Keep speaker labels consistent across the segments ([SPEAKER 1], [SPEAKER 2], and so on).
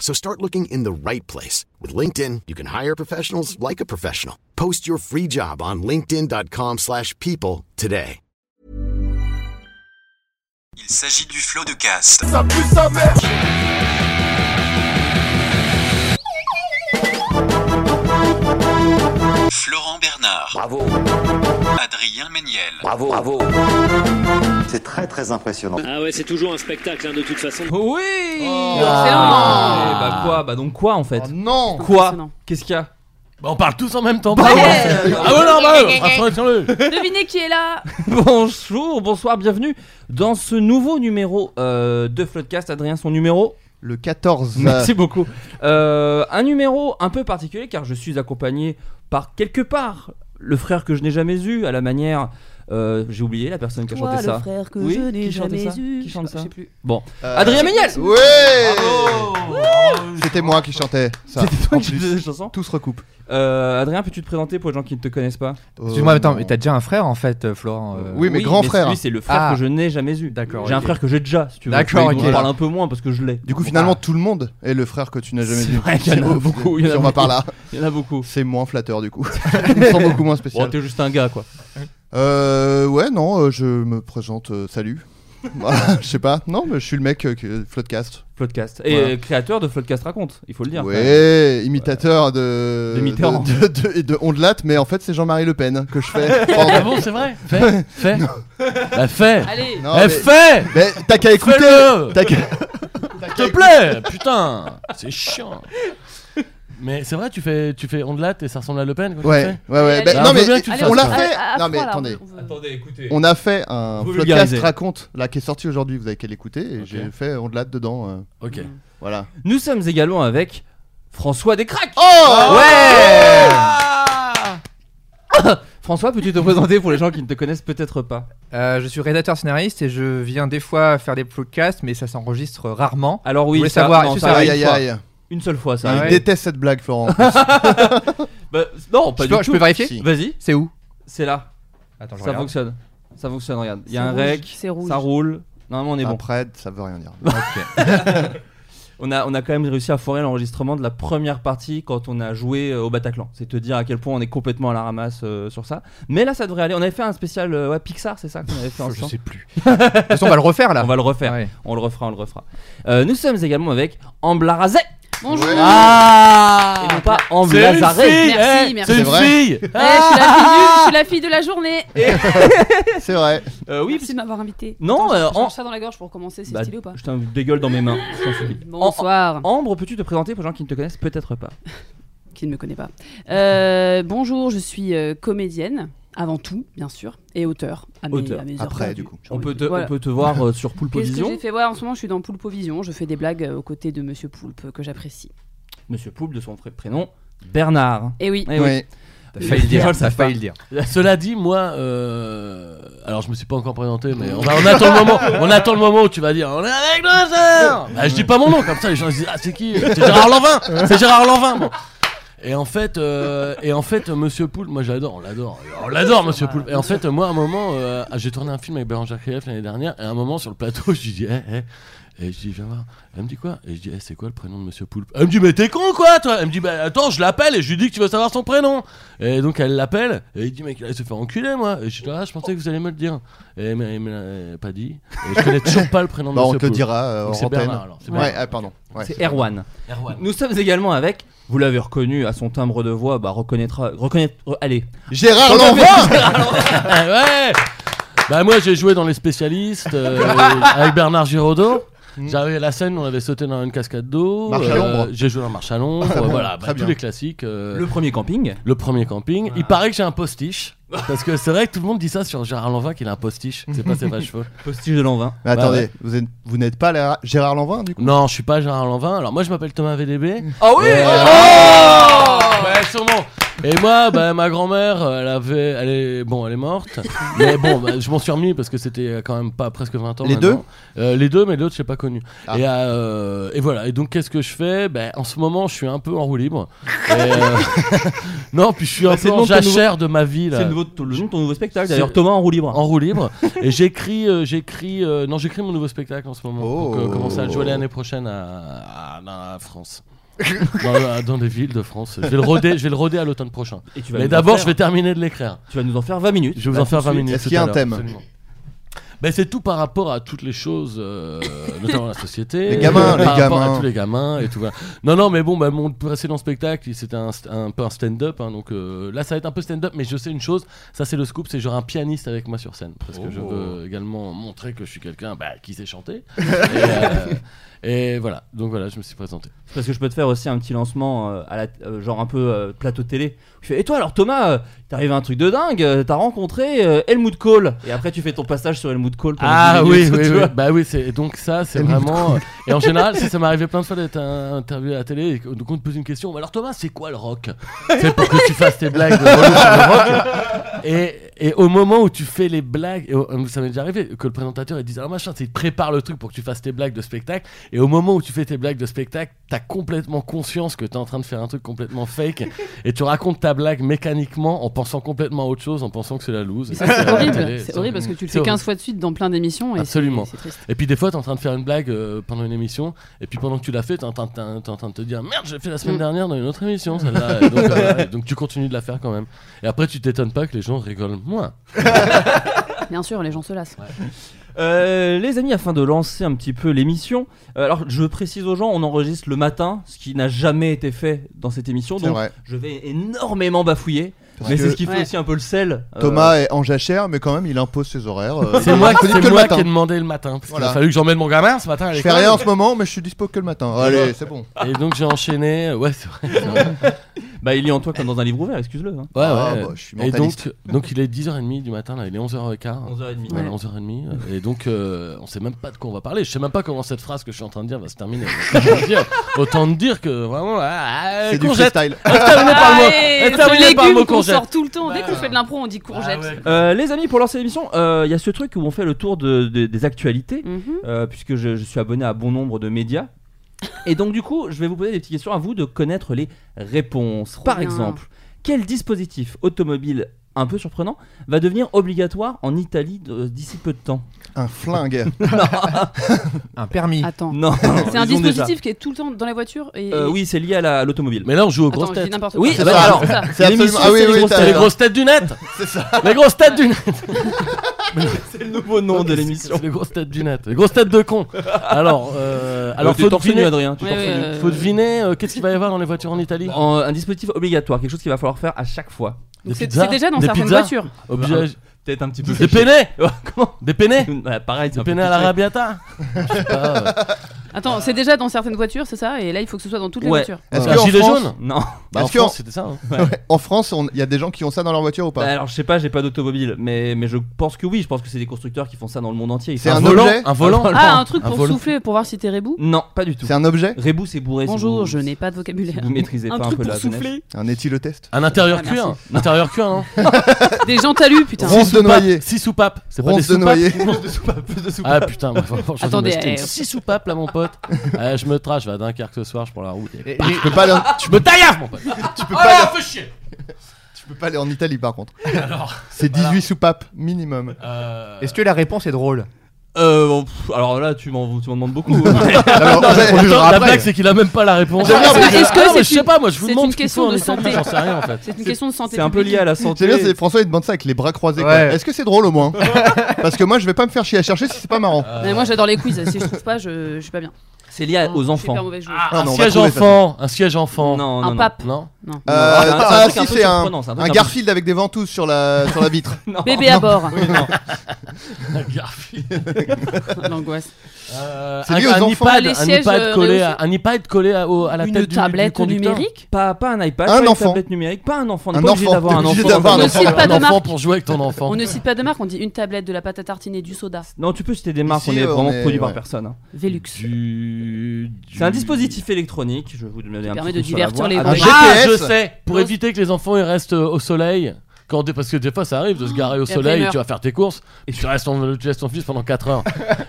[SPEAKER 1] So start looking in the right place. With LinkedIn, you can hire professionals like a professional. Post your free job on linkedin.com/people slash people today.
[SPEAKER 2] Il s'agit du flot de cast. Florent Bernard.
[SPEAKER 3] Bravo,
[SPEAKER 2] Adrien Méniel.
[SPEAKER 3] bravo, bravo.
[SPEAKER 4] C'est très très impressionnant.
[SPEAKER 5] Ah ouais, c'est toujours un spectacle hein, de toute façon.
[SPEAKER 6] Oh.
[SPEAKER 7] Oui
[SPEAKER 8] Oh.
[SPEAKER 9] Excellent.
[SPEAKER 8] Ah.
[SPEAKER 7] Eh Bah quoi Bah donc quoi en fait
[SPEAKER 9] non
[SPEAKER 7] Quoi
[SPEAKER 9] Impressionnant.
[SPEAKER 7] Qu'est-ce qu'il y a
[SPEAKER 6] Bah, on parle tous en même temps.
[SPEAKER 9] Ouais.
[SPEAKER 6] bravo. Ah ouais, non,
[SPEAKER 9] Eh,
[SPEAKER 6] bah, ouais, rassure- rassure-le.
[SPEAKER 9] Devinez qui est là
[SPEAKER 7] Bonjour, bonsoir, bienvenue dans ce nouveau numéro euh, de Floodcast. Adrien, son numéro
[SPEAKER 8] Le 14.
[SPEAKER 7] Merci beaucoup. Euh, un numéro un peu particulier car je suis accompagné par quelque part le frère que je n'ai jamais eu à la manière. euh, J'ai oublié la personne qui a
[SPEAKER 9] Toi,
[SPEAKER 7] chanté
[SPEAKER 9] le
[SPEAKER 7] ça.
[SPEAKER 9] frère que
[SPEAKER 7] Oui,
[SPEAKER 9] je n'ai
[SPEAKER 7] qui chante
[SPEAKER 9] jamais
[SPEAKER 7] ça
[SPEAKER 9] eu.
[SPEAKER 7] Qui chante
[SPEAKER 9] Je sais
[SPEAKER 7] ça
[SPEAKER 9] pas, je sais plus.
[SPEAKER 8] Euh,
[SPEAKER 7] Adrien Méniel
[SPEAKER 8] Ouais
[SPEAKER 6] Bravo.
[SPEAKER 8] C'était moi qui chantais ça.
[SPEAKER 7] C'était toi
[SPEAKER 8] En
[SPEAKER 7] qui
[SPEAKER 8] plus,
[SPEAKER 7] faisais cette chanson
[SPEAKER 8] Tout se recoupe.
[SPEAKER 7] Euh, Adrien, peux-tu te présenter pour les gens qui ne te connaissent pas
[SPEAKER 10] Excuse-moi,
[SPEAKER 8] Euh,
[SPEAKER 10] attends,
[SPEAKER 8] non.
[SPEAKER 10] mais t'as déjà un frère en fait, euh, Florent. euh,
[SPEAKER 8] Oui, mais grand frère.
[SPEAKER 7] Lui, c'est le frère
[SPEAKER 10] Ah.
[SPEAKER 7] que je n'ai jamais eu.
[SPEAKER 10] D'accord,
[SPEAKER 7] J'ai un
[SPEAKER 10] ok.
[SPEAKER 7] frère que j'ai déjà, si tu veux.
[SPEAKER 10] D'accord,
[SPEAKER 7] Mais on
[SPEAKER 8] ok.
[SPEAKER 7] en parle un peu moins parce que je l'ai.
[SPEAKER 8] Du coup,
[SPEAKER 7] Bon,
[SPEAKER 8] Euh, finalement,
[SPEAKER 7] ah,
[SPEAKER 8] tout le monde est le frère que tu n'as jamais
[SPEAKER 7] C'est
[SPEAKER 8] vu.
[SPEAKER 7] vrai qu'il y en a
[SPEAKER 8] Si on-
[SPEAKER 7] beaucoup, il y en a
[SPEAKER 8] Si on va par là,
[SPEAKER 7] il y en a beaucoup.
[SPEAKER 8] c'est moins flatteur du coup. Je me sens beaucoup moins
[SPEAKER 7] Bon,
[SPEAKER 8] spécial.
[SPEAKER 7] t'es juste un gars, quoi.
[SPEAKER 8] Euh, ouais, non, euh, je me présente. euh, salut. Voilà, je sais pas. Non, mais je suis le mec euh, que Floodcast.
[SPEAKER 7] Floodcast. Et
[SPEAKER 8] Voilà.
[SPEAKER 7] créateur de Floodcast Raconte, il faut le dire. quand même.
[SPEAKER 8] Ouais, imitateur de.
[SPEAKER 7] De Mitterrand.
[SPEAKER 8] De, de, de- de Ondelat, mais en fait, c'est Jean-Marie Le Pen que je fais.
[SPEAKER 6] Ah
[SPEAKER 8] Pardon.
[SPEAKER 6] bon, c'est vrai. Fais, fais. Bah, fais.
[SPEAKER 9] Allez
[SPEAKER 8] Non,
[SPEAKER 6] Eh,
[SPEAKER 8] mais-
[SPEAKER 6] fais.
[SPEAKER 8] mais t'as qu'à écouter!
[SPEAKER 6] Fais-le.
[SPEAKER 8] T'as qu'à.
[SPEAKER 6] S'il te plaît. Putain, c'est chiant. Mais c'est vrai, tu fais, tu fais Ondelat et ça ressemble à Le Pen. Quoi, tu
[SPEAKER 8] Ouais, ouais, ouais.
[SPEAKER 9] Allez,
[SPEAKER 8] Bah,
[SPEAKER 9] allez,
[SPEAKER 8] non,
[SPEAKER 6] on
[SPEAKER 8] mais
[SPEAKER 6] veut bien que tu le
[SPEAKER 8] on
[SPEAKER 6] fasses,
[SPEAKER 8] l'a
[SPEAKER 6] ça.
[SPEAKER 8] fait.
[SPEAKER 9] À- à
[SPEAKER 8] non, mais
[SPEAKER 9] froid, là,
[SPEAKER 8] attendez.
[SPEAKER 9] on veut-
[SPEAKER 7] Attendez, écoutez.
[SPEAKER 8] On a fait un
[SPEAKER 7] Faut
[SPEAKER 8] podcast
[SPEAKER 7] vulgariser.
[SPEAKER 8] raconte là qui est sorti aujourd'hui. Vous avez qu'à l'écouter. Et
[SPEAKER 6] Ok.
[SPEAKER 8] j'ai fait on l'a dedans. euh,
[SPEAKER 6] Ok.
[SPEAKER 8] voilà.
[SPEAKER 7] Nous sommes également avec François Descraques.
[SPEAKER 8] Oh
[SPEAKER 7] ouais François, peux-tu te présenter pour les gens qui ne te connaissent peut-être pas
[SPEAKER 10] euh, je suis rédacteur scénariste et je viens des fois faire des podcasts, mais ça s'enregistre rarement.
[SPEAKER 7] Alors
[SPEAKER 10] Vous
[SPEAKER 7] oui,
[SPEAKER 10] voulez
[SPEAKER 7] ça,
[SPEAKER 10] savoir,
[SPEAKER 7] non,
[SPEAKER 10] est-ce que
[SPEAKER 7] ça
[SPEAKER 10] ça
[SPEAKER 8] Aïe
[SPEAKER 7] arrive
[SPEAKER 10] va
[SPEAKER 8] aïe
[SPEAKER 7] une fois.
[SPEAKER 8] aïe.
[SPEAKER 7] Une seule fois, ça.
[SPEAKER 10] Ah
[SPEAKER 8] Il
[SPEAKER 7] arrive.
[SPEAKER 10] ouais.
[SPEAKER 8] déteste cette blague, Florent.
[SPEAKER 6] Ah,
[SPEAKER 7] Bah, non, pas
[SPEAKER 10] je,
[SPEAKER 7] du
[SPEAKER 10] peux,
[SPEAKER 7] tout.
[SPEAKER 10] je peux vérifier
[SPEAKER 8] Si.
[SPEAKER 7] Vas-y,
[SPEAKER 10] C'est où
[SPEAKER 7] c'est là.
[SPEAKER 10] Attends, je
[SPEAKER 7] Ça
[SPEAKER 10] regarde.
[SPEAKER 7] fonctionne. Ça fonctionne, regarde. Il y a
[SPEAKER 9] C'est
[SPEAKER 7] un
[SPEAKER 9] rouge,
[SPEAKER 7] rec,
[SPEAKER 9] C'est rouge.
[SPEAKER 7] ça roule. Normalement,
[SPEAKER 10] Ah,
[SPEAKER 7] on est
[SPEAKER 8] Un
[SPEAKER 7] bon.
[SPEAKER 8] prêtre, ça veut rien dire.
[SPEAKER 7] On a, on a quand même réussi à foirer l'enregistrement de la première partie quand on a joué euh, au Bataclan. C'est te dire à quel point on est complètement à la ramasse euh, sur ça. Mais là, ça devrait aller. On avait fait un spécial euh, ouais, Pixar, c'est ça qu'on avait fait
[SPEAKER 10] Je
[SPEAKER 7] ensemble
[SPEAKER 10] sais plus. De toute façon, on va le refaire là.
[SPEAKER 7] On va le refaire.
[SPEAKER 10] Ouais.
[SPEAKER 7] On le refera, on le refera. Euh, nous sommes également avec Amblarazé
[SPEAKER 9] Bonjour
[SPEAKER 6] Ah.
[SPEAKER 7] et non pas
[SPEAKER 6] C'est une
[SPEAKER 7] Amblazaré.
[SPEAKER 6] fille.
[SPEAKER 9] Merci,
[SPEAKER 6] eh,
[SPEAKER 9] merci.
[SPEAKER 6] C'est
[SPEAKER 8] C'est
[SPEAKER 6] une
[SPEAKER 8] vrai.
[SPEAKER 6] fille.
[SPEAKER 9] Eh, je, suis la fille du- je suis la fille de la journée
[SPEAKER 8] C'est vrai.
[SPEAKER 7] Euh, Eh oui,
[SPEAKER 9] Merci de m'avoir invité.
[SPEAKER 7] Non, euh,
[SPEAKER 9] Attends, je
[SPEAKER 7] en-
[SPEAKER 9] cherche ça dans la gorge pour commencer, c'est
[SPEAKER 7] bah,
[SPEAKER 9] stylé ou pas
[SPEAKER 7] je t'en dégueule dans mes mains. sans souci. Am-
[SPEAKER 9] Bonsoir, Ah,
[SPEAKER 7] Ambre, peux-tu te présenter pour les gens qui ne te connaissent peut-être pas
[SPEAKER 9] qui ne me connaît pas. Euh, bonjour, je suis euh, comédienne, avant tout, bien sûr, et auteur. À mes,
[SPEAKER 7] Auteur.
[SPEAKER 9] à mes heures
[SPEAKER 8] Après,
[SPEAKER 9] perdues,
[SPEAKER 8] du coup.
[SPEAKER 9] j'ai
[SPEAKER 7] on
[SPEAKER 9] envie
[SPEAKER 7] peut,
[SPEAKER 9] de
[SPEAKER 7] te,
[SPEAKER 9] dire. Voilà.
[SPEAKER 7] on peut te voir euh, sur Poulpe
[SPEAKER 9] Qu'est-ce que
[SPEAKER 7] Vision.
[SPEAKER 9] j'ai fait Ouais, en ce moment, je suis dans Poulpovision. Je fais des blagues euh, aux côtés de Monsieur Poulpe, que j'apprécie.
[SPEAKER 7] Monsieur Poulpe de son vrai prénom, Bernard.
[SPEAKER 9] Et oui,
[SPEAKER 7] Eh
[SPEAKER 8] Oui.
[SPEAKER 10] T'as failli le
[SPEAKER 7] Les gens
[SPEAKER 10] dire.
[SPEAKER 7] le
[SPEAKER 10] T'as
[SPEAKER 7] savent
[SPEAKER 10] failli le dire.
[SPEAKER 6] Cela dit, moi, euh, alors je me suis pas encore présenté, mais on, va- on attend le moment. On attend le moment où tu vas dire on est avec nos sœurs. Bah, je dis pas mon nom comme ça, les gens se disent ah c'est qui C'est Gérard Lanvin. C'est Gérard Lanvin. Bon. Et en fait, euh, et en fait, euh, Monsieur Poulpe, moi j'adore, on l'adore, on l'adore, Monsieur Poulpe. Et en fait, euh, moi, à un moment, euh, j'ai tourné un film avec Bérangère Krief l'année dernière, et à un moment sur le plateau, je lui dis, eh, eh, et je dis, viens voir. Elle me dit quoi Et je dis, eh, c'est quoi le prénom de Monsieur Poulpe Elle me dit, mais t'es con quoi, toi Elle me dit, bah attends, je l'appelle et je lui dis que tu veux savoir son prénom. Et donc elle l'appelle et il dit, mais elle se fait enculer, moi. Et je dis, ah, je pensais que vous allez me le dire. Et mais elle me l'a euh, pas dit. Et je connais toujours pas le prénom de
[SPEAKER 8] Bah, on
[SPEAKER 6] Monsieur
[SPEAKER 8] te
[SPEAKER 6] Poulpe.
[SPEAKER 8] le dira euh,
[SPEAKER 6] Donc,
[SPEAKER 8] en
[SPEAKER 6] c'est
[SPEAKER 8] antenne.
[SPEAKER 6] Bernard, alors, c'est
[SPEAKER 8] Ouais,
[SPEAKER 6] Bernard.
[SPEAKER 8] ah, pardon. Ouais.
[SPEAKER 7] C'est Erwan.
[SPEAKER 6] Erwan.
[SPEAKER 7] Nous sommes également avec, vous l'avez reconnu à son timbre de voix, bah reconnaîtra, reconnaître, allez,
[SPEAKER 8] Gérard Lanvin
[SPEAKER 6] Ah ouais Bah moi j'ai joué dans les spécialistes euh, avec Bernard Giraudot. J'avais la scène, on avait sauté dans une cascade d'eau. euh,
[SPEAKER 8] Marche à l'ombre. Ah,
[SPEAKER 6] J'ai joué dans Marche à l'ombre. euh, voilà, bah,
[SPEAKER 8] Très
[SPEAKER 6] tous
[SPEAKER 8] bien. Ah.
[SPEAKER 6] les classiques. euh,
[SPEAKER 7] Le premier camping.
[SPEAKER 6] le premier camping. Il paraît que j'ai un postiche. Parce que c'est vrai que tout le monde dit ça sur Gérard Lanvin qu'il a un postiche. C'est pas ses vrais cheveux.
[SPEAKER 7] Postiche de l'an 20.
[SPEAKER 8] Mais attendez,
[SPEAKER 6] Bah ouais.
[SPEAKER 8] vous êtes- vous n'êtes pas la- Gérard Lanvin du coup
[SPEAKER 6] Non, je suis pas Gérard Lanvin. Alors moi, je m'appelle Thomas VDB.
[SPEAKER 7] Ah oui
[SPEAKER 6] Et- euh, Ouais, sûrement. Et moi, bah, ma grand-mère, euh, elle avait, elle est, bon, elle est morte. mais bon, bah, je m'en suis remis parce que c'était quand même pas presque 20 ans.
[SPEAKER 8] Les
[SPEAKER 6] maintenant. Euh, Les deux, mais l'autre, je l'ai pas connu.
[SPEAKER 8] Ah.
[SPEAKER 6] Et, euh, et voilà. Et donc, qu'est-ce que je fais Ben, En ce moment, je suis un peu en roue libre. Et, euh, non, puis je suis
[SPEAKER 7] Bah,
[SPEAKER 6] un
[SPEAKER 7] c'est
[SPEAKER 6] peu
[SPEAKER 7] le
[SPEAKER 6] en
[SPEAKER 7] nom de ton
[SPEAKER 6] jachère de ma vie. là
[SPEAKER 7] C'est le, nouveau- le nom de ton nouveau spectacle.
[SPEAKER 6] C'est-
[SPEAKER 7] D'ailleurs, Thomas en roue libre.
[SPEAKER 6] en roue libre et j'écris euh, j'écris euh, non j'écris mon nouveau spectacle en ce moment
[SPEAKER 8] Oh.
[SPEAKER 6] donc euh, commencer à le jouer l'année prochaine à, à- dans la France dans, la- dans des villes de France je vais le roder je vais le roder à l'automne prochain
[SPEAKER 7] Et tu vas
[SPEAKER 6] mais
[SPEAKER 7] nous en
[SPEAKER 6] d'abord je
[SPEAKER 7] faire-
[SPEAKER 6] vais terminer de l'écrire
[SPEAKER 7] Tu vas nous en faire 20 minutes.
[SPEAKER 6] je vais vous
[SPEAKER 7] Là,
[SPEAKER 6] en
[SPEAKER 8] Bah,
[SPEAKER 6] faire
[SPEAKER 7] tout de
[SPEAKER 6] 20
[SPEAKER 7] suite.
[SPEAKER 6] minutes
[SPEAKER 8] Est-ce
[SPEAKER 6] tout
[SPEAKER 8] qu'il y a
[SPEAKER 6] à
[SPEAKER 8] un
[SPEAKER 6] l'heure,
[SPEAKER 8] thème
[SPEAKER 6] absolument. ben, c'est tout par rapport à toutes les choses, euh, notamment la société.
[SPEAKER 8] Les
[SPEAKER 6] par
[SPEAKER 8] gamins, les
[SPEAKER 6] rapport
[SPEAKER 8] gamins.
[SPEAKER 6] à tous les gamins et tout. voilà. Non, non, mais bon, bah, mon précédent spectacle, il- c'était un, st- un peu un stand-up. hein, donc euh, là, ça va être un peu stand-up, mais je sais une chose, ça c'est le scoop, c'est que j'aurai un pianiste avec moi sur scène. Parce que je
[SPEAKER 8] Oh.
[SPEAKER 6] veux également montrer que je suis quelqu'un bah, qui sait chanter. et, euh, et voilà, donc voilà, je me suis présenté.
[SPEAKER 7] Parce que je peux te faire aussi un petit lancement euh, à la, euh, genre un peu euh, plateau télé. Je fais, et toi alors Thomas, euh, t'es arrivé à un truc de dingue, euh, t'as rencontré euh, Helmut Kohl. Et après tu fais ton passage sur Helmut Kohl. pendant
[SPEAKER 8] Ah
[SPEAKER 7] 10 minutes, tu vois.
[SPEAKER 6] Bah oui, c'est et donc ça, c'est vraiment. Et en général, ça, ça m'est arrivé plein de fois d'être euh, interviewé à la télé et que- donc on te pose une question. Bah Alors Thomas, c'est quoi le rock C'est pour que tu fasses tes blagues. de relou sur le rock. Et, et au moment où tu fais les blagues, et au- ça m'est déjà arrivé que le présentateur il dise ah machin, c'est il te prépare le truc pour que tu fasses tes blagues de spectacle. Et au moment où tu fais tes blagues de spectacle, t'as complètement conscience que t'es en train de faire un truc complètement fake et tu racontes ta blague mécaniquement en pensant complètement à autre chose, en pensant que c'est la loose.
[SPEAKER 9] Mais ça, C'est
[SPEAKER 6] À la
[SPEAKER 9] horrible,
[SPEAKER 6] télé,
[SPEAKER 9] c'est horrible parce que tu le
[SPEAKER 6] c'est
[SPEAKER 9] fais
[SPEAKER 6] horrible.
[SPEAKER 9] 15 fois de suite dans plein d'émissions. et c'est-
[SPEAKER 6] Absolument.
[SPEAKER 9] C'est triste.
[SPEAKER 6] Et puis des fois, t'es en train de faire une blague euh, pendant une émission, et puis pendant que tu l'as fait, t'es en, train- t'es en- t'es en train de te dire merde, j'ai fait la semaine
[SPEAKER 9] Mm.
[SPEAKER 6] dernière dans une autre émission, celle-là. Et donc, euh, et donc tu continues de la faire quand même. Et après, tu t'étonnes pas que les gens rigolent moins.
[SPEAKER 9] Bien sûr, les gens se lassent.
[SPEAKER 7] Euh, les amis, afin de lancer un petit peu l'émission, euh, alors je précise aux gens, on enregistre le matin, ce qui n'a jamais été fait dans cette émission.
[SPEAKER 8] C'est
[SPEAKER 7] Donc
[SPEAKER 8] vrai.
[SPEAKER 7] je vais énormément bafouiller.
[SPEAKER 8] Parce
[SPEAKER 7] mais c'est
[SPEAKER 8] que
[SPEAKER 7] ce qui fait
[SPEAKER 9] Ouais.
[SPEAKER 7] aussi un peu le sel. euh,
[SPEAKER 8] Thomas est en jachère, mais quand même il impose ses horaires. euh, il
[SPEAKER 6] C'est
[SPEAKER 8] est
[SPEAKER 6] moi,
[SPEAKER 8] disponible
[SPEAKER 6] c'est
[SPEAKER 8] que le
[SPEAKER 6] moi
[SPEAKER 8] matin.
[SPEAKER 6] qui ai demandé le matin, parce qu'il
[SPEAKER 8] Voilà.
[SPEAKER 6] a fallu que j'emmène mon gamin ce matin à
[SPEAKER 8] Je fais
[SPEAKER 6] l'école.
[SPEAKER 8] rien en ce moment, mais je suis dispo que le matin. Allez, c'est bon.
[SPEAKER 6] Et donc j'ai enchaîné. Ouais, c'est vrai. c'est vrai.
[SPEAKER 7] Bah il lit en toi comme dans un livre ouvert, excuse-le. hein.
[SPEAKER 6] Ouais,
[SPEAKER 8] Ah,
[SPEAKER 6] ouais.
[SPEAKER 8] bah, je suis
[SPEAKER 6] et
[SPEAKER 8] mentaliste.
[SPEAKER 6] donc, euh, donc il est 10h30 du matin, là, il est 11h15.
[SPEAKER 7] 11h30.
[SPEAKER 6] Voilà, 11h30. euh, Et donc, euh, on sait même pas de quoi on va parler. Je sais même pas comment cette phrase que je suis en train de dire va se terminer. Autant te dire- Autant te dire que vraiment, ah, ah,
[SPEAKER 8] C'est du
[SPEAKER 6] courgette.
[SPEAKER 8] freestyle.
[SPEAKER 6] Elle est terminée par le mot-
[SPEAKER 9] Allez,
[SPEAKER 6] elle est terminée
[SPEAKER 9] ce
[SPEAKER 6] par le
[SPEAKER 9] légume
[SPEAKER 6] mot
[SPEAKER 9] qu'on
[SPEAKER 6] courgette.
[SPEAKER 9] sort tout le temps. Dès
[SPEAKER 6] Bah,
[SPEAKER 9] qu'on fait de l'impro, on dit courgette.
[SPEAKER 7] Euh, les amis, pour lancer l'émission, euh, il y a ce truc où on fait le tour de- de- des actualités,
[SPEAKER 9] Mhm.
[SPEAKER 7] euh, puisque je, je suis abonné à bon nombre de médias. Et donc du coup, je vais vous poser des petites questions à vous de connaître les réponses. Par
[SPEAKER 9] bien.
[SPEAKER 7] exemple, quel dispositif automobile un peu surprenant va devenir obligatoire en Italie de- d'ici peu de temps
[SPEAKER 8] Un flingue.
[SPEAKER 10] Un permis.
[SPEAKER 9] Attends.
[SPEAKER 7] Non, Euh,
[SPEAKER 9] C'est un dispositif qui est tout le temps dans les voitures et.
[SPEAKER 7] oui, c'est lié à la- à l'automobile.
[SPEAKER 6] Mais là, on joue aux grosses
[SPEAKER 9] Attends, je dis
[SPEAKER 6] têtes.
[SPEAKER 9] n'importe quoi.
[SPEAKER 7] Oui,
[SPEAKER 9] C'est
[SPEAKER 7] bah,
[SPEAKER 9] ça,
[SPEAKER 7] alors,
[SPEAKER 9] c'est ça.
[SPEAKER 8] C'est absolument.
[SPEAKER 7] L'émission,
[SPEAKER 8] Ah oui,
[SPEAKER 7] c'est les
[SPEAKER 8] oui,
[SPEAKER 7] grosses
[SPEAKER 8] t'as-
[SPEAKER 7] têtes.
[SPEAKER 6] Les grosses têtes du net
[SPEAKER 8] C'est ça.
[SPEAKER 6] Les grosses têtes du net
[SPEAKER 7] c'est le nouveau nom de l'émission.
[SPEAKER 6] C'est Les grosses têtes du net. Les grosses têtes de con Alors, euh, alors
[SPEAKER 7] Alors,
[SPEAKER 6] faut
[SPEAKER 7] t'es torse nu,
[SPEAKER 6] deviner,
[SPEAKER 7] Adrien. t'es
[SPEAKER 9] Ouais,
[SPEAKER 7] torse
[SPEAKER 9] ouais,
[SPEAKER 7] nu.
[SPEAKER 9] euh,
[SPEAKER 6] faut deviner euh, qu'est-ce qu'il va y avoir dans les voitures en Italie
[SPEAKER 7] En- un dispositif obligatoire, quelque chose qu'il va falloir faire à chaque fois.
[SPEAKER 6] Des
[SPEAKER 9] Donc C'est
[SPEAKER 6] pizzas
[SPEAKER 9] c'est déjà dans
[SPEAKER 6] Des
[SPEAKER 9] certaines
[SPEAKER 6] pizzas
[SPEAKER 9] voitures.
[SPEAKER 6] Obligé-
[SPEAKER 7] Bah, Peut-être un petit peu.
[SPEAKER 6] Des peinés
[SPEAKER 7] Comment
[SPEAKER 6] Des peinés
[SPEAKER 7] Bah, Pareil, c'est
[SPEAKER 6] Des
[SPEAKER 7] un peu
[SPEAKER 6] peinés à
[SPEAKER 7] cliché.
[SPEAKER 6] l'arabiata euh,
[SPEAKER 9] Attends, c'est déjà dans certaines voitures, c'est ça Et là, il faut que ce soit dans toutes les
[SPEAKER 7] Ouais.
[SPEAKER 9] voitures.
[SPEAKER 8] Est-ce
[SPEAKER 6] Un
[SPEAKER 8] qu'en
[SPEAKER 6] gilet
[SPEAKER 8] France-
[SPEAKER 6] jaune
[SPEAKER 7] Euh, Non.
[SPEAKER 6] Bah, en
[SPEAKER 8] Est-ce que-
[SPEAKER 6] France, c'était ça. hein.
[SPEAKER 8] En France, on- il y a des gens qui ont ça dans leur voiture ou
[SPEAKER 7] Bah,
[SPEAKER 8] pas
[SPEAKER 7] alors je sais pas, j'ai pas d'automobile, mais, mais je pense que oui, je pense que c'est des constructeurs qui font ça dans le monde entier. Ils
[SPEAKER 8] C'est
[SPEAKER 7] font
[SPEAKER 8] un
[SPEAKER 7] volant.
[SPEAKER 8] objet
[SPEAKER 6] Un volant
[SPEAKER 9] Ah, un truc pour
[SPEAKER 6] volant.
[SPEAKER 9] souffler, pour voir si t'es rebou
[SPEAKER 7] Non, pas du tout.
[SPEAKER 8] C'est un objet
[SPEAKER 7] Rebou, c'est bourré. si
[SPEAKER 9] Bonjour,
[SPEAKER 7] vous-
[SPEAKER 9] je n'ai pas de
[SPEAKER 7] si
[SPEAKER 9] vocabulaire.
[SPEAKER 7] Vous maîtrisez
[SPEAKER 9] Un
[SPEAKER 7] pas un
[SPEAKER 9] truc
[SPEAKER 7] peu
[SPEAKER 9] pour
[SPEAKER 7] la jeunesse.
[SPEAKER 9] souffler
[SPEAKER 8] Un éthylotest
[SPEAKER 6] Un intérieur
[SPEAKER 9] Ah, merci.
[SPEAKER 6] cuir Intérieur cuir, hein. non
[SPEAKER 9] Des gens talus, putain.
[SPEAKER 8] Ronce de noyer.
[SPEAKER 6] 6 soupapes C'est pas des
[SPEAKER 8] Ronce de
[SPEAKER 6] soupapes
[SPEAKER 8] noyer.
[SPEAKER 6] Ah putain, bah, franchement,
[SPEAKER 9] Attendez,
[SPEAKER 6] j'étais une
[SPEAKER 9] eh,
[SPEAKER 6] six soupapes là, mon pote. Euh, je me trache, je vais à Dunkerque ce soir, je prends la route. et-
[SPEAKER 8] Et- et- Tu peux pas aller-
[SPEAKER 6] Je me taillave, mon pote.
[SPEAKER 8] tu peux
[SPEAKER 6] Oh
[SPEAKER 8] pas
[SPEAKER 6] là, fais
[SPEAKER 8] aller-
[SPEAKER 6] chier.
[SPEAKER 8] tu peux pas aller en Italie par contre. C'est 18 soupapes minimum.
[SPEAKER 6] Euh,
[SPEAKER 10] Est-ce que la réponse est drôle
[SPEAKER 7] Euh, bon, pff, alors là, tu m'en tu m'en demandes beaucoup.
[SPEAKER 8] Alors, on- on jugera
[SPEAKER 6] Attends, la
[SPEAKER 8] après.
[SPEAKER 6] blague, c'est qu'il a même pas la réponse.
[SPEAKER 8] J'aime bien,
[SPEAKER 6] Ah,
[SPEAKER 8] parce
[SPEAKER 9] que- est-ce que
[SPEAKER 6] non, mais
[SPEAKER 9] c'est
[SPEAKER 6] je sais
[SPEAKER 9] une-
[SPEAKER 6] pas, moi je vous
[SPEAKER 9] c'est
[SPEAKER 6] demande
[SPEAKER 9] une
[SPEAKER 6] ce qu'ils
[SPEAKER 9] question
[SPEAKER 6] font en
[SPEAKER 9] de
[SPEAKER 6] Italie,
[SPEAKER 9] santé.
[SPEAKER 6] J'en sais rien en fait.
[SPEAKER 9] C'est une question de santé.
[SPEAKER 7] c'est un peu
[SPEAKER 9] publique.
[SPEAKER 7] lié à la
[SPEAKER 8] C'est
[SPEAKER 7] santé.
[SPEAKER 8] bien, c'est François, il demande ça avec les bras croisés. quoi.
[SPEAKER 10] Ouais.
[SPEAKER 8] Est-ce que c'est drôle au moins Parce que moi, je vais pas me faire chier à chercher si c'est pas marrant.
[SPEAKER 9] Mais moi, j'adore les quiz. Si je trouve pas, je, je suis pas bien.
[SPEAKER 7] C'est lié à- aux
[SPEAKER 9] Je suis hyper
[SPEAKER 7] enfants.
[SPEAKER 9] mauvaise joueuse.
[SPEAKER 8] Ah,
[SPEAKER 6] un
[SPEAKER 8] non, on va
[SPEAKER 6] siège
[SPEAKER 8] trouver ça.
[SPEAKER 6] enfant, un siège enfant.
[SPEAKER 7] Non, non,
[SPEAKER 9] un
[SPEAKER 7] non.
[SPEAKER 9] pape.
[SPEAKER 6] Non
[SPEAKER 9] Non.
[SPEAKER 8] Euh,
[SPEAKER 7] c'est un truc
[SPEAKER 8] ah,
[SPEAKER 7] un
[SPEAKER 8] si,
[SPEAKER 7] peu
[SPEAKER 8] c'est un,
[SPEAKER 7] surprenant, c'est un truc
[SPEAKER 8] un
[SPEAKER 7] un peu-
[SPEAKER 8] Garfield avec des ventouses sur la, sur la vitre.
[SPEAKER 7] Non.
[SPEAKER 9] Bébé à bord.
[SPEAKER 7] Oui, non.
[SPEAKER 9] L'angoisse.
[SPEAKER 6] Euh,
[SPEAKER 8] C'est
[SPEAKER 6] un,
[SPEAKER 8] lié aux
[SPEAKER 6] un
[SPEAKER 8] enfants.
[SPEAKER 6] iPad,
[SPEAKER 9] Les
[SPEAKER 6] un
[SPEAKER 9] sièges,
[SPEAKER 6] iPad
[SPEAKER 9] euh,
[SPEAKER 6] collé, à,
[SPEAKER 9] rehaussés.
[SPEAKER 6] un iPad collé à, au- à la
[SPEAKER 9] Une
[SPEAKER 6] tête du,
[SPEAKER 9] tablette
[SPEAKER 6] du conducteur.
[SPEAKER 9] numérique
[SPEAKER 7] Pas, pas un iPad,
[SPEAKER 8] Un
[SPEAKER 7] pas
[SPEAKER 8] enfant.
[SPEAKER 7] une tablette numérique, pas un enfant. On n'est
[SPEAKER 8] Un
[SPEAKER 7] pas obligé
[SPEAKER 8] enfant,
[SPEAKER 7] d'avoir
[SPEAKER 8] t'es
[SPEAKER 7] un
[SPEAKER 8] obligé
[SPEAKER 7] enfant.
[SPEAKER 8] d'avoir
[SPEAKER 7] dans
[SPEAKER 8] un
[SPEAKER 7] un
[SPEAKER 9] enfant.
[SPEAKER 7] enfant.
[SPEAKER 9] pas de
[SPEAKER 6] Un enfant
[SPEAKER 9] marque.
[SPEAKER 6] pour jouer avec ton enfant.
[SPEAKER 9] On ne cite pas de marque, on dit une tablette de la pâte à tartiner, du soda.
[SPEAKER 7] Non, tu peux citer des marques,
[SPEAKER 8] Ici,
[SPEAKER 7] on est
[SPEAKER 8] euh, on
[SPEAKER 7] vraiment
[SPEAKER 8] est-
[SPEAKER 7] produit par
[SPEAKER 8] ouais.
[SPEAKER 7] personne. hein.
[SPEAKER 9] Velux.
[SPEAKER 6] Du- du-
[SPEAKER 7] C'est un dispositif électronique, je vais vous donner un
[SPEAKER 9] permet
[SPEAKER 7] petit
[SPEAKER 9] de
[SPEAKER 7] coup sur la
[SPEAKER 9] divertir
[SPEAKER 7] voie,
[SPEAKER 9] les
[SPEAKER 7] avec-
[SPEAKER 8] Un
[SPEAKER 9] voisins.
[SPEAKER 6] Ah,
[SPEAKER 8] GPS.
[SPEAKER 6] je sais Pour
[SPEAKER 9] Non,
[SPEAKER 6] éviter que les enfants ils restent euh, au soleil. Quand, parce que des fois ça arrive de se garer au
[SPEAKER 9] après,
[SPEAKER 6] soleil
[SPEAKER 9] il
[SPEAKER 6] et
[SPEAKER 9] meurt.
[SPEAKER 6] tu vas faire tes courses et tu, restes ton, tu laisses ton fils pendant 4 heures.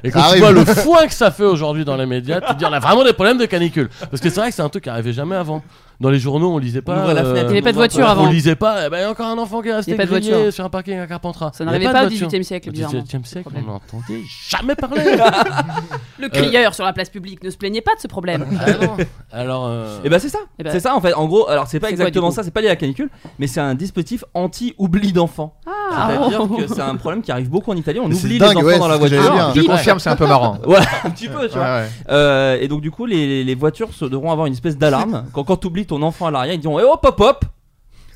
[SPEAKER 6] Et quand
[SPEAKER 8] Ça
[SPEAKER 6] tu
[SPEAKER 8] arrive.
[SPEAKER 6] vois le foin que ça fait aujourd'hui dans les médias, tu te dis on a vraiment des problèmes de canicule. Parce que c'est vrai que c'est un truc qui arrivait jamais avant. Dans les journaux on lisait
[SPEAKER 7] On
[SPEAKER 6] pas. euh,
[SPEAKER 7] ouvrait la fenêtre,
[SPEAKER 9] Il y avait
[SPEAKER 7] on
[SPEAKER 9] pas de
[SPEAKER 7] ouvrait
[SPEAKER 9] voiture avant.
[SPEAKER 6] On lisait pas. eh ben, Il y a encore un enfant qui est resté
[SPEAKER 9] Il y a pas de
[SPEAKER 6] grillé
[SPEAKER 9] voiture.
[SPEAKER 6] sur un parking à Carpentras.
[SPEAKER 9] Ça
[SPEAKER 6] Il y a
[SPEAKER 9] n'arrivait
[SPEAKER 6] de
[SPEAKER 9] pas au
[SPEAKER 6] voiture.
[SPEAKER 9] 18e siècle, bizarrement.
[SPEAKER 6] Au 18e siècle, on
[SPEAKER 9] Problème.
[SPEAKER 6] n'entendait jamais parler.
[SPEAKER 9] Le crieur sur la place publique ne se plaignait pas de ce problème.
[SPEAKER 6] Ah non. Alors. euh,
[SPEAKER 7] Et bah c'est ça,
[SPEAKER 9] Eh ben-
[SPEAKER 7] c'est ça en fait. En gros, alors c'est pas
[SPEAKER 9] C'est quoi,
[SPEAKER 7] exactement
[SPEAKER 9] du coup
[SPEAKER 7] ça, c'est pas lié à la canicule, mais c'est un dispositif anti-oubli d'enfants.
[SPEAKER 9] Ah,
[SPEAKER 7] C'est-à-dire
[SPEAKER 9] oh.
[SPEAKER 7] que c'est un problème qui arrive beaucoup en Italie, on
[SPEAKER 8] Mais c'est
[SPEAKER 7] oublie
[SPEAKER 8] dingue,
[SPEAKER 7] les enfants
[SPEAKER 8] ouais,
[SPEAKER 7] dans la
[SPEAKER 8] c'est ce que
[SPEAKER 7] voiture.
[SPEAKER 8] j'allais dire.
[SPEAKER 10] Je confirme, c'est un peu marrant.
[SPEAKER 7] Ouais, un petit peu, tu vois.
[SPEAKER 10] Ouais, ouais.
[SPEAKER 7] Euh, et donc du coup, les, les voitures se devront avoir une espèce d'alarme. Quand, quand t'oublies ton enfant à l'arrière, ils diront Eh, hop hop hop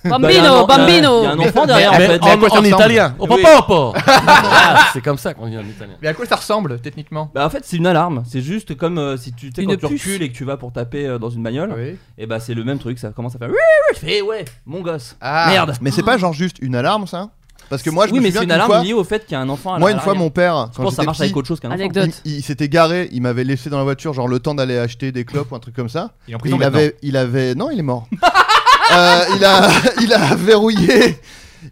[SPEAKER 7] Bah, y a un
[SPEAKER 9] Bambino,
[SPEAKER 7] en- y a- y a
[SPEAKER 9] bambino
[SPEAKER 7] un enfant derrière en
[SPEAKER 6] mais
[SPEAKER 7] fait.
[SPEAKER 10] mais à quoi ça
[SPEAKER 6] en, en
[SPEAKER 10] ressemble
[SPEAKER 6] italien. On parle
[SPEAKER 7] Oui.
[SPEAKER 6] pas, on parle. Ah, C'est comme ça qu'on dit en italien.
[SPEAKER 10] Mais à quoi ça ressemble techniquement
[SPEAKER 7] Bah en fait c'est une alarme, c'est juste comme euh, si tu, tu sais,
[SPEAKER 9] Une
[SPEAKER 7] quand tu
[SPEAKER 9] puce.
[SPEAKER 7] recules et que tu vas pour taper euh, dans une bagnole,
[SPEAKER 10] Oui.
[SPEAKER 7] et bah c'est le même truc, ça commence à faire oui oui, je fais Eh ouais, mon gosse.
[SPEAKER 10] Ah.
[SPEAKER 7] Merde.
[SPEAKER 8] Mais c'est pas genre juste une alarme ça Parce que moi je
[SPEAKER 7] oui,
[SPEAKER 8] me
[SPEAKER 7] mais
[SPEAKER 8] souviens
[SPEAKER 7] c'est une
[SPEAKER 8] qu'une
[SPEAKER 7] alarme
[SPEAKER 8] fois-
[SPEAKER 7] liée au fait qu'il y a un enfant à
[SPEAKER 8] Moi,
[SPEAKER 7] la-
[SPEAKER 8] une
[SPEAKER 7] à
[SPEAKER 8] fois,
[SPEAKER 7] l'arrière.
[SPEAKER 8] mon père,
[SPEAKER 7] Je
[SPEAKER 8] quand
[SPEAKER 7] pense que ça
[SPEAKER 8] j'étais
[SPEAKER 7] marche avec
[SPEAKER 8] petit,
[SPEAKER 7] autre chose qu'un enfant.
[SPEAKER 9] Anecdote.
[SPEAKER 8] il, il s'était garé, il m'avait laissé dans la voiture, genre le temps d'aller acheter des clopes ou un truc comme ça.
[SPEAKER 10] Il est en
[SPEAKER 8] Et
[SPEAKER 10] prison
[SPEAKER 8] il avait, il avait, non, il est mort. Euh, il a, il a verrouillé,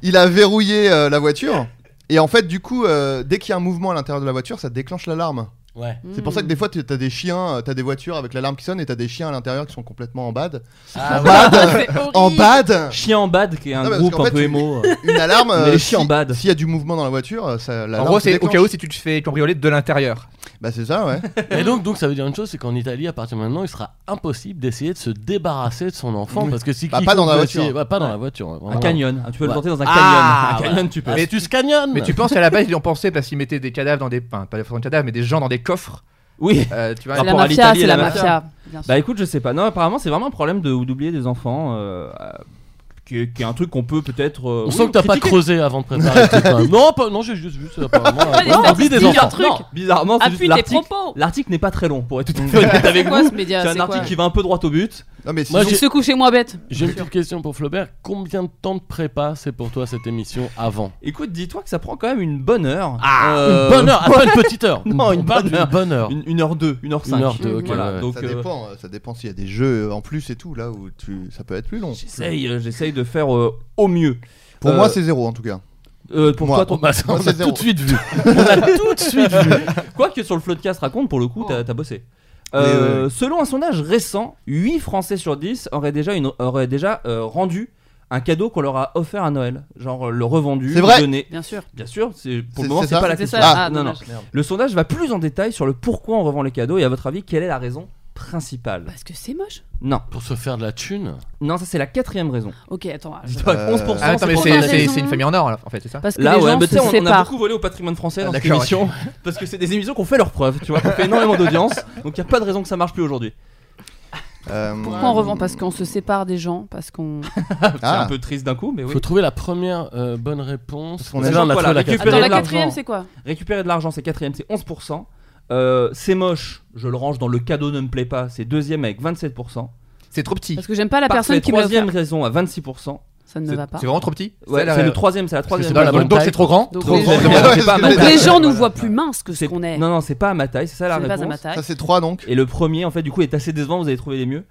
[SPEAKER 8] il a verrouillé euh, la voiture. Et en fait, du coup, euh, dès qu'il y a un mouvement à l'intérieur de la voiture, ça déclenche l'alarme.
[SPEAKER 6] Ouais.
[SPEAKER 8] C'est pour ça que des fois, tu- t'as des chiens, euh, t'as des voitures avec l'alarme qui sonne et t'as des chiens à l'intérieur qui sont complètement en bad. en bad, en bad.
[SPEAKER 7] Chien en bad qui est un
[SPEAKER 8] Non, mais parce
[SPEAKER 7] groupe
[SPEAKER 8] qu'en
[SPEAKER 7] un
[SPEAKER 8] fait,
[SPEAKER 7] peu
[SPEAKER 8] tu-
[SPEAKER 7] émo.
[SPEAKER 8] Une alarme.
[SPEAKER 7] On est
[SPEAKER 8] euh,
[SPEAKER 7] les chiens
[SPEAKER 8] si-
[SPEAKER 7] en bad.
[SPEAKER 8] S'il y a du mouvement dans la voiture, euh, ça.
[SPEAKER 10] En
[SPEAKER 8] l'alarme
[SPEAKER 10] gros,
[SPEAKER 8] se
[SPEAKER 10] c'est au
[SPEAKER 8] déclenche.
[SPEAKER 10] cas où si tu te fais cambrioler de l'intérieur.
[SPEAKER 8] Bah c'est ça, ouais.
[SPEAKER 6] Et donc, donc, ça veut dire une chose c'est qu'en Italie, à partir de maintenant, il sera impossible d'essayer de se débarrasser de son enfant. Parce que si
[SPEAKER 8] Bah,
[SPEAKER 6] qui-
[SPEAKER 8] pas dans la
[SPEAKER 6] qui-
[SPEAKER 8] voiture.
[SPEAKER 6] ouais, pas dans la voiture. ouais, vraiment.
[SPEAKER 7] Un canyon, tu peux le
[SPEAKER 6] Ouais.
[SPEAKER 7] porter dans un canyon.
[SPEAKER 6] Ah,
[SPEAKER 7] un
[SPEAKER 6] ouais.
[SPEAKER 7] canyon, tu peux.
[SPEAKER 6] Mais tu se canyonnes
[SPEAKER 10] Mais tu penses à la base ils ont pensé parce qu'ils mettaient des cadavres dans des enfin, pas forcément des cadavres mais des gens dans des coffres.
[SPEAKER 7] Oui.
[SPEAKER 10] euh, tu vois.
[SPEAKER 9] C'est la
[SPEAKER 7] rapport à
[SPEAKER 9] mafia,
[SPEAKER 7] l'Italie et
[SPEAKER 9] c'est la
[SPEAKER 7] la mafia.
[SPEAKER 9] mafia. bien sûr.
[SPEAKER 7] Bah écoute, je sais pas. Non, apparemment, c'est vraiment un problème de d'oublier des enfants. euh, euh, qui, est, qui est un truc qu'on peut peut-être. euh,
[SPEAKER 6] On
[SPEAKER 7] oui,
[SPEAKER 6] sent que t'as pas
[SPEAKER 7] critiquer.
[SPEAKER 6] creusé avant de préparer le truc, quand même. Non, pas- non j'ai juste vu ça. apparemment.
[SPEAKER 9] des
[SPEAKER 6] On oublie des
[SPEAKER 9] statistiques,
[SPEAKER 6] enfants.
[SPEAKER 9] un truc.
[SPEAKER 7] Non, bizarrement, c'est juste
[SPEAKER 9] Appuie tes
[SPEAKER 7] l'article.
[SPEAKER 9] propos
[SPEAKER 7] L'article n'est pas très long pour être tout à fait honnête
[SPEAKER 9] C'est
[SPEAKER 7] avec
[SPEAKER 9] quoi
[SPEAKER 7] vous.
[SPEAKER 9] ce
[SPEAKER 7] C'est
[SPEAKER 9] média
[SPEAKER 7] un article qui va un peu droit au but.
[SPEAKER 8] Non mais
[SPEAKER 6] Moi,
[SPEAKER 8] sinon-
[SPEAKER 9] Je
[SPEAKER 6] j'ai-
[SPEAKER 9] secoue chez moi bête.
[SPEAKER 6] J'ai une petite question pour Flaubert. Combien de temps de prépa c'est pour toi cette émission avant
[SPEAKER 7] Écoute, dis-toi que ça prend quand même une bonne heure.
[SPEAKER 6] Une
[SPEAKER 7] Euh,
[SPEAKER 6] bonne heure, ah, pas une petite heure.
[SPEAKER 7] Non, une
[SPEAKER 6] On parle
[SPEAKER 7] bonne
[SPEAKER 6] d'une
[SPEAKER 7] heure.
[SPEAKER 6] bonne heure.
[SPEAKER 7] Une, une heure deux, une heure cinq.
[SPEAKER 6] Une heure deux, ok,
[SPEAKER 7] Voilà,
[SPEAKER 6] ouais.
[SPEAKER 7] donc,
[SPEAKER 8] ça
[SPEAKER 7] euh,
[SPEAKER 8] dépend, euh, ça dépend s'il y a des jeux euh, en plus et tout là où tu ça peut être plus long.
[SPEAKER 7] J'essaye, euh, j'essaye de faire euh, au mieux.
[SPEAKER 8] Pour
[SPEAKER 7] Euh,
[SPEAKER 8] moi c'est zéro en tout cas.
[SPEAKER 7] Euh, pour toi,
[SPEAKER 8] Moi,
[SPEAKER 6] Oh,
[SPEAKER 7] ton-
[SPEAKER 6] bah, ça,
[SPEAKER 8] Moi,
[SPEAKER 6] on
[SPEAKER 8] c'est
[SPEAKER 6] a
[SPEAKER 8] zéro.
[SPEAKER 6] tout de suite vu. On a tout de suite vu.
[SPEAKER 7] Quoi que sur le Floodcast raconte, pour le coup, t'as t'as bossé. Euh, Selon un sondage récent, 8 Français sur 10 auraient déjà, une, auraient déjà euh, rendu un cadeau qu'on leur a offert à Noël. Genre euh, le revendu,
[SPEAKER 8] C'est vrai.
[SPEAKER 7] le donné.
[SPEAKER 9] Bien sûr.
[SPEAKER 7] Bien sûr, c'est- pour
[SPEAKER 8] C'est-
[SPEAKER 7] le moment,
[SPEAKER 8] c'est
[SPEAKER 7] c'est
[SPEAKER 8] ça
[SPEAKER 7] pas la
[SPEAKER 9] C'est
[SPEAKER 7] question.
[SPEAKER 9] ça.
[SPEAKER 8] Ah,
[SPEAKER 9] Ah,
[SPEAKER 7] non, non.
[SPEAKER 9] dommage.
[SPEAKER 7] Le sondage va plus en détail sur le pourquoi on revend les cadeaux et à votre avis, quelle est la raison principale
[SPEAKER 9] Parce que c'est moche.
[SPEAKER 7] Non,
[SPEAKER 6] Pour se faire de la thune.
[SPEAKER 7] non, ça c'est la quatrième raison.
[SPEAKER 9] Ok, attends. je-
[SPEAKER 7] Dis-toi que
[SPEAKER 8] Euh,
[SPEAKER 7] 11%.
[SPEAKER 10] Ah, attends,
[SPEAKER 7] c'est
[SPEAKER 10] mais
[SPEAKER 7] pour
[SPEAKER 9] la
[SPEAKER 10] c'est
[SPEAKER 7] ça.
[SPEAKER 10] c'est-
[SPEAKER 9] raison.
[SPEAKER 10] c'est une famille en or là, en fait, c'est ça.
[SPEAKER 9] Parce que
[SPEAKER 7] Là,
[SPEAKER 9] les
[SPEAKER 7] ouais,
[SPEAKER 9] gens
[SPEAKER 7] mais tu
[SPEAKER 9] se
[SPEAKER 7] sais, on, on a
[SPEAKER 9] séparent.
[SPEAKER 7] beaucoup volé au patrimoine français
[SPEAKER 10] Ah,
[SPEAKER 7] dans cette
[SPEAKER 10] d'accord,
[SPEAKER 7] émission. Parce que c'est des émissions qu'on fait leur preuve, tu vois, qu'on fait énormément d'audience. Donc il n'y a pas de raison que ça marche plus aujourd'hui.
[SPEAKER 8] Euh,
[SPEAKER 9] Pourquoi on revend Parce qu'on se sépare des gens, parce qu'on.
[SPEAKER 7] C'est
[SPEAKER 8] Ah,
[SPEAKER 7] un peu triste d'un coup, mais oui.
[SPEAKER 6] Faut trouver la première euh, bonne réponse.
[SPEAKER 8] Parce qu'on
[SPEAKER 6] Parce que
[SPEAKER 8] a-
[SPEAKER 6] là, on a
[SPEAKER 7] Voilà,
[SPEAKER 6] trouvé la
[SPEAKER 7] récupérer
[SPEAKER 6] quatrième.
[SPEAKER 9] Attends, la
[SPEAKER 7] de l'argent.
[SPEAKER 9] quatrième, c'est quoi
[SPEAKER 7] Récupérer de l'argent, c'est quatrième, c'est 11%. Euh, c'est moche, je le range dans le cadeau ne me plaît pas, c'est deuxième avec 27%.
[SPEAKER 10] C'est trop petit.
[SPEAKER 9] Parce que j'aime pas la personne
[SPEAKER 7] Parfait,
[SPEAKER 9] qui me l'a
[SPEAKER 7] troisième
[SPEAKER 9] offert.
[SPEAKER 7] raison à 26%.
[SPEAKER 9] Ça ne me va pas.
[SPEAKER 10] C'est vraiment trop petit.
[SPEAKER 7] Ouais,
[SPEAKER 10] C'est la-
[SPEAKER 7] c'est le troisième, c'est la
[SPEAKER 10] parce que
[SPEAKER 7] troisième.
[SPEAKER 10] c'est pas la bonne
[SPEAKER 6] Donc,
[SPEAKER 10] taille.
[SPEAKER 6] c'est trop grand
[SPEAKER 9] Donc,
[SPEAKER 8] Trop
[SPEAKER 9] les
[SPEAKER 8] grand.
[SPEAKER 9] gens-
[SPEAKER 8] Ouais,
[SPEAKER 7] c'est
[SPEAKER 8] c'est
[SPEAKER 7] pas
[SPEAKER 8] vrai.
[SPEAKER 7] ma
[SPEAKER 9] Donc
[SPEAKER 7] taille.
[SPEAKER 9] les gens nous
[SPEAKER 10] Voilà.
[SPEAKER 9] voient plus minces que ce
[SPEAKER 7] C'est-
[SPEAKER 9] qu'on est.
[SPEAKER 7] Non, non, c'est pas à ma taille, c'est ça
[SPEAKER 9] Ce
[SPEAKER 7] la
[SPEAKER 9] n'est pas à ma
[SPEAKER 7] réponse.
[SPEAKER 9] taille.
[SPEAKER 8] ça c'est 3 donc.
[SPEAKER 7] Et le premier, en fait, du coup, est assez décevant, vous avez trouvé les mieux.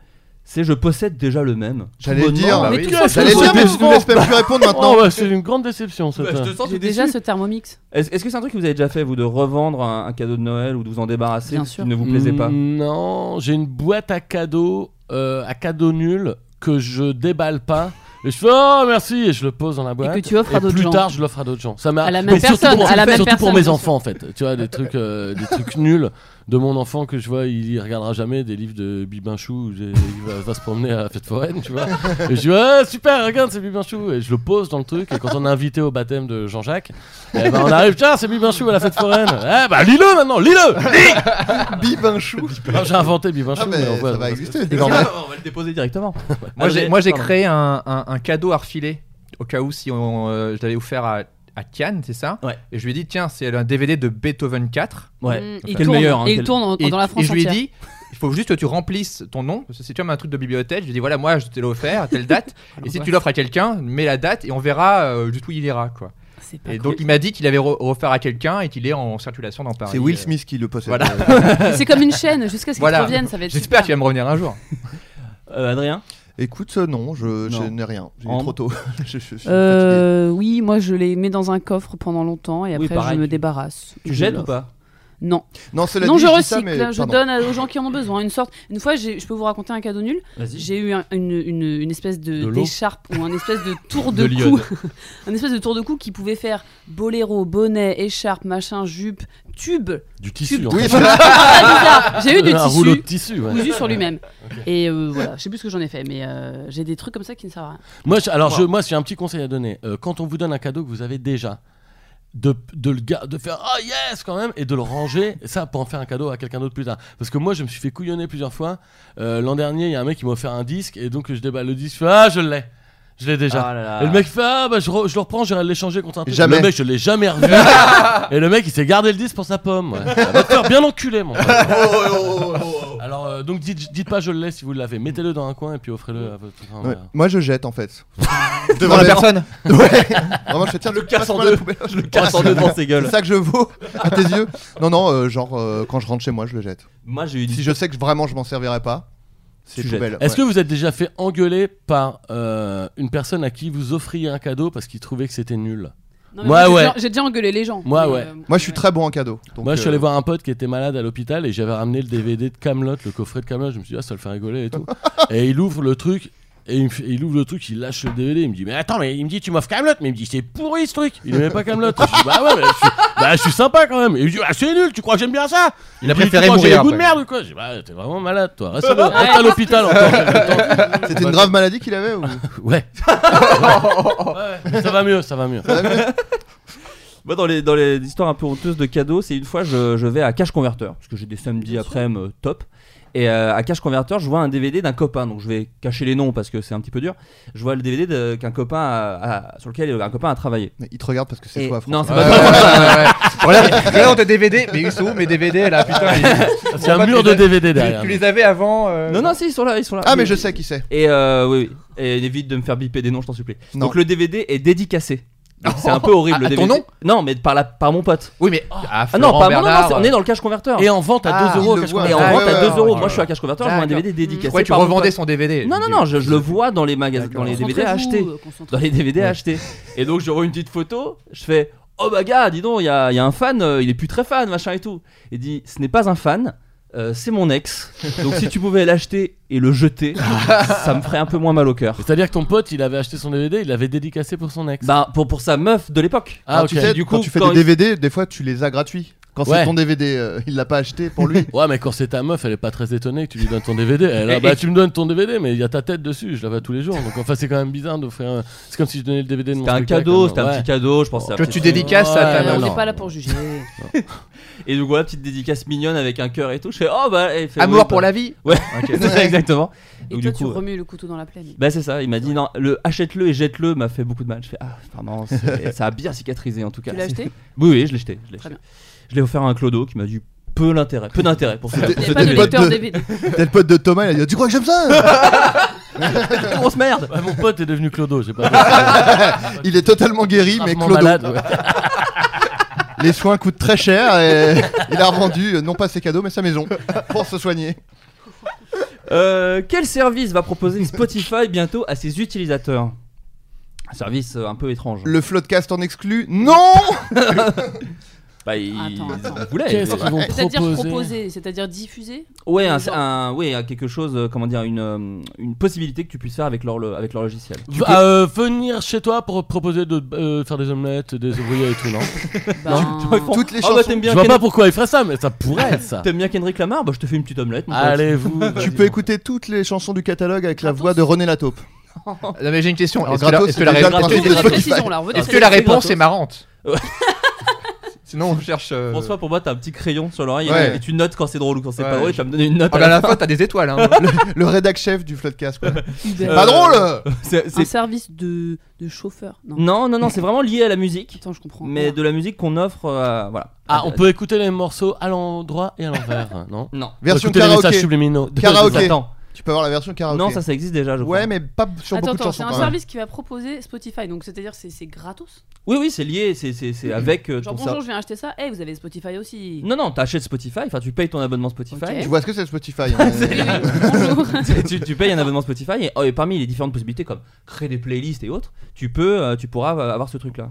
[SPEAKER 7] C'est je possède déjà le même.
[SPEAKER 8] J'allais
[SPEAKER 7] Tout
[SPEAKER 8] le dire.
[SPEAKER 7] bonnement.
[SPEAKER 10] Bah
[SPEAKER 9] Mais
[SPEAKER 10] oui.
[SPEAKER 9] tout ça,
[SPEAKER 6] Ça
[SPEAKER 9] c'est
[SPEAKER 8] J'allais
[SPEAKER 6] Tout
[SPEAKER 8] dire mais
[SPEAKER 6] bonnement.
[SPEAKER 8] je ne laisse même plus répondre maintenant.
[SPEAKER 6] Oh, bah, c'est une grande déception cette euh,
[SPEAKER 7] Bah, je te
[SPEAKER 6] heure.
[SPEAKER 7] sens tout
[SPEAKER 9] Déjà
[SPEAKER 7] déçu.
[SPEAKER 9] ce thermomix.
[SPEAKER 7] Est-ce est-ce que c'est un truc que vous avez déjà fait, vous, de revendre un, un cadeau de Noël ou de vous en débarrasser
[SPEAKER 9] Bien
[SPEAKER 7] parce
[SPEAKER 9] sûr. Mmh.
[SPEAKER 7] qu'il ne vous plaisait pas
[SPEAKER 6] Mm, Non, j'ai une boîte à cadeaux, euh, à cadeaux nuls, que je déballe pas. Et je fais oh merci et je le pose dans la boîte.
[SPEAKER 9] que tu offres à d'autres
[SPEAKER 6] plus
[SPEAKER 9] gens.
[SPEAKER 6] tard je l'offre à d'autres gens. Ça m'a.
[SPEAKER 9] À la même
[SPEAKER 6] mais surtout
[SPEAKER 9] personne,
[SPEAKER 6] pour-
[SPEAKER 9] à la même
[SPEAKER 6] surtout pour
[SPEAKER 9] personne,
[SPEAKER 6] mes
[SPEAKER 9] bien
[SPEAKER 6] enfants en fait. Tu vois des trucs, euh, des trucs nuls de mon enfant que je vois, il y regardera jamais des livres de Bibinchou. Il va, va se promener à la fête foraine, tu vois. Et je dis ouais super, regarde c'est Bibinchou et je le pose dans le truc. Et quand on est invité au baptême de Jean-Jacques, eh ben, on arrive tiens c'est Bibinchou à la fête foraine. Eh bah lis-le maintenant, lis-le.
[SPEAKER 8] Bibinchou.
[SPEAKER 6] Non, j'ai inventé Bibinchou,
[SPEAKER 8] Ah mais
[SPEAKER 6] on voit-
[SPEAKER 8] ça
[SPEAKER 6] on
[SPEAKER 8] va
[SPEAKER 6] voit-
[SPEAKER 8] exister.
[SPEAKER 10] C'est énorme.
[SPEAKER 7] on va le déposer directement.
[SPEAKER 10] Moi, j'ai-
[SPEAKER 7] mais-
[SPEAKER 10] moi, j'ai
[SPEAKER 7] pardon.
[SPEAKER 10] créé un, un- un cadeau à refiler au cas où si on, euh, je l'avais offert à, à à Cannes, c'est ça
[SPEAKER 7] Ouais.
[SPEAKER 10] Et je lui ai dit, tiens, c'est un DVD de Beethoven 4.
[SPEAKER 7] Ouais.
[SPEAKER 9] Mm,
[SPEAKER 7] Quel
[SPEAKER 9] il tourne,
[SPEAKER 7] meilleur, hein,
[SPEAKER 9] et il
[SPEAKER 7] quel-
[SPEAKER 9] tourne en-
[SPEAKER 10] Et,
[SPEAKER 9] dans la France
[SPEAKER 10] et je lui ai
[SPEAKER 9] entière.
[SPEAKER 10] dit, il faut juste que tu remplisses ton nom, parce que c'est comme un truc de bibliothèque. Je lui ai dit, voilà, moi, je te l'ai offert à telle date. et si tu l'offres à quelqu'un, mets la date et on verra euh, juste où il ira, quoi.
[SPEAKER 9] C'est pas
[SPEAKER 10] Et
[SPEAKER 9] cool.
[SPEAKER 10] donc, il m'a dit qu'il avait re- offert à quelqu'un et qu'il est en circulation dans Paris.
[SPEAKER 8] C'est Will
[SPEAKER 10] Euh,
[SPEAKER 8] Smith qui le possède.
[SPEAKER 10] voilà.
[SPEAKER 8] Euh,
[SPEAKER 9] C'est comme une chaîne, jusqu'à ce qu'il
[SPEAKER 10] Voilà.
[SPEAKER 9] revienne, ça va être.
[SPEAKER 10] J'espère qu'il
[SPEAKER 9] super.
[SPEAKER 10] va me revenir un jour.
[SPEAKER 7] Euh, Adrien
[SPEAKER 8] Écoute, euh, non, je je
[SPEAKER 7] Non.
[SPEAKER 8] n'ai rien. J'ai eu
[SPEAKER 7] Ambre
[SPEAKER 8] trop tôt. Je- je- je suis fatigué.
[SPEAKER 9] Euh, oui, moi je les mets dans un coffre pendant longtemps et
[SPEAKER 7] Oui,
[SPEAKER 9] après
[SPEAKER 7] pareil,
[SPEAKER 9] je me
[SPEAKER 7] tu-
[SPEAKER 9] débarrasse.
[SPEAKER 7] Tu
[SPEAKER 9] Je
[SPEAKER 7] jettes ou
[SPEAKER 9] l'offre.
[SPEAKER 7] pas
[SPEAKER 9] Non,
[SPEAKER 8] Non, cela
[SPEAKER 9] non,
[SPEAKER 8] dit,
[SPEAKER 9] je
[SPEAKER 8] dis ça,
[SPEAKER 9] recycle,
[SPEAKER 8] mais-
[SPEAKER 9] je
[SPEAKER 8] pardon.
[SPEAKER 9] donne à- aux gens qui en ont besoin. Une sorte, une fois, j'ai- je peux vous raconter un cadeau nul. J'ai eu un- une, une- une espèce
[SPEAKER 7] De
[SPEAKER 9] de
[SPEAKER 7] l'eau
[SPEAKER 9] d'écharpe ou un espèce de tour
[SPEAKER 7] De
[SPEAKER 9] de,
[SPEAKER 7] l'iode.
[SPEAKER 9] cou, un espèce de tour de cou qui pouvait faire boléro, bonnet, écharpe, machin, jupe, tube.
[SPEAKER 6] Du tissu.
[SPEAKER 9] Tu-
[SPEAKER 6] en
[SPEAKER 8] Oui,
[SPEAKER 6] fait.
[SPEAKER 8] c'est
[SPEAKER 9] Ah, bizarre. J'ai eu du
[SPEAKER 6] un rouleau de
[SPEAKER 9] tissu
[SPEAKER 6] tissu. ouais.
[SPEAKER 9] cousu sur lui-même. Et euh, voilà, je sais plus ce que j'en ai fait, mais euh, j'ai des trucs comme ça qui ne servent à rien.
[SPEAKER 6] Moi, je- alors, je, moi, j'ai un petit conseil à donner. Euh, quand on vous donne un cadeau que vous avez déjà, de, de le gar- de faire oh yes quand même et de le ranger ça pour en faire un cadeau à quelqu'un d'autre plus tard parce que moi je me suis fait couillonner plusieurs fois Euh, l'an dernier il y a un mec qui m'a offert un disque et donc je déballe le disque je fais, ah je l'ai je l'ai déjà
[SPEAKER 7] Ah là là.
[SPEAKER 6] Et le mec fait ah bah je, re- je le reprends, j'irai l'échanger contre un truc.
[SPEAKER 8] Jamais.
[SPEAKER 6] Le mec je l'ai jamais revu. et le mec il s'est gardé le 10 pour sa pomme. ouais. Ça va te faire bien enculé mon pote.
[SPEAKER 8] Oh,
[SPEAKER 6] Alors euh, donc dites, dites pas je l'ai si vous l'avez, mettez-le dans un coin et puis offrez-le à votre enfin,
[SPEAKER 8] Ouais.
[SPEAKER 6] voilà.
[SPEAKER 8] Moi, je jette en fait.
[SPEAKER 10] Devant la personne
[SPEAKER 8] Ouais. Vraiment, je fais tiens, le
[SPEAKER 7] casse en deux.
[SPEAKER 8] Je le
[SPEAKER 7] Casse en deux dans ses gueules.
[SPEAKER 8] C'est ça que je vaux à tes yeux Non, non, euh, genre euh, quand je rentre chez moi, je le jette.
[SPEAKER 7] Moi j'ai eu
[SPEAKER 8] Si
[SPEAKER 7] une
[SPEAKER 8] je sais que vraiment je m'en servirai pas, c'est
[SPEAKER 7] Tu jettes.
[SPEAKER 8] poubelle.
[SPEAKER 6] Est-ce
[SPEAKER 8] ouais.
[SPEAKER 6] que vous êtes déjà fait engueuler par euh, une personne à qui vous offriez un cadeau parce qu'il trouvait que c'était nul
[SPEAKER 9] Non,
[SPEAKER 6] Ouais,
[SPEAKER 9] mais moi, j'ai
[SPEAKER 6] ouais.
[SPEAKER 9] déjà- J'ai déjà engueulé les gens.
[SPEAKER 6] Moi,
[SPEAKER 9] Mais,
[SPEAKER 6] ouais.
[SPEAKER 9] euh,
[SPEAKER 8] Moi, je suis très bon en cadeau. donc,
[SPEAKER 6] Moi je suis allé
[SPEAKER 8] euh,
[SPEAKER 6] voir un pote qui était malade à l'hôpital et j'avais ramené le DVD de Camelot, le coffret de Camelot, je me suis dit ah ça le fait rigoler et tout. et il ouvre le truc et il, me fait- il ouvre le truc, il lâche le DVD, il me dit mais attends mais il me dit tu m'offres Camelot mais il me dit c'est pourri ce truc, il aimait pas Camelot. je dis bah ouais mais je suis, bah, je suis sympa quand même. Et il me dit ah c'est nul, tu crois que j'aime bien ça
[SPEAKER 10] Il a
[SPEAKER 6] me dit, Tu
[SPEAKER 10] préféré
[SPEAKER 6] crois que j'ai
[SPEAKER 10] mourir,
[SPEAKER 6] le goût de
[SPEAKER 10] après.
[SPEAKER 6] merde ou quoi Je dis bah t'es vraiment malade toi, reste à l'hô- reste à l'hôpital encore quelques temps.
[SPEAKER 8] C'était une grave maladie qu'il avait ou...
[SPEAKER 6] Ouais. Ouais, mais ça va mieux, ça va mieux.
[SPEAKER 7] Moi, dans les, dans les histoires un peu honteuses de cadeaux, c'est une fois, je, je vais à Cash Converter, parce que j'ai des samedis après me top. Et euh, à Cash Converter, je vois un DVD d'un copain, donc je vais cacher les noms parce que c'est un petit peu dur. Je vois le DVD de- qu'un copain a- a- sur lequel euh, un copain a travaillé.
[SPEAKER 8] Mais il te regarde parce que c'est
[SPEAKER 7] Et-
[SPEAKER 8] toi,
[SPEAKER 7] non,
[SPEAKER 8] François.
[SPEAKER 7] c'est
[SPEAKER 10] Ouais,
[SPEAKER 7] pas
[SPEAKER 10] ouais, ouais, ouais. Regarde, regarde tes DVD, mais ils sont où mes DVD là Putain, ils-
[SPEAKER 6] C'est
[SPEAKER 10] Pourquoi
[SPEAKER 6] un
[SPEAKER 10] tu
[SPEAKER 6] mur
[SPEAKER 10] les
[SPEAKER 6] de
[SPEAKER 10] as-
[SPEAKER 6] DVD
[SPEAKER 10] tu-
[SPEAKER 6] derrière.
[SPEAKER 10] Tu les avais avant euh,
[SPEAKER 7] Non, non, si, ils sont là, ils sont là.
[SPEAKER 8] Ah, mais je sais qui c'est.
[SPEAKER 7] Et euh, oui, oui. Et évite de me faire biper des noms, je t'en supplie.
[SPEAKER 8] Non.
[SPEAKER 7] Donc le DVD est dédicacé. Donc, C'est un peu horrible
[SPEAKER 10] À-
[SPEAKER 7] le
[SPEAKER 10] à
[SPEAKER 7] DVD.
[SPEAKER 10] ton nom
[SPEAKER 7] Non, mais par, la, par mon pote.
[SPEAKER 10] Oui, mais ah,
[SPEAKER 7] Ah non,
[SPEAKER 10] Florent
[SPEAKER 7] pas mon nom,
[SPEAKER 10] Bernard,
[SPEAKER 7] non, c'est- on est dans le Cash Converter.
[SPEAKER 6] Et en vente à
[SPEAKER 10] Ah,
[SPEAKER 6] 2 euros.
[SPEAKER 8] il le
[SPEAKER 6] cash
[SPEAKER 8] voit.
[SPEAKER 6] converter.
[SPEAKER 7] Et en
[SPEAKER 8] Ah,
[SPEAKER 7] vente
[SPEAKER 8] ouais,
[SPEAKER 7] à
[SPEAKER 8] ouais,
[SPEAKER 7] 2
[SPEAKER 8] ouais,
[SPEAKER 7] euros.
[SPEAKER 8] ouais,
[SPEAKER 7] Moi,
[SPEAKER 8] ouais.
[SPEAKER 7] je suis à Cash Converter, je vois un
[SPEAKER 10] D'accord.
[SPEAKER 7] DVD dédicacé.
[SPEAKER 10] Pourquoi tu
[SPEAKER 7] par mon
[SPEAKER 10] revendais
[SPEAKER 7] pote.
[SPEAKER 10] son DVD
[SPEAKER 7] Non, non, non, je, je le vois dans les magasins, dans les DVD achetés. Dans les DVD achetés. Et donc, je vois une petite photo, je fais Oh bah, gars, dis donc, il y a, il y a un fan, euh, il est plus très fan, machin et tout. Il dit Ce n'est pas un fan. euh, c'est mon ex, donc si tu pouvais l'acheter et le jeter, ça me ferait un peu moins mal au cœur.
[SPEAKER 6] C'est-à-dire que ton pote, il avait acheté son DVD, il l'avait dédicacé pour son ex.
[SPEAKER 7] Bah pour, pour sa meuf de l'époque.
[SPEAKER 6] ah,
[SPEAKER 8] Quand
[SPEAKER 6] ok.
[SPEAKER 8] tu sais,
[SPEAKER 7] du
[SPEAKER 8] quand
[SPEAKER 7] coup,
[SPEAKER 8] tu fais
[SPEAKER 7] quand
[SPEAKER 8] des
[SPEAKER 7] il-
[SPEAKER 8] DVD, des fois, tu les as gratuits. Quand
[SPEAKER 6] Ouais.
[SPEAKER 8] c'est ton DVD, euh, il l'a pas acheté pour lui.
[SPEAKER 6] Ouais, mais quand c'est ta meuf, elle est pas très étonnée que tu lui donnes ton DVD. Elle a,
[SPEAKER 7] Et-
[SPEAKER 6] bah,
[SPEAKER 7] et-
[SPEAKER 6] tu me donnes ton DVD, mais il y a ta tête dessus, je la vois tous les jours. Donc, enfin, c'est quand même bizarre d'offrir. un- C'est comme si je donnais le DVD de mon
[SPEAKER 7] C'était un
[SPEAKER 6] spectacle,
[SPEAKER 7] cadeau,
[SPEAKER 6] hein.
[SPEAKER 7] c'était un
[SPEAKER 6] Ouais.
[SPEAKER 7] petit cadeau, je pensais. à
[SPEAKER 10] Que
[SPEAKER 7] la petite-
[SPEAKER 10] tu dédicaces à ta
[SPEAKER 6] Ouais,
[SPEAKER 10] meuf.
[SPEAKER 6] Ah, non,
[SPEAKER 9] Euh, on
[SPEAKER 6] non.
[SPEAKER 9] n'est pas là pour juger.
[SPEAKER 7] Et donc voilà, petite dédicace mignonne avec un cœur et tout. Je fais oh bah. et il fait,
[SPEAKER 10] Amour
[SPEAKER 7] oui,
[SPEAKER 10] pour
[SPEAKER 7] bah.
[SPEAKER 10] la vie
[SPEAKER 7] Ouais, c'est ça, exactement.
[SPEAKER 9] Et
[SPEAKER 7] Donc,
[SPEAKER 9] toi,
[SPEAKER 7] du
[SPEAKER 9] tu
[SPEAKER 7] coup,
[SPEAKER 9] remues le couteau dans la plaie.
[SPEAKER 7] Bah c'est ça, il m'a dit non, le achète-le et jette-le m'a fait beaucoup de mal. Je fais ah pardon, c'est- ça a bien cicatrisé en tout cas.
[SPEAKER 9] Tu l'as acheté
[SPEAKER 7] Oui oui, je l'ai acheté, je l'ai
[SPEAKER 9] Très
[SPEAKER 7] acheté. Je l'ai offert à un clodo qui m'a dit peu l'intérêt, peu d'intérêt pour ça.
[SPEAKER 9] Il
[SPEAKER 8] C'était
[SPEAKER 9] n'y a pas de
[SPEAKER 8] une boîte
[SPEAKER 9] lecteur
[SPEAKER 8] de-
[SPEAKER 9] DVD.
[SPEAKER 8] T'es le pote de Thomas, il a dit Tu crois que j'aime ça
[SPEAKER 7] grosse merde.
[SPEAKER 6] Ouais, mon pote est devenu Clodo, j'ai pas
[SPEAKER 8] Il est totalement guéri, mais
[SPEAKER 6] Gravement
[SPEAKER 8] Clodo.
[SPEAKER 6] malade, ouais.
[SPEAKER 8] Les soins coûtent très cher et il a revendu euh, non pas ses cadeaux, mais sa maison pour se soigner.
[SPEAKER 7] Euh, quel service va proposer Spotify bientôt à ses utilisateurs Un service euh, un peu étrange.
[SPEAKER 8] Le floodcast en exclu Non
[SPEAKER 7] Bah, il...
[SPEAKER 9] Attends, attends.
[SPEAKER 7] il voulait,
[SPEAKER 6] Qu'est-ce
[SPEAKER 7] il-
[SPEAKER 6] qu'ils vont
[SPEAKER 9] Ah, C'est-à-dire
[SPEAKER 6] proposer
[SPEAKER 9] proposer, c'est-à-dire diffuser.
[SPEAKER 7] Ouais, un,
[SPEAKER 9] Genre-
[SPEAKER 7] un- ouais, un- quelque chose, euh, comment dire, une, euh, une possibilité que tu puisses faire avec leur, le- avec leur logiciel.
[SPEAKER 6] Va- euh, venir chez toi pour proposer de euh, faire des omelettes, des ouvriers et tout, non
[SPEAKER 9] Ben,
[SPEAKER 8] Toutes les
[SPEAKER 7] Ah bah,
[SPEAKER 8] chansons.
[SPEAKER 7] t'aimes
[SPEAKER 6] Je
[SPEAKER 7] bien,
[SPEAKER 6] vois
[SPEAKER 7] Ken-
[SPEAKER 6] pas pourquoi il ferait ça, mais ça pourrait être ça.
[SPEAKER 7] t'aimes bien Kendrick Lamar Bah, je te fais une petite omelette. mon pote.
[SPEAKER 6] Allez-vous.
[SPEAKER 8] Tu peux écouter toutes les chansons du catalogue avec la voix de René Lataupe.
[SPEAKER 10] Non, mais j'ai une question.
[SPEAKER 8] Alors,
[SPEAKER 10] Est-ce que la-
[SPEAKER 8] gratos,
[SPEAKER 10] est-ce que la
[SPEAKER 8] c'est déjà
[SPEAKER 10] réponse-
[SPEAKER 8] gratos.
[SPEAKER 9] Retour de la précision, là,
[SPEAKER 10] est-ce que la réponse est marrante Sinon, on cherche. euh,
[SPEAKER 7] François, pour moi, t'as un petit crayon sur l'oreille et-
[SPEAKER 8] Ouais. Oh
[SPEAKER 7] et tu notes quand c'est drôle ou quand c'est
[SPEAKER 10] Ouais.
[SPEAKER 7] pas drôle. et Tu vas me donner une note.
[SPEAKER 10] Ah bah, à la fin, t'as des étoiles. hein.
[SPEAKER 8] le, le rédac chef du Floodcast, quoi. Euh,
[SPEAKER 9] Uber.
[SPEAKER 8] Pas drôle
[SPEAKER 7] Euh, C'est-
[SPEAKER 9] Un
[SPEAKER 6] Ah,
[SPEAKER 7] c'est-
[SPEAKER 9] service de, de chauffeur. Non.
[SPEAKER 7] Non, non, non, c'est vraiment lié à la musique,
[SPEAKER 9] Attends, je comprends.
[SPEAKER 7] mais
[SPEAKER 9] Merde.
[SPEAKER 7] de la musique qu'on offre. euh, voilà.
[SPEAKER 6] Ah, on peut écouter les morceaux à l'endroit et à l'envers, non
[SPEAKER 7] Euh, Non.
[SPEAKER 8] Version
[SPEAKER 6] Écouter les messages
[SPEAKER 8] karaoké.
[SPEAKER 6] subliminaux. De-
[SPEAKER 8] Karaoké.
[SPEAKER 7] Attends.
[SPEAKER 8] Tu peux avoir la version karaoké.
[SPEAKER 7] Non, ça, ça existe déjà, je crois.
[SPEAKER 8] Ah, Ouais, mais pas sur
[SPEAKER 9] Attends,
[SPEAKER 8] beaucoup de
[SPEAKER 9] attends, c'est
[SPEAKER 8] chansons
[SPEAKER 9] un
[SPEAKER 8] quand même.
[SPEAKER 9] service qui va proposer Spotify, donc c'est-à-dire c'est c'est gratos.
[SPEAKER 7] Oui, oui, c'est lié, c'est- c'est c'est avec euh,
[SPEAKER 9] Genre
[SPEAKER 7] ton
[SPEAKER 9] bonjour,
[SPEAKER 7] sor-
[SPEAKER 9] je viens acheter ça. Eh, vous avez Spotify aussi.
[SPEAKER 7] Non, non, t'achètes Spotify, enfin, tu payes ton abonnement Spotify.
[SPEAKER 9] Ok.
[SPEAKER 8] Tu vois ce que c'est Spotify hein.
[SPEAKER 9] Oui, oui, bonjour.
[SPEAKER 7] tu, tu- tu payes un abonnement Spotify et, oh, et parmi les différentes possibilités comme créer des playlists et autres, tu peux, euh, tu pourras euh, avoir ce truc-là.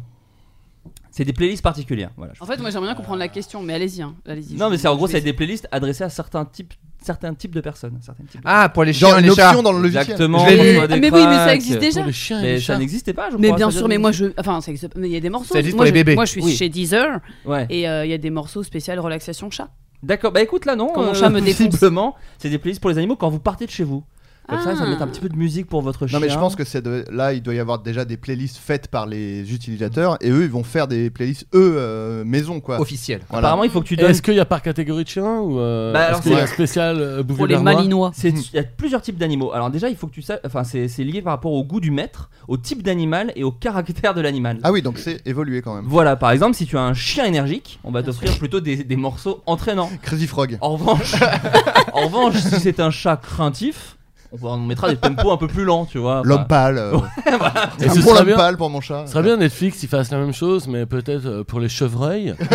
[SPEAKER 7] C'est des playlists particulières, voilà.
[SPEAKER 9] En fait, moi j'aimerais bien comprendre la question, mais allez-y, hein, allez-y.
[SPEAKER 7] Non,
[SPEAKER 9] Je-
[SPEAKER 7] mais c'est en
[SPEAKER 9] je
[SPEAKER 7] gros,
[SPEAKER 9] vais
[SPEAKER 7] c'est
[SPEAKER 9] essayer.
[SPEAKER 7] des playlists adressées à certains types, certains types de personnes, certains types. de-
[SPEAKER 10] Ah, pour les chiens
[SPEAKER 8] Genre
[SPEAKER 10] et
[SPEAKER 8] une
[SPEAKER 10] les chats.
[SPEAKER 8] option dans le logiciel.
[SPEAKER 7] Exactement.
[SPEAKER 10] Je l'ai
[SPEAKER 7] on voit
[SPEAKER 9] Ah,
[SPEAKER 7] des
[SPEAKER 9] mais oui, mais ça
[SPEAKER 7] cracks.
[SPEAKER 9] existe déjà.
[SPEAKER 6] Pour les chiens et
[SPEAKER 7] Mais
[SPEAKER 6] les
[SPEAKER 7] ça
[SPEAKER 6] chats.
[SPEAKER 7] n'existait pas, je
[SPEAKER 9] Mais
[SPEAKER 7] crois,
[SPEAKER 9] bien
[SPEAKER 7] ça
[SPEAKER 9] sûr,
[SPEAKER 7] vient
[SPEAKER 9] mais
[SPEAKER 7] de-
[SPEAKER 9] moi je. Enfin, ça existe- mais il y a des morceaux.
[SPEAKER 10] Ça existe
[SPEAKER 9] moi,
[SPEAKER 10] pour les
[SPEAKER 9] je-
[SPEAKER 10] bébés.
[SPEAKER 9] moi, je suis
[SPEAKER 7] Oui.
[SPEAKER 9] chez Deezer
[SPEAKER 7] Ouais.
[SPEAKER 9] et euh, il y a des morceaux spécial relaxation chat.
[SPEAKER 7] D'accord, bah écoute là non.
[SPEAKER 9] Quand mon chat me défonce.
[SPEAKER 7] visiblement, c'est des playlists pour les animaux quand vous partez de chez vous. Comme ça, ça
[SPEAKER 9] Ah.
[SPEAKER 7] met un petit peu de musique pour votre chien.
[SPEAKER 8] Non mais je pense que c'est de- là il doit y avoir déjà des playlists faites par les utilisateurs et eux ils vont faire des playlists eux euh, maison quoi.
[SPEAKER 10] Officiel.
[SPEAKER 8] Voilà.
[SPEAKER 7] Apparemment, il faut que tu
[SPEAKER 6] Et
[SPEAKER 7] donnes.
[SPEAKER 6] Est-ce qu'il y a par catégorie de chiens ou euh,
[SPEAKER 7] Bah, alors,
[SPEAKER 6] est-ce qu'il y a
[SPEAKER 8] c'est-
[SPEAKER 6] un spécial euh, bouvier
[SPEAKER 9] Pour les
[SPEAKER 6] bernois
[SPEAKER 9] malinois.
[SPEAKER 8] Hmm.
[SPEAKER 7] C'est- Il y a plusieurs types d'animaux. Alors déjà, il faut que tu saches. Enfin, c'est c'est lié par rapport au goût du maître, au type d'animal et au caractère de l'animal.
[SPEAKER 8] Ah oui donc c'est évolué quand même.
[SPEAKER 7] Voilà, par exemple, si tu as un chien énergique, on va
[SPEAKER 9] Bien
[SPEAKER 7] t'offrir plutôt des, des morceaux entraînants.
[SPEAKER 8] Crazy
[SPEAKER 7] En
[SPEAKER 8] Frog.
[SPEAKER 7] revanche, en revanche, si c'est un chat craintif, on, va- on mettra des tempos un peu plus lents, tu vois.
[SPEAKER 8] L'homme pâle. euh,
[SPEAKER 6] Oh. Et
[SPEAKER 8] un
[SPEAKER 6] ce
[SPEAKER 8] bon
[SPEAKER 6] serait
[SPEAKER 8] l'homme
[SPEAKER 6] bien,
[SPEAKER 8] pâle pour mon chat.
[SPEAKER 6] ce serait bien Netflix ils fassent la même chose, mais peut-être euh, pour les chevreuils. Ils font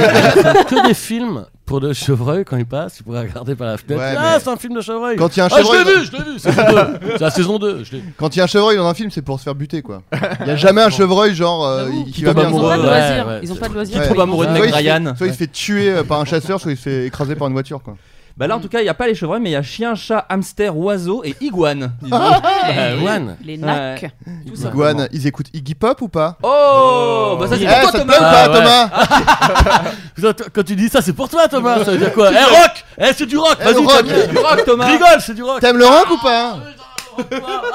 [SPEAKER 6] que des films pour les chevreuils quand ils passent, ils pourraient regarder par la fenêtre.
[SPEAKER 8] Ouais,
[SPEAKER 6] ah,
[SPEAKER 8] mais-
[SPEAKER 6] c'est un film de chevreuil.
[SPEAKER 8] Quand il y a un
[SPEAKER 6] Ah, je
[SPEAKER 8] chevreuil,
[SPEAKER 6] l'ai vu, je l'ai vu, c'est saison 2. C'est la saison 2. Je l'ai-
[SPEAKER 8] Quand il y a un chevreuil dans un film, c'est pour se faire buter quoi. Il y a jamais un chevreuil genre euh,
[SPEAKER 9] J'avoue.
[SPEAKER 8] qui,
[SPEAKER 7] Qui
[SPEAKER 8] va
[SPEAKER 7] tombe
[SPEAKER 8] bien.
[SPEAKER 9] Ils ont
[SPEAKER 7] amoureux.
[SPEAKER 9] pas de
[SPEAKER 6] Ouais,
[SPEAKER 9] loisirs.
[SPEAKER 6] ouais,
[SPEAKER 9] Ils ont
[SPEAKER 6] c'est-
[SPEAKER 9] pas de loisirs.
[SPEAKER 7] Qui
[SPEAKER 8] Ouais.
[SPEAKER 7] tombe
[SPEAKER 9] mais ils
[SPEAKER 7] amoureux de
[SPEAKER 9] ont-
[SPEAKER 8] Soit il se fait-
[SPEAKER 7] Ryan.
[SPEAKER 8] Soit il se fait tuer euh, par un chasseur, soit il se fait écraser par une voiture quoi.
[SPEAKER 7] Bah là, en tout cas, il n'y a pas les chevreuils, mais il y a chien, chat, hamster, oiseau et iguane. dis donc.
[SPEAKER 6] Bah, Juan.
[SPEAKER 9] Les nacs.
[SPEAKER 7] Tout simplement.
[SPEAKER 8] Ah. Iguane, ils écoutent Iggy Pop ou pas
[SPEAKER 7] Oh, bah ça c'est
[SPEAKER 8] Eh,
[SPEAKER 7] pour toi,
[SPEAKER 8] ça te plaît
[SPEAKER 7] Thomas.
[SPEAKER 8] ou pas
[SPEAKER 6] Ah, ouais.
[SPEAKER 8] Thomas
[SPEAKER 6] Putain, t- Quand tu dis ça, c'est pour toi, Thomas. Ça veut dire quoi Eh, rock Eh, c'est du rock
[SPEAKER 8] Eh,
[SPEAKER 6] Vas-y,
[SPEAKER 8] le rock.
[SPEAKER 6] t'as-
[SPEAKER 7] Du rock, Thomas.
[SPEAKER 6] Rigole, c'est du rock
[SPEAKER 8] T'aimes le rock ou pas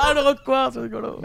[SPEAKER 6] Ah, le rock quoi C'est rigolo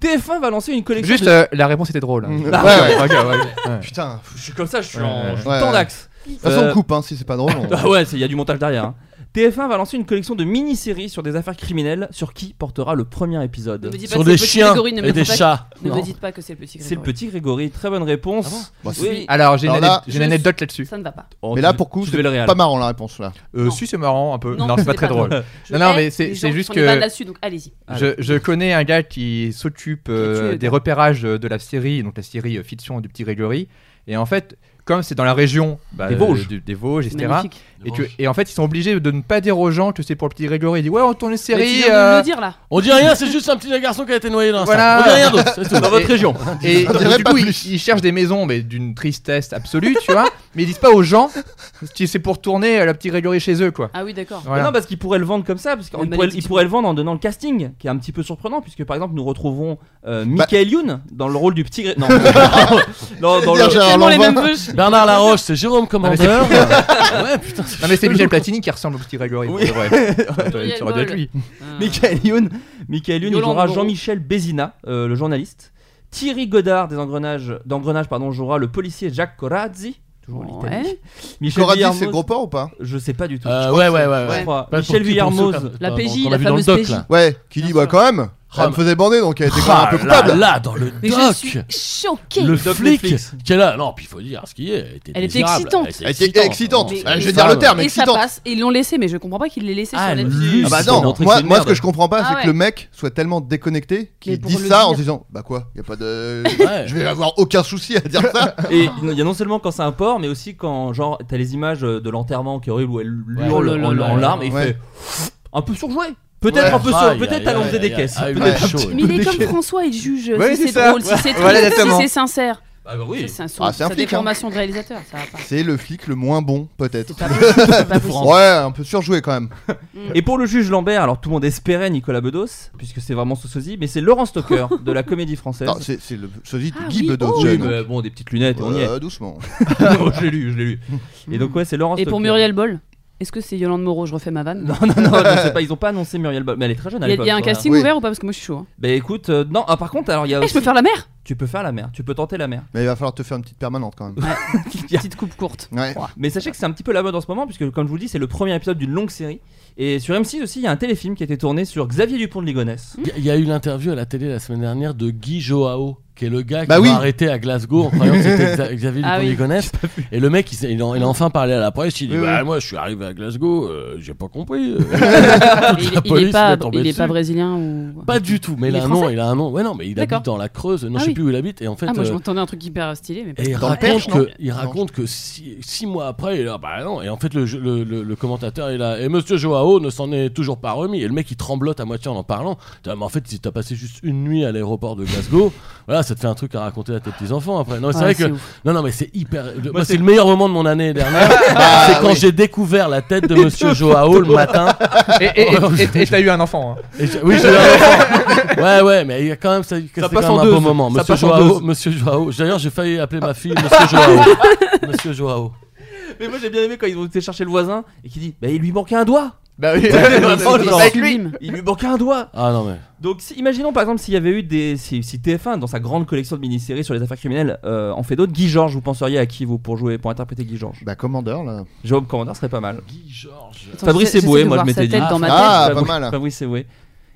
[SPEAKER 7] TF1 va lancer une collection.
[SPEAKER 10] Juste,
[SPEAKER 7] de-
[SPEAKER 10] euh, la réponse était drôle. hein.
[SPEAKER 8] Mm, ouais, ouais.
[SPEAKER 10] Ok, ouais. Ouais.
[SPEAKER 8] Putain,
[SPEAKER 7] Je suis comme ça, je suis
[SPEAKER 10] Ouais,
[SPEAKER 7] en je suis
[SPEAKER 8] ouais,
[SPEAKER 7] tant
[SPEAKER 8] ouais.
[SPEAKER 7] d'axes.
[SPEAKER 8] de toute façon
[SPEAKER 7] Euh,
[SPEAKER 8] on coupe hein, si c'est pas drôle. on-
[SPEAKER 7] Ah ouais, c'est- il y a du montage derrière. hein. TF1 va lancer une collection de mini-séries sur des affaires criminelles sur qui portera le premier
[SPEAKER 9] Ne me
[SPEAKER 7] épisode.
[SPEAKER 9] dis pas
[SPEAKER 6] Sur
[SPEAKER 9] que c'est
[SPEAKER 6] des
[SPEAKER 9] le petit
[SPEAKER 6] chiens
[SPEAKER 9] Grégory, ne me
[SPEAKER 6] et des
[SPEAKER 9] dis pas-
[SPEAKER 6] chats.
[SPEAKER 9] Ne me
[SPEAKER 7] Non.
[SPEAKER 9] dites pas que c'est le petit
[SPEAKER 7] C'est le
[SPEAKER 9] Grégory.
[SPEAKER 7] petit Grégory, très bonne réponse.
[SPEAKER 8] Bah, c'est-
[SPEAKER 7] Oui.
[SPEAKER 10] Ah Alors, j'ai une,
[SPEAKER 8] Alors là,
[SPEAKER 10] anecdote- j'ai une
[SPEAKER 9] je-
[SPEAKER 10] anecdote là-dessus.
[SPEAKER 9] Ça ne va pas.
[SPEAKER 7] Oh,
[SPEAKER 8] Mais
[SPEAKER 7] tu-
[SPEAKER 8] là pour coup,
[SPEAKER 7] tu
[SPEAKER 8] c'est
[SPEAKER 7] veux le réel.
[SPEAKER 8] pas marrant la réponse là.
[SPEAKER 10] Euh,
[SPEAKER 9] Non.
[SPEAKER 10] si, c'est marrant un peu. Non, c'est
[SPEAKER 9] c'était
[SPEAKER 10] pas très drôle.
[SPEAKER 9] Je
[SPEAKER 10] Non, non,
[SPEAKER 9] hais
[SPEAKER 10] mais c'est-
[SPEAKER 9] les
[SPEAKER 10] c'est
[SPEAKER 9] gens qui
[SPEAKER 10] juste
[SPEAKER 9] font des
[SPEAKER 10] que-
[SPEAKER 9] vannes là-dessus, donc allez-y.
[SPEAKER 10] Je, je connais un gars qui s'occupe euh,
[SPEAKER 9] Qui a tué le
[SPEAKER 10] des
[SPEAKER 9] gars.
[SPEAKER 10] repérages euh, de la série, donc la série euh, fiction du petit Grégory. Et en fait, comme c'est dans la région bah,
[SPEAKER 7] Des Vosges.
[SPEAKER 10] euh, du- des Vosges, etc.
[SPEAKER 9] Magnifique.
[SPEAKER 10] Et, tu- et en fait, ils sont obligés de ne pas dire aux gens que c'est pour le petit Grégory. Ils disent Ouais, on tourne une
[SPEAKER 9] Mais tu
[SPEAKER 10] série.
[SPEAKER 9] viens de
[SPEAKER 10] euh,
[SPEAKER 9] le dire là.
[SPEAKER 6] On dit rien, c'est juste un petit garçon qui a été noyé dans un
[SPEAKER 10] Voilà.
[SPEAKER 6] sac. On dit rien d'autre. c'est tout.
[SPEAKER 10] Dans votre
[SPEAKER 6] région.
[SPEAKER 10] Et
[SPEAKER 8] On dirait
[SPEAKER 10] du
[SPEAKER 8] pas
[SPEAKER 10] coup, ils,
[SPEAKER 8] plus.
[SPEAKER 10] ils cherchent des maisons, mais d'une tristesse absolue, tu vois. Mais ils disent pas aux gens que c'est pour tourner euh, le petit Grégory chez eux, quoi.
[SPEAKER 9] Ah oui, d'accord.
[SPEAKER 7] Mais
[SPEAKER 10] Voilà.
[SPEAKER 7] Non, parce qu'ils pourraient le vendre comme ça, parce qu'ils
[SPEAKER 9] Une
[SPEAKER 7] pourraient,
[SPEAKER 9] malédiction.
[SPEAKER 7] ils pourraient le vendre en donnant le casting, qui est un petit peu surprenant, puisque par exemple, nous retrouvons euh, Michael Youn dans le rôle du petit Gré- Non, non, dans
[SPEAKER 8] Dire
[SPEAKER 7] le- Ah,
[SPEAKER 8] Gérard
[SPEAKER 9] Tellement les
[SPEAKER 8] Lanvin.
[SPEAKER 9] mêmes vœux.
[SPEAKER 6] Bernard Laroche, c'est Jérôme Commandeur. ouais, putain.
[SPEAKER 10] non, mais c'est Michel Platini qui ressemble au petit Grégory. pour
[SPEAKER 7] Oui.
[SPEAKER 10] de vrai. Ouais, ça aurait dû être
[SPEAKER 9] Boll.
[SPEAKER 10] lui.
[SPEAKER 7] Michael Youn, Michael Youn il
[SPEAKER 9] Yolande
[SPEAKER 7] jouera
[SPEAKER 9] Moreau.
[SPEAKER 7] Jean-Michel Bézina, euh, le journaliste. Thierry Godard des engrenages, d'engrenages pardon, jouera le policier Jacques Corazzi, toujours l'Italie.
[SPEAKER 9] Ouais.
[SPEAKER 7] Michel
[SPEAKER 8] Corradi, c'est
[SPEAKER 7] Villarmoz,
[SPEAKER 8] gros porc ou pas
[SPEAKER 7] je sais pas du tout.
[SPEAKER 6] Euh, ouais, ouais, ouais,
[SPEAKER 7] Je
[SPEAKER 6] ouais.
[SPEAKER 7] crois.
[SPEAKER 6] Pas pour
[SPEAKER 7] Michel
[SPEAKER 6] qui,
[SPEAKER 7] Villarmoz.
[SPEAKER 6] pour ceux qu'on-
[SPEAKER 9] La
[SPEAKER 6] qu'on
[SPEAKER 9] PJ,
[SPEAKER 6] a
[SPEAKER 9] la
[SPEAKER 6] vu dans le
[SPEAKER 9] fameuse
[SPEAKER 6] doc,
[SPEAKER 9] PJ.
[SPEAKER 6] là.
[SPEAKER 8] Ouais, qui dit bah quand même,
[SPEAKER 6] Ah,
[SPEAKER 8] elle me faisait bander donc elle était quand même un peu
[SPEAKER 6] Ah là
[SPEAKER 8] coupable.
[SPEAKER 6] Là, dans le
[SPEAKER 9] Mais je
[SPEAKER 6] doc.
[SPEAKER 9] suis choquée.
[SPEAKER 6] Le
[SPEAKER 7] doc
[SPEAKER 6] flic
[SPEAKER 7] Netflix.
[SPEAKER 6] qui est là, non, puis il faut dire ce qui est. était
[SPEAKER 9] Elle était
[SPEAKER 6] désirable,
[SPEAKER 9] excitante.
[SPEAKER 6] était
[SPEAKER 8] Elle était excitante.
[SPEAKER 9] Mais-
[SPEAKER 8] Ah, Je vais
[SPEAKER 9] mais-
[SPEAKER 8] dire le terme,
[SPEAKER 9] Et ça
[SPEAKER 8] excitante.
[SPEAKER 9] passe. Et ils l'ont laissé, mais je comprends pas qu'ils l'aient laissé
[SPEAKER 6] Ah,
[SPEAKER 9] sur
[SPEAKER 6] lui,
[SPEAKER 9] Netflix.
[SPEAKER 8] Ah bah
[SPEAKER 7] C'est pour
[SPEAKER 8] non,
[SPEAKER 7] montrer que
[SPEAKER 8] moi,
[SPEAKER 7] c'est une
[SPEAKER 8] moi ce
[SPEAKER 7] merde.
[SPEAKER 8] que je comprends pas,
[SPEAKER 9] Ah
[SPEAKER 8] c'est
[SPEAKER 9] ouais.
[SPEAKER 8] que le mec soit tellement déconnecté
[SPEAKER 9] Mais
[SPEAKER 8] qu'il
[SPEAKER 9] pour
[SPEAKER 8] dit
[SPEAKER 9] le
[SPEAKER 8] ça en
[SPEAKER 9] dire.
[SPEAKER 8] se disant Bah quoi, y a pas de.
[SPEAKER 6] Ouais.
[SPEAKER 8] Je vais avoir aucun souci à dire ça.
[SPEAKER 7] Et il y a non seulement quand c'est un porc, mais aussi quand genre t'as les images de l'enterrement qui est horrible où elle
[SPEAKER 6] Ouais.
[SPEAKER 7] hurle
[SPEAKER 6] Oh là
[SPEAKER 7] en,
[SPEAKER 6] là
[SPEAKER 7] en
[SPEAKER 6] là.
[SPEAKER 7] larmes et il
[SPEAKER 8] Ouais.
[SPEAKER 7] fait un peu surjoué. Peut-être
[SPEAKER 8] Ouais.
[SPEAKER 7] un peu
[SPEAKER 6] Ah,
[SPEAKER 7] sur,
[SPEAKER 6] il y a-
[SPEAKER 7] peut-être elle en
[SPEAKER 6] il y a-
[SPEAKER 7] faisait
[SPEAKER 6] il
[SPEAKER 7] des
[SPEAKER 6] y a-
[SPEAKER 7] caisses.
[SPEAKER 6] ah, il y a
[SPEAKER 7] Peut-être
[SPEAKER 8] un
[SPEAKER 6] chaud,
[SPEAKER 8] petit
[SPEAKER 6] ouais.
[SPEAKER 9] Mais il est
[SPEAKER 8] Déchet.
[SPEAKER 9] comme François, il juge
[SPEAKER 10] Ouais,
[SPEAKER 9] si
[SPEAKER 10] c'est
[SPEAKER 9] c'est
[SPEAKER 10] ça.
[SPEAKER 9] drôle, si c'est
[SPEAKER 10] Voilà,
[SPEAKER 9] triste, si
[SPEAKER 10] exactement.
[SPEAKER 9] c'est sincère.
[SPEAKER 7] Ah bah
[SPEAKER 9] Ça,
[SPEAKER 7] oui.
[SPEAKER 9] C'est un son-
[SPEAKER 8] Ah, c'est un
[SPEAKER 9] sa
[SPEAKER 8] flic, hein.
[SPEAKER 9] déformation de réalisateur, ça va pas.
[SPEAKER 8] C'est le flic le moins bon, peut-être.
[SPEAKER 9] C'est pas possible, c'est pas possible.
[SPEAKER 8] Ouais, un peu surjoué quand même.
[SPEAKER 7] Et pour le juge Lambert, alors tout le monde espérait Nicolas Bedos, puisque c'est vraiment son sosie, mais c'est Laurent Stoker de la comédie française.
[SPEAKER 8] Non, c'est c'est le sosie de
[SPEAKER 9] Ah
[SPEAKER 8] Guy
[SPEAKER 9] oui,
[SPEAKER 8] Bedos.
[SPEAKER 9] oh.
[SPEAKER 7] Oui, bah,
[SPEAKER 8] donc.
[SPEAKER 7] mais bon, des petites lunettes, on y est.
[SPEAKER 8] Euh, Doucement.
[SPEAKER 7] Non, je l'ai lu, je l'ai lu. Et donc, ouais, c'est Laurent
[SPEAKER 9] Et pour
[SPEAKER 7] Stoker.
[SPEAKER 9] Muriel Boll, est-ce que c'est Yolande Moreau Je refais ma vanne.
[SPEAKER 7] Non, non, non, je sais pas, ils ont pas annoncé Muriel Boll, mais elle est très jeune à
[SPEAKER 9] Il y a-
[SPEAKER 7] l'époque.
[SPEAKER 9] il y a un
[SPEAKER 7] quoi.
[SPEAKER 9] casting
[SPEAKER 8] Oui.
[SPEAKER 9] ouvert ou pas Parce que moi je suis chaud. hein.
[SPEAKER 7] Bah écoute, euh, non, ah, par contre, alors il y a
[SPEAKER 9] Eh, je
[SPEAKER 7] aussi.
[SPEAKER 9] peux faire la mère
[SPEAKER 7] Tu tu peux faire la mer, tu peux tenter la mer.
[SPEAKER 8] Mais il va falloir te faire une petite permanente quand même.
[SPEAKER 7] Petite coupe courte.
[SPEAKER 8] Ouais.
[SPEAKER 7] Mais sachez que c'est un petit peu la mode en ce moment, puisque comme je vous le dis, c'est le premier épisode d'une longue série. Et sur M6 aussi, il y a un téléfilm qui a été tourné sur Xavier Dupont de Ligonnès.
[SPEAKER 6] Il y a eu l'interview à la télé la semaine dernière de Guy Joao, qui est le gars qui
[SPEAKER 8] Bah
[SPEAKER 6] m'a
[SPEAKER 8] oui.
[SPEAKER 6] arrêté à Glasgow en croyant que c'était Xa- Xavier
[SPEAKER 9] Ah
[SPEAKER 6] Dupont
[SPEAKER 9] oui.
[SPEAKER 6] Ligonnès. Et le mec, il, s'est- il en- il a enfin parlé à la presse. Il dit
[SPEAKER 8] Oui,
[SPEAKER 6] Bah,
[SPEAKER 8] oui.
[SPEAKER 6] Moi, je suis arrivé à Glasgow, euh, j'ai pas compris. euh.
[SPEAKER 9] Mais
[SPEAKER 6] La
[SPEAKER 9] il- il, est
[SPEAKER 6] police
[SPEAKER 9] pas,
[SPEAKER 6] m'est tombée
[SPEAKER 9] il est
[SPEAKER 6] dessus.
[SPEAKER 9] pas brésilien ou.
[SPEAKER 6] Pas du tout, mais il,
[SPEAKER 9] Il
[SPEAKER 6] a
[SPEAKER 9] est
[SPEAKER 6] un nom,
[SPEAKER 9] français
[SPEAKER 6] il a un nom. Ouais, non, mais il
[SPEAKER 9] D'accord.
[SPEAKER 6] habite dans la Creuse. Non,
[SPEAKER 9] Ah
[SPEAKER 6] je sais
[SPEAKER 9] oui.
[SPEAKER 6] plus où il habite. Et en fait,
[SPEAKER 9] Ah, moi je
[SPEAKER 6] euh,
[SPEAKER 9] m'entendais un truc hyper stylé, mais.
[SPEAKER 6] Et il
[SPEAKER 8] Dans le
[SPEAKER 6] raconte,
[SPEAKER 8] Perche, non
[SPEAKER 6] que, il
[SPEAKER 8] Non.
[SPEAKER 6] raconte que six, six mois après, il est là, bah non. Et en fait, le, jeu- le, le- le commentateur, il a. Et monsieur Joao ne s'en est toujours pas remis. Et le mec, il tremblote à moitié en en parlant. Putain, Mais en fait, si t'as passé juste une nuit à l'aéroport de Glasgow, voilà, ça te fait un truc à raconter à tes petits-enfants après. Non, mais c'est
[SPEAKER 9] Ah,
[SPEAKER 6] vrai que.
[SPEAKER 9] ouf.
[SPEAKER 6] Non, non, mais c'est hyper. le- moi, c'est Ah, le meilleur moment de mon année dernière. c'est quand
[SPEAKER 8] oui.
[SPEAKER 6] j'ai découvert la tête de monsieur Joao le matin.
[SPEAKER 10] Et et- et- et- et t'as eu un enfant. hein.
[SPEAKER 6] Et je- oui, j'ai eu un enfant. Ouais, ouais, mais il y a quand même, ça, c'est
[SPEAKER 10] passe
[SPEAKER 6] quand
[SPEAKER 10] en
[SPEAKER 6] même un
[SPEAKER 10] dose.
[SPEAKER 6] bon moment.
[SPEAKER 10] Ça
[SPEAKER 6] Monsieur
[SPEAKER 10] passe en
[SPEAKER 6] Joao,
[SPEAKER 10] dose.
[SPEAKER 6] Monsieur Joao. D'ailleurs, j'ai failli appeler ma fille Monsieur Joao. Monsieur Joao.
[SPEAKER 7] Mais moi j'ai bien aimé quand ils ont été chercher le voisin et qui dit Bah il lui manquait un doigt
[SPEAKER 10] Bah oui.
[SPEAKER 7] Vraiment,
[SPEAKER 9] C'est
[SPEAKER 7] genre,
[SPEAKER 9] sublime.
[SPEAKER 7] Il lui manquait un doigt
[SPEAKER 6] Ah non mais.
[SPEAKER 7] Donc, si- imaginons par exemple s'il y avait eu des. Si, si TF1, dans sa grande collection de mini-séries sur les affaires criminelles, euh, en fait d'autres, Guy Georges, vous penseriez à qui vous pour jouer, pour interpréter Guy Georges
[SPEAKER 8] Bah, Commander là.
[SPEAKER 7] Jérôme Commandeur serait pas mal.
[SPEAKER 6] Guy Georges.
[SPEAKER 9] Attends,
[SPEAKER 7] Fabrice
[SPEAKER 9] j'essaie- j'essaie
[SPEAKER 7] Eboué,
[SPEAKER 9] de
[SPEAKER 7] moi, je
[SPEAKER 9] voir sa
[SPEAKER 7] m'étais
[SPEAKER 9] tête
[SPEAKER 7] dit.
[SPEAKER 9] dans ma tête.
[SPEAKER 8] Ah, pas
[SPEAKER 7] Fabrice-
[SPEAKER 8] mal.
[SPEAKER 7] Fabrice Eboué.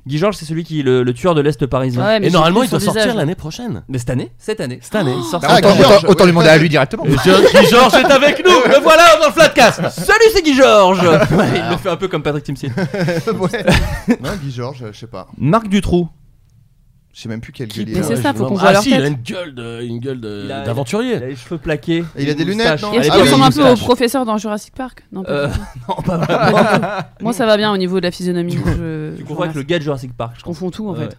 [SPEAKER 7] Guy Georges, c'est celui qui est le, le tueur de l'Est parisien.
[SPEAKER 9] Ouais, mais
[SPEAKER 6] Et
[SPEAKER 9] j'ai
[SPEAKER 6] normalement,
[SPEAKER 9] plus
[SPEAKER 6] il doit
[SPEAKER 9] son
[SPEAKER 6] sortir
[SPEAKER 9] visage.
[SPEAKER 6] l'année prochaine.
[SPEAKER 7] Mais cette année Cette année. Oh.
[SPEAKER 6] Cette année.
[SPEAKER 7] Il sort
[SPEAKER 10] Bah,
[SPEAKER 7] ça.
[SPEAKER 10] autant,
[SPEAKER 8] Guy
[SPEAKER 10] autant-
[SPEAKER 8] Georges,
[SPEAKER 10] autant
[SPEAKER 8] ouais.
[SPEAKER 10] lui demander à lui directement.
[SPEAKER 6] Et Georges- Guy Georges est avec nous. Le voilà dans le flatcast.
[SPEAKER 7] Salut, c'est Guy Georges Il le fait un peu comme Patrick Timsit.
[SPEAKER 8] ouais. non, Guy Georges, je sais pas.
[SPEAKER 7] Marc Dutroux.
[SPEAKER 8] Je sais même plus quel hein.
[SPEAKER 9] Qui
[SPEAKER 8] gueule il
[SPEAKER 9] Mais
[SPEAKER 8] a.
[SPEAKER 9] c'est ça, faut qu'on
[SPEAKER 6] Ah,
[SPEAKER 9] voit leur
[SPEAKER 6] si, il a
[SPEAKER 9] tête.
[SPEAKER 6] une gueule de, une gueule de-
[SPEAKER 7] Il a-
[SPEAKER 6] d'aventurier.
[SPEAKER 7] Il a les cheveux plaqués.
[SPEAKER 8] Et il a
[SPEAKER 7] une
[SPEAKER 8] des lunettes,
[SPEAKER 7] moustache.
[SPEAKER 8] non
[SPEAKER 7] Elle
[SPEAKER 9] Est-ce
[SPEAKER 7] est
[SPEAKER 8] Ah
[SPEAKER 9] qu'il
[SPEAKER 8] oui,
[SPEAKER 7] bien
[SPEAKER 9] ressemble un
[SPEAKER 7] faite.
[SPEAKER 9] peu au professeur dans Jurassic Park Non, pas
[SPEAKER 7] Euh,
[SPEAKER 9] du tout.
[SPEAKER 7] Non, pas vraiment.
[SPEAKER 9] Moi ça va bien au niveau de la physionomie. Je, je
[SPEAKER 7] Tu
[SPEAKER 9] vous
[SPEAKER 7] confonds avec le
[SPEAKER 9] remercie.
[SPEAKER 7] gars de Jurassic Park, je
[SPEAKER 9] Je
[SPEAKER 7] pense.
[SPEAKER 9] confonds tout en
[SPEAKER 7] Ouais.
[SPEAKER 9] fait.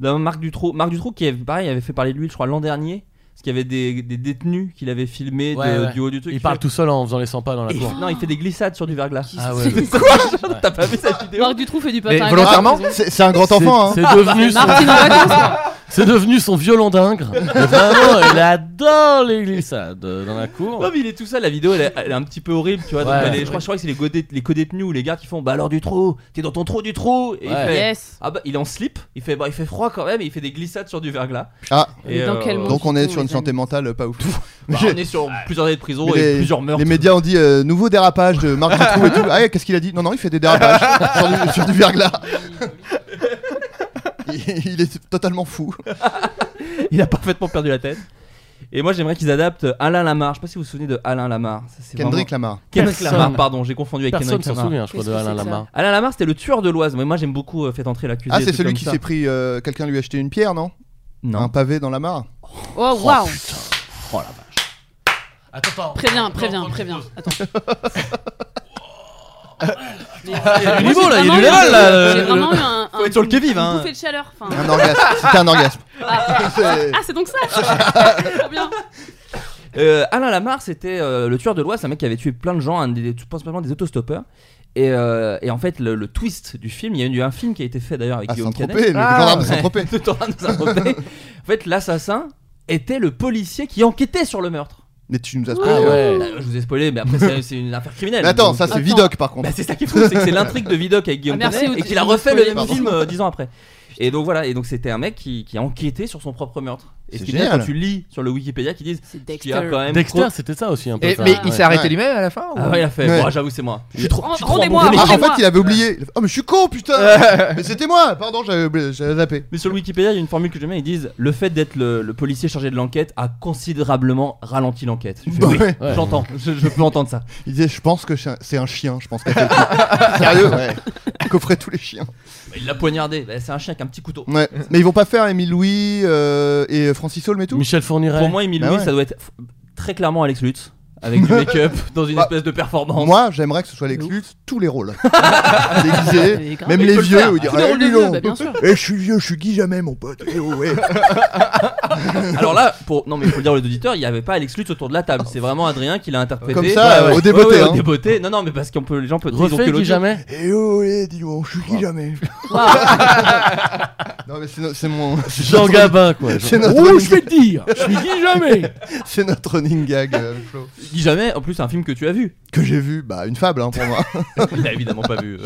[SPEAKER 7] d'un Marc Dutroux. Marc Dutroux qui avait, pareil, avait fait parler de lui, je crois, l'an dernier. Parce qu'il y avait des, des détenus qu'il avait filmé de-
[SPEAKER 6] Ouais, ouais.
[SPEAKER 7] du haut du truc.
[SPEAKER 6] Il parle tout seul en faisant les 100 pas dans la
[SPEAKER 7] fait-
[SPEAKER 6] cour.
[SPEAKER 7] Non, il fait des glissades sur du verglas.
[SPEAKER 6] Ah ouais.
[SPEAKER 7] T'as pas vu cette vidéo
[SPEAKER 9] Marc Dutroux fait du
[SPEAKER 10] Mais
[SPEAKER 9] patin. avec
[SPEAKER 8] Volontairement
[SPEAKER 9] Marc Dutroux.
[SPEAKER 8] C'est c'est un grand enfant, hein.
[SPEAKER 6] C'est c'est devenu son-
[SPEAKER 9] Martine en vacances.
[SPEAKER 6] C'est devenu son violon d'ingre. Et Vraiment, il adore les glissades euh, dans la cour.
[SPEAKER 7] Non, mais il est tout seul, la vidéo elle est, elle est un petit peu horrible, tu vois. donc
[SPEAKER 6] Ouais.
[SPEAKER 7] elle est- je, crois, je crois que c'est les, godé- les codétenus ou les gars qui font Bah alors Dutroux, t'es dans ton trou Dutroux. Et il
[SPEAKER 6] Ouais.
[SPEAKER 7] fait.
[SPEAKER 9] Yes.
[SPEAKER 7] Ah bah il est en slip, il fait, bah, il fait froid quand même, et il fait des glissades sur du verglas.
[SPEAKER 8] Ah,
[SPEAKER 7] Et
[SPEAKER 9] Dans quel monde
[SPEAKER 8] donc on est sur une
[SPEAKER 9] les
[SPEAKER 8] santé mentale euh, pas ouf.
[SPEAKER 7] bah, on est sur plusieurs années de prison
[SPEAKER 8] Mais
[SPEAKER 7] et
[SPEAKER 8] les-
[SPEAKER 7] plusieurs meurtres.
[SPEAKER 8] Les médias ont dit euh, nouveau dérapage de Marc Dutroux et tout. Ah, qu'est-ce qu'il a dit Non, non, il fait des dérapages sur, du, sur du verglas. Il il est totalement fou.
[SPEAKER 7] Il a parfaitement perdu la tête. Et moi j'aimerais qu'ils adaptent Alain Lamarre. Je sais pas si vous vous souvenez de Alain Lamarre. Ça, c'est vraiment-
[SPEAKER 8] Kendrick Lamar.
[SPEAKER 7] Kendrick
[SPEAKER 6] Personne.
[SPEAKER 7] Lamar, pardon, j'ai confondu avec
[SPEAKER 6] Personne
[SPEAKER 7] Kendrick
[SPEAKER 6] s'en
[SPEAKER 7] Lamar.
[SPEAKER 6] souvient, je crois,
[SPEAKER 9] Qu'est-ce
[SPEAKER 6] de
[SPEAKER 9] que
[SPEAKER 6] Alain
[SPEAKER 9] c'est que ça
[SPEAKER 6] Lamar.
[SPEAKER 7] Alain Lamar, c'était le tueur de l'Oise. Mais moi, j'aime beaucoup euh, fait entrer l'accusé.
[SPEAKER 8] Ah,
[SPEAKER 7] et
[SPEAKER 8] c'est
[SPEAKER 7] tout
[SPEAKER 8] celui
[SPEAKER 7] comme
[SPEAKER 8] qui
[SPEAKER 7] ça.
[SPEAKER 8] s'est pris. euh, Quelqu'un lui a acheté une pierre, non Un
[SPEAKER 7] Non.
[SPEAKER 8] pavé dans la mare
[SPEAKER 9] Oh waouh.
[SPEAKER 6] Oh la vache. Attends, attends.
[SPEAKER 9] Préviens, Ah, préviens, préviens. Attends. Il y
[SPEAKER 6] du niveau, là, il y a du level, là,
[SPEAKER 9] J'ai
[SPEAKER 6] le-
[SPEAKER 9] vraiment eu un. Faut
[SPEAKER 7] euh, être sur le Kevin, hein.
[SPEAKER 9] Bouffée de chaleur. Enfin.
[SPEAKER 8] Un orgasme. C'était un orgasme. C'est-
[SPEAKER 9] Ah, c'est donc ça Trop bien
[SPEAKER 7] Euh, Alain Lamar, c'était euh, le tueur de l'Oise, un mec qui avait tué plein de gens, un des, tout- principalement des autostoppeurs. Et, euh, et en fait, le, le twist du film, il y a eu un film qui a été fait d'ailleurs avec
[SPEAKER 8] À
[SPEAKER 7] Guillaume
[SPEAKER 8] Ah, Saint-Tropez,
[SPEAKER 7] Canet. Ah,
[SPEAKER 8] le gendarme de
[SPEAKER 7] ouais.
[SPEAKER 8] Saint-Tropez.
[SPEAKER 7] Le gendarme de Saint-Tropez. en fait, l'assassin était le policier qui enquêtait sur le meurtre.
[SPEAKER 8] Mais tu nous as
[SPEAKER 6] Ah
[SPEAKER 8] spoilé. ouais.
[SPEAKER 6] ouais.
[SPEAKER 7] Là, je vous ai spoilé, mais après, c'est- c'est une affaire criminelle.
[SPEAKER 8] Mais attends,
[SPEAKER 7] Donc,
[SPEAKER 8] ça c'est
[SPEAKER 9] Attends.
[SPEAKER 8] Vidoc par contre.
[SPEAKER 7] Bah, c'est ça qui est fou, c'est que c'est l'intrigue de Vidocq avec Guillaume
[SPEAKER 9] Ah, merci,
[SPEAKER 7] Canet et
[SPEAKER 9] Audrey,
[SPEAKER 7] qu'il a
[SPEAKER 9] tu nous
[SPEAKER 7] refait le même
[SPEAKER 9] spoilais,
[SPEAKER 7] film euh, dix ans après. Et donc voilà, et donc c'était un mec qui, qui a enquêté sur son propre meurtre. Et
[SPEAKER 8] C'est
[SPEAKER 7] ce qui est bien, quand
[SPEAKER 8] génial.
[SPEAKER 7] tu lis sur le Wikipédia qui disent
[SPEAKER 9] C'est
[SPEAKER 7] qu'il y a
[SPEAKER 9] Dexter.
[SPEAKER 7] quand même
[SPEAKER 6] Dexter,
[SPEAKER 7] trop-
[SPEAKER 6] c'était ça aussi un peu.
[SPEAKER 10] Et-
[SPEAKER 6] ça,
[SPEAKER 10] mais
[SPEAKER 6] ouais.
[SPEAKER 10] il s'est arrêté
[SPEAKER 8] Ouais.
[SPEAKER 10] lui-même à la fin ou-
[SPEAKER 7] Ah ouais, il a fait.
[SPEAKER 8] Ouais.
[SPEAKER 7] bon, j'avoue, c'est moi. Je suis trop. je suis trop
[SPEAKER 9] Rendez-moi,
[SPEAKER 7] un bon
[SPEAKER 8] Ah, en
[SPEAKER 7] téléphone.
[SPEAKER 8] fait, il avait oublié. Il a fait, Ah, mais je suis con, putain! mais c'était moi! Pardon, j'avais oublié- j'avais zappé.
[SPEAKER 7] Mais sur le Wikipédia, il y a une formule que j'aime bien. Ils disent le fait d'être le, le policier chargé de l'enquête a considérablement ralenti l'enquête. Je fais, oui,
[SPEAKER 8] Bah Ouais.
[SPEAKER 6] Ouais.
[SPEAKER 7] J'entends, je, je peux entendre ça.
[SPEAKER 8] Il disait, je pense que c'est un- c'est un chien, je pense. qu'à quelqu'un. Sérieux? Ouais. Coffrer tous les chiens.
[SPEAKER 7] Bah, il l'a poignardé. Bah, c'est un chien avec un petit couteau.
[SPEAKER 8] Ouais. Mais ils vont pas faire Émile Louis euh, et Francis Holm et tout?
[SPEAKER 6] Michel Fourniret.
[SPEAKER 7] Pour moi, Emile
[SPEAKER 8] Bah
[SPEAKER 7] Louis,
[SPEAKER 8] ouais.
[SPEAKER 7] ça doit être f- très clairement Alex Lutz avec du make-up dans une
[SPEAKER 8] Bah,
[SPEAKER 7] espèce de performance.
[SPEAKER 8] Moi, j'aimerais que ce soit les
[SPEAKER 9] De ouf.
[SPEAKER 8] Lutz, tous les rôles. Déguisés,
[SPEAKER 9] Ah, Mais grave.
[SPEAKER 8] même
[SPEAKER 7] Mais
[SPEAKER 8] les
[SPEAKER 7] faut le
[SPEAKER 8] vieux,
[SPEAKER 7] faire.
[SPEAKER 8] où ils disent,
[SPEAKER 9] Tous les
[SPEAKER 8] Ah,
[SPEAKER 9] rôles de
[SPEAKER 8] lui, non.
[SPEAKER 9] vieux, bah, bien sûr.
[SPEAKER 8] Eh, je suis vieux, je suis Guy Jamais, mon pote. Eh, oh, ouais.
[SPEAKER 7] Alors là, pour non mais faut le dire aux auditeurs, il n'y avait pas Alex Lutz autour de la table. C'est vraiment Adrien qui l'a interprété.
[SPEAKER 8] Comme ça,
[SPEAKER 7] Ouais, ouais.
[SPEAKER 8] au déboté,
[SPEAKER 7] Ouais, ouais,
[SPEAKER 8] hein.
[SPEAKER 7] au déboté. Non non, mais parce qu'on peut les gens peuvent. ils ont que
[SPEAKER 6] Refait
[SPEAKER 7] l'audio.
[SPEAKER 6] qui jamais.
[SPEAKER 8] Eh, oh, ouais, dis donc, je suis Guy Jamais. non, mais c'est no- c'est mon.
[SPEAKER 6] Jean Gabin quoi.
[SPEAKER 8] C'est
[SPEAKER 6] Jean-
[SPEAKER 8] notre-
[SPEAKER 6] Ouh, je vais te dire. Je suis qui jamais.
[SPEAKER 8] C'est notre running gag, euh, le flow.
[SPEAKER 7] Dis jamais. En plus, c'est un film que tu as vu.
[SPEAKER 8] Que j'ai vu, bah, une fable hein, pour moi.
[SPEAKER 7] Il l'a évidemment pas vu.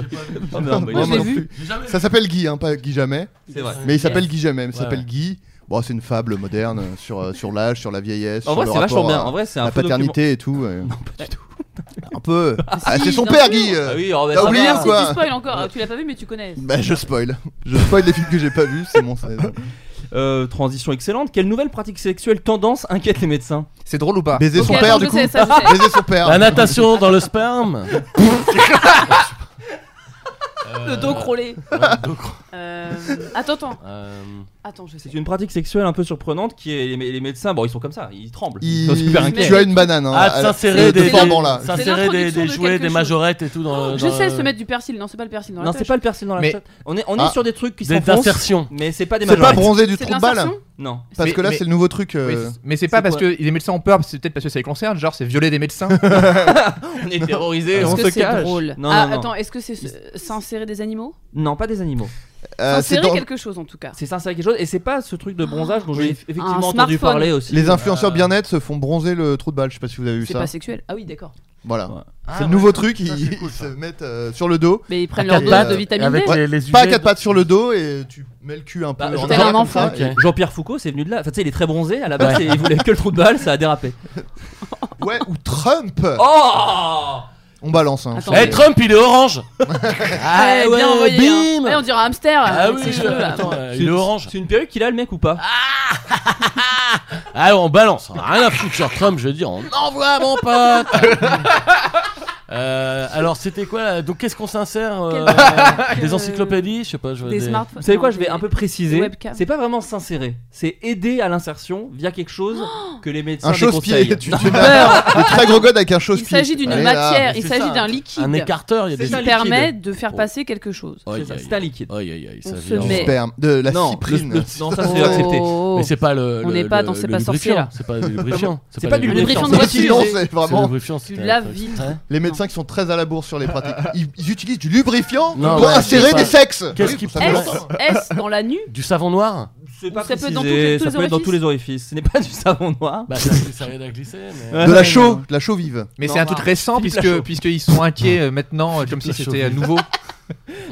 [SPEAKER 7] Oh, non, mais il a-
[SPEAKER 8] Moi, moi
[SPEAKER 9] l'ai
[SPEAKER 8] non
[SPEAKER 9] vu.
[SPEAKER 8] plus. Ça s'appelle Guy, hein, pas Guy Jamais.
[SPEAKER 7] C'est vrai.
[SPEAKER 8] Mais il s'appelle Guy Jamais, mais il
[SPEAKER 6] Ouais,
[SPEAKER 8] s'appelle
[SPEAKER 6] ouais.
[SPEAKER 8] Guy. Bon, c'est une fable moderne euh, sur, euh, sur l'âge, sur la vieillesse,
[SPEAKER 7] En
[SPEAKER 8] sur
[SPEAKER 7] vrai,
[SPEAKER 8] le
[SPEAKER 7] c'est
[SPEAKER 8] rapport
[SPEAKER 7] vachement bien.
[SPEAKER 8] à
[SPEAKER 7] En vrai, c'est un
[SPEAKER 8] la
[SPEAKER 7] faux
[SPEAKER 8] paternité et tout. euh.
[SPEAKER 7] pas du tout.
[SPEAKER 8] Un peu. Ah,
[SPEAKER 9] si,
[SPEAKER 8] c'est son
[SPEAKER 9] bien
[SPEAKER 8] père,
[SPEAKER 9] sûr.
[SPEAKER 8] Guy. euh.
[SPEAKER 7] Ah oui, oh, bah,
[SPEAKER 8] T'as
[SPEAKER 7] ça
[SPEAKER 8] oublié
[SPEAKER 7] va.
[SPEAKER 8] ou quoi
[SPEAKER 9] Tu spoil encore, Ah, tu l'as pas vu mais tu connais.
[SPEAKER 8] Bah, je spoil. Je spoil les films que j'ai pas vus, c'est mon.
[SPEAKER 7] Euh, transition excellente. Quelle nouvelle pratique sexuelle tendance inquiète les médecins
[SPEAKER 10] C'est drôle ou pas
[SPEAKER 8] Baiser
[SPEAKER 9] Bah, Ok,
[SPEAKER 8] son père,
[SPEAKER 9] Eh, donc
[SPEAKER 8] du
[SPEAKER 9] je
[SPEAKER 8] coup.
[SPEAKER 9] sais, ça, je sais.
[SPEAKER 8] Baiser son père.
[SPEAKER 6] La natation dans le sperme.
[SPEAKER 9] Euh, Le dos crôlé.
[SPEAKER 6] Ouais, donc,
[SPEAKER 9] Euh, Attends, attends,
[SPEAKER 6] euh,
[SPEAKER 9] attends, je sais.
[SPEAKER 7] C'est une pratique sexuelle un peu surprenante qui est les, mé- les médecins. Bon, ils sont comme ça, ils tremblent.
[SPEAKER 8] Il-
[SPEAKER 7] sont super inquiets.
[SPEAKER 8] Tu as une banane. hein,
[SPEAKER 6] Ah,
[SPEAKER 8] à-
[SPEAKER 6] de
[SPEAKER 8] de-
[SPEAKER 6] s'insérer
[SPEAKER 8] de
[SPEAKER 6] des,
[SPEAKER 8] formant, là.
[SPEAKER 6] des-
[SPEAKER 9] C'est
[SPEAKER 6] s'insérer des, des
[SPEAKER 9] l'introduction de
[SPEAKER 6] jouets,
[SPEAKER 9] quelque
[SPEAKER 6] des
[SPEAKER 9] chose.
[SPEAKER 6] majorettes et tout
[SPEAKER 7] Oh,
[SPEAKER 6] dans.
[SPEAKER 9] Je
[SPEAKER 6] dans-
[SPEAKER 9] sais se mettre du persil, non c'est pas le persil dans la
[SPEAKER 7] Non, c'est
[SPEAKER 9] tâche.
[SPEAKER 7] pas le persil dans la
[SPEAKER 10] Mais-
[SPEAKER 7] tête. On est, on est
[SPEAKER 8] Ah.
[SPEAKER 7] sur des trucs qui
[SPEAKER 6] des
[SPEAKER 7] s'enfoncent,
[SPEAKER 6] d'insertion.
[SPEAKER 7] mais c'est pas des
[SPEAKER 8] C'est pas
[SPEAKER 7] majorettes.
[SPEAKER 8] bronzer du
[SPEAKER 9] C'est de
[SPEAKER 8] trou de balle.
[SPEAKER 9] l'insertion
[SPEAKER 7] Non.
[SPEAKER 8] Parce
[SPEAKER 10] Mais-
[SPEAKER 8] que là,
[SPEAKER 10] mais-
[SPEAKER 8] c'est le nouveau truc. euh,
[SPEAKER 10] Oui, c'est- mais c'est pas
[SPEAKER 7] c'est
[SPEAKER 10] parce que les médecins ont peur, c'est peut-être parce que ça les concerne, genre c'est violer des médecins.
[SPEAKER 7] On est terrorisés,
[SPEAKER 9] Est-ce
[SPEAKER 7] on
[SPEAKER 9] que
[SPEAKER 7] se
[SPEAKER 9] c'est
[SPEAKER 7] cache.
[SPEAKER 9] drôle
[SPEAKER 7] Non,
[SPEAKER 9] Ah,
[SPEAKER 7] non, non.
[SPEAKER 9] attends, est-ce que c'est euh, s'insérer des animaux
[SPEAKER 7] Non, pas des animaux.
[SPEAKER 8] euh, c'est
[SPEAKER 9] S'insérer
[SPEAKER 8] dans-
[SPEAKER 9] quelque chose en tout cas.
[SPEAKER 7] C'est sincère quelque chose et c'est pas ce truc de bronzage dont j'ai eff-
[SPEAKER 9] Un
[SPEAKER 7] effectivement entendu
[SPEAKER 9] smartphone.
[SPEAKER 7] parler aussi.
[SPEAKER 8] Les influenceurs bien-être se font bronzer le trou de balle. Je sais pas si vous avez vu
[SPEAKER 9] C'est
[SPEAKER 8] ça.
[SPEAKER 9] pas sexuel. Ah oui, d'accord.
[SPEAKER 8] Voilà.
[SPEAKER 7] Ouais.
[SPEAKER 6] Ah,
[SPEAKER 8] c'est le
[SPEAKER 6] ouais,
[SPEAKER 8] nouveau
[SPEAKER 6] ça,
[SPEAKER 8] truc.
[SPEAKER 6] ça,
[SPEAKER 8] ils
[SPEAKER 6] c'est cool,
[SPEAKER 8] ils
[SPEAKER 6] ça.
[SPEAKER 8] se mettent euh, sur le dos.
[SPEAKER 9] Mais ils prennent
[SPEAKER 6] À
[SPEAKER 9] leur
[SPEAKER 6] quatre
[SPEAKER 9] dose
[SPEAKER 6] pattes,
[SPEAKER 9] de vitamine D.
[SPEAKER 6] Avec
[SPEAKER 8] Ouais.
[SPEAKER 6] les, les
[SPEAKER 8] Pas à
[SPEAKER 6] UV.
[SPEAKER 8] quatre pattes sur le dos et tu mets le cul un peu.
[SPEAKER 7] Bah,
[SPEAKER 8] en
[SPEAKER 7] tel
[SPEAKER 8] arrière
[SPEAKER 7] un
[SPEAKER 8] comme
[SPEAKER 9] enfant.
[SPEAKER 8] ça.
[SPEAKER 6] Ok.
[SPEAKER 7] Jean-Pierre Foucault, c'est venu de là. Enfin, tu sais, il est très bronzé à la base et il voulait que le trou de balle, ça a dérapé.
[SPEAKER 8] Ouais, ou Trump.
[SPEAKER 7] Oh
[SPEAKER 8] On balance. Hein.
[SPEAKER 9] Attends.
[SPEAKER 6] Eh, Trump, il est orange.
[SPEAKER 9] Ah, bien envoyé, hein.
[SPEAKER 6] bim.
[SPEAKER 9] Ouais, on dirait un hamster
[SPEAKER 6] Ah
[SPEAKER 9] avec
[SPEAKER 6] oui,
[SPEAKER 9] ses cheveux là.
[SPEAKER 6] attends, euh,
[SPEAKER 7] C'est-
[SPEAKER 6] il est orange.
[SPEAKER 7] C'est une perruque qu'il a le mec ou pas
[SPEAKER 6] Ah, on balance. On a rien à foutre sur Trump, je veux dire. On envoie mon pote. Euh, alors, c'était quoi là Donc, qu'est-ce qu'on s'insère euh, Des
[SPEAKER 9] Quel-
[SPEAKER 6] encyclopédies Je sais pas. Je vois
[SPEAKER 9] Des smartphones.
[SPEAKER 7] Vous savez quoi,
[SPEAKER 9] Non,
[SPEAKER 7] je vais
[SPEAKER 9] des-
[SPEAKER 7] un peu
[SPEAKER 9] des
[SPEAKER 7] préciser.
[SPEAKER 9] webcams.
[SPEAKER 7] C'est pas vraiment s'insérer, c'est aider à l'insertion via quelque chose que les médecins
[SPEAKER 8] Un chausse-pied.
[SPEAKER 7] déconseillent.
[SPEAKER 8] Tu, tu mets un très gros god avec un chausse-pied.
[SPEAKER 9] Il s'agit d'une
[SPEAKER 8] Allez, là.
[SPEAKER 9] matière, il
[SPEAKER 6] C'est
[SPEAKER 9] s'agit
[SPEAKER 6] ça,
[SPEAKER 9] d'un liquide
[SPEAKER 6] Un écarteur, il y a
[SPEAKER 7] C'est
[SPEAKER 6] des
[SPEAKER 7] ça,
[SPEAKER 9] qui
[SPEAKER 7] liquide.
[SPEAKER 9] permet de faire
[SPEAKER 6] Oh.
[SPEAKER 9] passer quelque chose.
[SPEAKER 6] Aïe,
[SPEAKER 7] C'est ça,
[SPEAKER 6] aïe,
[SPEAKER 7] C'est un liquide.
[SPEAKER 6] aïe, aïe, aïe, ça
[SPEAKER 9] On se
[SPEAKER 6] vient.
[SPEAKER 8] Du
[SPEAKER 9] met-
[SPEAKER 8] sperme, de la
[SPEAKER 7] Non,
[SPEAKER 8] cyprine.
[SPEAKER 7] le- le- non, ça, c'est
[SPEAKER 8] Oh.
[SPEAKER 7] accepté.
[SPEAKER 6] Mais c'est pas le.
[SPEAKER 9] On
[SPEAKER 6] le-
[SPEAKER 9] n'est pas
[SPEAKER 6] le-
[SPEAKER 9] dans- c'est
[SPEAKER 6] le
[SPEAKER 9] pas sorcier,
[SPEAKER 6] lubrifiant.
[SPEAKER 9] là.
[SPEAKER 6] C'est pas du lubrifiant.
[SPEAKER 7] C'est pas du lubrifiant de voiture.
[SPEAKER 8] Sinon, c'est
[SPEAKER 6] C'est le
[SPEAKER 8] vraiment
[SPEAKER 6] lubrifiant.
[SPEAKER 9] Tu
[SPEAKER 6] c'est-
[SPEAKER 9] laves
[SPEAKER 6] c'est-
[SPEAKER 9] vite.
[SPEAKER 6] c'est-
[SPEAKER 8] les médecins qui sont très à la bourre sur les pratiques. Ils, ils utilisent du lubrifiant
[SPEAKER 6] Non,
[SPEAKER 8] pour
[SPEAKER 6] ouais, je
[SPEAKER 8] insérer
[SPEAKER 6] sais
[SPEAKER 8] des
[SPEAKER 6] pas.
[SPEAKER 8] sexes.
[SPEAKER 6] Qu'est-ce
[SPEAKER 8] Oui,
[SPEAKER 6] qu'ils
[SPEAKER 8] ça me
[SPEAKER 9] S,
[SPEAKER 8] lance.
[SPEAKER 9] S dans la nu
[SPEAKER 6] Du savon noir
[SPEAKER 7] C'est
[SPEAKER 9] pas
[SPEAKER 7] ça peut être dans,
[SPEAKER 9] précisé,
[SPEAKER 7] toutes-
[SPEAKER 9] ça
[SPEAKER 7] ça peut être dans tous
[SPEAKER 9] orifices.
[SPEAKER 7] les orifices. Ce n'est pas du savon noir.
[SPEAKER 6] Bah, ça ça rien à glisser. mais-
[SPEAKER 8] De la chaux, de la chaux vive.
[SPEAKER 10] Mais
[SPEAKER 6] Non,
[SPEAKER 10] c'est un
[SPEAKER 6] bah,
[SPEAKER 10] truc récent
[SPEAKER 7] Philippe
[SPEAKER 10] puisque
[SPEAKER 7] Lachaud.
[SPEAKER 10] puisqu'ils sont inquiets euh, maintenant, euh, comme si
[SPEAKER 6] Lachaud.
[SPEAKER 10] c'était euh, nouveau.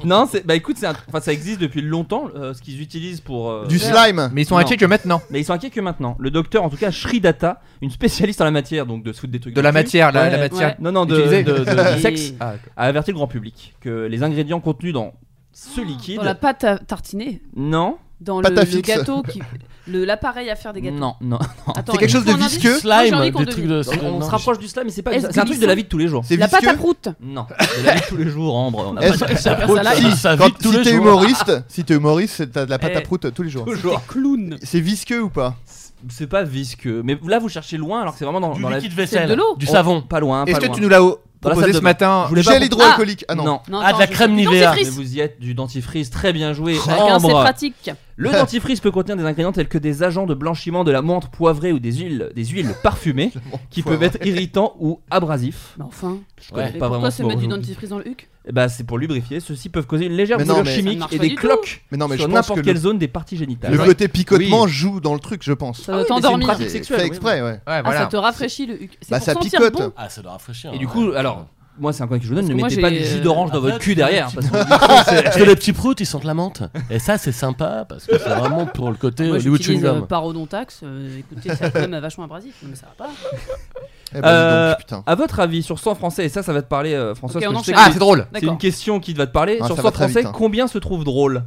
[SPEAKER 7] Non, c'est bah écoute, c'est un- enfin ça existe depuis longtemps euh, ce qu'ils utilisent pour euh,
[SPEAKER 8] Du
[SPEAKER 7] faire.
[SPEAKER 8] slime.
[SPEAKER 10] Mais ils sont
[SPEAKER 7] Non.
[SPEAKER 10] inquiets que maintenant.
[SPEAKER 7] Mais ils sont inquiets que maintenant. Le docteur, en tout cas, Shridata, une spécialiste en la matière, donc de se foutre des trucs
[SPEAKER 10] De la
[SPEAKER 7] du cul,
[SPEAKER 10] matière, la,
[SPEAKER 7] Ouais.
[SPEAKER 10] la matière.
[SPEAKER 7] Non, non, de,
[SPEAKER 10] Utilisée.
[SPEAKER 7] de- de- du sexe,
[SPEAKER 10] Ah, d'accord.
[SPEAKER 7] a averti le grand public que les ingrédients contenus dans ce liquide,
[SPEAKER 9] Dans la pâte à tartiner
[SPEAKER 7] non,
[SPEAKER 9] Dans le,
[SPEAKER 8] Pâte à
[SPEAKER 9] le
[SPEAKER 8] fixe.
[SPEAKER 9] gâteau qui... le- L'appareil à faire des gâteaux
[SPEAKER 7] non, non.
[SPEAKER 8] C'est
[SPEAKER 9] Attends,
[SPEAKER 8] quelque
[SPEAKER 9] il
[SPEAKER 8] chose
[SPEAKER 9] faut
[SPEAKER 8] de
[SPEAKER 9] un indice.
[SPEAKER 8] visqueux.
[SPEAKER 9] Moi, j'ai envie
[SPEAKER 6] Slime,
[SPEAKER 9] qu'on
[SPEAKER 6] des trucs de.
[SPEAKER 7] On, on
[SPEAKER 6] non,
[SPEAKER 7] se rapproche du slime, mais c'est pas.
[SPEAKER 9] Est-ce
[SPEAKER 7] C'est un truc de la vie de tous les jours.
[SPEAKER 8] C'est
[SPEAKER 9] La pâte à
[SPEAKER 8] visqueux.
[SPEAKER 9] croûte
[SPEAKER 7] Non, de la vie de tous les jours, Ambre. On a
[SPEAKER 8] Est-ce-
[SPEAKER 7] pas de-
[SPEAKER 9] Ça, là,
[SPEAKER 6] ça,
[SPEAKER 8] Si,
[SPEAKER 6] ça
[SPEAKER 8] quand-
[SPEAKER 6] vit tous
[SPEAKER 8] si
[SPEAKER 6] les
[SPEAKER 8] t'es
[SPEAKER 6] jours.
[SPEAKER 8] humoriste, si t'es humoriste, c'est- t'as de la pâte à
[SPEAKER 7] Eh.
[SPEAKER 8] prout tous les jours.
[SPEAKER 7] Toujours.
[SPEAKER 9] Clown
[SPEAKER 8] C'est visqueux ou pas
[SPEAKER 7] C'est pas visqueux. Mais là, vous cherchez loin, alors que c'est vraiment dans,
[SPEAKER 6] Du
[SPEAKER 7] dans la.
[SPEAKER 6] liquide vaisselle.
[SPEAKER 9] de l'eau.
[SPEAKER 6] Du
[SPEAKER 7] Oh,
[SPEAKER 6] savon.
[SPEAKER 7] Pas loin.
[SPEAKER 10] Est-ce
[SPEAKER 7] pas
[SPEAKER 10] que
[SPEAKER 7] loin.
[SPEAKER 10] tu nous l'as oh,
[SPEAKER 7] Dans la
[SPEAKER 10] proposé
[SPEAKER 7] salle
[SPEAKER 10] ce
[SPEAKER 7] de
[SPEAKER 10] matin
[SPEAKER 7] Je voulais pas
[SPEAKER 8] Gel
[SPEAKER 7] vous-
[SPEAKER 8] hydroalcoolique. Ah non.
[SPEAKER 9] Non,
[SPEAKER 6] Ah,
[SPEAKER 9] attends,
[SPEAKER 6] de la
[SPEAKER 9] je-
[SPEAKER 6] crème
[SPEAKER 9] du
[SPEAKER 6] Nivea.
[SPEAKER 7] Mais
[SPEAKER 9] dentifrice.
[SPEAKER 7] vous y êtes du dentifrice, très bien joué.
[SPEAKER 9] Chacun ses
[SPEAKER 7] Ambre.
[SPEAKER 9] pratiques.
[SPEAKER 7] Le dentifrice peut contenir des ingrédients tels que des agents de blanchiment, de la menthe poivrée ou des huiles, des huiles parfumées qui
[SPEAKER 8] poivrée.
[SPEAKER 7] peuvent être irritants ou abrasifs.
[SPEAKER 9] Mais enfin,
[SPEAKER 7] Je
[SPEAKER 6] Ouais.
[SPEAKER 7] connais
[SPEAKER 9] mais
[SPEAKER 7] pas
[SPEAKER 9] pourquoi
[SPEAKER 7] vraiment
[SPEAKER 9] se
[SPEAKER 7] ce
[SPEAKER 9] mettre du
[SPEAKER 7] mot.
[SPEAKER 9] dentifrice dans le huc
[SPEAKER 7] Eh Bah, c'est pour lubrifier. Ceux-ci peuvent causer une légère
[SPEAKER 8] Mais non,
[SPEAKER 7] douleur
[SPEAKER 8] mais-
[SPEAKER 9] Ça
[SPEAKER 7] chimique
[SPEAKER 9] marche
[SPEAKER 7] et
[SPEAKER 9] pas
[SPEAKER 7] des
[SPEAKER 9] du
[SPEAKER 7] cloques
[SPEAKER 8] Mais non, mais je
[SPEAKER 7] sur
[SPEAKER 8] pense que
[SPEAKER 7] n'importe quelle
[SPEAKER 8] le,
[SPEAKER 7] zone des parties génitales.
[SPEAKER 8] le
[SPEAKER 7] Ouais.
[SPEAKER 8] côté picotement joue dans le truc, je pense.
[SPEAKER 9] Ça
[SPEAKER 7] oui,
[SPEAKER 9] doit
[SPEAKER 7] mais c'est une
[SPEAKER 9] t'endormir.
[SPEAKER 7] pratique
[SPEAKER 8] C'est
[SPEAKER 7] sexuelle,
[SPEAKER 8] fait
[SPEAKER 7] oui,
[SPEAKER 8] exprès, ouais.
[SPEAKER 10] Ouais,
[SPEAKER 9] Ah, ça
[SPEAKER 10] voilà.
[SPEAKER 9] te rafraîchit le huc. C'est
[SPEAKER 8] Bah,
[SPEAKER 9] pour
[SPEAKER 8] ça
[SPEAKER 9] sentir
[SPEAKER 8] picote.
[SPEAKER 9] bon.
[SPEAKER 6] Ah, ça doit rafraîchir.
[SPEAKER 7] Et du
[SPEAKER 6] hein.
[SPEAKER 7] coup, alors, moi, c'est un conseil que je vous donne
[SPEAKER 9] Parce
[SPEAKER 7] ne
[SPEAKER 9] que moi,
[SPEAKER 7] mettez pas
[SPEAKER 9] j'ai, euh,
[SPEAKER 7] du jus d'orange dans
[SPEAKER 6] Après,
[SPEAKER 7] votre cul
[SPEAKER 6] tu-
[SPEAKER 7] derrière.
[SPEAKER 6] tu-
[SPEAKER 7] parce que-
[SPEAKER 6] Parce que les petits proutes, ils sentent la menthe. Et ça, c'est sympa parce que c'est vraiment pour le côté
[SPEAKER 9] Moi,
[SPEAKER 6] Hollywood chewing
[SPEAKER 9] j'utilise euh,
[SPEAKER 6] gum.
[SPEAKER 9] parodontax. euh, écoutez, c'est quand même vachement abrasif. Non, mais ça va pas.
[SPEAKER 8] Eh ben, dis
[SPEAKER 7] Euh,
[SPEAKER 8] donc, putain.
[SPEAKER 7] À votre avis, sur 100 français, et ça, ça va te parler, euh, François,
[SPEAKER 9] Ok,
[SPEAKER 7] parce
[SPEAKER 9] on
[SPEAKER 7] que je sais
[SPEAKER 9] enchaîne.
[SPEAKER 10] Ah,
[SPEAKER 7] que
[SPEAKER 10] c'est drôle.
[SPEAKER 7] c'est une
[SPEAKER 9] D'accord.
[SPEAKER 7] question qui va te parler.
[SPEAKER 8] Ah,
[SPEAKER 7] sur
[SPEAKER 8] ça
[SPEAKER 7] 100
[SPEAKER 8] va très
[SPEAKER 7] français,
[SPEAKER 8] vite, hein.
[SPEAKER 7] combien se trouve drôle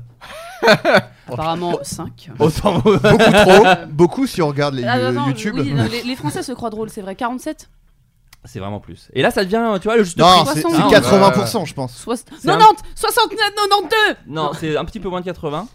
[SPEAKER 9] Apparemment
[SPEAKER 8] Oh.
[SPEAKER 9] 5.
[SPEAKER 7] Autant vous-
[SPEAKER 8] Beaucoup trop, beaucoup si on regarde les
[SPEAKER 9] Ah,
[SPEAKER 7] Ah,
[SPEAKER 8] euh, YouTube.
[SPEAKER 9] les, les Français se croient drôles, c'est vrai. 47
[SPEAKER 7] C'est vraiment plus. Et là, ça devient, tu vois, le juste
[SPEAKER 8] Non,
[SPEAKER 7] prix.
[SPEAKER 8] c'est c'est
[SPEAKER 9] Soixante.
[SPEAKER 8] 80%, je pense.
[SPEAKER 9] soix-
[SPEAKER 7] C'est
[SPEAKER 9] 90 69 92
[SPEAKER 7] Non, c'est un petit peu moins de 80,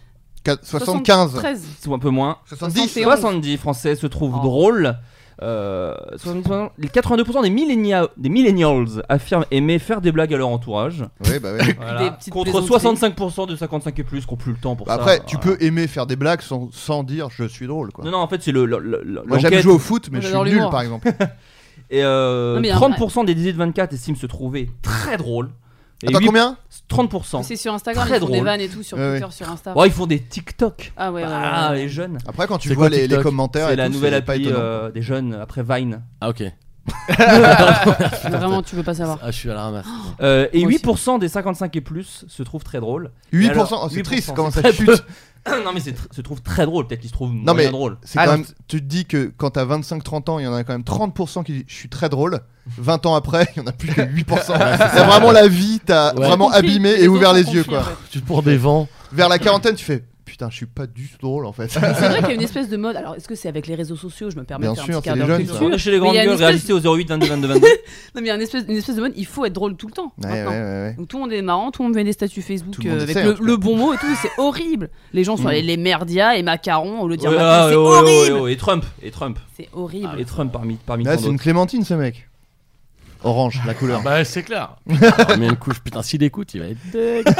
[SPEAKER 8] Quatre- 75,
[SPEAKER 9] 13
[SPEAKER 7] c'est un peu moins.
[SPEAKER 8] 70.
[SPEAKER 9] C'est
[SPEAKER 7] 70 Français se trouvent
[SPEAKER 9] Oh.
[SPEAKER 7] drôles. Euh, 70% les 82% des, millennia- des millennials affirment aimer faire des blagues à leur entourage.
[SPEAKER 8] Oui, bah ouais.
[SPEAKER 7] Voilà.
[SPEAKER 9] petites
[SPEAKER 7] Contre
[SPEAKER 9] plaisanteries.
[SPEAKER 7] 65% de 55 et plus qui ont plus le temps pour
[SPEAKER 8] Bah
[SPEAKER 7] ça.
[SPEAKER 8] Après, tu
[SPEAKER 7] Voilà.
[SPEAKER 8] peux aimer faire des blagues sans, sans dire je suis drôle quoi.
[SPEAKER 7] Non, non, en fait, c'est le. le- le-
[SPEAKER 8] Moi j'aime
[SPEAKER 7] l'enquête.
[SPEAKER 8] jouer au foot, mais je suis
[SPEAKER 9] J'adore
[SPEAKER 8] nul
[SPEAKER 9] l'humour.
[SPEAKER 8] par exemple.
[SPEAKER 7] Et euh,
[SPEAKER 9] Non, mais
[SPEAKER 7] 30% des 18-24 estiment se trouver très drôles. Et
[SPEAKER 8] Attends,
[SPEAKER 7] huit-
[SPEAKER 8] combien
[SPEAKER 9] Mais
[SPEAKER 7] 30%.
[SPEAKER 9] C'est sur Instagram,
[SPEAKER 7] Très
[SPEAKER 9] ils font des
[SPEAKER 7] drôle.
[SPEAKER 9] vannes et tout, sur
[SPEAKER 8] Ouais,
[SPEAKER 9] Twitter, sur Insta.
[SPEAKER 7] Oh, ils font des TikTok.
[SPEAKER 9] Ah ouais, ouais, ouais,
[SPEAKER 7] Ah,
[SPEAKER 9] ouais.
[SPEAKER 7] les jeunes.
[SPEAKER 8] Après, quand tu
[SPEAKER 6] C'est
[SPEAKER 8] vois
[SPEAKER 6] quoi,
[SPEAKER 8] les, les
[SPEAKER 6] TikTok
[SPEAKER 8] commentaires,
[SPEAKER 7] C'est
[SPEAKER 8] et
[SPEAKER 7] la
[SPEAKER 8] tout,
[SPEAKER 7] nouvelle
[SPEAKER 8] c'est pas
[SPEAKER 7] appli
[SPEAKER 8] étonnant.
[SPEAKER 7] euh, des jeunes après Vine.
[SPEAKER 6] Ah, ok.
[SPEAKER 9] Vraiment, tu veux pas savoir.
[SPEAKER 6] Ah, je suis à la ramasse.
[SPEAKER 7] Euh, et
[SPEAKER 9] Moi aussi.
[SPEAKER 7] 8% des 55 et plus se trouvent très drôles. Et
[SPEAKER 8] 8%,
[SPEAKER 7] alors,
[SPEAKER 8] oh, c'est
[SPEAKER 7] 8%,
[SPEAKER 8] triste comment ça
[SPEAKER 7] très
[SPEAKER 8] chute.
[SPEAKER 7] peu. non, mais c'est tr- se trouve très drôle, peut-être qu'il se trouve
[SPEAKER 8] Non, mais
[SPEAKER 7] moyen drôle.
[SPEAKER 8] c'est quand même, tu te dis que quand t'as 25-30 ans, il y en a quand même 30% qui disent je suis très drôle. 20 ans après, il y en a plus que 8%. c'est vraiment la vie, t'as
[SPEAKER 6] Ouais.
[SPEAKER 8] vraiment
[SPEAKER 9] Conflit,
[SPEAKER 8] abîmé
[SPEAKER 9] les
[SPEAKER 8] et ouvert
[SPEAKER 9] autres
[SPEAKER 8] les
[SPEAKER 9] conflits,
[SPEAKER 8] yeux.
[SPEAKER 9] en
[SPEAKER 8] quoi.
[SPEAKER 9] fait.
[SPEAKER 6] Tu te prends des vents.
[SPEAKER 8] Vers la quarantaine, tu fais putain, je suis pas du tout drôle en fait.
[SPEAKER 9] C'est vrai qu'il y a une espèce de mode. Alors, est-ce que c'est avec les réseaux sociaux Je me permets
[SPEAKER 8] Bien
[SPEAKER 9] de faire
[SPEAKER 8] sûr,
[SPEAKER 9] un petit
[SPEAKER 8] c'est
[SPEAKER 9] quart
[SPEAKER 8] les
[SPEAKER 9] d'heure
[SPEAKER 8] jeunes,
[SPEAKER 9] culture.
[SPEAKER 8] ça.
[SPEAKER 9] Non,
[SPEAKER 7] Culture, Chez les
[SPEAKER 9] Mais il
[SPEAKER 7] grandes
[SPEAKER 9] y a une
[SPEAKER 7] gueules,
[SPEAKER 9] espèce-
[SPEAKER 7] réagissez au 08 22 22 22.
[SPEAKER 9] mais il y a une espèce, une espèce de mode. Il faut être drôle tout le temps.
[SPEAKER 8] Ouais, ouais,
[SPEAKER 9] maintenant.
[SPEAKER 8] ouais, ouais.
[SPEAKER 9] Donc, tout le monde est marrant, tout le monde met des statuts Facebook
[SPEAKER 8] Tout le monde
[SPEAKER 9] euh, avec
[SPEAKER 8] essaie, en
[SPEAKER 9] le,
[SPEAKER 8] tout cas.
[SPEAKER 9] le bon mot et tout. et C'est horrible. Les gens sont
[SPEAKER 7] Mm.
[SPEAKER 9] allés les merdias et macarons au lieu de dire
[SPEAKER 7] Ouais, ah,
[SPEAKER 9] macron,
[SPEAKER 7] ouais,
[SPEAKER 9] c'est
[SPEAKER 7] ouais, ouais,
[SPEAKER 9] horrible.
[SPEAKER 7] ouais, ouais, Et Trump, et Trump,
[SPEAKER 9] C'est horrible.
[SPEAKER 7] et Trump parmi parmi
[SPEAKER 8] Là,
[SPEAKER 7] tant
[SPEAKER 8] c'est une
[SPEAKER 7] d'autres.
[SPEAKER 8] clémentine ce mec. Orange, la
[SPEAKER 6] Ah
[SPEAKER 8] couleur.
[SPEAKER 6] bah c'est clair. Alors, Ah, mais une couche, putain, s'il écoute, il va être deg.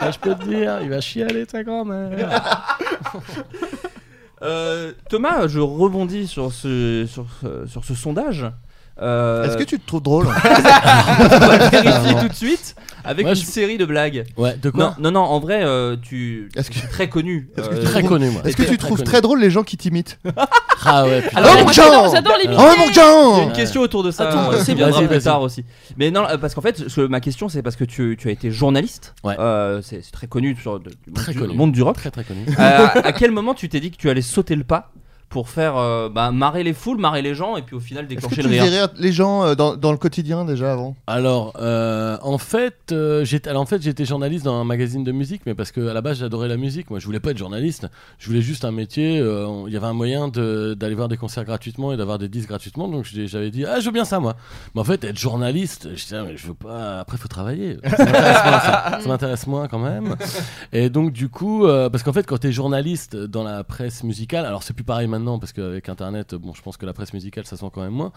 [SPEAKER 6] Ah, je peux te dire, il va chialer ta grand-mère.
[SPEAKER 7] Euh, Thomas, je rebondis sur ce sur ce, sur ce sondage.
[SPEAKER 6] bah,
[SPEAKER 7] Euh,
[SPEAKER 8] Est-ce que tu te trouves drôle
[SPEAKER 7] on va vérifier tout de suite avec
[SPEAKER 6] Moi,
[SPEAKER 7] une
[SPEAKER 6] je-
[SPEAKER 7] série de blagues
[SPEAKER 6] Ouais, de
[SPEAKER 7] Non,
[SPEAKER 6] quoi
[SPEAKER 7] non, non, en vrai, euh, tu
[SPEAKER 8] Est-ce que-
[SPEAKER 7] t'es très connu.
[SPEAKER 8] Est-ce que
[SPEAKER 7] euh,
[SPEAKER 8] tu-
[SPEAKER 6] Très connu, moi.
[SPEAKER 8] Est-ce que tu
[SPEAKER 6] Très
[SPEAKER 8] trouves
[SPEAKER 6] connu.
[SPEAKER 8] très drôle les gens qui t'imitent
[SPEAKER 6] Ah ouais, putain.
[SPEAKER 8] Alors,
[SPEAKER 9] Ouais, moi,
[SPEAKER 8] mon
[SPEAKER 9] j'adore-
[SPEAKER 8] Jean
[SPEAKER 9] J'adore les
[SPEAKER 6] Ah,
[SPEAKER 9] vidéos.
[SPEAKER 8] Oh mon
[SPEAKER 7] Il y a
[SPEAKER 8] Jean
[SPEAKER 7] une question autour de ça.
[SPEAKER 6] Attends,
[SPEAKER 7] euh, qui
[SPEAKER 6] c'est
[SPEAKER 7] viendra
[SPEAKER 6] bon.
[SPEAKER 7] plus
[SPEAKER 6] Vas-y,
[SPEAKER 7] tard aussi. Mais non, euh, parce qu'en fait, ce- ma question, c'est parce que tu, tu as été journaliste.
[SPEAKER 6] Ouais.
[SPEAKER 7] Euh, c'est c'est très connu sur le
[SPEAKER 6] Très connu.
[SPEAKER 7] monde du rock.
[SPEAKER 6] Très très connu.
[SPEAKER 7] Euh, à à quel moment tu t'es dit que tu allais sauter le pas pour faire euh, bah, marrer les foules, marrer les gens et puis au final
[SPEAKER 8] Est-ce que
[SPEAKER 7] déclencher
[SPEAKER 8] tu
[SPEAKER 7] le
[SPEAKER 8] faisais
[SPEAKER 7] rire
[SPEAKER 8] rire les gens euh, dans, dans le quotidien déjà avant
[SPEAKER 6] Alors, euh, en fait, euh, j'étais, alors en fait, j'étais journaliste dans un magazine de musique, mais parce que à la base, j'adorais la musique. Moi, je voulais pas être journaliste. Je voulais juste un métier. euh, on- Il y avait un moyen de- d'aller voir des concerts gratuitement et d'avoir des disques gratuitement. Donc, j'ai- j'avais dit, ah, je veux bien ça, moi. Mais en fait, être journaliste, je disais, Ah, mais je veux pas. Après, faut travailler. Ça m'intéresse moins, ça. Ça m'intéresse moins quand même. Et donc, du coup, euh, parce qu'en fait, quand t'es journaliste dans la presse musicale, alors c'est plus pareil maintenant parce qu'avec Internet, bon, je pense que la presse musicale, ça se vend quand même moins.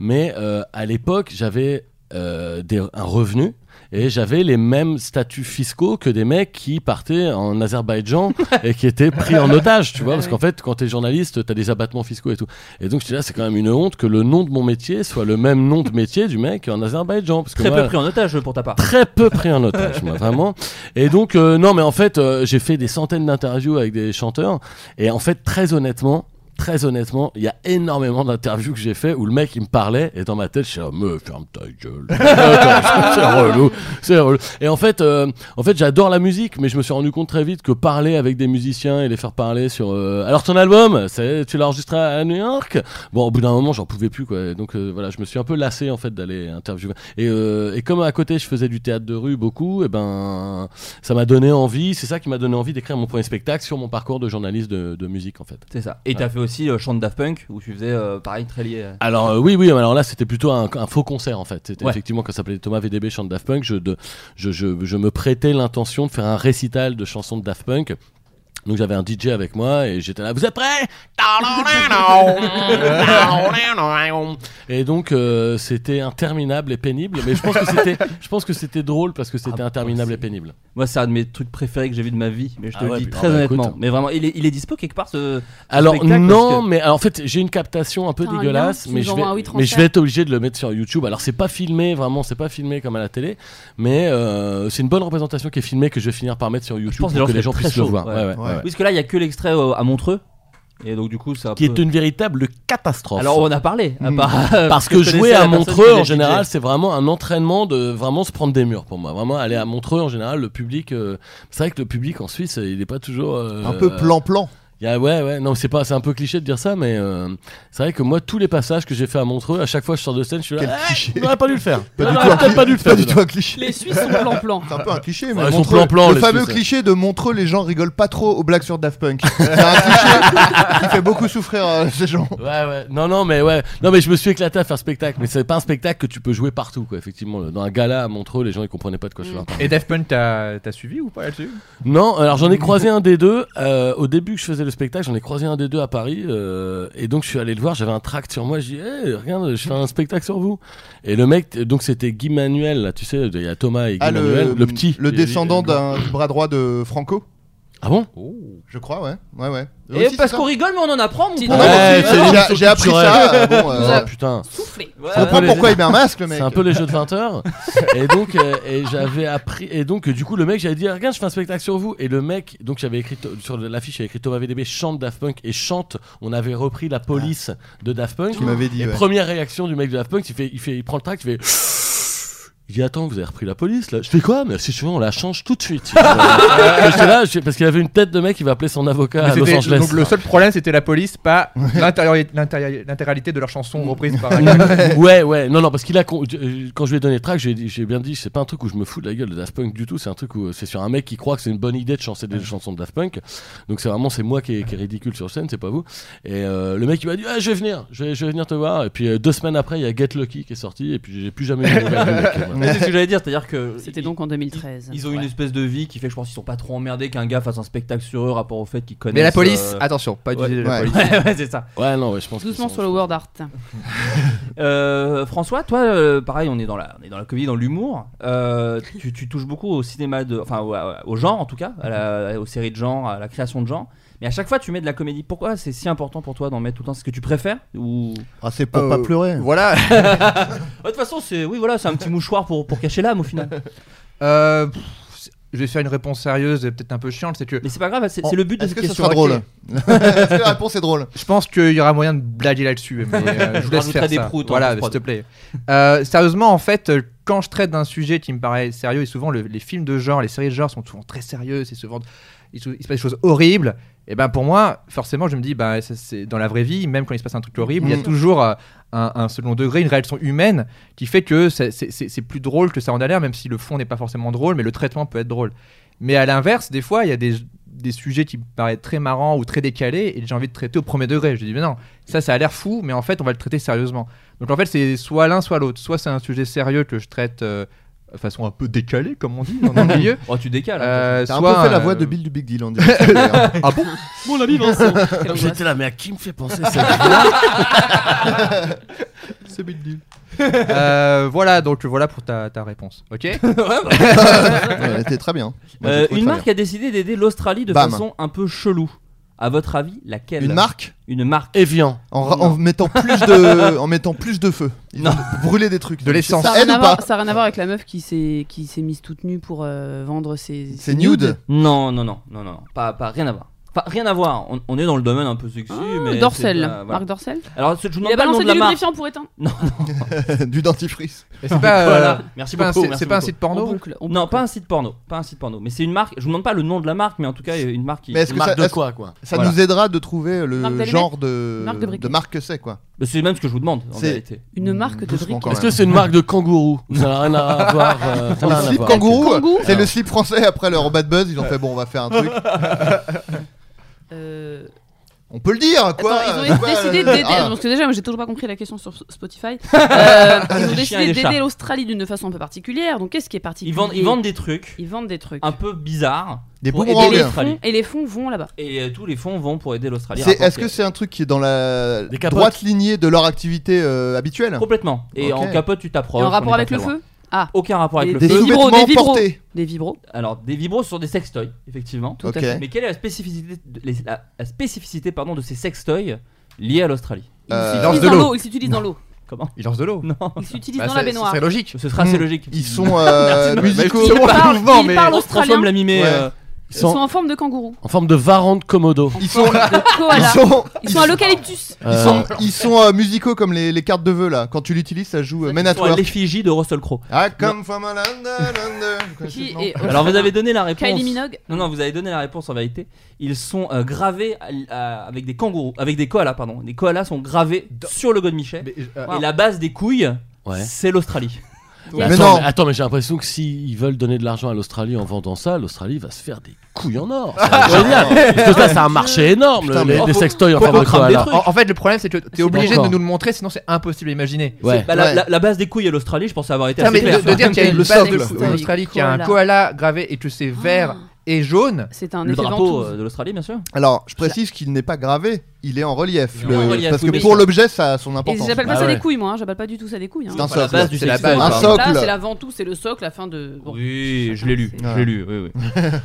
[SPEAKER 6] Mais euh, à l'époque, j'avais euh, des- un revenu et j'avais les mêmes statuts fiscaux que des mecs qui partaient en Azerbaïdjan et qui étaient pris en otage, tu vois, parce qu'en fait, quand t'es journaliste, t'as des abattements fiscaux et tout. Et donc, je là, c'est quand même une honte que le nom de mon métier soit le même nom de métier du mec en Azerbaïdjan. Parce que
[SPEAKER 7] Très
[SPEAKER 6] moi,
[SPEAKER 7] peu pris en otage pour ta part.
[SPEAKER 6] très peu pris en otage, moi, vraiment. Et donc, euh, non, mais en fait, euh, j'ai fait des centaines d'interviews avec des chanteurs. Et en fait, très honnêtement, très honnêtement, il y a énormément d'interviews que j'ai fait où le mec, il me parlait. Et dans ma tête, je suis là, me ferme ta gueule. c'est relou. C'est relou. Et en fait, euh, en fait j'adore la musique, mais je me suis rendu compte très vite que parler avec des musiciens et les faire parler sur. euh, Alors, ton album, c'est- tu l'as enregistré à New York Bon, au bout d'un moment, j'en pouvais plus, quoi. Et Donc, euh, voilà, je me suis un peu lassé, en fait, d'aller interviewer. Et, euh, et comme à côté, je faisais du théâtre de rue beaucoup, et ben, ça m'a donné envie, c'est ça qui m'a donné envie d'écrire mon premier spectacle sur mon parcours de journaliste de, de musique, en fait.
[SPEAKER 7] C'est ça. Et t'as fait aussi euh, chant de Daft Punk où tu faisais euh, pareil très lié. à-
[SPEAKER 6] Alors euh, oui, oui, alors là c'était plutôt un, un faux concert en fait. C'était
[SPEAKER 7] Ouais.
[SPEAKER 6] effectivement quand ça s'appelait Thomas VDB chante Daft Punk, je, de- je, je, je me prêtais l'intention de faire un récital de chansons de Daft Punk. Donc j'avais un DJ avec moi et j'étais là, vous êtes prêts Et donc euh, c'était interminable et pénible, mais je pense que c'était, je pense que c'était drôle parce que c'était
[SPEAKER 7] Ah,
[SPEAKER 6] interminable et
[SPEAKER 7] possible.
[SPEAKER 6] pénible.
[SPEAKER 7] Moi, c'est un de mes trucs préférés que j'ai vu de ma vie, mais je te
[SPEAKER 6] Ah
[SPEAKER 7] le
[SPEAKER 6] ouais,
[SPEAKER 7] dis
[SPEAKER 6] puis-
[SPEAKER 7] très
[SPEAKER 6] ah bah, écoute.
[SPEAKER 7] honnêtement. Mais vraiment, il est, il est dispo quelque part ce.
[SPEAKER 6] Alors
[SPEAKER 7] spectacle,
[SPEAKER 6] non,
[SPEAKER 7] parce que-
[SPEAKER 6] mais alors, en fait j'ai une captation un peu
[SPEAKER 9] T'as un
[SPEAKER 6] dégueulasse,
[SPEAKER 9] lien, tu
[SPEAKER 6] mais
[SPEAKER 9] nous
[SPEAKER 6] je, vais,
[SPEAKER 9] envoies un oui transfert.
[SPEAKER 6] mais je vais être obligé de le mettre sur YouTube. Alors c'est pas filmé vraiment, c'est pas filmé comme à la télé, mais euh, c'est une bonne représentation qui est filmée que je vais finir par mettre sur YouTube
[SPEAKER 7] pense que
[SPEAKER 6] pour
[SPEAKER 7] les
[SPEAKER 6] que les
[SPEAKER 7] gens
[SPEAKER 6] gens
[SPEAKER 7] seraient
[SPEAKER 6] puissent
[SPEAKER 7] très
[SPEAKER 6] le
[SPEAKER 7] chauds,
[SPEAKER 6] voir.
[SPEAKER 7] ouais.
[SPEAKER 6] Ouais, ouais,
[SPEAKER 8] Ouais.
[SPEAKER 6] ouais.
[SPEAKER 7] Oui, parce que là, il y a que l'extrait euh, à Montreux. Et donc, du coup, ça.
[SPEAKER 6] Qui est une véritable catastrophe.
[SPEAKER 7] Alors, on en a parlé. à
[SPEAKER 8] Mm.
[SPEAKER 7] part-
[SPEAKER 6] Hmm.
[SPEAKER 7] euh,
[SPEAKER 6] parce que
[SPEAKER 7] je connaissais
[SPEAKER 6] jouer
[SPEAKER 7] la
[SPEAKER 6] à
[SPEAKER 7] personne qui
[SPEAKER 6] Montreux
[SPEAKER 7] l'a
[SPEAKER 6] en
[SPEAKER 7] DJ.
[SPEAKER 6] général, c'est vraiment un entraînement de vraiment se prendre des murs pour moi. Vraiment aller à Montreux en général, le public, euh, c'est vrai que le public en Suisse, il n'est pas toujours euh,
[SPEAKER 8] Un peu plan-plan.
[SPEAKER 6] Il y a- ouais, ouais, non, c'est pas, c'est un peu cliché de dire ça, mais euh, c'est vrai que moi, tous les passages que j'ai fait à Montreux, à chaque fois que je sors de scène, je suis là.
[SPEAKER 8] Quel
[SPEAKER 6] Ah,
[SPEAKER 8] cliché.
[SPEAKER 6] on aurait pas dû le faire.
[SPEAKER 8] Pas
[SPEAKER 6] On
[SPEAKER 8] du
[SPEAKER 6] aurait
[SPEAKER 8] tout un
[SPEAKER 6] peut-être
[SPEAKER 8] cliché.
[SPEAKER 6] pas dû le faire.
[SPEAKER 8] Pas du
[SPEAKER 6] dis
[SPEAKER 8] tout un cliché.
[SPEAKER 9] Les Suisses sont plan-plan.
[SPEAKER 8] C'est un peu un cliché, mais
[SPEAKER 6] Ouais, ils sont
[SPEAKER 8] Montreux-
[SPEAKER 6] plan-plan,
[SPEAKER 8] le
[SPEAKER 6] les
[SPEAKER 8] fameux
[SPEAKER 6] Suisses.
[SPEAKER 8] cliché de Montreux, les gens rigolent pas trop aux blagues sur Daft Punk. C'est un cliché qui fait beaucoup souffrir euh, ces gens.
[SPEAKER 6] donc. Ouais, ouais. Non, non, mais ouais. Non, mais je me suis éclaté à faire spectacle. Mais c'est pas un spectacle que tu peux jouer partout, quoi. Effectivement, dans un gala à Montreux, les gens ils comprenaient pas de quoi je
[SPEAKER 9] Mm.
[SPEAKER 6] parlais.
[SPEAKER 10] Et Daft Punk, t'as t'as suivi ou pas là-dessus
[SPEAKER 6] Non, alors j'en ai croisé un des deux. euh, au début que je faisais le spectacle, j'en ai croisé un des deux à Paris. euh, et donc je suis allé le voir, j'avais un tract sur moi. J'ai dit, Hey, regarde, je fais un spectacle sur vous. Et le mec, t- donc c'était Guy Manuel, là, tu sais, il y a Thomas et Guy
[SPEAKER 8] Ah,
[SPEAKER 6] Manuel, le, petit.
[SPEAKER 8] Le
[SPEAKER 6] Il- il-
[SPEAKER 8] descendant
[SPEAKER 6] il-
[SPEAKER 8] d'un du bras droit de Franco,
[SPEAKER 6] Ah bon
[SPEAKER 8] je crois, ouais. Ouais, ouais. Eux
[SPEAKER 7] Et
[SPEAKER 8] aussi,
[SPEAKER 7] parce
[SPEAKER 8] c'est
[SPEAKER 7] qu'on rigole, mais on en apprend, mon
[SPEAKER 9] Ouais,
[SPEAKER 8] ça
[SPEAKER 7] pauvre.
[SPEAKER 8] Ouais,
[SPEAKER 6] Ouais,
[SPEAKER 8] bah,
[SPEAKER 6] c'est
[SPEAKER 8] j'ai-
[SPEAKER 6] une
[SPEAKER 8] j'ai,
[SPEAKER 6] émission
[SPEAKER 8] j'ai appris ça. euh, bon, euh,
[SPEAKER 6] Ah, putain.
[SPEAKER 9] Soufflé.
[SPEAKER 7] Ouais,
[SPEAKER 8] je comprends
[SPEAKER 7] ouais,
[SPEAKER 8] pourquoi il met un masque, le mec.
[SPEAKER 6] C'est un peu les jeux de 20 heures. et donc, euh, et j'avais appris. Et donc, euh, du coup, le mec, j'avais dit, regarde, je fais un spectacle sur vous. Et le mec, donc, j'avais écrit to- sur l'affiche, j'avais écrit Thomas VDB chante Daft Punk et chante. On avait repris la police de Daft Punk.
[SPEAKER 8] Tu m'avais dit,
[SPEAKER 6] Et
[SPEAKER 8] ouais.
[SPEAKER 6] première réaction du mec de Daft Punk, il fait, il fait, il prend le track, il fait. Il dit attends vous avez repris la police là je fais quoi mais si tu veux on la change tout de suite Euh, j'étais là, je- parce qu'il avait une tête de mec qui va appeler son avocat
[SPEAKER 10] Mais
[SPEAKER 6] à Los
[SPEAKER 10] c'était-
[SPEAKER 6] Angeles
[SPEAKER 10] donc le seul problème c'était la police, pas l'intériori- l'intériori- l'intéralité de leur chanson reprise par.
[SPEAKER 6] Hmm. ouais, ouais, non, non, parce qu'il a. con- euh, Quand je lui ai donné le track, j'ai dit- j'ai bien dit, c'est pas un truc où je me fous de la gueule de Daft Punk du tout, c'est un truc où euh, c'est sur un mec qui croit que c'est une bonne idée de chanter des chansons de Daft Punk. Donc c'est vraiment, c'est moi qui est, qui est ridicule sur scène, c'est pas vous. Et euh, le mec, il m'a dit, ah, je vais venir, je vais, je vais venir te voir. Et puis euh, deux semaines après, il y a Get Lucky qui est sorti, et puis j'ai plus jamais eu de nouvelles du mec. Et voilà.
[SPEAKER 7] Mais c'est ce que j'allais dire, c'est-à-dire que.
[SPEAKER 9] C'était
[SPEAKER 7] ils-
[SPEAKER 9] donc en 2013.
[SPEAKER 7] Ils ont une espèce de vie qui fait que je pense qu'ils sont pas trop emmerdés qu'un gars fasse un spectacle sur eux rapport au fait qu'ils connaissent.
[SPEAKER 10] Mais la police,
[SPEAKER 6] ah,
[SPEAKER 7] euh,
[SPEAKER 10] attention, pas
[SPEAKER 7] ouais.
[SPEAKER 10] utiliser la
[SPEAKER 8] Ouais.
[SPEAKER 10] police.
[SPEAKER 7] Ouais, ouais, c'est ça.
[SPEAKER 6] Ouais, non, ouais, je pense qu'ils
[SPEAKER 9] Doucement
[SPEAKER 6] sont-
[SPEAKER 9] sur le word art.
[SPEAKER 7] Euh, François, toi, euh, pareil, on est dans la, on est dans la comédie, dans l'humour. Euh, tu, tu touches beaucoup au cinéma, de, enfin au, au genre en tout cas, à
[SPEAKER 10] Mhm.
[SPEAKER 7] la- aux séries de genre, à la création de genre. Mais à chaque fois, tu mets de la comédie. Pourquoi c'est si important pour toi d'en mettre tout le temps C'est ce que tu préfères ou
[SPEAKER 8] Ah, c'est pour
[SPEAKER 10] Euh,
[SPEAKER 8] pas pleurer.
[SPEAKER 10] Voilà.
[SPEAKER 7] Ouais, De toute façon, c'est oui, voilà, c'est un petit mouchoir pour, pour cacher l'âme au final.
[SPEAKER 10] Euh, pff, je vais faire une réponse sérieuse, et peut-être un peu chiante, c'est que
[SPEAKER 7] Mais c'est pas grave, c'est
[SPEAKER 10] Oh,
[SPEAKER 7] c'est le but de
[SPEAKER 8] Est-ce
[SPEAKER 7] cette
[SPEAKER 8] que ce
[SPEAKER 7] question.
[SPEAKER 8] sera drôle Est-ce que la réponse est drôle
[SPEAKER 10] Je pense qu'il y aura moyen de blaguer là-dessus, mais euh, je vous laisse
[SPEAKER 7] rajouterai
[SPEAKER 10] faire
[SPEAKER 7] des
[SPEAKER 10] ça.
[SPEAKER 7] proutes, hein,
[SPEAKER 10] voilà,
[SPEAKER 7] je
[SPEAKER 10] s'il
[SPEAKER 7] crois.
[SPEAKER 10] te plaît. Euh, sérieusement, en fait, euh, quand je traite d'un sujet qui me paraît sérieux, et souvent le- les films de genre, les séries de genre sont souvent très sérieuses, et souvent il, se il se passe des choses horribles. Et ben pour moi, forcément, je me dis, bah, ça, c'est dans la vraie vie, même quand il se passe un truc horrible,
[SPEAKER 7] Mm.
[SPEAKER 10] il y a
[SPEAKER 8] Mhm.
[SPEAKER 10] toujours euh, un, un second degré, une réaction humaine qui fait que c'est- c'est c'est- c'est plus drôle que ça en a l'air, même si le fond n'est pas forcément drôle, mais le traitement peut être drôle. Mais à l'inverse, des fois, il y a des, des sujets qui me paraissent très marrants ou très décalés et j'ai envie de traiter au premier degré. Je dis, mais non, ça, ça a l'air fou, mais en fait, on va le traiter sérieusement. Donc en fait, c'est soit l'un, soit l'autre. Soit c'est un sujet sérieux que je traite euh, de façon un peu décalée, comme on dit, dans le milieu.
[SPEAKER 7] Oh, tu décales. hein.
[SPEAKER 10] Euh,
[SPEAKER 8] T'as un
[SPEAKER 10] soit,
[SPEAKER 8] peu fait la voix
[SPEAKER 10] euh,
[SPEAKER 8] de Bill du Big Deal on dirait. D'ailleurs.
[SPEAKER 10] Ah bon
[SPEAKER 7] Mon ami Vincent.
[SPEAKER 6] J'étais là, mais à qui me fait penser ça
[SPEAKER 10] C'est Big Deal. Euh, voilà, donc voilà pour ta, ta réponse. Ok
[SPEAKER 8] Ouais, T'es très bien. Moi, j'ai
[SPEAKER 7] Euh,
[SPEAKER 8] trouvé
[SPEAKER 7] une
[SPEAKER 8] très
[SPEAKER 7] marque a décidé d'aider l'Australie de
[SPEAKER 8] Bam.
[SPEAKER 7] façon un peu chelou. À votre avis, laquelle
[SPEAKER 8] bien. Une marque
[SPEAKER 7] Une marque.
[SPEAKER 6] Evian.
[SPEAKER 8] en, ra- en mettant plus de en mettant plus de feu. Ils
[SPEAKER 7] Non.
[SPEAKER 8] vont brûler des trucs.
[SPEAKER 10] De l'essence.
[SPEAKER 8] Ça
[SPEAKER 9] Ça
[SPEAKER 8] aide ou
[SPEAKER 9] n'a rien, à
[SPEAKER 8] pas
[SPEAKER 9] voir- ça a rien à voir avec la meuf qui s'est qui s'est mise toute nue pour euh, vendre ses.
[SPEAKER 8] C'est nude.
[SPEAKER 7] Non, non, non, non, non, non. pas, pas rien à voir. Enfin, rien à voir. On, on est dans le domaine un peu sexy, mais
[SPEAKER 9] Dorsel,
[SPEAKER 7] c'est pas- voilà.
[SPEAKER 9] Ah, Marc Dorsel.
[SPEAKER 7] Alors, je vous
[SPEAKER 9] Il
[SPEAKER 7] demande
[SPEAKER 9] a
[SPEAKER 7] pas le nom
[SPEAKER 9] balancé
[SPEAKER 7] de la
[SPEAKER 9] du
[SPEAKER 7] marque.
[SPEAKER 9] lubrifiant pour éteindre.
[SPEAKER 8] du dentifrice.
[SPEAKER 10] Et C'est pas, euh,
[SPEAKER 7] Voilà. Merci
[SPEAKER 10] c'est pas un,
[SPEAKER 7] beaucoup.
[SPEAKER 10] c'est-
[SPEAKER 7] merci
[SPEAKER 10] c'est pas un
[SPEAKER 7] beaucoup.
[SPEAKER 10] site
[SPEAKER 9] On
[SPEAKER 10] porno
[SPEAKER 9] boucle, on
[SPEAKER 7] Non,
[SPEAKER 9] boucle.
[SPEAKER 7] pas un site porno, pas un site porno. Mais c'est une marque. Je vous demande pas le nom de la marque, mais en tout cas, une marque qui.
[SPEAKER 8] Mais est-ce
[SPEAKER 6] Une
[SPEAKER 8] que ça,
[SPEAKER 6] marque de
[SPEAKER 8] est-ce-
[SPEAKER 6] quoi, quoi
[SPEAKER 8] ça
[SPEAKER 7] Voilà.
[SPEAKER 8] nous aidera de trouver
[SPEAKER 9] Marque
[SPEAKER 8] le
[SPEAKER 9] d'allumettes
[SPEAKER 8] genre de
[SPEAKER 9] Marque de briquet.
[SPEAKER 8] de marque que c'est quoi
[SPEAKER 7] C'est même ce que je vous demande en
[SPEAKER 8] C'est-
[SPEAKER 7] vérité.
[SPEAKER 9] Une marque de
[SPEAKER 8] Doucement,
[SPEAKER 9] briques.
[SPEAKER 8] quand
[SPEAKER 6] Est-ce que
[SPEAKER 8] même.
[SPEAKER 6] c'est une marque de kangourou Ça n'a rien à voir. euh, ça n'a
[SPEAKER 8] le
[SPEAKER 6] rien à
[SPEAKER 8] slip
[SPEAKER 6] voir.
[SPEAKER 8] kangourou,
[SPEAKER 9] Kangou.
[SPEAKER 8] c'est le slip français après leur bad buzz, ils ont fait bon, on va faire un truc.
[SPEAKER 9] Euh,
[SPEAKER 8] On peut le dire quoi.
[SPEAKER 9] Attends, ils
[SPEAKER 8] C'est
[SPEAKER 9] ont
[SPEAKER 8] quoi,
[SPEAKER 9] décidé
[SPEAKER 8] euh,
[SPEAKER 9] d'aider.
[SPEAKER 8] ah.
[SPEAKER 9] Parce que déjà, moi, j'ai toujours pas compris la question sur Spotify. Euh, ils ont
[SPEAKER 7] Des chiens et
[SPEAKER 9] décidé
[SPEAKER 7] des chats.
[SPEAKER 9] d'aider l'Australie d'une façon un peu particulière. Donc, qu'est-ce qui est particulier
[SPEAKER 7] Ils vendent, ils vendent des trucs
[SPEAKER 9] Ils vendent des trucs.
[SPEAKER 7] un peu bizarres.
[SPEAKER 8] Des
[SPEAKER 7] pour
[SPEAKER 8] boomerangs.
[SPEAKER 7] aider
[SPEAKER 9] et, les
[SPEAKER 7] l'Australie.
[SPEAKER 9] fonds, et les fonds vont là-bas.
[SPEAKER 7] Et euh, tous les fonds vont pour aider l'Australie.
[SPEAKER 8] C'est-
[SPEAKER 7] Rapport
[SPEAKER 8] Est-ce que
[SPEAKER 7] qu'il y
[SPEAKER 8] c'est un truc qui est dans la
[SPEAKER 6] Des capotes.
[SPEAKER 8] droite lignée de leur activité euh, habituelle
[SPEAKER 7] a- complètement Et
[SPEAKER 8] Ok.
[SPEAKER 7] en capote, tu
[SPEAKER 9] Et
[SPEAKER 7] t'approches.
[SPEAKER 9] en
[SPEAKER 7] on est
[SPEAKER 9] rapport
[SPEAKER 7] pas
[SPEAKER 9] avec
[SPEAKER 7] très
[SPEAKER 9] le
[SPEAKER 7] loin.
[SPEAKER 9] feu
[SPEAKER 7] Aucun rapport avec
[SPEAKER 9] Et
[SPEAKER 7] le
[SPEAKER 8] Des
[SPEAKER 7] feu.
[SPEAKER 9] vibros,
[SPEAKER 8] sous-vêtements
[SPEAKER 9] des vibros.
[SPEAKER 8] portés.
[SPEAKER 9] Des vibros.
[SPEAKER 7] Alors, des vibros ce sont des sextoys, effectivement.
[SPEAKER 8] Ok.
[SPEAKER 7] Mais quelle est la spécificité, de, les- la, la spécificité pardon, de ces sextoys liés à l'Australie
[SPEAKER 9] Ils
[SPEAKER 8] Euh,
[SPEAKER 9] s'utilisent
[SPEAKER 10] lance de
[SPEAKER 9] dans
[SPEAKER 10] l'eau.
[SPEAKER 9] l'eau. Ils s'utilisent dans l'eau.
[SPEAKER 7] Comment
[SPEAKER 10] Ils lancent de l'eau.
[SPEAKER 7] Non,
[SPEAKER 9] Ils s'utilisent
[SPEAKER 10] Bah,
[SPEAKER 9] dans la
[SPEAKER 10] c'est- ce
[SPEAKER 9] baignoire.
[SPEAKER 10] serait logique.
[SPEAKER 7] ce sera assez
[SPEAKER 8] Hmm.
[SPEAKER 7] logique.
[SPEAKER 8] Ils sont euh,
[SPEAKER 7] Merci.
[SPEAKER 8] musicaux.
[SPEAKER 10] Justement,
[SPEAKER 9] parlent-
[SPEAKER 10] le mouvement,
[SPEAKER 9] ils
[SPEAKER 10] mais-
[SPEAKER 9] parlent
[SPEAKER 7] Oh, François
[SPEAKER 9] australien.
[SPEAKER 7] me l'a mimé.
[SPEAKER 8] Ouais.
[SPEAKER 7] euh,
[SPEAKER 9] Ils sont en forme de kangourou.
[SPEAKER 6] En forme de varante Komodo.
[SPEAKER 8] Ils sont
[SPEAKER 9] De koala.
[SPEAKER 8] ils sont
[SPEAKER 9] Ils sont à l'eucalyptus.
[SPEAKER 8] ils sont, ils sont, euh, musicaux comme les, les cartes de vœux là. Quand tu l'utilises, ça joue euh, Men
[SPEAKER 7] ils
[SPEAKER 8] at
[SPEAKER 7] sont à
[SPEAKER 8] Work.
[SPEAKER 7] l'effigie de Russell Crowe.
[SPEAKER 8] Ah, come from a land, land, land.
[SPEAKER 9] Qui
[SPEAKER 8] Non.
[SPEAKER 9] est-
[SPEAKER 7] Alors vous avez donné la réponse.
[SPEAKER 9] Kylie Minogue.
[SPEAKER 7] Non, non, vous avez donné la réponse en vérité. Ils sont euh, gravés à l- à- avec des kangourous, avec des koalas, pardon. Les koalas sont gravés sur le godemichet.
[SPEAKER 10] Mais, euh,
[SPEAKER 7] Et la base des couilles,
[SPEAKER 6] Ouais.
[SPEAKER 7] c'est l'Australie.
[SPEAKER 6] Mais
[SPEAKER 8] Mais
[SPEAKER 6] attends,
[SPEAKER 8] non.
[SPEAKER 6] mais, attends, mais j'ai l'impression que s'ils veulent donner de l'argent à l'Australie en vendant ça, l'Australie va se faire des couilles en or. Ça va
[SPEAKER 7] Ah,
[SPEAKER 6] être génial. Parce que ça, c'est un marché énorme,
[SPEAKER 8] Putain,
[SPEAKER 6] les,
[SPEAKER 8] mais-
[SPEAKER 6] les sextoys en
[SPEAKER 7] faut-
[SPEAKER 6] forme de
[SPEAKER 7] faut cramer
[SPEAKER 6] koala.
[SPEAKER 7] des
[SPEAKER 10] En, en fait, le problème, c'est que t'es obligé
[SPEAKER 6] d'accord.
[SPEAKER 10] de nous le montrer, sinon c'est impossible à imaginer.
[SPEAKER 6] Ouais.
[SPEAKER 7] Bah, la,
[SPEAKER 8] Ouais.
[SPEAKER 7] la- la base des couilles à l'australie, je pensais avoir été
[SPEAKER 10] Putain,
[SPEAKER 7] assez
[SPEAKER 10] mais
[SPEAKER 7] clair.
[SPEAKER 10] de, de dire qu'il y a une
[SPEAKER 8] Le
[SPEAKER 10] base
[SPEAKER 8] socle.
[SPEAKER 10] de fou en Australie qui a un
[SPEAKER 9] Koala.
[SPEAKER 10] koala gravé et que c'est vert et jaune.
[SPEAKER 9] C'est un
[SPEAKER 7] le
[SPEAKER 9] effet
[SPEAKER 7] drapeau
[SPEAKER 9] ventouse.
[SPEAKER 7] euh, de l'Australie, bien sûr.
[SPEAKER 8] Alors, je précise qu'il n'est pas gravé, il est en relief.
[SPEAKER 7] Il est en
[SPEAKER 8] le-
[SPEAKER 7] relief,
[SPEAKER 8] parce
[SPEAKER 7] oui,
[SPEAKER 8] que
[SPEAKER 7] mais-
[SPEAKER 8] pour l'objet, ça a son
[SPEAKER 9] Et
[SPEAKER 8] importance.
[SPEAKER 9] j'appelle pas
[SPEAKER 6] Bah
[SPEAKER 9] ça
[SPEAKER 6] ouais.
[SPEAKER 9] des couilles, moi. hein, J'appelle pas du tout ça des couilles. hein.
[SPEAKER 8] C'est un
[SPEAKER 7] C'est la
[SPEAKER 8] socle.
[SPEAKER 7] base du
[SPEAKER 10] C'est la
[SPEAKER 7] sextoy,
[SPEAKER 10] base.
[SPEAKER 8] Un
[SPEAKER 7] pardon.
[SPEAKER 8] socle.
[SPEAKER 9] Là, c'est la ventouse, c'est le socle, la fin de. bon.
[SPEAKER 7] Oui, je l'ai lu,
[SPEAKER 9] C'est-
[SPEAKER 7] je l'ai lu, oui, oui.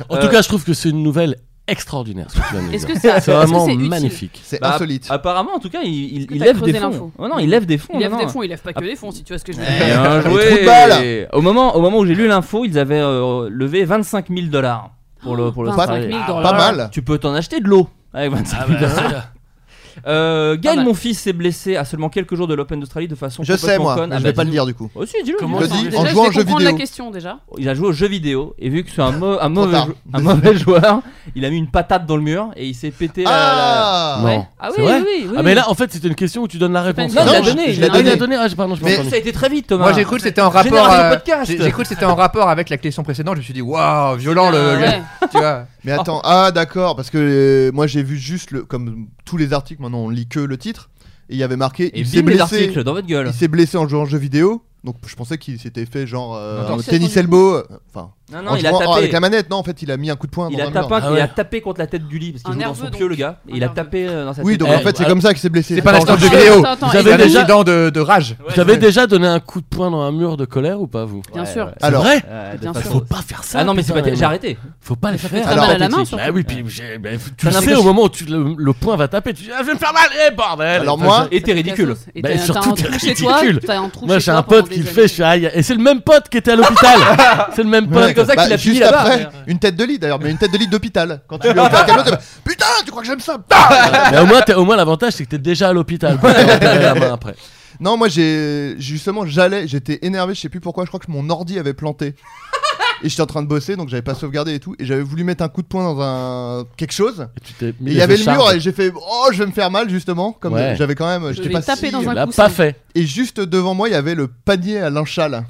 [SPEAKER 6] En
[SPEAKER 10] Euh.
[SPEAKER 6] tout cas, je trouve que c'est une nouvelle extraordinaire. ce que tu viens de nous
[SPEAKER 9] Est-ce
[SPEAKER 6] dire.
[SPEAKER 9] que c'est est-ce
[SPEAKER 6] C'est
[SPEAKER 9] que
[SPEAKER 6] vraiment
[SPEAKER 9] c'est utile
[SPEAKER 6] magnifique.
[SPEAKER 8] C'est
[SPEAKER 7] Bah,
[SPEAKER 8] insolite.
[SPEAKER 7] Apparemment, en tout cas, il, il-
[SPEAKER 9] Est-ce que
[SPEAKER 7] il
[SPEAKER 9] t'as
[SPEAKER 7] lève
[SPEAKER 9] creusé
[SPEAKER 7] des fonds.
[SPEAKER 9] l'info
[SPEAKER 7] Oh non, il lève des fonds.
[SPEAKER 9] Il lève
[SPEAKER 7] non,
[SPEAKER 9] des
[SPEAKER 7] non.
[SPEAKER 9] fonds, il lève pas que des fonds, si tu vois ce que je veux dire.
[SPEAKER 7] Bien
[SPEAKER 8] Les trous de balle.
[SPEAKER 7] joué. Au moment, au moment où j'ai lu l'info, ils avaient euh, levé 25 000 dollars pour le pour le
[SPEAKER 9] 25
[SPEAKER 7] travail.
[SPEAKER 9] 000
[SPEAKER 8] Pas
[SPEAKER 7] bah,
[SPEAKER 9] dollars.
[SPEAKER 8] mal. Ah bah,
[SPEAKER 7] Tu peux t'en acheter de l'eau avec 25 000 dollars. Euh, Gaël,
[SPEAKER 9] mal.
[SPEAKER 7] mon fils, s'est blessé à seulement quelques jours de l'Open d'Australie de façon
[SPEAKER 8] Je sais,
[SPEAKER 7] complètement
[SPEAKER 8] moi.
[SPEAKER 7] conne.
[SPEAKER 8] mais
[SPEAKER 7] Ah
[SPEAKER 8] je
[SPEAKER 7] bah,
[SPEAKER 8] vais pas le
[SPEAKER 7] dis-le.
[SPEAKER 8] dire du coup.
[SPEAKER 7] Oh, si, dis-le,
[SPEAKER 6] Comment
[SPEAKER 7] dis-le.
[SPEAKER 8] ça,
[SPEAKER 9] Déjà,
[SPEAKER 8] dis-
[SPEAKER 9] je
[SPEAKER 8] en
[SPEAKER 9] vais
[SPEAKER 8] jouant aux jeux
[SPEAKER 9] comprendre la
[SPEAKER 8] vidéo.
[SPEAKER 9] question déjà.
[SPEAKER 7] Il a joué aux jeux vidéo et vu que c'est un, mau- un mauvais,
[SPEAKER 8] tard.
[SPEAKER 7] jou- un mauvais joueur, il a mis une patate dans le mur et il s'est pété la- la.
[SPEAKER 8] Ah
[SPEAKER 6] Non.
[SPEAKER 7] Ouais. Ah oui,
[SPEAKER 6] C'est vrai
[SPEAKER 7] oui, oui, oui.
[SPEAKER 6] Ah mais là en fait c'était une question où tu donnes la réponse.
[SPEAKER 7] Non,
[SPEAKER 8] il l'a
[SPEAKER 7] donné,
[SPEAKER 8] il l'a
[SPEAKER 6] Ah, il
[SPEAKER 8] donné.
[SPEAKER 6] a donné. Ah j'ai- pardon, je
[SPEAKER 7] Mais
[SPEAKER 6] m'en
[SPEAKER 7] ça a été très vite, Thomas.
[SPEAKER 10] Moi j'ai cru que c'était en rapport.
[SPEAKER 7] Génération
[SPEAKER 10] euh,
[SPEAKER 7] podcast.
[SPEAKER 10] j'ai j'ai cru que c'était en rapport avec la question précédente. Je me suis dit waouh violent le. le-
[SPEAKER 9] Ouais.
[SPEAKER 10] Tu vois.
[SPEAKER 8] Mais attends, ah d'accord, parce que euh, moi j'ai vu juste le, comme tous les articles maintenant on lit que le titre et il y avait marqué
[SPEAKER 7] Et
[SPEAKER 8] il s'est
[SPEAKER 7] bim, les
[SPEAKER 8] blessé,
[SPEAKER 7] articles dans votre gueule.
[SPEAKER 8] il s'est blessé en jouant aux jeux vidéo. Donc je pensais qu'il s'était fait genre euh,
[SPEAKER 10] Non,
[SPEAKER 8] un
[SPEAKER 10] non.
[SPEAKER 8] tennis elbow, euh, enfin
[SPEAKER 7] Non,
[SPEAKER 8] en
[SPEAKER 7] non, il a
[SPEAKER 8] jouant- en- avec
[SPEAKER 7] tapé.
[SPEAKER 8] la manette. Non, en fait il a mis un coup de poing.
[SPEAKER 7] Il
[SPEAKER 8] dans
[SPEAKER 7] a,
[SPEAKER 8] un
[SPEAKER 7] tapé,
[SPEAKER 8] mur.
[SPEAKER 6] Ah
[SPEAKER 7] il
[SPEAKER 6] ouais.
[SPEAKER 7] a tapé contre la tête du lit parce qu'il
[SPEAKER 9] Un
[SPEAKER 7] joue dans
[SPEAKER 9] nerveux,
[SPEAKER 7] son
[SPEAKER 9] donc.
[SPEAKER 7] pieu, le gars. Et
[SPEAKER 9] Un
[SPEAKER 7] il a
[SPEAKER 9] nerveux.
[SPEAKER 7] tapé euh, dans sa
[SPEAKER 8] Oui,
[SPEAKER 7] tête.
[SPEAKER 8] donc
[SPEAKER 6] Eh,
[SPEAKER 8] en fait c'est
[SPEAKER 6] ouais.
[SPEAKER 8] comme ça qu'il s'est blessé.
[SPEAKER 10] C'est pas
[SPEAKER 8] Dans
[SPEAKER 10] l'instant
[SPEAKER 8] le
[SPEAKER 10] de jeu
[SPEAKER 8] jeu.
[SPEAKER 10] vidéo.
[SPEAKER 9] Attends, attends,
[SPEAKER 6] Vous
[SPEAKER 10] Il
[SPEAKER 6] avez
[SPEAKER 10] a
[SPEAKER 6] déjà-
[SPEAKER 10] déjà dents de, de rage.
[SPEAKER 6] Vous avez déjà donné un coup de poing dans un mur de colère ou pas vous
[SPEAKER 9] Bien
[SPEAKER 7] Ouais,
[SPEAKER 9] sûr.
[SPEAKER 7] ouais.
[SPEAKER 6] C'est
[SPEAKER 8] Alors,
[SPEAKER 6] vrai
[SPEAKER 7] Euh, de
[SPEAKER 9] Bien
[SPEAKER 7] façon-
[SPEAKER 9] sûr.
[SPEAKER 6] Faut pas faire ça.
[SPEAKER 7] Ah non, mais c'est
[SPEAKER 6] putain,
[SPEAKER 7] pas. J'ai arrêté.
[SPEAKER 6] Faut pas les faire.
[SPEAKER 9] Très
[SPEAKER 8] Alors,
[SPEAKER 9] mal à la main surtout.
[SPEAKER 6] Bah oui, puis j'ai- bah, tu
[SPEAKER 7] T'as
[SPEAKER 6] le sais
[SPEAKER 7] l'impression-
[SPEAKER 6] au moment où tu, le, le point va taper, tu dis ah, je vais me faire mal, eh bordel
[SPEAKER 8] Alors
[SPEAKER 6] Enfin,
[SPEAKER 8] moi-
[SPEAKER 7] Et t'es ridicule.
[SPEAKER 9] Et
[SPEAKER 6] Bah,
[SPEAKER 9] t'as- t'as
[SPEAKER 6] surtout,
[SPEAKER 9] un
[SPEAKER 6] t'es
[SPEAKER 9] trou chez toi,
[SPEAKER 6] ridicule.
[SPEAKER 9] t'as un trou
[SPEAKER 6] Moi
[SPEAKER 9] chez
[SPEAKER 6] j'ai
[SPEAKER 9] toi
[SPEAKER 6] un pote
[SPEAKER 9] pendant
[SPEAKER 6] qui
[SPEAKER 9] des
[SPEAKER 6] le fait, je
[SPEAKER 9] années.
[SPEAKER 6] fais aïe. Et c'est le même pote qui était à l'hôpital C'est le même
[SPEAKER 7] Ouais,
[SPEAKER 6] pote
[SPEAKER 7] comme ça
[SPEAKER 8] Bah,
[SPEAKER 7] qu'il a fini
[SPEAKER 8] juste
[SPEAKER 7] là-bas.
[SPEAKER 8] après, une tête de lit d'ailleurs, mais une tête de lit d'hôpital. Quand tu lui as offert quelqu'un, t'es- putain, tu crois que j'aime ça Bah
[SPEAKER 6] Mais au moins, t'es- au moins l'avantage c'est que t'es déjà à l'hôpital. T'as repéré la main après.
[SPEAKER 8] Non, moi j'ai justement j'allais, j'étais énervé, je sais plus pourquoi, je crois que mon ordi avait planté. et j'étais en train de bosser donc j'avais pas sauvegardé et tout et j'avais voulu mettre un coup de poing dans un quelque chose.
[SPEAKER 6] Et tu t'es mis
[SPEAKER 8] Et il
[SPEAKER 6] les
[SPEAKER 8] y avait
[SPEAKER 6] feux
[SPEAKER 8] le
[SPEAKER 6] charges.
[SPEAKER 8] mur et j'ai fait oh, je vais me faire mal justement comme
[SPEAKER 6] Ouais.
[SPEAKER 8] j'avais quand même
[SPEAKER 9] Je
[SPEAKER 8] j'étais
[SPEAKER 9] vais
[SPEAKER 8] pas
[SPEAKER 9] taper
[SPEAKER 8] si-
[SPEAKER 9] dans
[SPEAKER 6] Tu
[SPEAKER 9] un-
[SPEAKER 6] l'as
[SPEAKER 9] coussin.
[SPEAKER 6] pas fait.
[SPEAKER 8] et juste devant moi il y avait le panier à linchal.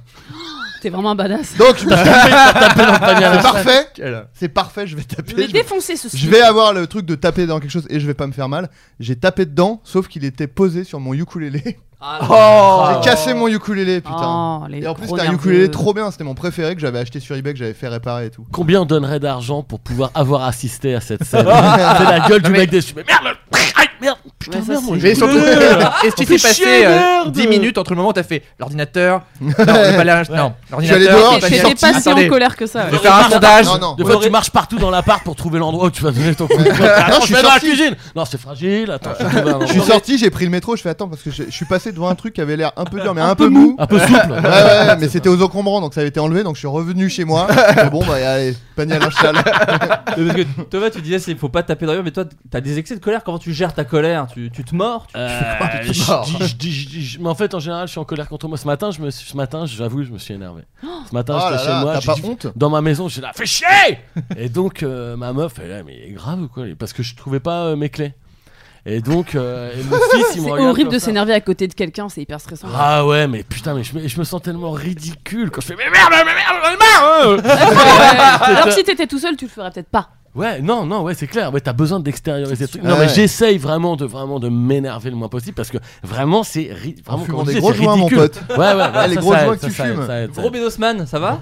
[SPEAKER 9] T'es vraiment un badass.
[SPEAKER 8] Donc je me suis dit, c'est
[SPEAKER 6] T'as
[SPEAKER 8] parfait. C'est parfait, je vais taper.
[SPEAKER 9] Je vais
[SPEAKER 8] je vais-
[SPEAKER 9] défoncer ce
[SPEAKER 8] Je vais avoir le truc de taper dans quelque chose et je vais pas me faire mal. J'ai tapé dedans, sauf qu'il était posé sur mon ukulélé. J'ai cassé mon ukulélé, putain.
[SPEAKER 9] Oh, les
[SPEAKER 8] Et en plus,
[SPEAKER 9] gros
[SPEAKER 8] c'était un
[SPEAKER 9] nerveux.
[SPEAKER 8] ukulélé trop bien, c'était mon préféré que j'avais acheté sur eBay, que j'avais fait réparer et tout.
[SPEAKER 6] Combien on donnerait d'argent pour pouvoir avoir assisté à cette scène C'est la gueule du mec déçu. Mais merde le- Aïe, merde Putain,
[SPEAKER 9] Ouais, ça,
[SPEAKER 6] merde, mon
[SPEAKER 9] c'est-
[SPEAKER 10] Mais surtout, est-ce
[SPEAKER 6] On
[SPEAKER 10] qu'il
[SPEAKER 6] fait
[SPEAKER 10] s'est
[SPEAKER 6] chier,
[SPEAKER 10] passé euh,
[SPEAKER 6] merde
[SPEAKER 10] 10 minutes entre le moment où t'as fait l'ordinateur Non, le balai- non,
[SPEAKER 8] Je suis allé
[SPEAKER 10] l'ordinateur.
[SPEAKER 8] dehors,
[SPEAKER 9] Et
[SPEAKER 8] j'ai
[SPEAKER 9] J'étais
[SPEAKER 8] sorti.
[SPEAKER 9] pas si en
[SPEAKER 10] Attendez.
[SPEAKER 9] colère que ça.
[SPEAKER 10] Je vais
[SPEAKER 9] ouais.
[SPEAKER 10] faire un
[SPEAKER 6] Non,
[SPEAKER 10] sondage.
[SPEAKER 8] Non, non.
[SPEAKER 6] Des
[SPEAKER 7] Vous
[SPEAKER 6] fois,
[SPEAKER 7] aurez-
[SPEAKER 6] tu marches partout dans l'appart pour trouver l'endroit où tu vas donner ton coup de poing. Attends,
[SPEAKER 8] je suis
[SPEAKER 6] je vais dans la
[SPEAKER 8] sorti.
[SPEAKER 6] cuisine. Non, c'est fragile. Attends, je vais trouver un
[SPEAKER 8] Je suis
[SPEAKER 6] endroit.
[SPEAKER 8] sorti, j'ai pris le métro, je fais attends parce que je je suis passé devant un truc qui avait l'air un peu dur mais un, peu mou.
[SPEAKER 6] Un peu souple.
[SPEAKER 8] Ouais, ouais, mais c'était aux encombrants donc ça avait été enlevé donc je suis revenu chez moi. Mais bon, bah allez, panier à linge sale.
[SPEAKER 7] Mais parce que Thomas, tu disais c'est faut pas taper dans le mur, mais toi t'as des excès de colère. Comment tu gères ta colère tu, tu te mords tu-
[SPEAKER 6] Euh, je- je- je- je- je- Mais en fait, en général, je suis en colère contre moi. Ce matin, je me, suis- ce matin, j'avoue, je me suis énervé. Ce matin,
[SPEAKER 8] Oh
[SPEAKER 6] j'étais
[SPEAKER 8] là
[SPEAKER 6] chez
[SPEAKER 8] là,
[SPEAKER 6] moi.
[SPEAKER 8] t'as
[SPEAKER 6] j'ai
[SPEAKER 8] pas
[SPEAKER 6] dit-
[SPEAKER 8] honte
[SPEAKER 6] Dans ma maison, j'ai là, fais chier Et donc, euh, ma meuf, elle est là, mais il est grave ou quoi lui Parce que je trouvais pas euh, mes clés. Et donc, euh, et mon fils, il me
[SPEAKER 9] C'est
[SPEAKER 6] regarde
[SPEAKER 9] horrible
[SPEAKER 6] comme
[SPEAKER 9] de
[SPEAKER 6] ça.
[SPEAKER 9] s'énerver à côté de quelqu'un, c'est hyper stressant.
[SPEAKER 6] Ah ouais, mais putain, mais je me, je me sens tellement ridicule quand je fais mais merde, mais merde, mais merde hein.
[SPEAKER 9] Ouais. Alors que si t'étais tout seul, tu le ferais peut-être pas.
[SPEAKER 6] Ouais, non, non, ouais, c'est clair. Ouais, t'as besoin d'extérioriser le truc. Non,
[SPEAKER 8] Ouais,
[SPEAKER 6] mais
[SPEAKER 8] ouais.
[SPEAKER 6] j'essaye vraiment de vraiment de m'énerver le moins possible parce que vraiment, c'est ri-
[SPEAKER 8] En
[SPEAKER 6] vraiment
[SPEAKER 8] fumant
[SPEAKER 6] comme on
[SPEAKER 8] des
[SPEAKER 6] dit,
[SPEAKER 8] gros
[SPEAKER 6] c'est
[SPEAKER 8] joints, mon
[SPEAKER 6] ridicule.
[SPEAKER 8] pote.
[SPEAKER 6] Ouais, ouais, ouais,
[SPEAKER 8] les
[SPEAKER 6] ça,
[SPEAKER 8] gros
[SPEAKER 6] ça
[SPEAKER 8] joints
[SPEAKER 6] aide,
[SPEAKER 8] que tu
[SPEAKER 6] ça aide,
[SPEAKER 8] fumes.
[SPEAKER 6] ça aide, ça
[SPEAKER 7] Gros
[SPEAKER 6] aide.
[SPEAKER 7] Bédosman, ça va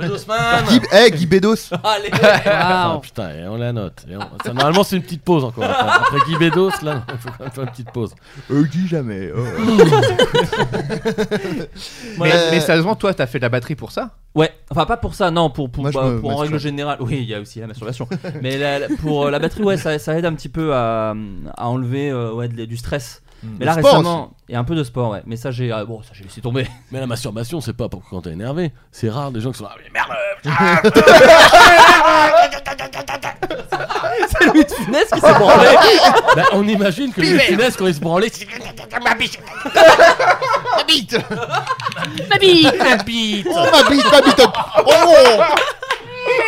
[SPEAKER 8] Guy, hey, Guy Bedos.
[SPEAKER 7] Allez
[SPEAKER 6] Ah,
[SPEAKER 9] Waouh.
[SPEAKER 6] putain, et on la note. Et on- ça, normalement, c'est une petite pause encore. Après, après Guy Bédos, là, il faut quand même faire une petite pause.
[SPEAKER 8] Euh, Guy jamais. oh.
[SPEAKER 10] Mais,
[SPEAKER 8] Euh,
[SPEAKER 10] mais sérieusement, toi, t'as fait de la batterie pour ça
[SPEAKER 7] Ouais, enfin pas pour ça, non, pour, pour,
[SPEAKER 8] Moi, je
[SPEAKER 7] bah,
[SPEAKER 8] me
[SPEAKER 7] pour en
[SPEAKER 8] masturbe.
[SPEAKER 7] règle générale. Oui, il y a aussi la masturbation. Mais la- la- pour euh, la batterie, ouais, ça, ça aide un petit peu à, à enlever euh, ouais, de- Mm. du stress. Mais là
[SPEAKER 8] Le sport
[SPEAKER 7] récemment, et un peu de sport, ouais. Mais ça, j'ai ah, bon, ça j'ai laissé tomber.
[SPEAKER 6] Mais la masturbation, c'est pas pour quand t'es énervé. C'est rare des gens qui sont là. Mais merde
[SPEAKER 7] Funès qui s'est
[SPEAKER 9] Oh,
[SPEAKER 8] Oh,
[SPEAKER 7] branlé.
[SPEAKER 6] Bah, On imagine que les funès, quand ils se branlaient, c'est
[SPEAKER 8] Ma bite
[SPEAKER 9] Babi
[SPEAKER 6] la bite
[SPEAKER 8] Oh, ma bite, ma bite Oh, oh.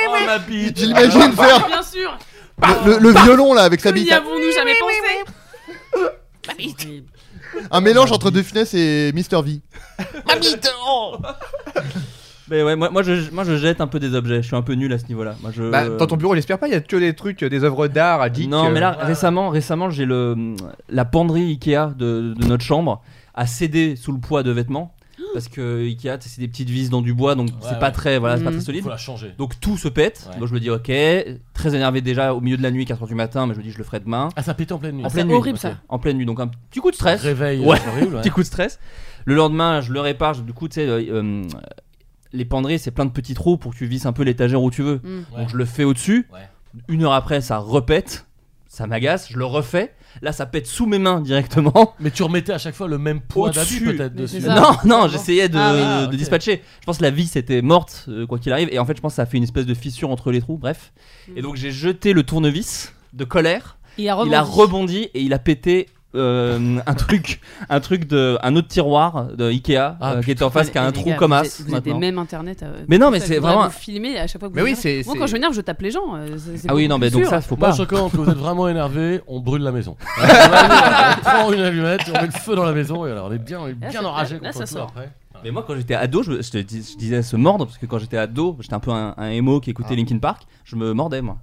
[SPEAKER 7] Oh, ma bite.
[SPEAKER 8] Tu l'imagines faire
[SPEAKER 9] Bien sûr
[SPEAKER 8] le, le- le violon là avec sa
[SPEAKER 9] Que n'y
[SPEAKER 8] bite
[SPEAKER 9] avons-nous jamais pensé Ma bite
[SPEAKER 8] Un mélange entre De Funès et Mr V.
[SPEAKER 9] Ma bite
[SPEAKER 7] Mais ouais, moi, moi, je, moi je jette un peu des objets. Je suis un peu nul à ce niveau-là. Moi je.
[SPEAKER 10] Bah, Dans ton bureau, j'espère pas, il y a que des trucs, euh, des œuvres d'art, geek,
[SPEAKER 7] Non, mais là,
[SPEAKER 10] euh,
[SPEAKER 7] récemment, récemment j'ai le, la penderie Ikea de, de notre chambre a cédé sous le poids de vêtements. Parce que Ikea, c'est des petites vis dans du bois, donc c'est pas
[SPEAKER 6] ouais.
[SPEAKER 7] très, voilà, c'est pas
[SPEAKER 9] Mhm.
[SPEAKER 7] très solide.
[SPEAKER 6] Faut la changer.
[SPEAKER 7] Donc tout se pète.
[SPEAKER 6] Ouais.
[SPEAKER 7] Donc je me dis ok, très énervé déjà au milieu de la nuit, 4h du matin, mais je me dis je le ferai demain.
[SPEAKER 6] Ah, ça pète en pleine nuit.
[SPEAKER 7] En pleine
[SPEAKER 9] pleine c'est
[SPEAKER 7] nuit.
[SPEAKER 9] horrible,
[SPEAKER 7] ok.
[SPEAKER 9] ça.
[SPEAKER 7] En pleine nuit. Donc un petit coup de stress.
[SPEAKER 6] Réveil euh,
[SPEAKER 7] Ouais.
[SPEAKER 6] horrible. ouais.
[SPEAKER 7] Petit coup de stress. Le lendemain, je le répare. je- Du coup, tu sais, euh, euh, les penderies, c'est plein de petits trous pour que tu visses un peu l'étagère où tu veux.
[SPEAKER 9] Hmm.
[SPEAKER 6] Ouais.
[SPEAKER 7] Donc je le fais au-dessus.
[SPEAKER 6] Ouais.
[SPEAKER 7] Une heure après, ça repète. Ça m'agace. Je le refais. Là, ça pète sous mes mains directement.
[SPEAKER 6] Mais tu remettais à chaque fois le même poids d'habit
[SPEAKER 7] Au-dessus.
[SPEAKER 6] peut-être
[SPEAKER 9] Mais c'est
[SPEAKER 6] dessus.
[SPEAKER 9] ça.
[SPEAKER 7] Non, non, j'essayais de,
[SPEAKER 9] Ah,
[SPEAKER 6] oui.
[SPEAKER 7] de
[SPEAKER 6] Ah, ok.
[SPEAKER 7] dispatcher. Je pense que la vis était morte, euh, quoi qu'il arrive. Et en fait, je pense que ça a fait une espèce de fissure entre les trous. Bref.
[SPEAKER 9] Mm.
[SPEAKER 7] Et donc, j'ai jeté le tournevis de colère.
[SPEAKER 9] Il a rebondi.
[SPEAKER 7] Il a rebondi et il a pété euh, un truc, un truc de, un autre tiroir de Ikea
[SPEAKER 6] Ah,
[SPEAKER 7] euh, qui était en face, qui a un
[SPEAKER 9] Ah, Les
[SPEAKER 7] trou
[SPEAKER 9] gars,
[SPEAKER 7] comme
[SPEAKER 9] vous
[SPEAKER 7] as.
[SPEAKER 9] êtes- Vous avez
[SPEAKER 7] maintenant.
[SPEAKER 9] même internet. euh,
[SPEAKER 7] Mais non,
[SPEAKER 9] pour
[SPEAKER 7] mais
[SPEAKER 9] ça,
[SPEAKER 7] c'est
[SPEAKER 9] je voudrais
[SPEAKER 7] vraiment-
[SPEAKER 9] Vous filmer à chaque fois que
[SPEAKER 10] Mais
[SPEAKER 9] vous
[SPEAKER 10] oui,
[SPEAKER 9] énervez.
[SPEAKER 10] c'est-
[SPEAKER 9] Moi,
[SPEAKER 10] c'est-
[SPEAKER 9] quand je m'énerve, je tape les gens. euh, c'est- c'est
[SPEAKER 7] Ah oui,
[SPEAKER 9] beaucoup
[SPEAKER 7] non,
[SPEAKER 9] plus
[SPEAKER 7] mais donc
[SPEAKER 9] sûr.
[SPEAKER 7] ça, faut
[SPEAKER 6] Moi,
[SPEAKER 7] pas.
[SPEAKER 6] je recommande que vous êtes vraiment énervé, on brûle la maison. on prend une allumette, on met le feu dans la maison et alors on est bien, on est
[SPEAKER 9] Là,
[SPEAKER 6] bien
[SPEAKER 9] ça-
[SPEAKER 6] enragé
[SPEAKER 9] là,
[SPEAKER 6] contre
[SPEAKER 9] ça
[SPEAKER 6] tout
[SPEAKER 9] sort.
[SPEAKER 6] après.
[SPEAKER 7] Mais moi, quand j'étais ado, je, je te dis- je disais se mordre parce que quand j'étais ado, j'étais un peu un, un emo qui
[SPEAKER 6] Ah.
[SPEAKER 7] écoutait Linkin Park. Je me mordais moi.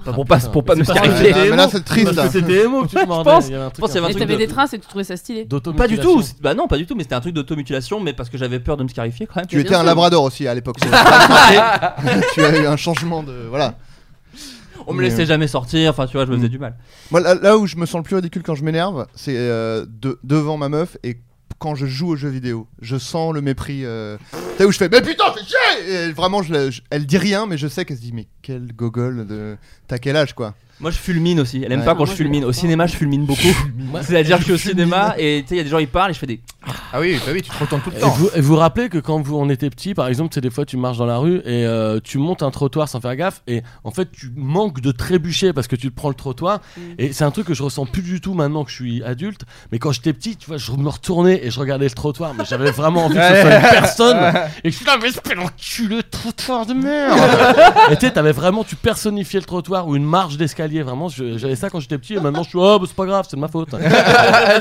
[SPEAKER 7] Enfin, pour pas, pour pas me
[SPEAKER 6] Mais c'est parce que
[SPEAKER 7] scarifier.
[SPEAKER 6] t'étais
[SPEAKER 8] mais là,
[SPEAKER 6] emo.
[SPEAKER 8] c'est triste,
[SPEAKER 6] Parce que
[SPEAKER 8] là.
[SPEAKER 6] c'était émo que tu te
[SPEAKER 7] Ouais, je
[SPEAKER 6] mordais.
[SPEAKER 7] pense.
[SPEAKER 6] Il y avait un truc
[SPEAKER 7] pense qu'il y avait
[SPEAKER 6] un
[SPEAKER 9] Et
[SPEAKER 6] truc
[SPEAKER 9] t'avais
[SPEAKER 6] de-
[SPEAKER 9] des traces et tu trouvais ça stylé.
[SPEAKER 7] Pas du tout.
[SPEAKER 6] d'automutilation.
[SPEAKER 7] c'est- Bah non, pas du tout. Mais c'était un truc d'automutilation, mais parce que j'avais peur de me scarifier quand même.
[SPEAKER 8] Tu étais un labrador aussi à l'époque. c'est- tu as eu un changement de. Voilà.
[SPEAKER 7] On me laissait jamais sortir. Enfin, tu vois, je me faisais du mal.
[SPEAKER 8] Moi, là, là où je me sens le plus ridicule quand je m'énerve, c'est euh, de- devant ma meuf et quand je joue aux jeux vidéo. Je sens le mépris. Euh... T'as où je fais, mais putain, fais chier Et elle- Vraiment, je, la- je- elle dit rien, mais je sais qu'elle se dit, mais quel gogol de. T'as quel âge, quoi
[SPEAKER 7] Moi, je fulmine aussi. Elle aime
[SPEAKER 8] Ouais.
[SPEAKER 7] pas
[SPEAKER 9] Ah,
[SPEAKER 7] quand je
[SPEAKER 9] moi, je
[SPEAKER 7] fulmine. Au
[SPEAKER 9] comprends pas.
[SPEAKER 7] cinéma, je fulmine beaucoup.
[SPEAKER 6] Moi-
[SPEAKER 7] C'est-à-dire que je suis au cinéma et tu sais, il y a des gens, ils parlent et je fais des.
[SPEAKER 10] Ah oui, bah oui, tu te retournes tout le
[SPEAKER 6] Et
[SPEAKER 10] temps.
[SPEAKER 6] vous, et vous rappelez que quand vous on était petit, par exemple, c'est des fois tu marches dans la rue et euh, tu montes un trottoir sans faire gaffe et en fait tu manques de trébucher parce que tu te prends le trottoir
[SPEAKER 9] Mm.
[SPEAKER 6] et c'est un truc que je ressens plus du tout maintenant que je suis adulte. Mais quand j'étais petit, tu vois, je me retournais et je regardais le trottoir, mais j'avais vraiment envie que ce soit une personne et je suis là mais espèce d'enculé trottoir de merde. et tu sais, t'avais vraiment tu personnifiais le trottoir ou une marche d'escalier vraiment. je- J'avais ça quand j'étais petit et maintenant je suis oh bah, c'est pas grave, c'est de ma faute.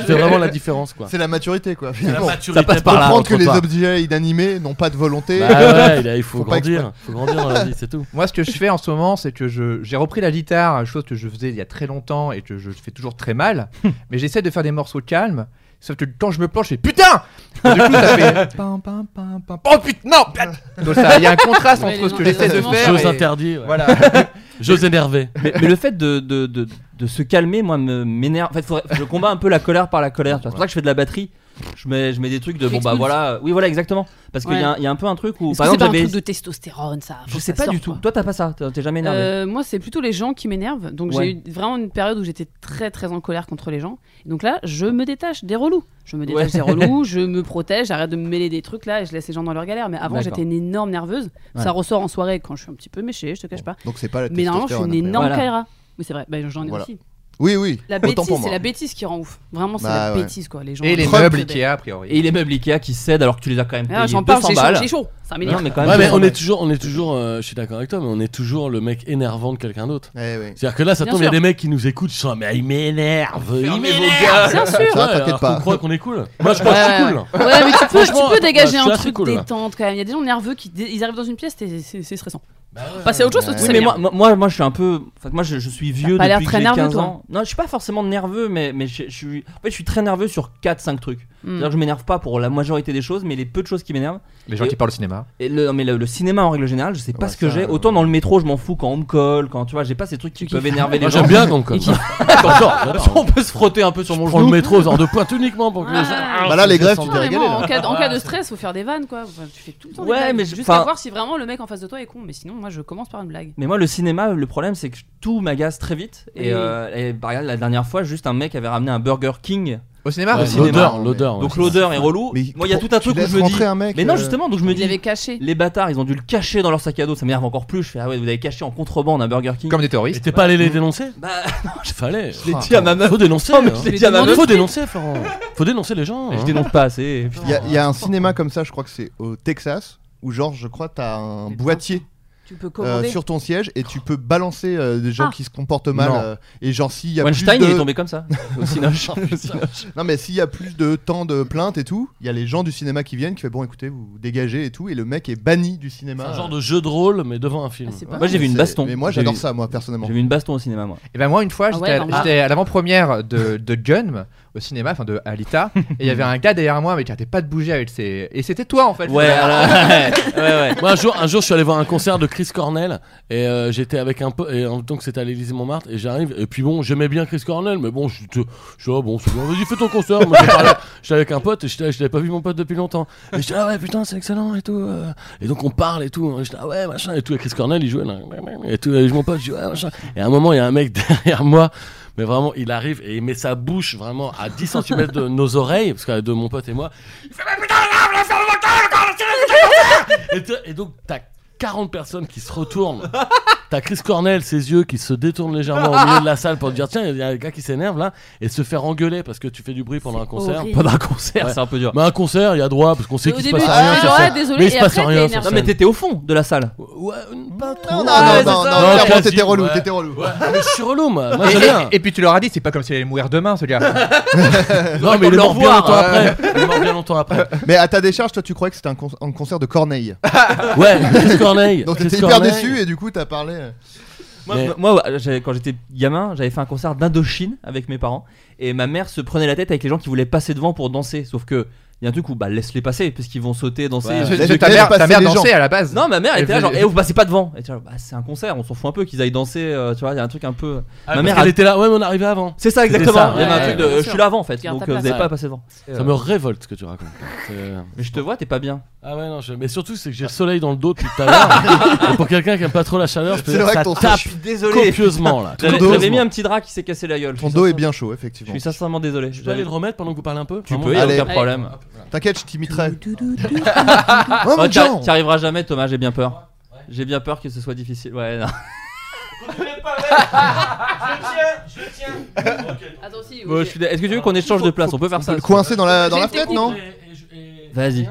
[SPEAKER 6] c'est vraiment la différence quoi.
[SPEAKER 8] C'est la maturité, quoi.
[SPEAKER 6] La
[SPEAKER 8] finalement.
[SPEAKER 6] maturité
[SPEAKER 7] passe par
[SPEAKER 6] prend
[SPEAKER 7] là,
[SPEAKER 6] le
[SPEAKER 8] Comprendre que les
[SPEAKER 6] trottoir.
[SPEAKER 8] objets inanimés n'ont pas de volonté.
[SPEAKER 6] Bah ouais, il, a- il faut,
[SPEAKER 8] Faut pas
[SPEAKER 6] grandir, faut grandir dans la vie, c'est tout.
[SPEAKER 10] Moi, ce que je fais en ce moment, c'est que je- j'ai repris la guitare, chose que je faisais il y a très longtemps et que je fais toujours très mal. mais j'essaie de faire des morceaux calmes. Sauf que quand je me penche, je fais putain Et Bah, Du coup, ça fait. Pam, pam, pam, pam. Oh putain, non putain Donc, ça- il y a un contraste
[SPEAKER 9] Ouais,
[SPEAKER 10] entre
[SPEAKER 9] les
[SPEAKER 10] ce que j'essaie de
[SPEAKER 9] entraînements,
[SPEAKER 10] faire.
[SPEAKER 6] J'ose
[SPEAKER 10] et-
[SPEAKER 6] interdit, ouais.
[SPEAKER 10] Voilà.
[SPEAKER 6] j'ose énerver.
[SPEAKER 7] mais, mais le fait de, de, de, de se calmer, moi, me- m'énerve. En fait, faudrait- je combats un peu la colère par la colère. tu vois. C'est pour ça que je fais de la batterie. Je mets, je mets des trucs de bon, bah
[SPEAKER 9] Expulse.
[SPEAKER 7] voilà. Oui, voilà, exactement. Parce qu'il y, a un- il y a un peu un truc où.
[SPEAKER 9] Est-ce que c'est pas un
[SPEAKER 7] j'avais-
[SPEAKER 9] truc de testostérone, ça Faut
[SPEAKER 7] Je
[SPEAKER 9] que
[SPEAKER 7] sais
[SPEAKER 9] ça
[SPEAKER 7] pas du
[SPEAKER 9] sorte,
[SPEAKER 7] tout.
[SPEAKER 9] quoi.
[SPEAKER 7] Toi, t'as pas ça. T'es t'es jamais énervé.
[SPEAKER 9] Euh, moi, c'est plutôt les gens qui m'énervent. Donc,
[SPEAKER 7] Ouais.
[SPEAKER 9] j'ai eu vraiment une période où j'étais très très en colère contre les gens. Et donc là, je me détache des relous. Je me détache
[SPEAKER 7] Ouais.
[SPEAKER 9] des relous, je me protège, j'arrête de me mêler des trucs là et je laisse les gens dans leur galère. Mais avant,
[SPEAKER 7] D'accord.
[SPEAKER 9] j'étais une énorme nerveuse.
[SPEAKER 7] Ouais.
[SPEAKER 9] Ça ressort en soirée quand je suis un petit peu méchée, je te cache pas.
[SPEAKER 8] Donc c'est pas la
[SPEAKER 9] Mais normalement, je suis une
[SPEAKER 8] testostérone,
[SPEAKER 9] énorme
[SPEAKER 7] Voilà.
[SPEAKER 9] caïra. Mais c'est vrai, bah, j'en ai
[SPEAKER 8] Voilà.
[SPEAKER 9] aussi.
[SPEAKER 8] Oui, oui.
[SPEAKER 9] La
[SPEAKER 8] Autant
[SPEAKER 9] bêtise,
[SPEAKER 8] pour moi.
[SPEAKER 9] c'est la bêtise qui rend ouf. Vraiment, c'est
[SPEAKER 8] Bah,
[SPEAKER 9] la
[SPEAKER 8] ouais.
[SPEAKER 9] bêtise quoi. Les gens.
[SPEAKER 10] Et les
[SPEAKER 9] Trump,
[SPEAKER 10] meubles
[SPEAKER 9] c'est
[SPEAKER 10] Ikea,
[SPEAKER 9] bête.
[SPEAKER 10] a priori.
[SPEAKER 7] Et les meubles Ikea qui cèdent alors que tu les as quand même
[SPEAKER 9] Ah,
[SPEAKER 7] payés
[SPEAKER 9] J'en parle,
[SPEAKER 7] 200
[SPEAKER 9] j'ai
[SPEAKER 7] balles.
[SPEAKER 9] chaud, j'ai chaud. Ça
[SPEAKER 7] Non,
[SPEAKER 9] m'énerve.
[SPEAKER 7] mais quand même,
[SPEAKER 6] Ouais, mais
[SPEAKER 7] 200
[SPEAKER 6] on
[SPEAKER 7] balles.
[SPEAKER 6] est toujours, on est toujours euh, je suis d'accord avec toi, mais on est toujours le mec énervant de quelqu'un d'autre.
[SPEAKER 8] Eh oui.
[SPEAKER 6] C'est-à-dire que là, ça
[SPEAKER 9] Bien
[SPEAKER 6] tombe, il y a
[SPEAKER 9] sûr.
[SPEAKER 6] des mecs qui nous écoutent, ils sont là, mais il m'énerve, il
[SPEAKER 7] Fermez vos
[SPEAKER 6] m'énerve.
[SPEAKER 9] gueules. Bien sûr.
[SPEAKER 8] Ça,
[SPEAKER 6] Ouais,
[SPEAKER 8] t'inquiète
[SPEAKER 6] alors
[SPEAKER 8] pas.
[SPEAKER 6] qu'on croit qu'on est cool. Moi, je crois que je suis
[SPEAKER 9] Ouais,
[SPEAKER 6] cool.
[SPEAKER 9] Ouais, mais tu peux, tu
[SPEAKER 6] Franchement,
[SPEAKER 9] peux dégager
[SPEAKER 6] moi, je
[SPEAKER 9] un
[SPEAKER 6] suis assez
[SPEAKER 9] truc
[SPEAKER 6] cool, là.
[SPEAKER 9] détente quand même. Il y a des gens nerveux qui dé- ils arrivent dans une pièce, t'es- c'est c'est stressant. Passer à autre chose, parce
[SPEAKER 7] Bah
[SPEAKER 9] que
[SPEAKER 7] Oui,
[SPEAKER 9] ça
[SPEAKER 7] mais
[SPEAKER 9] m'énerve.
[SPEAKER 7] moi, moi- moi, moi, je suis un peu. Enfin, moi, je, je suis vieux
[SPEAKER 9] pas l'air
[SPEAKER 7] depuis que
[SPEAKER 9] très
[SPEAKER 7] j'ai
[SPEAKER 9] nerveux,
[SPEAKER 7] 15
[SPEAKER 9] toi.
[SPEAKER 7] ans. Non, je suis pas forcément nerveux, mais, mais je, je suis. En fait, je suis très nerveux sur 4-5 trucs.
[SPEAKER 9] Mm.
[SPEAKER 7] C'est-à-dire que je m'énerve pas pour la majorité des choses, mais les peu de choses qui m'énervent.
[SPEAKER 10] Les gens qui parlent au cinéma.
[SPEAKER 7] Et le, non, mais le, le cinéma en règle générale, je sais pas
[SPEAKER 8] Ouais,
[SPEAKER 7] ce que
[SPEAKER 8] ça,
[SPEAKER 7] j'ai.
[SPEAKER 8] euh,
[SPEAKER 7] Autant dans le métro, je m'en fous quand on me colle, quand tu vois, j'ai pas ces trucs qui
[SPEAKER 9] Tu
[SPEAKER 7] peuvent
[SPEAKER 9] kiffes.
[SPEAKER 7] énerver les
[SPEAKER 6] Moi,
[SPEAKER 7] gens.
[SPEAKER 6] j'aime bien donc. comme ça.
[SPEAKER 7] Comme ça, on peut se frotter un peu sur mon
[SPEAKER 6] Je prends
[SPEAKER 7] genou.
[SPEAKER 6] le métro aux heures de pointe uniquement pour que les gens.
[SPEAKER 9] Ah.
[SPEAKER 8] Bah là, les greffes, tu
[SPEAKER 9] Non,
[SPEAKER 8] t'es
[SPEAKER 9] mais
[SPEAKER 8] régalé.
[SPEAKER 9] moi, en
[SPEAKER 8] là.
[SPEAKER 9] cas, de- en cas de stress, faut faire des vannes quoi. Enfin, tu fais tout le temps des
[SPEAKER 7] Ah, Ouais,
[SPEAKER 9] vannes.
[SPEAKER 7] mais je-
[SPEAKER 9] Juste
[SPEAKER 7] enfin-
[SPEAKER 9] à voir si vraiment le mec en face de toi est con. Mais sinon, moi je commence par une blague.
[SPEAKER 7] Mais moi, le cinéma, le problème, c'est que tout m'agace très vite. Et,
[SPEAKER 9] Oui.
[SPEAKER 7] euh, et, bah, regarde, la dernière fois, juste un mec avait ramené un Burger King.
[SPEAKER 10] Au cinéma
[SPEAKER 6] Ouais,
[SPEAKER 7] cinéma.
[SPEAKER 6] L'odeur, l'odeur.
[SPEAKER 7] Donc
[SPEAKER 6] ouais.
[SPEAKER 7] l'odeur est relou.
[SPEAKER 8] Mais
[SPEAKER 7] moi, il y a
[SPEAKER 8] pour-
[SPEAKER 7] tout un
[SPEAKER 8] tu
[SPEAKER 7] truc où
[SPEAKER 8] laisses
[SPEAKER 7] je me dis.
[SPEAKER 8] rentrer un mec,
[SPEAKER 7] Mais non,
[SPEAKER 8] euh,
[SPEAKER 7] justement, donc je me
[SPEAKER 9] Il
[SPEAKER 7] dis.
[SPEAKER 9] l'avait caché.
[SPEAKER 7] Les bâtards, ils ont dû le cacher dans leur sac à dos, ça m'énerve encore plus. Je fais, ah ouais, vous avez caché en contrebande un Burger King.
[SPEAKER 10] Comme des
[SPEAKER 6] Et
[SPEAKER 10] terroristes.
[SPEAKER 6] t'es pas allé les dénoncer
[SPEAKER 7] Bah,
[SPEAKER 6] Fallait.
[SPEAKER 7] je l'ai dit à ma meuf.
[SPEAKER 6] Faut dénoncer.
[SPEAKER 7] Non, Oh, mais
[SPEAKER 6] hein.
[SPEAKER 7] je l'ai dit à ma
[SPEAKER 9] Mais
[SPEAKER 7] meuf.
[SPEAKER 6] Faut dénoncer, Florent. Faut dénoncer les gens.
[SPEAKER 7] Je
[SPEAKER 6] hein.
[SPEAKER 7] dénonce pas assez.
[SPEAKER 8] Il y, a- il y a un cinéma comme ça, je crois que c'est au Texas, où genre, je crois, t'as un
[SPEAKER 9] Mais
[SPEAKER 8] boîtier
[SPEAKER 9] Tu peux
[SPEAKER 8] euh,
[SPEAKER 9] commander.
[SPEAKER 8] sur ton siège et tu peux balancer euh, des gens
[SPEAKER 9] Ah.
[SPEAKER 8] qui se comportent mal.
[SPEAKER 6] Non.
[SPEAKER 8] euh, et genre, s'il y a
[SPEAKER 7] Weinstein,
[SPEAKER 8] plus
[SPEAKER 7] il
[SPEAKER 8] de...
[SPEAKER 7] est tombé comme ça. Au Cinoche.
[SPEAKER 8] Non, mais s'il y a plus de temps de plaintes et tout, il y a les gens du cinéma qui viennent qui fait bon, écoutez, vous dégagez et tout, et le mec est banni du
[SPEAKER 6] C'est
[SPEAKER 8] cinéma.
[SPEAKER 6] un genre de jeu de rôle, mais devant un film.
[SPEAKER 9] Ah, c'est pas
[SPEAKER 8] Ouais,
[SPEAKER 7] Moi, j'ai vu une
[SPEAKER 8] c'est-
[SPEAKER 7] baston.
[SPEAKER 8] Mais moi,
[SPEAKER 7] J'ai
[SPEAKER 8] j'adore
[SPEAKER 7] vu-
[SPEAKER 8] ça, moi, personnellement.
[SPEAKER 7] J'ai vu une baston au cinéma, moi.
[SPEAKER 10] Et ben moi une fois
[SPEAKER 9] Ah
[SPEAKER 10] j'étais
[SPEAKER 9] ouais,
[SPEAKER 10] à-
[SPEAKER 9] normal.
[SPEAKER 10] j'étais à, l'avant-première de, de Gun au cinéma, enfin de Alita, et il y avait un gars derrière moi mais qui arrêtait pas de bouger avec ses et c'était toi en fait.
[SPEAKER 7] Ouais, alors- ouais, ouais.
[SPEAKER 6] Moi un jour, un jour, je suis allé voir un concert de Chris Cornell et euh, j'étais avec un peu et en- donc c'était à l'Élysée Montmartre et j'arrive et puis bon j'aimais bien Chris Cornell mais bon je je- je suis là, bon c'est bien, vas-y fais ton concert moi j'ai parlé- j'étais avec un pote et j'étais là, je l'avais pas vu mon pote depuis longtemps et j'étais ah ouais putain c'est excellent et tout euh. et donc on parle et tout hein. j'étais ah ouais machin et tout et Chris Cornell il jouait là, et tout et mon pote je dis ouais machin et à un moment il y a un mec derrière moi mais vraiment, il arrive et il met sa bouche vraiment à 10 cm de nos oreilles, parce que de mon pote et moi. Il fait, Mais putain, là, on a fait le montage, encore, on a tiré le truc, on a fait- et, t- et donc, t'as 40 personnes qui se retournent T'as Chris Cornell, ses yeux qui se détournent légèrement au milieu de la salle pour te dire tiens, il y a un gars qui s'énerve là et se faire engueuler parce que tu fais du bruit pendant un concert.
[SPEAKER 9] horrible.
[SPEAKER 7] Pendant un concert,
[SPEAKER 6] Ouais.
[SPEAKER 7] c'est un peu dur.
[SPEAKER 6] Mais un concert, il y a droit parce qu'on sait
[SPEAKER 9] Au
[SPEAKER 6] qu'il se
[SPEAKER 9] début,
[SPEAKER 6] passe
[SPEAKER 9] tu
[SPEAKER 6] rien
[SPEAKER 9] fais
[SPEAKER 6] sur
[SPEAKER 9] genre,
[SPEAKER 6] scène.
[SPEAKER 9] Ah, désolé,
[SPEAKER 6] mais il
[SPEAKER 9] et
[SPEAKER 6] se passe
[SPEAKER 9] après, t'es
[SPEAKER 6] rien sur
[SPEAKER 9] énervé.
[SPEAKER 7] Non, mais
[SPEAKER 6] scène.
[SPEAKER 7] t'étais au fond de la salle.
[SPEAKER 6] Ouais, pas trop.
[SPEAKER 8] Non, non,
[SPEAKER 7] ouais,
[SPEAKER 8] non,
[SPEAKER 7] c'est
[SPEAKER 8] non,
[SPEAKER 7] ça.
[SPEAKER 8] non,
[SPEAKER 6] Non,
[SPEAKER 8] clairement,
[SPEAKER 6] quasi,
[SPEAKER 8] t'étais relou,
[SPEAKER 6] ouais.
[SPEAKER 8] t'étais relou.
[SPEAKER 6] Ouais, mais je suis relou, moi. Moi,
[SPEAKER 10] Et,
[SPEAKER 6] j'aime bien.
[SPEAKER 10] et- et puis tu leur as dit, c'est pas comme s'il allait mourir demain, ce gars.
[SPEAKER 6] Non, mais il est
[SPEAKER 7] le
[SPEAKER 6] mort bien
[SPEAKER 7] revoir,
[SPEAKER 6] longtemps
[SPEAKER 8] ouais.
[SPEAKER 6] après. Il est mort bien longtemps après.
[SPEAKER 8] Mais à ta décharge, toi, tu croyais que c'était un, con- un concert de Corneille.
[SPEAKER 6] Ouais, Chris Corneille.
[SPEAKER 8] Donc
[SPEAKER 6] Chris
[SPEAKER 8] t'étais hyper
[SPEAKER 6] Corneille.
[SPEAKER 8] déçu et du coup, t'as parlé.
[SPEAKER 7] Moi,
[SPEAKER 6] Mais-
[SPEAKER 7] m- moi, ouais, j'avais- quand j'étais gamin, j'avais fait un concert d'Indochine avec mes parents et ma mère se prenait la tête avec les gens qui voulaient passer devant pour danser. Sauf que il y a un truc où bah laisse-les passer parce qu'ils vont sauter, danser.
[SPEAKER 6] Ouais.
[SPEAKER 7] Je-
[SPEAKER 8] Laisse-
[SPEAKER 10] ta
[SPEAKER 8] laisse
[SPEAKER 10] mère, ta
[SPEAKER 8] passer
[SPEAKER 10] mère
[SPEAKER 8] les gens.
[SPEAKER 10] dansait à la base.
[SPEAKER 7] Non, ma mère
[SPEAKER 10] Elle
[SPEAKER 7] était là genre,
[SPEAKER 10] faisait-
[SPEAKER 7] eh, vous passez pas devant. Et tu vois, bah, c'est un concert, on s'en fout un peu qu'ils aillent danser. euh, tu vois, il y a un truc un peu.
[SPEAKER 6] Ah,
[SPEAKER 7] Ma
[SPEAKER 6] parce
[SPEAKER 7] mère
[SPEAKER 6] qu'elle
[SPEAKER 7] a-
[SPEAKER 6] était là. Ouais, mais on arrivait avant.
[SPEAKER 7] C'est ça
[SPEAKER 6] C'était
[SPEAKER 7] exactement.
[SPEAKER 6] ça,
[SPEAKER 7] il y avait
[SPEAKER 6] ouais,
[SPEAKER 7] un truc de,
[SPEAKER 9] ouais, bien
[SPEAKER 7] euh, je
[SPEAKER 9] sûr.
[SPEAKER 7] suis là avant en fait,
[SPEAKER 9] Garde
[SPEAKER 7] donc
[SPEAKER 9] ta
[SPEAKER 7] euh, vous
[SPEAKER 9] place,
[SPEAKER 7] n'avez pas
[SPEAKER 6] ouais.
[SPEAKER 7] à passer devant.
[SPEAKER 6] Ça me révolte ce que tu racontes. C'est- euh,
[SPEAKER 7] Mais je te vois, t'es pas bien.
[SPEAKER 6] Ah ouais non je- mais surtout c'est que j'ai le soleil dans le dos depuis tout à l'heure. Et pour quelqu'un qui aime pas trop la chaleur, je peux
[SPEAKER 8] C'est
[SPEAKER 6] dire
[SPEAKER 8] vrai
[SPEAKER 6] ça
[SPEAKER 8] que ton-
[SPEAKER 6] tape
[SPEAKER 8] je
[SPEAKER 7] Désolé.
[SPEAKER 6] copieusement là.
[SPEAKER 7] J'avais
[SPEAKER 8] dos-
[SPEAKER 7] j'avais mis un petit drap qui s'est cassé la gueule. Je suis
[SPEAKER 8] Ton dos est
[SPEAKER 7] sincèrement-
[SPEAKER 8] bien chaud,
[SPEAKER 7] Je
[SPEAKER 8] effectivement.
[SPEAKER 7] suis sincèrement désolé.
[SPEAKER 6] Je peux aller le remettre pendant que vous parlez un peu
[SPEAKER 7] Tu
[SPEAKER 6] Vraiment
[SPEAKER 7] peux, y a
[SPEAKER 8] Allez.
[SPEAKER 7] aucun problème.
[SPEAKER 8] T'inquiète, je t'imiterai.
[SPEAKER 7] Oh,
[SPEAKER 8] Oh mon
[SPEAKER 7] t'y
[SPEAKER 8] Dieu
[SPEAKER 7] t'y arriveras jamais, Thomas, j'ai bien peur. J'ai bien peur que ce soit difficile. Ouais, non.
[SPEAKER 9] Attends, si,
[SPEAKER 7] Bon, je suis dé- Est-ce que tu veux qu'on échange de place On peut faire ça.
[SPEAKER 8] Le coincer dans la, dans la fenêtre, non
[SPEAKER 7] Vas-y.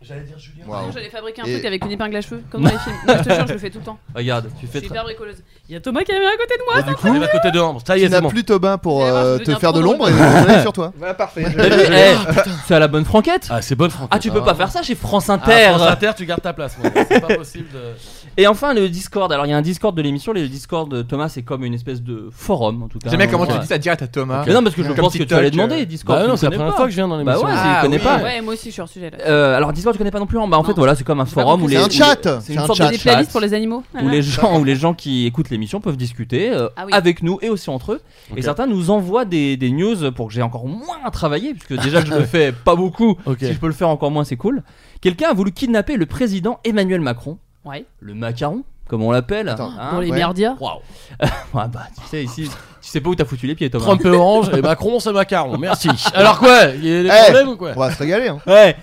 [SPEAKER 6] J'allais dire Julien.
[SPEAKER 8] Waouh.
[SPEAKER 9] J'allais fabriquer un
[SPEAKER 8] Et-
[SPEAKER 9] truc avec une épingle à cheveux, comme dans les films. Moi, je te jure, je le fais tout le temps.
[SPEAKER 7] Regarde, tu
[SPEAKER 9] Je
[SPEAKER 7] fais.
[SPEAKER 9] suis
[SPEAKER 7] très-
[SPEAKER 9] hyper bricoleuse. Il y a Thomas qui est à côté de moi.
[SPEAKER 8] Et du coup,
[SPEAKER 6] à côté de Ambre. Ça y
[SPEAKER 8] tu
[SPEAKER 6] est, c'est
[SPEAKER 8] n'as
[SPEAKER 6] bon.
[SPEAKER 8] plus Tobin pour
[SPEAKER 9] Ouais,
[SPEAKER 8] euh,
[SPEAKER 9] je
[SPEAKER 8] te
[SPEAKER 9] deviens
[SPEAKER 8] faire de
[SPEAKER 9] trop
[SPEAKER 8] l'ombre et
[SPEAKER 9] drôle.
[SPEAKER 8] le soleil sur toi.
[SPEAKER 7] T'as vu Eh, C'est à la bonne franquette
[SPEAKER 6] Ah, c'est bonne franquette.
[SPEAKER 7] Ah, tu peux pas faire ça chez France
[SPEAKER 6] Ah, France
[SPEAKER 7] Inter
[SPEAKER 6] Inter, tu gardes ta place. moi. C'est pas possible de.
[SPEAKER 7] Et enfin, le Discord. Alors, il y a un Discord de l'émission. Le Discord de Thomas, c'est comme une espèce de forum, en tout cas.
[SPEAKER 10] J'aime bien comment tu
[SPEAKER 7] Ouais.
[SPEAKER 10] dis ça direct à Thomas.
[SPEAKER 7] Mais non, parce que je
[SPEAKER 10] Comme
[SPEAKER 7] pense que tu
[SPEAKER 10] TikTok,
[SPEAKER 7] allais
[SPEAKER 10] euh,
[SPEAKER 7] demander Discord.
[SPEAKER 6] Bah
[SPEAKER 7] tu
[SPEAKER 6] non,
[SPEAKER 7] le
[SPEAKER 6] c'est la
[SPEAKER 7] connais
[SPEAKER 6] première
[SPEAKER 7] pas.
[SPEAKER 6] fois que je viens dans
[SPEAKER 7] Bah
[SPEAKER 6] l'émission.
[SPEAKER 7] ouais,
[SPEAKER 10] Ah,
[SPEAKER 7] c'est- il connaît
[SPEAKER 10] oui.
[SPEAKER 7] pas.
[SPEAKER 9] Ouais, moi aussi, je suis hors sujet là.
[SPEAKER 7] Euh, alors Discord, tu connais pas non plus. Bah en fait,
[SPEAKER 9] Non.
[SPEAKER 7] voilà, c'est comme un forum où
[SPEAKER 8] C'est
[SPEAKER 7] les
[SPEAKER 8] un
[SPEAKER 7] où les-
[SPEAKER 8] chat.
[SPEAKER 7] c'est
[SPEAKER 8] C'est
[SPEAKER 7] une
[SPEAKER 8] un
[SPEAKER 7] sorte
[SPEAKER 8] chat.
[SPEAKER 7] de
[SPEAKER 9] Des playlists pour les animaux.
[SPEAKER 7] où les gens, où les gens qui écoutent l'émission peuvent discuter euh,
[SPEAKER 9] Ah oui.
[SPEAKER 7] avec nous et aussi entre eux. Et certains nous envoient des, des news pour que j'ai encore moins à travailler, puisque déjà je le fais pas beaucoup.
[SPEAKER 6] Ok.
[SPEAKER 7] Si je peux le faire encore moins, c'est cool. Quelqu'un a voulu kidnapper le président Emmanuel Macron,
[SPEAKER 9] Ouais.
[SPEAKER 7] le macaron, comme on l'appelle.
[SPEAKER 8] Attends.
[SPEAKER 7] hein.
[SPEAKER 9] Pour les
[SPEAKER 8] ouais.
[SPEAKER 9] merdias.
[SPEAKER 7] Waouh. Ah bah, tu sais ici, tu sais pas où t'as foutu les pieds, Thomas.
[SPEAKER 6] Trump et Orange et Macron, c'est macaron. Merci. Alors quoi Il y a des
[SPEAKER 8] Eh.
[SPEAKER 6] problèmes ou quoi
[SPEAKER 8] On va se régaler. Hein.
[SPEAKER 7] Ouais.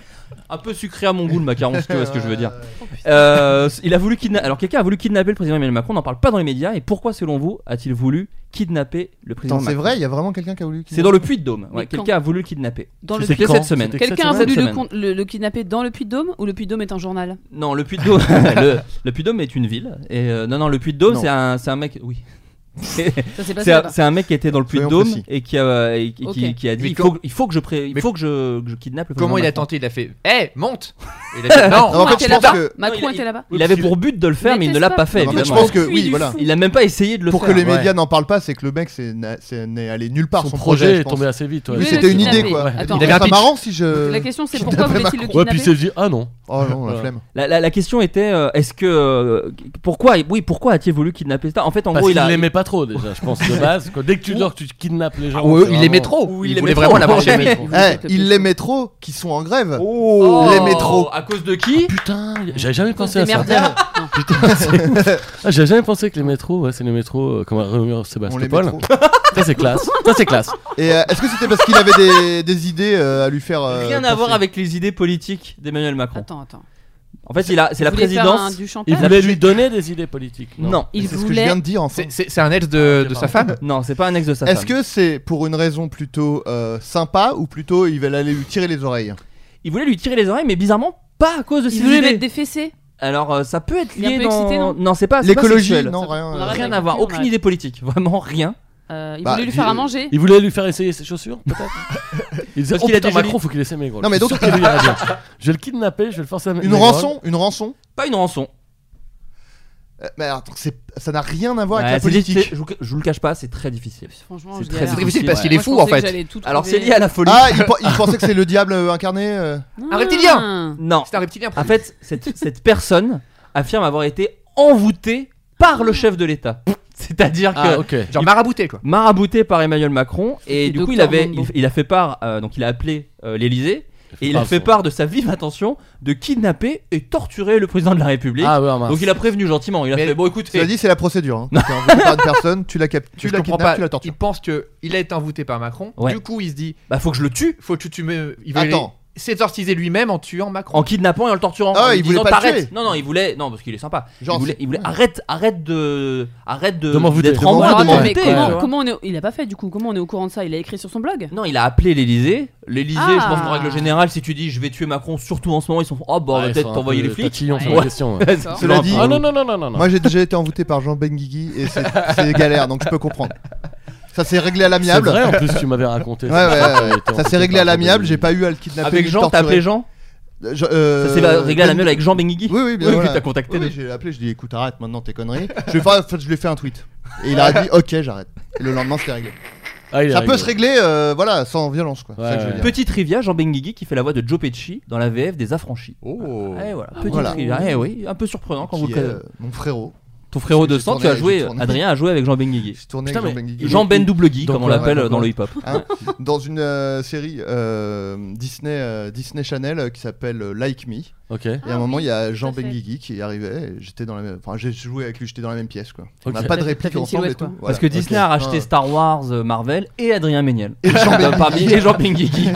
[SPEAKER 7] Un peu sucré à mon goût le macaron, si tu vois ce que je veux dire. Euh, il a voulu kidna- Alors quelqu'un a voulu kidnapper le président Emmanuel Macron, on n'en parle pas dans les médias. Et pourquoi, selon vous, a-t-il voulu kidnapper le président
[SPEAKER 8] Attends, c'est
[SPEAKER 7] Macron
[SPEAKER 8] vrai, il y a vraiment quelqu'un qui a voulu.
[SPEAKER 7] C'est dans le puits de Dôme.
[SPEAKER 9] Mais quand
[SPEAKER 7] quelqu'un a voulu le kidnapper.
[SPEAKER 9] Dans le
[SPEAKER 7] C'était
[SPEAKER 6] Puy-de-Dôme.
[SPEAKER 7] cette semaine.
[SPEAKER 6] C'était-
[SPEAKER 9] Quelqu'un a
[SPEAKER 7] Cette
[SPEAKER 9] voulu le,
[SPEAKER 7] semaine.
[SPEAKER 9] con- le- le kidnapper dans le Puy-de-Dôme ou le Puy-de-Dôme est un journal
[SPEAKER 7] Non, le Puy de Dôme. le, le Puy de Dôme est une ville. Et euh, non, non, le Puy de Dôme,
[SPEAKER 8] Non. Bah,
[SPEAKER 7] c'est un, c'est un mec. Oui. C'est
[SPEAKER 9] Ça s'est
[SPEAKER 7] c'est
[SPEAKER 9] passé
[SPEAKER 7] un,
[SPEAKER 9] là-bas.
[SPEAKER 7] c'est un mec qui était dans le Puy de
[SPEAKER 8] Soyons
[SPEAKER 7] Dôme
[SPEAKER 8] précis.
[SPEAKER 7] et qui a, et qui,
[SPEAKER 9] Ok.
[SPEAKER 7] qui- qui a dit
[SPEAKER 10] Mais
[SPEAKER 7] il
[SPEAKER 10] quand-
[SPEAKER 7] faut, il faut que je pré- il
[SPEAKER 10] Mais-
[SPEAKER 7] faut que je, que je kidnappe le président.
[SPEAKER 10] Comment il a
[SPEAKER 7] Macron.
[SPEAKER 10] tenté Il a fait Eh, monte Et il a dit, Non
[SPEAKER 8] Non, en fait,
[SPEAKER 9] était
[SPEAKER 8] je pense
[SPEAKER 9] là-bas.
[SPEAKER 8] que-
[SPEAKER 9] Macron
[SPEAKER 7] Non,
[SPEAKER 9] était là-bas.
[SPEAKER 7] Il avait pour but de le faire, mais il ne
[SPEAKER 9] N'était-ce
[SPEAKER 7] l'a
[SPEAKER 9] pas
[SPEAKER 7] pas fait.
[SPEAKER 8] En fait, je
[SPEAKER 7] évidemment.
[SPEAKER 8] pense que
[SPEAKER 9] Puy
[SPEAKER 8] oui,
[SPEAKER 9] du
[SPEAKER 8] voilà.
[SPEAKER 9] fou.
[SPEAKER 7] Il a même pas essayé de le
[SPEAKER 8] Pour que
[SPEAKER 7] faire.
[SPEAKER 8] les
[SPEAKER 10] Ouais.
[SPEAKER 8] médias n'en parlent pas, c'est que le mec c'est na- c'est- n'est allé nulle part.
[SPEAKER 6] Son
[SPEAKER 8] Son,
[SPEAKER 6] projet est
[SPEAKER 8] je pense.
[SPEAKER 6] tombé assez vite. ouais.
[SPEAKER 8] Mais
[SPEAKER 9] Oui,
[SPEAKER 8] c'était
[SPEAKER 9] le
[SPEAKER 8] une idée
[SPEAKER 9] kidnapper.
[SPEAKER 8] quoi.
[SPEAKER 9] Attends,
[SPEAKER 10] Il avait un
[SPEAKER 8] C'est
[SPEAKER 10] pitch.
[SPEAKER 8] marrant si je.
[SPEAKER 9] La question c'est
[SPEAKER 8] Qui
[SPEAKER 9] pourquoi
[SPEAKER 8] tapait
[SPEAKER 9] voulait-il le
[SPEAKER 6] Ouais, puis il
[SPEAKER 9] kidnapper
[SPEAKER 6] s'est dit ah non.
[SPEAKER 8] Oh non, la
[SPEAKER 6] Ouais.
[SPEAKER 8] flemme.
[SPEAKER 7] La, la- la question était euh, est-ce que euh, pourquoi oui pourquoi a-t-il voulu kidnapper ça En fait, en
[SPEAKER 6] Parce
[SPEAKER 7] gros, il
[SPEAKER 6] qu'il
[SPEAKER 7] a
[SPEAKER 6] l'aimait pas trop déjà, je pense de base. quoi. Dès que tu dors, tu kidnappes les gens.
[SPEAKER 10] Ou
[SPEAKER 6] c'est
[SPEAKER 10] Il
[SPEAKER 6] vraiment-
[SPEAKER 10] l'aimait trop.
[SPEAKER 7] Ah, Oui, il
[SPEAKER 10] Il
[SPEAKER 7] l'aimait
[SPEAKER 10] voulait
[SPEAKER 7] trop.
[SPEAKER 10] vraiment l'avoir
[SPEAKER 7] Ouais.
[SPEAKER 10] chez lui.
[SPEAKER 9] Il voulait
[SPEAKER 8] Eh,
[SPEAKER 9] taper
[SPEAKER 8] il
[SPEAKER 9] le
[SPEAKER 8] les métros qui sont en grève.
[SPEAKER 7] Oh
[SPEAKER 8] les métros.
[SPEAKER 7] À cause de qui
[SPEAKER 6] Putain, j'avais jamais pensé
[SPEAKER 9] Des
[SPEAKER 6] à ça.
[SPEAKER 9] merdias.
[SPEAKER 6] Putain, c'est ouf. Ah, j'avais jamais pensé que les métros, ouais, c'est les métros euh, comme à Romeo
[SPEAKER 8] On les
[SPEAKER 6] Sébastopol.
[SPEAKER 8] métros.
[SPEAKER 6] Ça c'est classe. Ça c'est classe.
[SPEAKER 8] Et euh, est-ce que c'était parce qu'il avait des, des idées euh, à lui faire euh,
[SPEAKER 7] Rien à voir
[SPEAKER 8] passer
[SPEAKER 7] avec les idées politiques d'Emmanuel Macron.
[SPEAKER 9] Attends, attends.
[SPEAKER 7] En fait, il a c'est
[SPEAKER 9] Il
[SPEAKER 7] la
[SPEAKER 9] voulait faire un
[SPEAKER 7] présidence.
[SPEAKER 9] du
[SPEAKER 6] Il
[SPEAKER 9] chantage.
[SPEAKER 6] voulait lui donner des idées politiques.
[SPEAKER 7] Non,
[SPEAKER 6] Non.
[SPEAKER 7] non,
[SPEAKER 9] Il
[SPEAKER 8] C'est ce que je
[SPEAKER 9] voulait.
[SPEAKER 8] viens de dire enfin.
[SPEAKER 10] C'est- C'est c'est un ex de de sa femme
[SPEAKER 7] c'est pas un ex de sa
[SPEAKER 8] Est-ce
[SPEAKER 7] femme.
[SPEAKER 8] que c'est pour une raison plutôt euh, sympa ou plutôt il va aller lui tirer les oreilles
[SPEAKER 7] Il voulait lui tirer les oreilles, mais bizarrement pas à cause de ses
[SPEAKER 9] Il voulait
[SPEAKER 7] idées.
[SPEAKER 9] mettre des fessées.
[SPEAKER 7] Alors euh, ça peut être
[SPEAKER 9] Il est un
[SPEAKER 7] lié
[SPEAKER 9] peu
[SPEAKER 7] dans.
[SPEAKER 9] excité, non Ah,
[SPEAKER 7] c'est pas c'est pas
[SPEAKER 8] L'écologie
[SPEAKER 7] sexuel.
[SPEAKER 8] Non,
[SPEAKER 9] Ça-
[SPEAKER 8] rien.
[SPEAKER 9] on
[SPEAKER 8] euh,
[SPEAKER 9] arrête.
[SPEAKER 7] Rien
[SPEAKER 9] Ouais,
[SPEAKER 7] à voir,
[SPEAKER 9] on
[SPEAKER 7] aucune
[SPEAKER 9] arrête.
[SPEAKER 7] idée politique, vraiment rien.
[SPEAKER 9] Euh, il
[SPEAKER 8] Bah,
[SPEAKER 9] voulait lui
[SPEAKER 8] il-
[SPEAKER 9] faire à manger.
[SPEAKER 6] Il voulait lui faire essayer ses chaussures, peut-être. Il disait,
[SPEAKER 7] Parce
[SPEAKER 6] oh,
[SPEAKER 7] qu'il a
[SPEAKER 6] putain,
[SPEAKER 7] des jolies-
[SPEAKER 6] Macron, faut qu'il essaie mes gros.
[SPEAKER 8] Non, mais donc-
[SPEAKER 6] je vais le kidnapper, je vais le forcer à
[SPEAKER 8] Une
[SPEAKER 6] maigre.
[SPEAKER 8] rançon Une rançon
[SPEAKER 7] Pas une rançon.
[SPEAKER 8] Euh, Mais attends, c'est- ça n'a rien à voir
[SPEAKER 7] Ouais,
[SPEAKER 8] avec la
[SPEAKER 7] c'est- c'est-
[SPEAKER 8] politique.
[SPEAKER 7] je, vous, je vous le cache pas, c'est très difficile.
[SPEAKER 9] Franchement,
[SPEAKER 7] C'est
[SPEAKER 9] je
[SPEAKER 7] très
[SPEAKER 9] galère.
[SPEAKER 10] C'est difficile parce
[SPEAKER 7] Ouais.
[SPEAKER 10] qu'il est
[SPEAKER 9] Moi, je
[SPEAKER 10] fou
[SPEAKER 9] pensais
[SPEAKER 10] en
[SPEAKER 9] que
[SPEAKER 10] fait.
[SPEAKER 9] j'allais tout
[SPEAKER 7] Alors c'est
[SPEAKER 9] trouver.
[SPEAKER 7] lié à la folie.
[SPEAKER 8] Ah, il, pe- il pensait que c'est le diable euh, incarné euh.
[SPEAKER 10] Un reptilien.
[SPEAKER 9] Ah.
[SPEAKER 7] Non,
[SPEAKER 10] C'est un reptilien.
[SPEAKER 7] En fait, cette, cette personne affirme avoir été envoûtée par le chef de l'l'État. C'est-à-dire que
[SPEAKER 6] Ah, ok.
[SPEAKER 10] Genre marabouté quoi.
[SPEAKER 7] marabouté par Emmanuel Macron et
[SPEAKER 9] C'est
[SPEAKER 7] du coup il
[SPEAKER 9] Docteur
[SPEAKER 7] avait
[SPEAKER 9] Mambo.
[SPEAKER 7] il, il a fait part euh, donc il a appelé euh, l'Élysée et il a
[SPEAKER 6] pas
[SPEAKER 7] fait
[SPEAKER 6] faux.
[SPEAKER 7] part de sa vive intention de kidnapper et torturer le président de la République.
[SPEAKER 6] Ah, ouais, mince.
[SPEAKER 7] donc il a prévenu gentiment, il a
[SPEAKER 10] Mais-
[SPEAKER 7] fait bon écoute,
[SPEAKER 8] Cela
[SPEAKER 7] eh,
[SPEAKER 8] dit, c'est la procédure. Hein. T'es envoyé par une personne, tu la captes, tu
[SPEAKER 10] Je
[SPEAKER 8] la
[SPEAKER 10] comprends
[SPEAKER 8] kidnappes,
[SPEAKER 10] pas.
[SPEAKER 8] tu la tortures.
[SPEAKER 10] Il pense que il a été envoûté par Macron.
[SPEAKER 7] Ouais.
[SPEAKER 10] Du coup, il se dit
[SPEAKER 7] bah faut que je le tue.
[SPEAKER 10] faut que tu me il va
[SPEAKER 8] Attends,
[SPEAKER 10] s'est exorcisé lui-même en tuant Macron.
[SPEAKER 7] En kidnappant et en le torturant.
[SPEAKER 8] Ah,
[SPEAKER 7] en lui
[SPEAKER 8] il voulait
[SPEAKER 7] disant,
[SPEAKER 8] pas le
[SPEAKER 7] t'arrêtes.
[SPEAKER 8] tuer.
[SPEAKER 7] Non, non, il voulait. Non, parce qu'il est sympa.
[SPEAKER 8] Genre,
[SPEAKER 7] Oh, il voulait,
[SPEAKER 8] c'est-
[SPEAKER 7] il voulait- arrête, arrête de, arrête de,
[SPEAKER 6] Demande-vous
[SPEAKER 7] d'être
[SPEAKER 6] des-
[SPEAKER 7] en
[SPEAKER 8] demande-vous
[SPEAKER 7] moi.
[SPEAKER 8] des-
[SPEAKER 7] en
[SPEAKER 8] Ouais,
[SPEAKER 9] mais
[SPEAKER 7] vérité, tu
[SPEAKER 9] comment,
[SPEAKER 7] vois.
[SPEAKER 9] comment on est... Il a pas fait du coup, comment on est au courant de ça Il a écrit sur son blog
[SPEAKER 7] Non, il a appelé l'Elysée. L'Elysée, je pense qu'en
[SPEAKER 9] Ah.
[SPEAKER 7] règle générale, si tu dis je vais tuer Macron, surtout en ce moment, ils sont. Oh, bah, on va peut-être t'envoyer les flics.
[SPEAKER 6] Tatillon sur
[SPEAKER 7] Ouais.
[SPEAKER 6] la question. ouais.
[SPEAKER 7] C'est
[SPEAKER 8] Cela
[SPEAKER 7] leur-
[SPEAKER 8] dit,
[SPEAKER 6] Ah non, non, non, non, non. non.
[SPEAKER 8] moi j'ai déjà été envoûté par Jean Benguigui et c'est c'est galère, donc je peux comprendre. Ça s'est réglé à
[SPEAKER 6] c'est
[SPEAKER 8] l'amiable.
[SPEAKER 6] vrai, en plus, tu m'avais raconté.
[SPEAKER 8] Ouais,
[SPEAKER 6] ça.
[SPEAKER 8] ouais,
[SPEAKER 6] J'avais
[SPEAKER 8] ouais.
[SPEAKER 6] été
[SPEAKER 8] Ça
[SPEAKER 6] envoûté
[SPEAKER 8] s'est réglé
[SPEAKER 6] par
[SPEAKER 8] à l'amiable,
[SPEAKER 6] Jean
[SPEAKER 8] j'ai pas eu à le kidnapper.
[SPEAKER 7] Avec
[SPEAKER 8] ni
[SPEAKER 7] Jean, t'as
[SPEAKER 8] torturer.
[SPEAKER 7] appelé Jean
[SPEAKER 8] Euh, je- euh,
[SPEAKER 7] Ça s'est la- réglé à la mienne avec Jean Benguigui
[SPEAKER 8] Oui, oui, bien
[SPEAKER 7] oui,
[SPEAKER 8] voilà.
[SPEAKER 7] que t'as contacté.
[SPEAKER 8] Oui,
[SPEAKER 7] le-
[SPEAKER 8] oui, j'ai appelé, je lui ai dit écoute, arrête maintenant tes conneries. je, lui ai fait, en fait, je lui ai fait un tweet. Et il a dit ok, j'arrête. Et le lendemain, c'était réglé.
[SPEAKER 6] Ah, il est
[SPEAKER 8] Ça peut
[SPEAKER 6] réglé.
[SPEAKER 8] se régler euh, voilà, sans violence, quoi.
[SPEAKER 6] Ouais,
[SPEAKER 8] c'est ça que je veux
[SPEAKER 6] ouais.
[SPEAKER 8] dire.
[SPEAKER 7] Petite trivia, Jean Benguigui qui fait la voix de Joe Pesci dans la VF des Affranchis.
[SPEAKER 8] Oh.
[SPEAKER 7] Eh, voilà, petite
[SPEAKER 8] Voilà.
[SPEAKER 7] trivia. Eh oui, un peu surprenant quand
[SPEAKER 8] Qui
[SPEAKER 7] vous
[SPEAKER 8] est,
[SPEAKER 7] le
[SPEAKER 8] euh, mon frérot.
[SPEAKER 7] Ton frérot de
[SPEAKER 8] j'ai
[SPEAKER 7] sang,
[SPEAKER 8] tourné-
[SPEAKER 7] tu as
[SPEAKER 8] j'ai
[SPEAKER 7] joué,
[SPEAKER 8] tourné.
[SPEAKER 7] Adrien a joué avec Jean Benguigui.
[SPEAKER 8] J'ai tourné
[SPEAKER 6] Putain,
[SPEAKER 8] avec Jean
[SPEAKER 6] mais
[SPEAKER 8] Benguigui.
[SPEAKER 7] Jean Ben Double Guy,
[SPEAKER 6] Donc,
[SPEAKER 7] comme on
[SPEAKER 6] ouais,
[SPEAKER 7] l'appelle
[SPEAKER 8] ouais,
[SPEAKER 7] dans
[SPEAKER 8] donc,
[SPEAKER 7] le
[SPEAKER 8] ouais.
[SPEAKER 7] hip-hop.
[SPEAKER 8] Hein, dans une euh, série euh, Disney, euh, Disney Channel euh, qui s'appelle euh, Like Me.
[SPEAKER 6] Ok.
[SPEAKER 8] Et à un moment, il y a Jean
[SPEAKER 9] Ah tout à fait.
[SPEAKER 8] Benguigui qui arrivait. et J'étais dans la même. Enfin, j'ai joué avec lui. J'étais dans la même pièce, quoi. On
[SPEAKER 6] Ok.
[SPEAKER 8] n'a pas de
[SPEAKER 9] T'as fait- t'as
[SPEAKER 8] réplique
[SPEAKER 9] fait une
[SPEAKER 8] ensemble et
[SPEAKER 9] silhouette,
[SPEAKER 8] tout.
[SPEAKER 9] quoi.
[SPEAKER 8] Voilà,
[SPEAKER 7] Parce que Disney
[SPEAKER 8] ok.
[SPEAKER 7] a racheté
[SPEAKER 8] Ah.
[SPEAKER 7] Star Wars, euh, Marvel et Adrien Méniel.
[SPEAKER 8] Et Jean
[SPEAKER 7] Euh,
[SPEAKER 8] Benguigui.
[SPEAKER 7] Parmi les Jean Benguigui.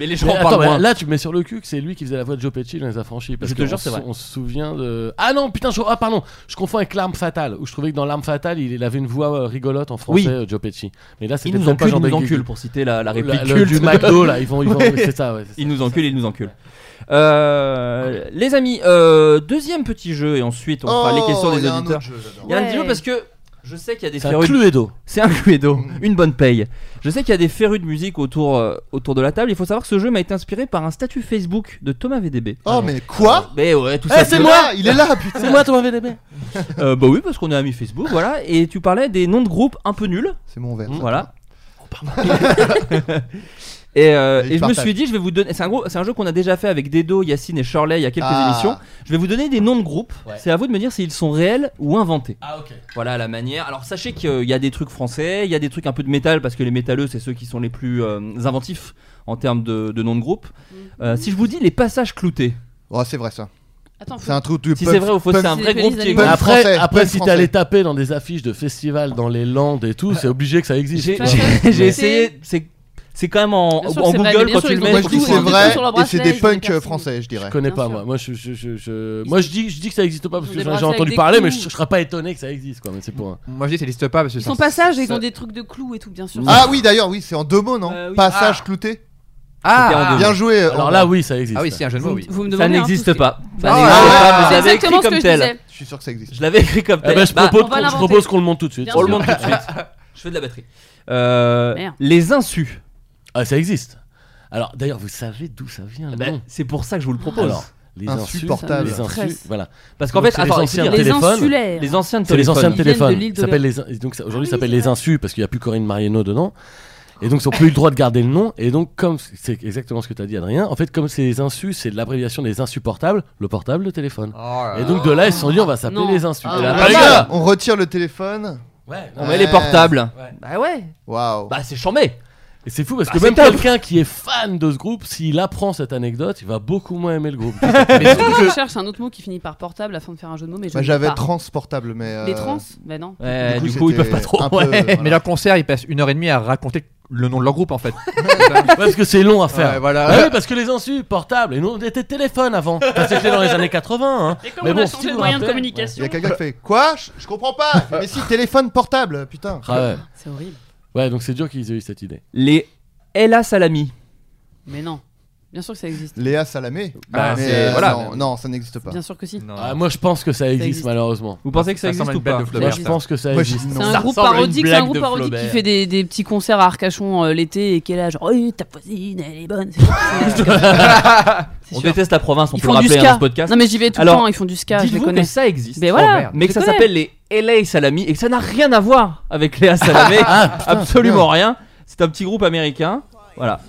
[SPEAKER 7] Mais les gens
[SPEAKER 6] Mais
[SPEAKER 7] en
[SPEAKER 6] attends,
[SPEAKER 7] parlent
[SPEAKER 6] mais
[SPEAKER 7] moins.
[SPEAKER 6] là tu me mets sur le cul que c'est lui qui faisait la voix de Joe Pesci dans les affranchis. Parce
[SPEAKER 7] Je te
[SPEAKER 6] que
[SPEAKER 7] jure,
[SPEAKER 6] on
[SPEAKER 7] c'est
[SPEAKER 6] se-
[SPEAKER 7] vrai.
[SPEAKER 6] On se souvient de. Ah non, putain, je... ah, pardon, je confonds avec l'arme fatale. Où je trouvais que dans l'arme fatale, il il avait une voix euh, rigolote en français,
[SPEAKER 7] Oui.
[SPEAKER 6] euh, Joe Pesci. Mais là,
[SPEAKER 7] Ils
[SPEAKER 6] c'était
[SPEAKER 7] nous
[SPEAKER 6] peut-être pas
[SPEAKER 7] enculent,
[SPEAKER 6] Jean
[SPEAKER 7] ils nous
[SPEAKER 6] Benguigui.
[SPEAKER 7] enculent, pour citer la, la réplique
[SPEAKER 6] La- le- du
[SPEAKER 7] culte.
[SPEAKER 6] McDo là, ils vont, ils vont, c'est ça, ouais. c'est ça.
[SPEAKER 7] Ils nous enculent, ils nous enculent. Euh, les amis, euh, deuxième petit jeu et ensuite on fera les
[SPEAKER 8] Oh,
[SPEAKER 7] questions des
[SPEAKER 8] il y a un
[SPEAKER 7] auditeurs.
[SPEAKER 8] autre jeu, j'adore.
[SPEAKER 7] Il y a un
[SPEAKER 9] Ouais.
[SPEAKER 7] petit jeu parce que je sais qu'il y a des
[SPEAKER 6] C'est un
[SPEAKER 7] férus.
[SPEAKER 6] Cluedo.
[SPEAKER 7] C'est un cluedo,
[SPEAKER 8] Mm.
[SPEAKER 7] une bonne paye. Je sais qu'il y a des férus de musique autour, euh, autour de la table. Il faut savoir que ce jeu m'a été inspiré par un statut Facebook de Thomas VDB.
[SPEAKER 8] Oh, mais quoi
[SPEAKER 7] Mais ouais, tout
[SPEAKER 8] Eh,
[SPEAKER 7] Ah, ça.
[SPEAKER 8] c'est moi Il est là, putain
[SPEAKER 6] C'est moi Thomas VDB.
[SPEAKER 7] Euh, bah oui, parce qu'on est amis Facebook, voilà. Et tu parlais des noms de groupes un peu nuls,
[SPEAKER 8] C'est mon verre.
[SPEAKER 7] voilà. et euh,
[SPEAKER 8] Allez,
[SPEAKER 7] et je me
[SPEAKER 8] partage.
[SPEAKER 7] suis dit, je vais vous donner. C'est un, gros- c'est un jeu qu'on a déjà fait avec Dedo, Yacine et Shirley il y a quelques
[SPEAKER 8] Ah.
[SPEAKER 7] émissions. Je vais vous donner des noms de groupes.
[SPEAKER 6] Ouais.
[SPEAKER 7] C'est à vous de me dire s'ils sont réels ou inventés.
[SPEAKER 6] Ah ok.
[SPEAKER 7] Voilà la manière. Alors sachez qu'il y a des trucs français, il y a des trucs un peu de métal parce que les métalleux c'est ceux qui sont les plus euh, inventifs en termes de, de noms de groupe. Euh, si je vous dis les passages cloutés,
[SPEAKER 8] Oh, c'est vrai ça.
[SPEAKER 9] Attends, faut-
[SPEAKER 8] C'est un truc de
[SPEAKER 7] si
[SPEAKER 8] punk-
[SPEAKER 7] c'est vrai ou faux,
[SPEAKER 8] punk-
[SPEAKER 7] c'est un vrai
[SPEAKER 9] C'est
[SPEAKER 7] groupe
[SPEAKER 9] les
[SPEAKER 7] qui
[SPEAKER 9] animaux.
[SPEAKER 7] existe.
[SPEAKER 6] Après,
[SPEAKER 8] français,
[SPEAKER 6] après
[SPEAKER 8] peuple
[SPEAKER 6] si
[SPEAKER 8] français.
[SPEAKER 6] t'allais taper dans des affiches de festivals dans les Landes et tout, c'est obligé que ça existe.
[SPEAKER 7] J'ai
[SPEAKER 6] tu vois.
[SPEAKER 7] j'ai- j'ai
[SPEAKER 9] Mais-
[SPEAKER 7] essayé, c'est c'est quand même en,
[SPEAKER 9] Bien sûr
[SPEAKER 7] en
[SPEAKER 9] que c'est vrai, mais
[SPEAKER 7] Google
[SPEAKER 9] bien
[SPEAKER 7] quand
[SPEAKER 9] sûr,
[SPEAKER 7] tu
[SPEAKER 9] ils
[SPEAKER 7] le
[SPEAKER 9] ont
[SPEAKER 7] mets.
[SPEAKER 8] Moi,
[SPEAKER 9] Mais
[SPEAKER 8] je dis que
[SPEAKER 9] surtout, ils
[SPEAKER 8] c'est
[SPEAKER 9] ont des trucs
[SPEAKER 8] vrai
[SPEAKER 9] sur
[SPEAKER 8] et
[SPEAKER 9] leur
[SPEAKER 8] c'est
[SPEAKER 9] bracelet,
[SPEAKER 8] des
[SPEAKER 9] ils ont des
[SPEAKER 8] punks
[SPEAKER 9] piercings.
[SPEAKER 8] français, je dirais.
[SPEAKER 6] Je connais
[SPEAKER 9] Bien
[SPEAKER 6] pas
[SPEAKER 9] sûr.
[SPEAKER 6] moi. Moi je, je, je, je- moi, je dis, je dis que ça existe pas parce que
[SPEAKER 9] Ils ont des
[SPEAKER 6] j'en- j'ai
[SPEAKER 9] bracelets avec
[SPEAKER 6] entendu
[SPEAKER 9] des
[SPEAKER 6] parler, mais
[SPEAKER 9] clous.
[SPEAKER 6] je, je serais pas étonné que ça existe quoi. Mais c'est pour. un-
[SPEAKER 10] Moi je dis que ça n'existe pas parce que
[SPEAKER 9] Ils
[SPEAKER 10] ça-
[SPEAKER 9] sont pas sages, ils
[SPEAKER 10] ça-
[SPEAKER 9] ont des trucs de clous et tout, bien sûr.
[SPEAKER 8] Ah oui, d'ailleurs, oui, c'est en deux mots, non
[SPEAKER 7] Euh, oui.
[SPEAKER 8] Passage clouté.
[SPEAKER 7] C'était en
[SPEAKER 10] Ah,
[SPEAKER 7] deux
[SPEAKER 8] Bien joué. euh,
[SPEAKER 6] Alors
[SPEAKER 8] André.
[SPEAKER 6] là oui ça existe.
[SPEAKER 10] ah oui, c'est un jeu de mots, oui.
[SPEAKER 9] Vous me demandez.
[SPEAKER 7] Ça
[SPEAKER 9] hein, tout
[SPEAKER 7] n'existe
[SPEAKER 9] ce
[SPEAKER 7] pas. Ça
[SPEAKER 9] Ah,
[SPEAKER 7] n'existe
[SPEAKER 8] ouais.
[SPEAKER 7] pas, mais je
[SPEAKER 9] qui- C'est
[SPEAKER 7] l'avais écrit
[SPEAKER 9] exactement ce
[SPEAKER 7] comme
[SPEAKER 9] que je
[SPEAKER 7] tel.
[SPEAKER 9] disais.
[SPEAKER 8] Je suis sûr que ça existe.
[SPEAKER 7] Je l'avais écrit comme
[SPEAKER 6] Eh
[SPEAKER 7] tel.
[SPEAKER 6] ben, je
[SPEAKER 7] Bah,
[SPEAKER 6] propose,
[SPEAKER 9] on va
[SPEAKER 6] qu'on- je
[SPEAKER 9] l'inventer.
[SPEAKER 6] propose qu'on le monte tout de suite.
[SPEAKER 9] Bien
[SPEAKER 7] on
[SPEAKER 9] sûr.
[SPEAKER 7] le monte tout de suite. Je fais de la batterie. Euh,
[SPEAKER 9] Merde.
[SPEAKER 7] les insus.
[SPEAKER 6] Ah, ça existe. Alors, d'ailleurs, vous savez d'où ça vient le
[SPEAKER 7] Bah,
[SPEAKER 6] nom
[SPEAKER 7] c'est pour ça que je vous le propose.
[SPEAKER 6] Alors, les
[SPEAKER 8] Insupportable.
[SPEAKER 6] insus, les insus,
[SPEAKER 9] Stress.
[SPEAKER 6] voilà.
[SPEAKER 7] Parce qu'en
[SPEAKER 6] Donc,
[SPEAKER 7] fait,
[SPEAKER 6] c'est les
[SPEAKER 7] attends,
[SPEAKER 6] anciens
[SPEAKER 7] explique-
[SPEAKER 9] Les
[SPEAKER 6] Téléphone.
[SPEAKER 9] insulaires.
[SPEAKER 7] les anciens de
[SPEAKER 6] C'est les anciens
[SPEAKER 7] téléphone.
[SPEAKER 9] Ils viennent
[SPEAKER 6] téléphones.
[SPEAKER 9] de l'île
[SPEAKER 6] Ils
[SPEAKER 9] de
[SPEAKER 6] s'appellent les in- donc ça-
[SPEAKER 9] Ah
[SPEAKER 6] aujourd'hui
[SPEAKER 9] oui,
[SPEAKER 6] ça s'appelle
[SPEAKER 9] c'est
[SPEAKER 6] les
[SPEAKER 9] vrai.
[SPEAKER 6] insus parce qu'il n'y a plus Corinne Mariano dedans. Et donc ils n'ont plus eu le droit de garder le nom. Et donc comme c- c'est exactement ce que tu as dit Adrien, en fait comme c'est les insus, c'est de l'abréviation des insupportables, le portable, le téléphone. Et donc de là ils se sont dit on va s'appeler
[SPEAKER 9] Non.
[SPEAKER 6] les insus.
[SPEAKER 8] Ah,
[SPEAKER 6] Et là,
[SPEAKER 8] on
[SPEAKER 6] bah, les
[SPEAKER 8] retire-
[SPEAKER 6] gars
[SPEAKER 8] On retire le téléphone.
[SPEAKER 6] Ouais, non,
[SPEAKER 7] On
[SPEAKER 6] mais-
[SPEAKER 7] met les portables.
[SPEAKER 6] Ouais.
[SPEAKER 7] Bah ouais.
[SPEAKER 8] Waouh.
[SPEAKER 7] Bah c'est chambé.
[SPEAKER 6] Et c'est fou parce
[SPEAKER 7] Bah,
[SPEAKER 6] que
[SPEAKER 7] c'est
[SPEAKER 6] même
[SPEAKER 7] top.
[SPEAKER 6] quelqu'un qui est fan de ce groupe, s'il apprend cette anecdote, il va beaucoup moins aimer le groupe.
[SPEAKER 10] Mais
[SPEAKER 9] Attends,
[SPEAKER 10] surtout
[SPEAKER 9] je
[SPEAKER 10] que-
[SPEAKER 9] cherche un autre mot qui finit par portable afin de faire un jeu de mots, mais je
[SPEAKER 8] Bah,
[SPEAKER 9] ne
[SPEAKER 8] J'avais
[SPEAKER 9] sais pas.
[SPEAKER 8] transportable, mais. euh,
[SPEAKER 9] Les trans Bah non.
[SPEAKER 7] Ouais,
[SPEAKER 8] Du
[SPEAKER 7] du
[SPEAKER 8] coup,
[SPEAKER 7] coup, ils
[SPEAKER 8] c'était
[SPEAKER 7] peuvent pas trop.
[SPEAKER 8] un peu,
[SPEAKER 7] ouais.
[SPEAKER 8] voilà.
[SPEAKER 10] Mais leur concert, ils passent une heure et demie à raconter le nom de leur groupe en fait.
[SPEAKER 6] Ouais, parce que c'est long à faire.
[SPEAKER 10] Ouais, voilà.
[SPEAKER 6] Ah oui, parce que les insus, portables, et nous on était téléphone avant. Enfin, c'était dans les années 80. Hein. Mais bon, si vous rappelez-
[SPEAKER 8] Il y a quelqu'un qui fait Quoi Je, je comprends pas Il fait, Mais si, téléphone portable, putain
[SPEAKER 6] Ah ouais.
[SPEAKER 9] C'est horrible.
[SPEAKER 6] Ouais, donc c'est dur qu'ils aient eu cette idée.
[SPEAKER 7] Les Ella Salami.
[SPEAKER 9] Mais non. Bien sûr que ça existe.
[SPEAKER 8] Léa Salamé
[SPEAKER 10] Bah,
[SPEAKER 8] Mais,
[SPEAKER 10] c'est-
[SPEAKER 8] euh,
[SPEAKER 10] voilà.
[SPEAKER 8] Non, non, ça n'existe pas.
[SPEAKER 9] Bien sûr que si.
[SPEAKER 10] Non.
[SPEAKER 6] Ah, moi je pense que ça existe,
[SPEAKER 9] existe.
[SPEAKER 6] malheureusement.
[SPEAKER 7] Vous pensez que ça,
[SPEAKER 10] Ça ressemble à
[SPEAKER 7] existe ou
[SPEAKER 10] une blague
[SPEAKER 7] pas
[SPEAKER 10] de Flaubert.
[SPEAKER 6] Moi
[SPEAKER 10] Flaubert,
[SPEAKER 6] je
[SPEAKER 10] ça.
[SPEAKER 6] pense que ça
[SPEAKER 8] Moi, je dis
[SPEAKER 6] existe.
[SPEAKER 9] C'est
[SPEAKER 8] non.
[SPEAKER 9] un
[SPEAKER 10] Ça
[SPEAKER 9] groupe
[SPEAKER 10] ressemble à une
[SPEAKER 9] parodique, c'est
[SPEAKER 10] blague
[SPEAKER 9] un groupe
[SPEAKER 10] de
[SPEAKER 9] parodique qui
[SPEAKER 10] Flaubert.
[SPEAKER 9] fait des, des petits concerts à Arcachon euh, l'été et qui est là genre oh, ta voisine elle est bonne. C'est- c'est- c'est
[SPEAKER 7] On
[SPEAKER 9] sûr.
[SPEAKER 7] déteste la province, on
[SPEAKER 9] Ils
[SPEAKER 7] peut le
[SPEAKER 9] font du
[SPEAKER 7] rappeler hein, dans ce
[SPEAKER 9] ska.
[SPEAKER 7] podcast.
[SPEAKER 9] Non mais j'y vais tout le
[SPEAKER 7] Alors,
[SPEAKER 9] temps, ils font du ska, je les
[SPEAKER 7] Dites-vous que
[SPEAKER 9] connais.
[SPEAKER 7] ça existe.
[SPEAKER 9] Mais voilà,
[SPEAKER 10] merde.
[SPEAKER 7] Mais
[SPEAKER 9] je
[SPEAKER 7] que ça
[SPEAKER 9] connais.
[SPEAKER 7] s'appelle les LA Salami et que ça n'a rien à voir avec Léa Salamé.
[SPEAKER 9] Ah,
[SPEAKER 7] Absolument rien. C'est un petit groupe américain. Voilà.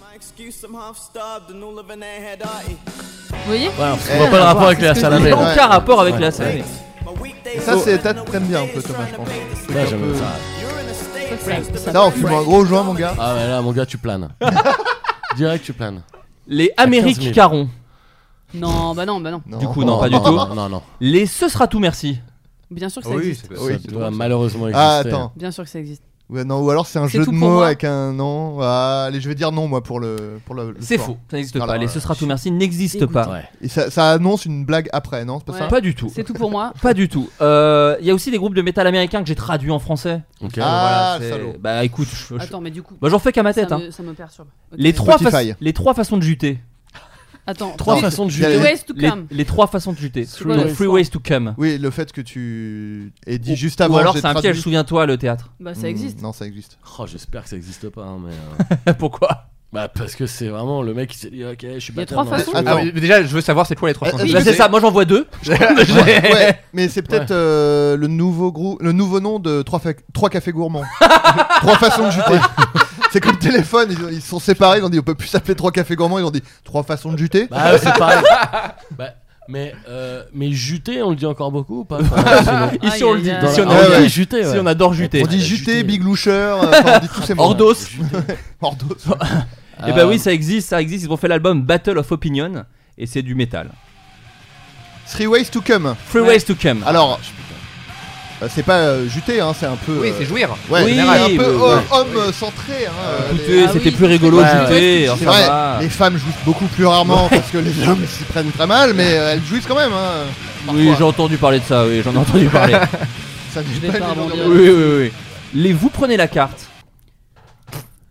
[SPEAKER 9] Vous voyez
[SPEAKER 6] Ouais, on voit pas le rapport avec les Salamé.
[SPEAKER 8] Mais
[SPEAKER 7] Aucun
[SPEAKER 8] ouais.
[SPEAKER 7] rapport avec
[SPEAKER 6] Ouais.
[SPEAKER 7] Léa Salamé.
[SPEAKER 8] Et ça, c'est t'as- t'aimes bien un peu, Thomas, je pense.
[SPEAKER 6] Là, j'aime ça.
[SPEAKER 8] Là, on fume un gros joint, mon gars.
[SPEAKER 6] Ah, ouais, là, mon gars, tu planes. Direct, tu planes.
[SPEAKER 7] Les
[SPEAKER 6] 15
[SPEAKER 7] Amériques
[SPEAKER 6] 000.
[SPEAKER 7] Caron.
[SPEAKER 9] Non, bah non, bah non.
[SPEAKER 7] Du coup, non, pas du tout.
[SPEAKER 6] Non, non, non.
[SPEAKER 7] Les Ce sera tout, merci.
[SPEAKER 9] Bien sûr que ça
[SPEAKER 10] Oui,
[SPEAKER 9] existe.
[SPEAKER 8] Oui.
[SPEAKER 6] Ça doit malheureusement exister.
[SPEAKER 8] Ah, attends.
[SPEAKER 9] Bien sûr que ça existe.
[SPEAKER 8] Ouais, non, ou alors c'est un
[SPEAKER 9] C'est
[SPEAKER 8] jeu
[SPEAKER 9] tout
[SPEAKER 8] de
[SPEAKER 9] pour
[SPEAKER 8] mots
[SPEAKER 9] moi.
[SPEAKER 8] avec un nom. Ah, allez, je vais dire non, moi, pour le. Pour le, le
[SPEAKER 7] C'est
[SPEAKER 8] sport.
[SPEAKER 7] faux, ça
[SPEAKER 9] Ah
[SPEAKER 7] n'existe
[SPEAKER 8] Alors,
[SPEAKER 7] pas. Les
[SPEAKER 8] euh,
[SPEAKER 7] ce sera tout merci n'existe
[SPEAKER 9] Dégoûté.
[SPEAKER 7] pas.
[SPEAKER 6] Ouais.
[SPEAKER 8] Et ça, ça annonce une blague après, non C'est pas
[SPEAKER 9] Ouais.
[SPEAKER 8] ça
[SPEAKER 7] Pas du tout.
[SPEAKER 9] C'est tout pour moi.
[SPEAKER 7] Pas du tout. Euh, Il y a aussi des groupes de métal américains que j'ai traduits en français. Euh,
[SPEAKER 6] Ok.
[SPEAKER 8] Ah,
[SPEAKER 7] Voilà, c'est-
[SPEAKER 8] le salaud.
[SPEAKER 7] Bah écoute, je- je-
[SPEAKER 9] Attends, mais du coup.
[SPEAKER 7] bah, j'en fais qu'à ma
[SPEAKER 9] ça,
[SPEAKER 7] tête. hein.
[SPEAKER 9] me, ça me perturbe. Ok.
[SPEAKER 7] Les, trois
[SPEAKER 8] Spotify.
[SPEAKER 7] fa- les trois façons de juter.
[SPEAKER 9] Attends.
[SPEAKER 6] Trois
[SPEAKER 9] three-
[SPEAKER 6] façons de
[SPEAKER 8] Il y a
[SPEAKER 6] juger.
[SPEAKER 9] three ways to
[SPEAKER 7] Les,
[SPEAKER 9] come.
[SPEAKER 7] les trois façons de juter.
[SPEAKER 9] C'est quoi,
[SPEAKER 7] Donc
[SPEAKER 9] les
[SPEAKER 7] Three
[SPEAKER 9] trois
[SPEAKER 7] Ways to Come.
[SPEAKER 8] Oui, le fait que tu aies dit
[SPEAKER 7] Ou-
[SPEAKER 8] juste
[SPEAKER 7] Ou
[SPEAKER 8] avant.
[SPEAKER 7] alors
[SPEAKER 8] j'ai
[SPEAKER 7] c'est un
[SPEAKER 8] traduit.
[SPEAKER 7] piège, souviens-toi, le théâtre.
[SPEAKER 9] Bah
[SPEAKER 8] Hmm,
[SPEAKER 9] ça existe.
[SPEAKER 8] Non, ça existe.
[SPEAKER 6] Oh, j'espère que ça existe pas, hein, mais. euh,
[SPEAKER 7] Pourquoi
[SPEAKER 6] bah, parce que c'est vraiment le mec qui s'est dit, ok, je suis
[SPEAKER 9] Il y a
[SPEAKER 6] pas
[SPEAKER 9] trois façons.
[SPEAKER 8] Attends.
[SPEAKER 10] Ah oui, mais déjà, je veux savoir c'est quoi les trois
[SPEAKER 8] Eh,
[SPEAKER 10] façons
[SPEAKER 8] eh,
[SPEAKER 10] de
[SPEAKER 8] Oui,
[SPEAKER 7] Bah,
[SPEAKER 8] je
[SPEAKER 7] C'est
[SPEAKER 8] sais.
[SPEAKER 7] ça, moi j'en vois deux.
[SPEAKER 8] Ouais, mais c'est peut-être euh, le nouveau groupe, le nouveau nom de trois, fa- trois cafés gourmands. trois façons de juter. C'est comme le téléphone, ils, ont- ils se sont séparés, ils ont dit on peut plus s'appeler trois cafés gourmands, ils ont dit trois façons de juter.
[SPEAKER 6] Bah, c'est pareil. Bah, mais, euh, mais juter, on le dit encore beaucoup ou pas Enfin, sinon-
[SPEAKER 7] Ici on le dit.
[SPEAKER 9] Aïe, aïe, aïe.
[SPEAKER 7] Ici, on
[SPEAKER 6] Dans la-
[SPEAKER 7] adore
[SPEAKER 8] Ah ouais,
[SPEAKER 6] on
[SPEAKER 7] juter.
[SPEAKER 6] dit juter, ouais.
[SPEAKER 7] Ici, on adore juter.
[SPEAKER 8] on dit
[SPEAKER 6] ouais,
[SPEAKER 8] juter,
[SPEAKER 6] juter.
[SPEAKER 8] big loucher, euh, enfin, on dit tous ces mots.
[SPEAKER 7] Ordos.
[SPEAKER 8] Ordos. Ah.
[SPEAKER 7] Et bah oui, ça existe, ça existe. Ils ont fait l'album Battle of Opinion et c'est du métal.
[SPEAKER 8] Three ways to come.
[SPEAKER 7] Three
[SPEAKER 9] Ouais.
[SPEAKER 7] Ways to Come.
[SPEAKER 8] Alors, euh, c'est pas euh, juter, hein, c'est un peu.
[SPEAKER 10] Oui,
[SPEAKER 8] euh,
[SPEAKER 10] c'est jouir.
[SPEAKER 8] Ouais,
[SPEAKER 7] Oui,
[SPEAKER 8] c'est un peu
[SPEAKER 7] oui,
[SPEAKER 8] homme,
[SPEAKER 7] oui.
[SPEAKER 8] homme, euh, centré. hein, euh, les-
[SPEAKER 7] Écoutez,
[SPEAKER 9] Ah
[SPEAKER 7] c'était
[SPEAKER 9] oui,
[SPEAKER 7] plus rigolo
[SPEAKER 6] ouais,
[SPEAKER 7] de
[SPEAKER 6] ouais.
[SPEAKER 7] juter.
[SPEAKER 8] C'est
[SPEAKER 7] enfin, bah.
[SPEAKER 8] vrai,
[SPEAKER 7] va.
[SPEAKER 8] les femmes jouissent beaucoup plus rarement parce que les hommes s'y prennent très mal, mais euh, elles jouissent quand même. Hein,
[SPEAKER 7] Oui,
[SPEAKER 8] parfois.
[SPEAKER 7] j'ai entendu parler de ça, oui, j'en ai entendu parler.
[SPEAKER 8] Ça n'est
[SPEAKER 9] vais
[SPEAKER 8] pas
[SPEAKER 9] pas
[SPEAKER 8] une légende
[SPEAKER 9] rebondir.
[SPEAKER 8] urbaine.
[SPEAKER 7] oui, oui, oui. Les vous prenez la carte.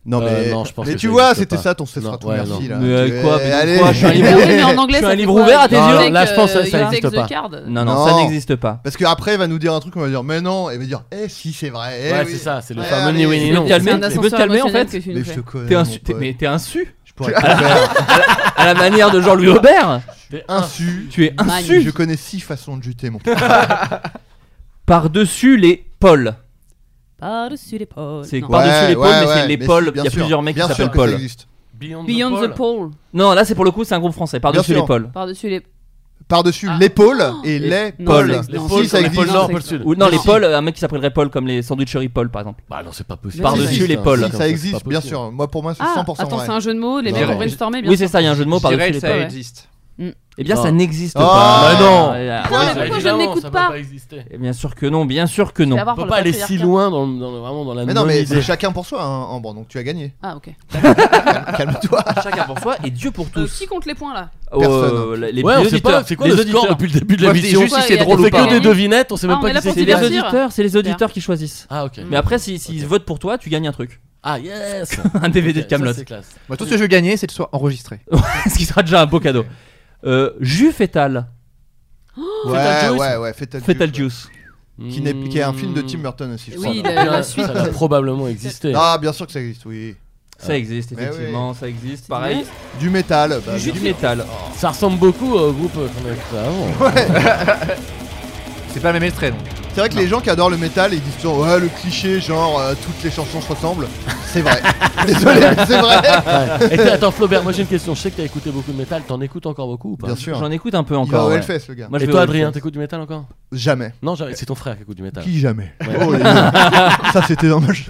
[SPEAKER 8] Non, mais,
[SPEAKER 6] Euh, non, je pense
[SPEAKER 8] mais
[SPEAKER 6] que
[SPEAKER 8] tu
[SPEAKER 6] ça
[SPEAKER 8] vois,
[SPEAKER 6] existe
[SPEAKER 8] c'était
[SPEAKER 6] pas.
[SPEAKER 8] ça ton ce
[SPEAKER 6] Non,
[SPEAKER 8] sera tout
[SPEAKER 6] ouais,
[SPEAKER 8] merci
[SPEAKER 6] non.
[SPEAKER 8] là.
[SPEAKER 7] Mais avec quoi, mais
[SPEAKER 8] allez.
[SPEAKER 7] quoi, je suis un
[SPEAKER 9] Ah
[SPEAKER 7] libre-
[SPEAKER 9] oui, mais en anglais,
[SPEAKER 7] Je suis
[SPEAKER 9] ça
[SPEAKER 7] un
[SPEAKER 9] dit
[SPEAKER 7] livre
[SPEAKER 9] quoi
[SPEAKER 7] ouvert à tes
[SPEAKER 9] You
[SPEAKER 6] yeux.
[SPEAKER 9] take,
[SPEAKER 6] Là, je pense que ça-
[SPEAKER 9] euh,
[SPEAKER 6] ça
[SPEAKER 9] you
[SPEAKER 6] existe
[SPEAKER 9] take the
[SPEAKER 6] pas.
[SPEAKER 9] card.
[SPEAKER 7] Non, non,
[SPEAKER 8] Non.
[SPEAKER 7] ça n'existe pas.
[SPEAKER 8] Parce qu'après, il va nous dire un truc, on va dire, mais non, et il va dire, eh si, c'est vrai. eh
[SPEAKER 6] Ouais,
[SPEAKER 8] oui.
[SPEAKER 6] c'est ça, c'est le
[SPEAKER 8] Ouais,
[SPEAKER 6] fameux
[SPEAKER 8] allez,
[SPEAKER 6] ni
[SPEAKER 8] je
[SPEAKER 6] oui
[SPEAKER 8] vais
[SPEAKER 6] ni
[SPEAKER 8] te
[SPEAKER 6] non.
[SPEAKER 7] calmer.
[SPEAKER 9] C'est un
[SPEAKER 7] Tu veux te
[SPEAKER 9] ascenseur
[SPEAKER 7] calmer, en
[SPEAKER 9] émotionnel
[SPEAKER 7] fait
[SPEAKER 9] que tu nous
[SPEAKER 8] Mais je
[SPEAKER 9] fais.
[SPEAKER 8] te connais.
[SPEAKER 7] T'es
[SPEAKER 8] mon
[SPEAKER 7] insu, t'es-
[SPEAKER 8] pote.
[SPEAKER 7] mais t'es insu
[SPEAKER 8] Je pourrais pas faire
[SPEAKER 7] à la manière de Jean-Louis Aubert.
[SPEAKER 6] T'es un-
[SPEAKER 8] insu.
[SPEAKER 7] Tu es
[SPEAKER 9] Magnifique.
[SPEAKER 8] Je
[SPEAKER 7] insu
[SPEAKER 8] connais six façons de juter, mon pote.
[SPEAKER 7] par-dessus les Paul.
[SPEAKER 9] Par-dessus l'épaule.
[SPEAKER 7] C'est
[SPEAKER 9] Non.
[SPEAKER 7] quoi Par-dessus l'épaule,
[SPEAKER 8] ouais,
[SPEAKER 7] mais c'est
[SPEAKER 8] ouais,
[SPEAKER 7] l'épaule,
[SPEAKER 8] si, bien
[SPEAKER 7] il y a
[SPEAKER 8] sûr.
[SPEAKER 7] plusieurs mecs qui
[SPEAKER 8] Bien sûr
[SPEAKER 7] s'appellent
[SPEAKER 8] que ça
[SPEAKER 7] Paul.
[SPEAKER 8] existe.
[SPEAKER 6] Beyond,
[SPEAKER 9] Beyond the pole.
[SPEAKER 7] Non, là c'est pour le coup, c'est un groupe français. Par-dessus
[SPEAKER 8] Bien
[SPEAKER 7] les
[SPEAKER 8] sûr.
[SPEAKER 7] Paul.
[SPEAKER 9] Par-dessus les.
[SPEAKER 8] Par-dessus
[SPEAKER 9] Ah.
[SPEAKER 8] l'épaule et
[SPEAKER 7] Et-
[SPEAKER 8] les
[SPEAKER 9] Non,
[SPEAKER 8] Paul.
[SPEAKER 9] c'est-
[SPEAKER 6] Les
[SPEAKER 9] non,
[SPEAKER 6] pôles,
[SPEAKER 8] Si, ça
[SPEAKER 6] les
[SPEAKER 8] existe.
[SPEAKER 6] pôles
[SPEAKER 9] Non,
[SPEAKER 6] nord,
[SPEAKER 9] ça
[SPEAKER 6] pôle
[SPEAKER 9] existe.
[SPEAKER 6] sud.
[SPEAKER 7] Ou, non, les
[SPEAKER 9] Non.
[SPEAKER 7] Paul, un mec qui s'appellerait Paul comme les sandwicheries Paul par exemple.
[SPEAKER 6] Bah non, c'est pas possible.
[SPEAKER 7] Par-dessus
[SPEAKER 8] Si, si,
[SPEAKER 7] les
[SPEAKER 6] ça,
[SPEAKER 7] pôles.
[SPEAKER 6] c'est
[SPEAKER 8] Si,
[SPEAKER 6] comme
[SPEAKER 8] ça existe,
[SPEAKER 6] c'est pas
[SPEAKER 8] bien
[SPEAKER 6] possible.
[SPEAKER 8] sûr. Moi, pour moi, c'est
[SPEAKER 9] Ah,
[SPEAKER 8] 100%
[SPEAKER 9] attends,
[SPEAKER 8] vrai.
[SPEAKER 9] c'est un jeu de mots, les
[SPEAKER 8] Non.
[SPEAKER 9] mecs ont
[SPEAKER 8] Ouais.
[SPEAKER 9] brainstormé, bien
[SPEAKER 7] Oui,
[SPEAKER 9] sûr.
[SPEAKER 7] c'est ça, il y a un jeu de mots
[SPEAKER 10] Je
[SPEAKER 7] par-dessus
[SPEAKER 10] dirais que
[SPEAKER 7] les
[SPEAKER 10] ça
[SPEAKER 7] Paul.
[SPEAKER 9] ouais.
[SPEAKER 10] existe.
[SPEAKER 7] Eh bien,
[SPEAKER 6] Non.
[SPEAKER 7] ça n'existe
[SPEAKER 8] Oh.
[SPEAKER 7] pas.
[SPEAKER 8] Mais
[SPEAKER 6] non.
[SPEAKER 7] Ah,
[SPEAKER 9] Quoi
[SPEAKER 7] oui,
[SPEAKER 9] mais
[SPEAKER 7] ça
[SPEAKER 6] Bah,
[SPEAKER 9] pourquoi je
[SPEAKER 6] évidemment,
[SPEAKER 9] n'écoute
[SPEAKER 6] ça peut
[SPEAKER 9] pas
[SPEAKER 6] exister.
[SPEAKER 7] Eh Bien sûr que non, bien sûr que non.
[SPEAKER 9] C'est à voir
[SPEAKER 6] On peut
[SPEAKER 9] par
[SPEAKER 6] pas
[SPEAKER 9] le
[SPEAKER 6] aller si
[SPEAKER 9] patriarcat.
[SPEAKER 6] loin dans, le- dans le- vraiment dans la
[SPEAKER 8] Mais non, mais c'est
[SPEAKER 6] non-idée.
[SPEAKER 8] chacun pour soi, hein, Ambre, donc tu as gagné.
[SPEAKER 9] Ah, ok.
[SPEAKER 8] Calme-toi.
[SPEAKER 7] Chacun pour soi et Dieu pour
[SPEAKER 9] Euh,
[SPEAKER 7] tous.
[SPEAKER 9] qui compte les points là
[SPEAKER 7] Oh,
[SPEAKER 8] Personne.
[SPEAKER 7] les- les
[SPEAKER 6] Ouais, on sait pas,
[SPEAKER 7] auditeurs.
[SPEAKER 6] c'est quoi
[SPEAKER 7] les
[SPEAKER 6] le score
[SPEAKER 7] auditeurs.
[SPEAKER 6] depuis le début de
[SPEAKER 10] Moi, je dis
[SPEAKER 6] l'émission
[SPEAKER 10] juste
[SPEAKER 9] Ouais,
[SPEAKER 10] si c'est
[SPEAKER 9] il y a
[SPEAKER 6] On
[SPEAKER 10] drôle ou
[SPEAKER 6] fait
[SPEAKER 9] des
[SPEAKER 10] pas.
[SPEAKER 6] que
[SPEAKER 9] gagner.
[SPEAKER 6] des devinettes, on sait même
[SPEAKER 9] Ah,
[SPEAKER 6] pas
[SPEAKER 9] on est là
[SPEAKER 6] qui
[SPEAKER 9] pour
[SPEAKER 7] C'est
[SPEAKER 6] c'est.
[SPEAKER 7] les
[SPEAKER 9] divertir.
[SPEAKER 7] auditeurs, c'est les auditeurs qui choisissent.
[SPEAKER 6] Ah, ok.
[SPEAKER 7] Mais après, s'ils si, votent pour toi, tu gagnes un truc.
[SPEAKER 6] Ah, yes
[SPEAKER 7] Un DVD
[SPEAKER 6] Ok,
[SPEAKER 7] de
[SPEAKER 6] ça,
[SPEAKER 7] Camelot.
[SPEAKER 6] c'est classe.
[SPEAKER 10] Bah, tout ce que je veux gagner, c'est de soit enregistré.
[SPEAKER 7] Ce qui sera déjà un beau cadeau. Euh, jus fétal.
[SPEAKER 8] Ouais, ouais, ouais, Fetal
[SPEAKER 7] Fetal
[SPEAKER 8] Juice.
[SPEAKER 7] juice.
[SPEAKER 8] Qui, n'est- qui est un film de Tim Burton aussi, je
[SPEAKER 9] Oui,
[SPEAKER 8] crois.
[SPEAKER 9] il
[SPEAKER 6] Ça
[SPEAKER 9] a-
[SPEAKER 6] doit-
[SPEAKER 9] la suite.
[SPEAKER 6] Ça doit probablement exister.
[SPEAKER 8] Ah, bien sûr que ça existe, oui.
[SPEAKER 6] Ah.
[SPEAKER 7] Ça existe,
[SPEAKER 8] Mais
[SPEAKER 7] effectivement, ça existe. Pareil.
[SPEAKER 8] Du métal. bah,
[SPEAKER 7] Jus de
[SPEAKER 8] bien.
[SPEAKER 7] métal.
[SPEAKER 6] Ça ressemble beaucoup au groupe euh, qu'on a écouté avant.
[SPEAKER 10] C'est pas le même extrait donc.
[SPEAKER 8] C'est vrai que les gens qui adorent le métal, ils disent toujours ouais, le cliché, genre euh, toutes les chansons se ressemblent. C'est vrai. Désolé, mais c'est
[SPEAKER 6] Bah,
[SPEAKER 8] vrai.
[SPEAKER 6] Ouais. Et t'es- attends, Flaubert, moi j'ai une question. Je sais que t'as écouté beaucoup de métal. T'en écoutes encore beaucoup ou pas
[SPEAKER 8] Bien sûr.
[SPEAKER 7] J'en écoute un peu
[SPEAKER 8] il va
[SPEAKER 7] encore.
[SPEAKER 8] au
[SPEAKER 7] ouais.
[SPEAKER 8] Hellfest, le gars.
[SPEAKER 7] Moi, je
[SPEAKER 6] Et
[SPEAKER 7] vais
[SPEAKER 6] toi,
[SPEAKER 7] au
[SPEAKER 6] Adrien,
[SPEAKER 7] Hellfest.
[SPEAKER 6] t'écoutes du métal encore
[SPEAKER 8] Jamais.
[SPEAKER 6] Non, j'arrête, c'est ton frère qui écoute du métal.
[SPEAKER 8] Qui jamais
[SPEAKER 6] Ouais.
[SPEAKER 8] Oh, les gars. Ça, c'était dommage.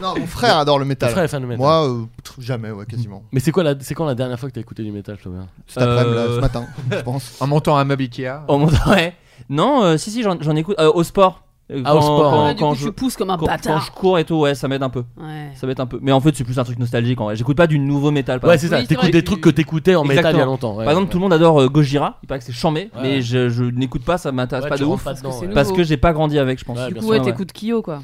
[SPEAKER 8] non, mon frère adore le
[SPEAKER 6] Ton
[SPEAKER 8] métal.
[SPEAKER 6] frère est fan de métal.
[SPEAKER 8] Moi, euh, pff, jamais, ouais, quasiment.
[SPEAKER 6] Mais c'est quoi la, c'est quand la dernière fois que t'as écouté du métal, Flaubert
[SPEAKER 8] Cet après-midi, là,
[SPEAKER 7] Euh.
[SPEAKER 8] ce matin, je pense.
[SPEAKER 10] En montant un meuble
[SPEAKER 6] hein
[SPEAKER 10] Ikea.
[SPEAKER 7] Oh mon ouais. Non, euh, si, si, j'en j'en écoute. euh, au sport. Euh,
[SPEAKER 6] Ah, au sport,
[SPEAKER 7] Quand,
[SPEAKER 6] ouais.
[SPEAKER 9] Ah, du
[SPEAKER 7] quand
[SPEAKER 9] coup,
[SPEAKER 7] je,
[SPEAKER 9] tu pousses comme un
[SPEAKER 7] quand- quand je
[SPEAKER 9] bâtard.
[SPEAKER 7] cours et tout, ouais, ça m'aide un peu.
[SPEAKER 9] Ouais.
[SPEAKER 7] Ça m'aide un peu. Mais en fait, c'est plus un truc nostalgique en vrai. J'écoute pas du nouveau métal. par
[SPEAKER 6] Ouais,
[SPEAKER 7] exemple.
[SPEAKER 6] c'est ça.
[SPEAKER 9] Oui, c'est
[SPEAKER 6] T'écoutes
[SPEAKER 9] vrai,
[SPEAKER 6] des
[SPEAKER 9] tu-
[SPEAKER 6] trucs que t'écoutais en métal il y a
[SPEAKER 7] Bah, Exactement.
[SPEAKER 6] longtemps. ouais,
[SPEAKER 7] Par exemple,
[SPEAKER 6] ouais.
[SPEAKER 7] tout le monde adore euh, Gojira. Il paraît que c'est chambé,
[SPEAKER 6] Ouais.
[SPEAKER 7] mais je, je n'écoute pas, ça m'intéresse
[SPEAKER 6] Ouais,
[SPEAKER 7] pas
[SPEAKER 6] tu
[SPEAKER 7] de
[SPEAKER 6] rentres
[SPEAKER 7] ouf.
[SPEAKER 6] pas dedans,
[SPEAKER 9] Parce que
[SPEAKER 6] ouais. Bah,
[SPEAKER 9] c'est
[SPEAKER 7] Parce
[SPEAKER 9] nouveau.
[SPEAKER 7] que j'ai pas grandi avec, je pense.
[SPEAKER 6] Ouais,
[SPEAKER 9] Du
[SPEAKER 6] bien
[SPEAKER 9] coup,
[SPEAKER 6] sûr,
[SPEAKER 9] ouais,
[SPEAKER 7] ouais.
[SPEAKER 9] t'écoutes Kyo quoi.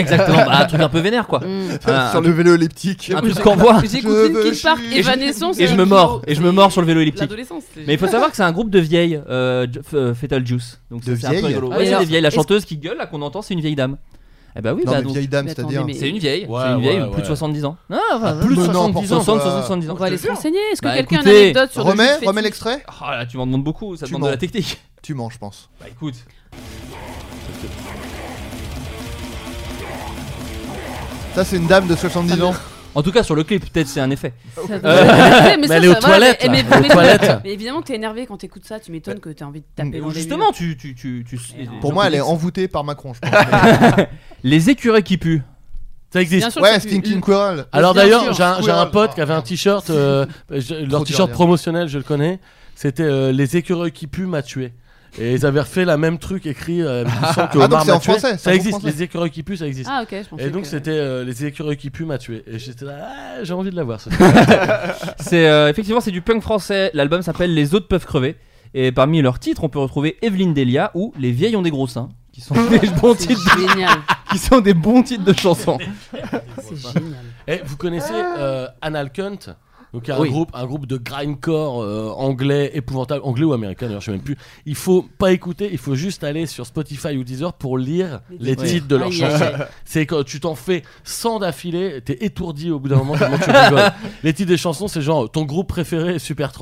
[SPEAKER 7] exactement. Bah, un truc un peu vénère, quoi.
[SPEAKER 9] Mm.
[SPEAKER 7] Un,
[SPEAKER 8] Sur le vélo elliptique.
[SPEAKER 7] un truc qu'on voit.
[SPEAKER 9] J'écoute
[SPEAKER 8] Je veux
[SPEAKER 9] Linkin Park,
[SPEAKER 8] chier.
[SPEAKER 9] Evanescence.
[SPEAKER 7] Et je me
[SPEAKER 9] Kyo.
[SPEAKER 7] mords. Et je me mords sur le vélo elliptique.
[SPEAKER 9] L'adolescence. c'est-
[SPEAKER 7] Mais il faut savoir que c'est un groupe de vieilles, euh, Ju- F- euh, Fetal Juice. Donc
[SPEAKER 8] De
[SPEAKER 7] ça, c'est un peu
[SPEAKER 8] vieilles Oh,
[SPEAKER 7] rigolo.
[SPEAKER 9] Ah
[SPEAKER 7] Ouais,
[SPEAKER 9] oui,
[SPEAKER 7] c'est
[SPEAKER 9] alors,
[SPEAKER 7] des vieilles. La
[SPEAKER 9] est-ce-
[SPEAKER 7] chanteuse qui gueule, là, qu'on entend, c'est une vieille dame. Eh bah oui,
[SPEAKER 8] Non,
[SPEAKER 7] bah
[SPEAKER 8] mais
[SPEAKER 7] donc.
[SPEAKER 8] vieille dame,
[SPEAKER 9] Mais
[SPEAKER 8] c'est-à-dire.
[SPEAKER 9] attendez, mais-
[SPEAKER 7] C'est une vieille,
[SPEAKER 6] Ouais,
[SPEAKER 7] c'est une vieille,
[SPEAKER 6] ouais,
[SPEAKER 7] plus
[SPEAKER 6] ouais.
[SPEAKER 7] de 70 ans.
[SPEAKER 9] Ah,
[SPEAKER 7] Non,
[SPEAKER 9] bah,
[SPEAKER 7] enfin,
[SPEAKER 8] Ah, plus de
[SPEAKER 7] euh,
[SPEAKER 8] 70 ans,
[SPEAKER 7] 60,
[SPEAKER 8] quoi.
[SPEAKER 7] 70
[SPEAKER 9] On
[SPEAKER 7] ans.
[SPEAKER 9] va aller se renseigner. Est-ce que
[SPEAKER 7] Bah,
[SPEAKER 9] quelqu'un a
[SPEAKER 7] écoutez,
[SPEAKER 9] une anecdote sur le jeu
[SPEAKER 8] Remets,
[SPEAKER 9] de
[SPEAKER 8] remets
[SPEAKER 9] fétiche
[SPEAKER 8] l'extrait.
[SPEAKER 7] Ah là, tu m'en demandes beaucoup, ça
[SPEAKER 8] Tu
[SPEAKER 7] demande de la
[SPEAKER 8] mens.
[SPEAKER 7] technique.
[SPEAKER 8] Tu mens, je pense.
[SPEAKER 7] Bah écoute.
[SPEAKER 8] Ça, c'est une dame de
[SPEAKER 9] Ah,
[SPEAKER 8] 70 ans.
[SPEAKER 7] En tout cas, sur le clip, peut-être c'est un effet.
[SPEAKER 9] Ça doit- Ouais, mais ça,
[SPEAKER 6] elle est aux
[SPEAKER 9] ça, voilà,
[SPEAKER 6] toilettes,
[SPEAKER 9] mais-
[SPEAKER 6] là.
[SPEAKER 9] mais-
[SPEAKER 6] Elle est aux
[SPEAKER 9] mais-
[SPEAKER 6] toilettes.
[SPEAKER 9] Mais évidemment que t'es énervé quand t'écoutes ça, tu m'étonnes que t'as envie de taper.
[SPEAKER 8] Mais
[SPEAKER 9] dans
[SPEAKER 7] Ou
[SPEAKER 9] les
[SPEAKER 7] justement, tu. tu, tu, tu-
[SPEAKER 9] Mais Ah, non.
[SPEAKER 8] Pour
[SPEAKER 7] les-
[SPEAKER 8] moi, elle est envoûtée par Macron, je pense.
[SPEAKER 7] Les écureuils qui puent.
[SPEAKER 6] Ça
[SPEAKER 9] murs.
[SPEAKER 6] existe.
[SPEAKER 9] Bien sûr que
[SPEAKER 8] ouais,
[SPEAKER 9] c'est-
[SPEAKER 8] Stinking Quirrell.
[SPEAKER 6] Alors
[SPEAKER 9] Bien
[SPEAKER 6] d'ailleurs,
[SPEAKER 9] sûr.
[SPEAKER 6] j'ai un, j'ai un
[SPEAKER 8] Squirrel.
[SPEAKER 6] pote qui avait un t-shirt, euh, je-
[SPEAKER 8] Trop
[SPEAKER 6] leur
[SPEAKER 8] dur,
[SPEAKER 6] t-shirt
[SPEAKER 8] rien.
[SPEAKER 6] promotionnel, je le connais. C'était euh, les écureuils qui puent m'a tué. Et ils avaient refait la même truc écrit. euh, il me semble que
[SPEAKER 8] Ah,
[SPEAKER 6] Omar
[SPEAKER 8] donc c'est
[SPEAKER 6] m'a
[SPEAKER 8] en
[SPEAKER 6] tué.
[SPEAKER 8] français, c'est en
[SPEAKER 6] Ça existe.
[SPEAKER 8] français.
[SPEAKER 6] Les écureuils qui puent, ça existe.
[SPEAKER 9] Ah, ok, je pensais
[SPEAKER 6] Et donc
[SPEAKER 9] que-
[SPEAKER 6] c'était euh, les écureuils qui puent m'a tué. Et j'étais là, ah, j'ai envie de la voir. ça.
[SPEAKER 7] C'est euh, effectivement c'est du punk français. L'album s'appelle Les autres peuvent crever. Et parmi leurs titres, on peut retrouver Evelyne Delia ou Les vieilles ont des gros seins, qui sont des bons
[SPEAKER 9] C'est
[SPEAKER 7] titres, de-
[SPEAKER 9] génial.
[SPEAKER 7] qui sont des bons titres de chansons.
[SPEAKER 9] C'est génial.
[SPEAKER 6] Et vous connaissez
[SPEAKER 9] Ah.
[SPEAKER 6] euh, Anal Cunt donc il y a un
[SPEAKER 7] Oui.
[SPEAKER 6] groupe, un groupe de grindcore euh, anglais épouvantable, anglais ou américain d'ailleurs, je sais même plus. Il faut pas écouter, il faut juste aller sur Spotify ou Deezer pour lire les
[SPEAKER 9] Les titres. Ah,
[SPEAKER 6] titres de leurs
[SPEAKER 9] Aïe, aïe, aïe.
[SPEAKER 6] chansons. C'est quand tu t'en fais 100 d'affilée, t'es étourdi au bout d'un moment tellement tu rigoles. Les titres des chansons, c'est genre ton groupe préféré est Super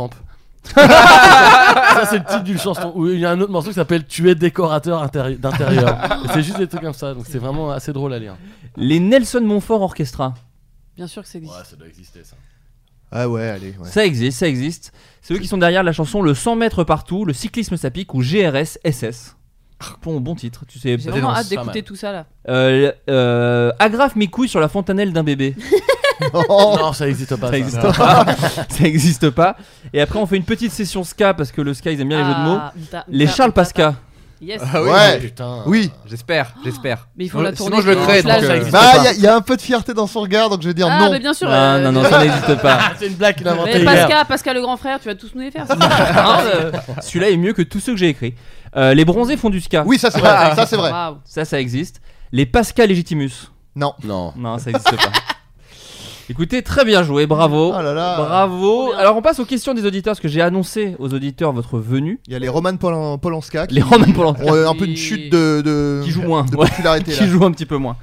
[SPEAKER 6] ça c'est le titre d'une chanson. Ou il y a un autre morceau qui s'appelle Tu es décorateur intérie- d'intérieur. Et c'est juste des trucs comme ça, donc c'est vraiment assez drôle à lire.
[SPEAKER 7] Les Nelson Montfort Orchestra.
[SPEAKER 9] Bien sûr que ça existe.
[SPEAKER 6] ça doit exister ça.
[SPEAKER 8] Ah ouais, allez. ouais.
[SPEAKER 7] Ça existe, ça existe. C'est eux qui sont derrière la chanson Le 100 mètres partout, Le cyclisme ça pique ou GRS SS. Bon, bon titre, tu sais.
[SPEAKER 9] J'ai
[SPEAKER 7] peut-être-
[SPEAKER 9] vraiment
[SPEAKER 6] dans-
[SPEAKER 9] hâte
[SPEAKER 6] c'est pas mal.
[SPEAKER 9] d'écouter tout ça là.
[SPEAKER 7] Euh, euh, agrafe mes couilles sur la fontanelle d'un bébé.
[SPEAKER 8] Oh,
[SPEAKER 6] Oh. Non, ça existe pas.
[SPEAKER 7] Ça
[SPEAKER 6] ça.
[SPEAKER 7] existe pas. ça existe pas. Et après, on fait une petite session ska parce que le ska ils aiment bien les jeux de mots.
[SPEAKER 9] Ah, ta-
[SPEAKER 7] Les
[SPEAKER 9] ta-
[SPEAKER 7] Charles
[SPEAKER 9] ta-
[SPEAKER 7] Pasca.
[SPEAKER 9] Yes.
[SPEAKER 7] Ah
[SPEAKER 8] Ouais.
[SPEAKER 6] Putain.
[SPEAKER 8] Oui.
[SPEAKER 10] J'espère, j'espère.
[SPEAKER 9] Mais il faut
[SPEAKER 10] Non,
[SPEAKER 9] la tourner.
[SPEAKER 10] Sinon, je le
[SPEAKER 9] en
[SPEAKER 10] crée. donc,
[SPEAKER 9] flash.
[SPEAKER 6] ça
[SPEAKER 10] euh,
[SPEAKER 6] existe.
[SPEAKER 8] Bah, il y a- il y, a un peu de fierté dans son regard, donc je vais dire
[SPEAKER 9] Ah,
[SPEAKER 8] non.
[SPEAKER 9] mais bien sûr.
[SPEAKER 7] Ah,
[SPEAKER 9] euh,
[SPEAKER 7] non, non, ça n'existe pas.
[SPEAKER 6] Ah, C'est une blague qu'il a inventée
[SPEAKER 9] Mais
[SPEAKER 6] hier.
[SPEAKER 9] Pascal, Pascal le grand frère, tu vas tous nous les faire.
[SPEAKER 7] Hein, euh, Celui-là est mieux que tous ceux que j'ai écrits. Euh, les bronzés font du ska.
[SPEAKER 6] Ah.
[SPEAKER 8] Oui, ça c'est vrai.
[SPEAKER 7] Ah.
[SPEAKER 8] ça c'est vrai.
[SPEAKER 9] Waouh.
[SPEAKER 7] Ça, ça existe. Les Pascal Legitimus.
[SPEAKER 8] Non.
[SPEAKER 6] Non.
[SPEAKER 7] Non, ça n'existe pas. Écoutez, très bien joué, bravo.
[SPEAKER 8] Oh là là.
[SPEAKER 7] Bravo.
[SPEAKER 9] Trop bien.
[SPEAKER 7] Alors, on passe aux questions des auditeurs, parce que j'ai annoncé aux auditeurs votre venue.
[SPEAKER 8] Il y a les Roman Polan- Polanska qui
[SPEAKER 7] Les Roman Polanski
[SPEAKER 8] ont euh, un peu une chute de, de-
[SPEAKER 7] qui jouent moins,
[SPEAKER 8] de
[SPEAKER 7] ouais,
[SPEAKER 8] popularité.
[SPEAKER 7] qui
[SPEAKER 8] là.
[SPEAKER 7] jouent un petit peu moins.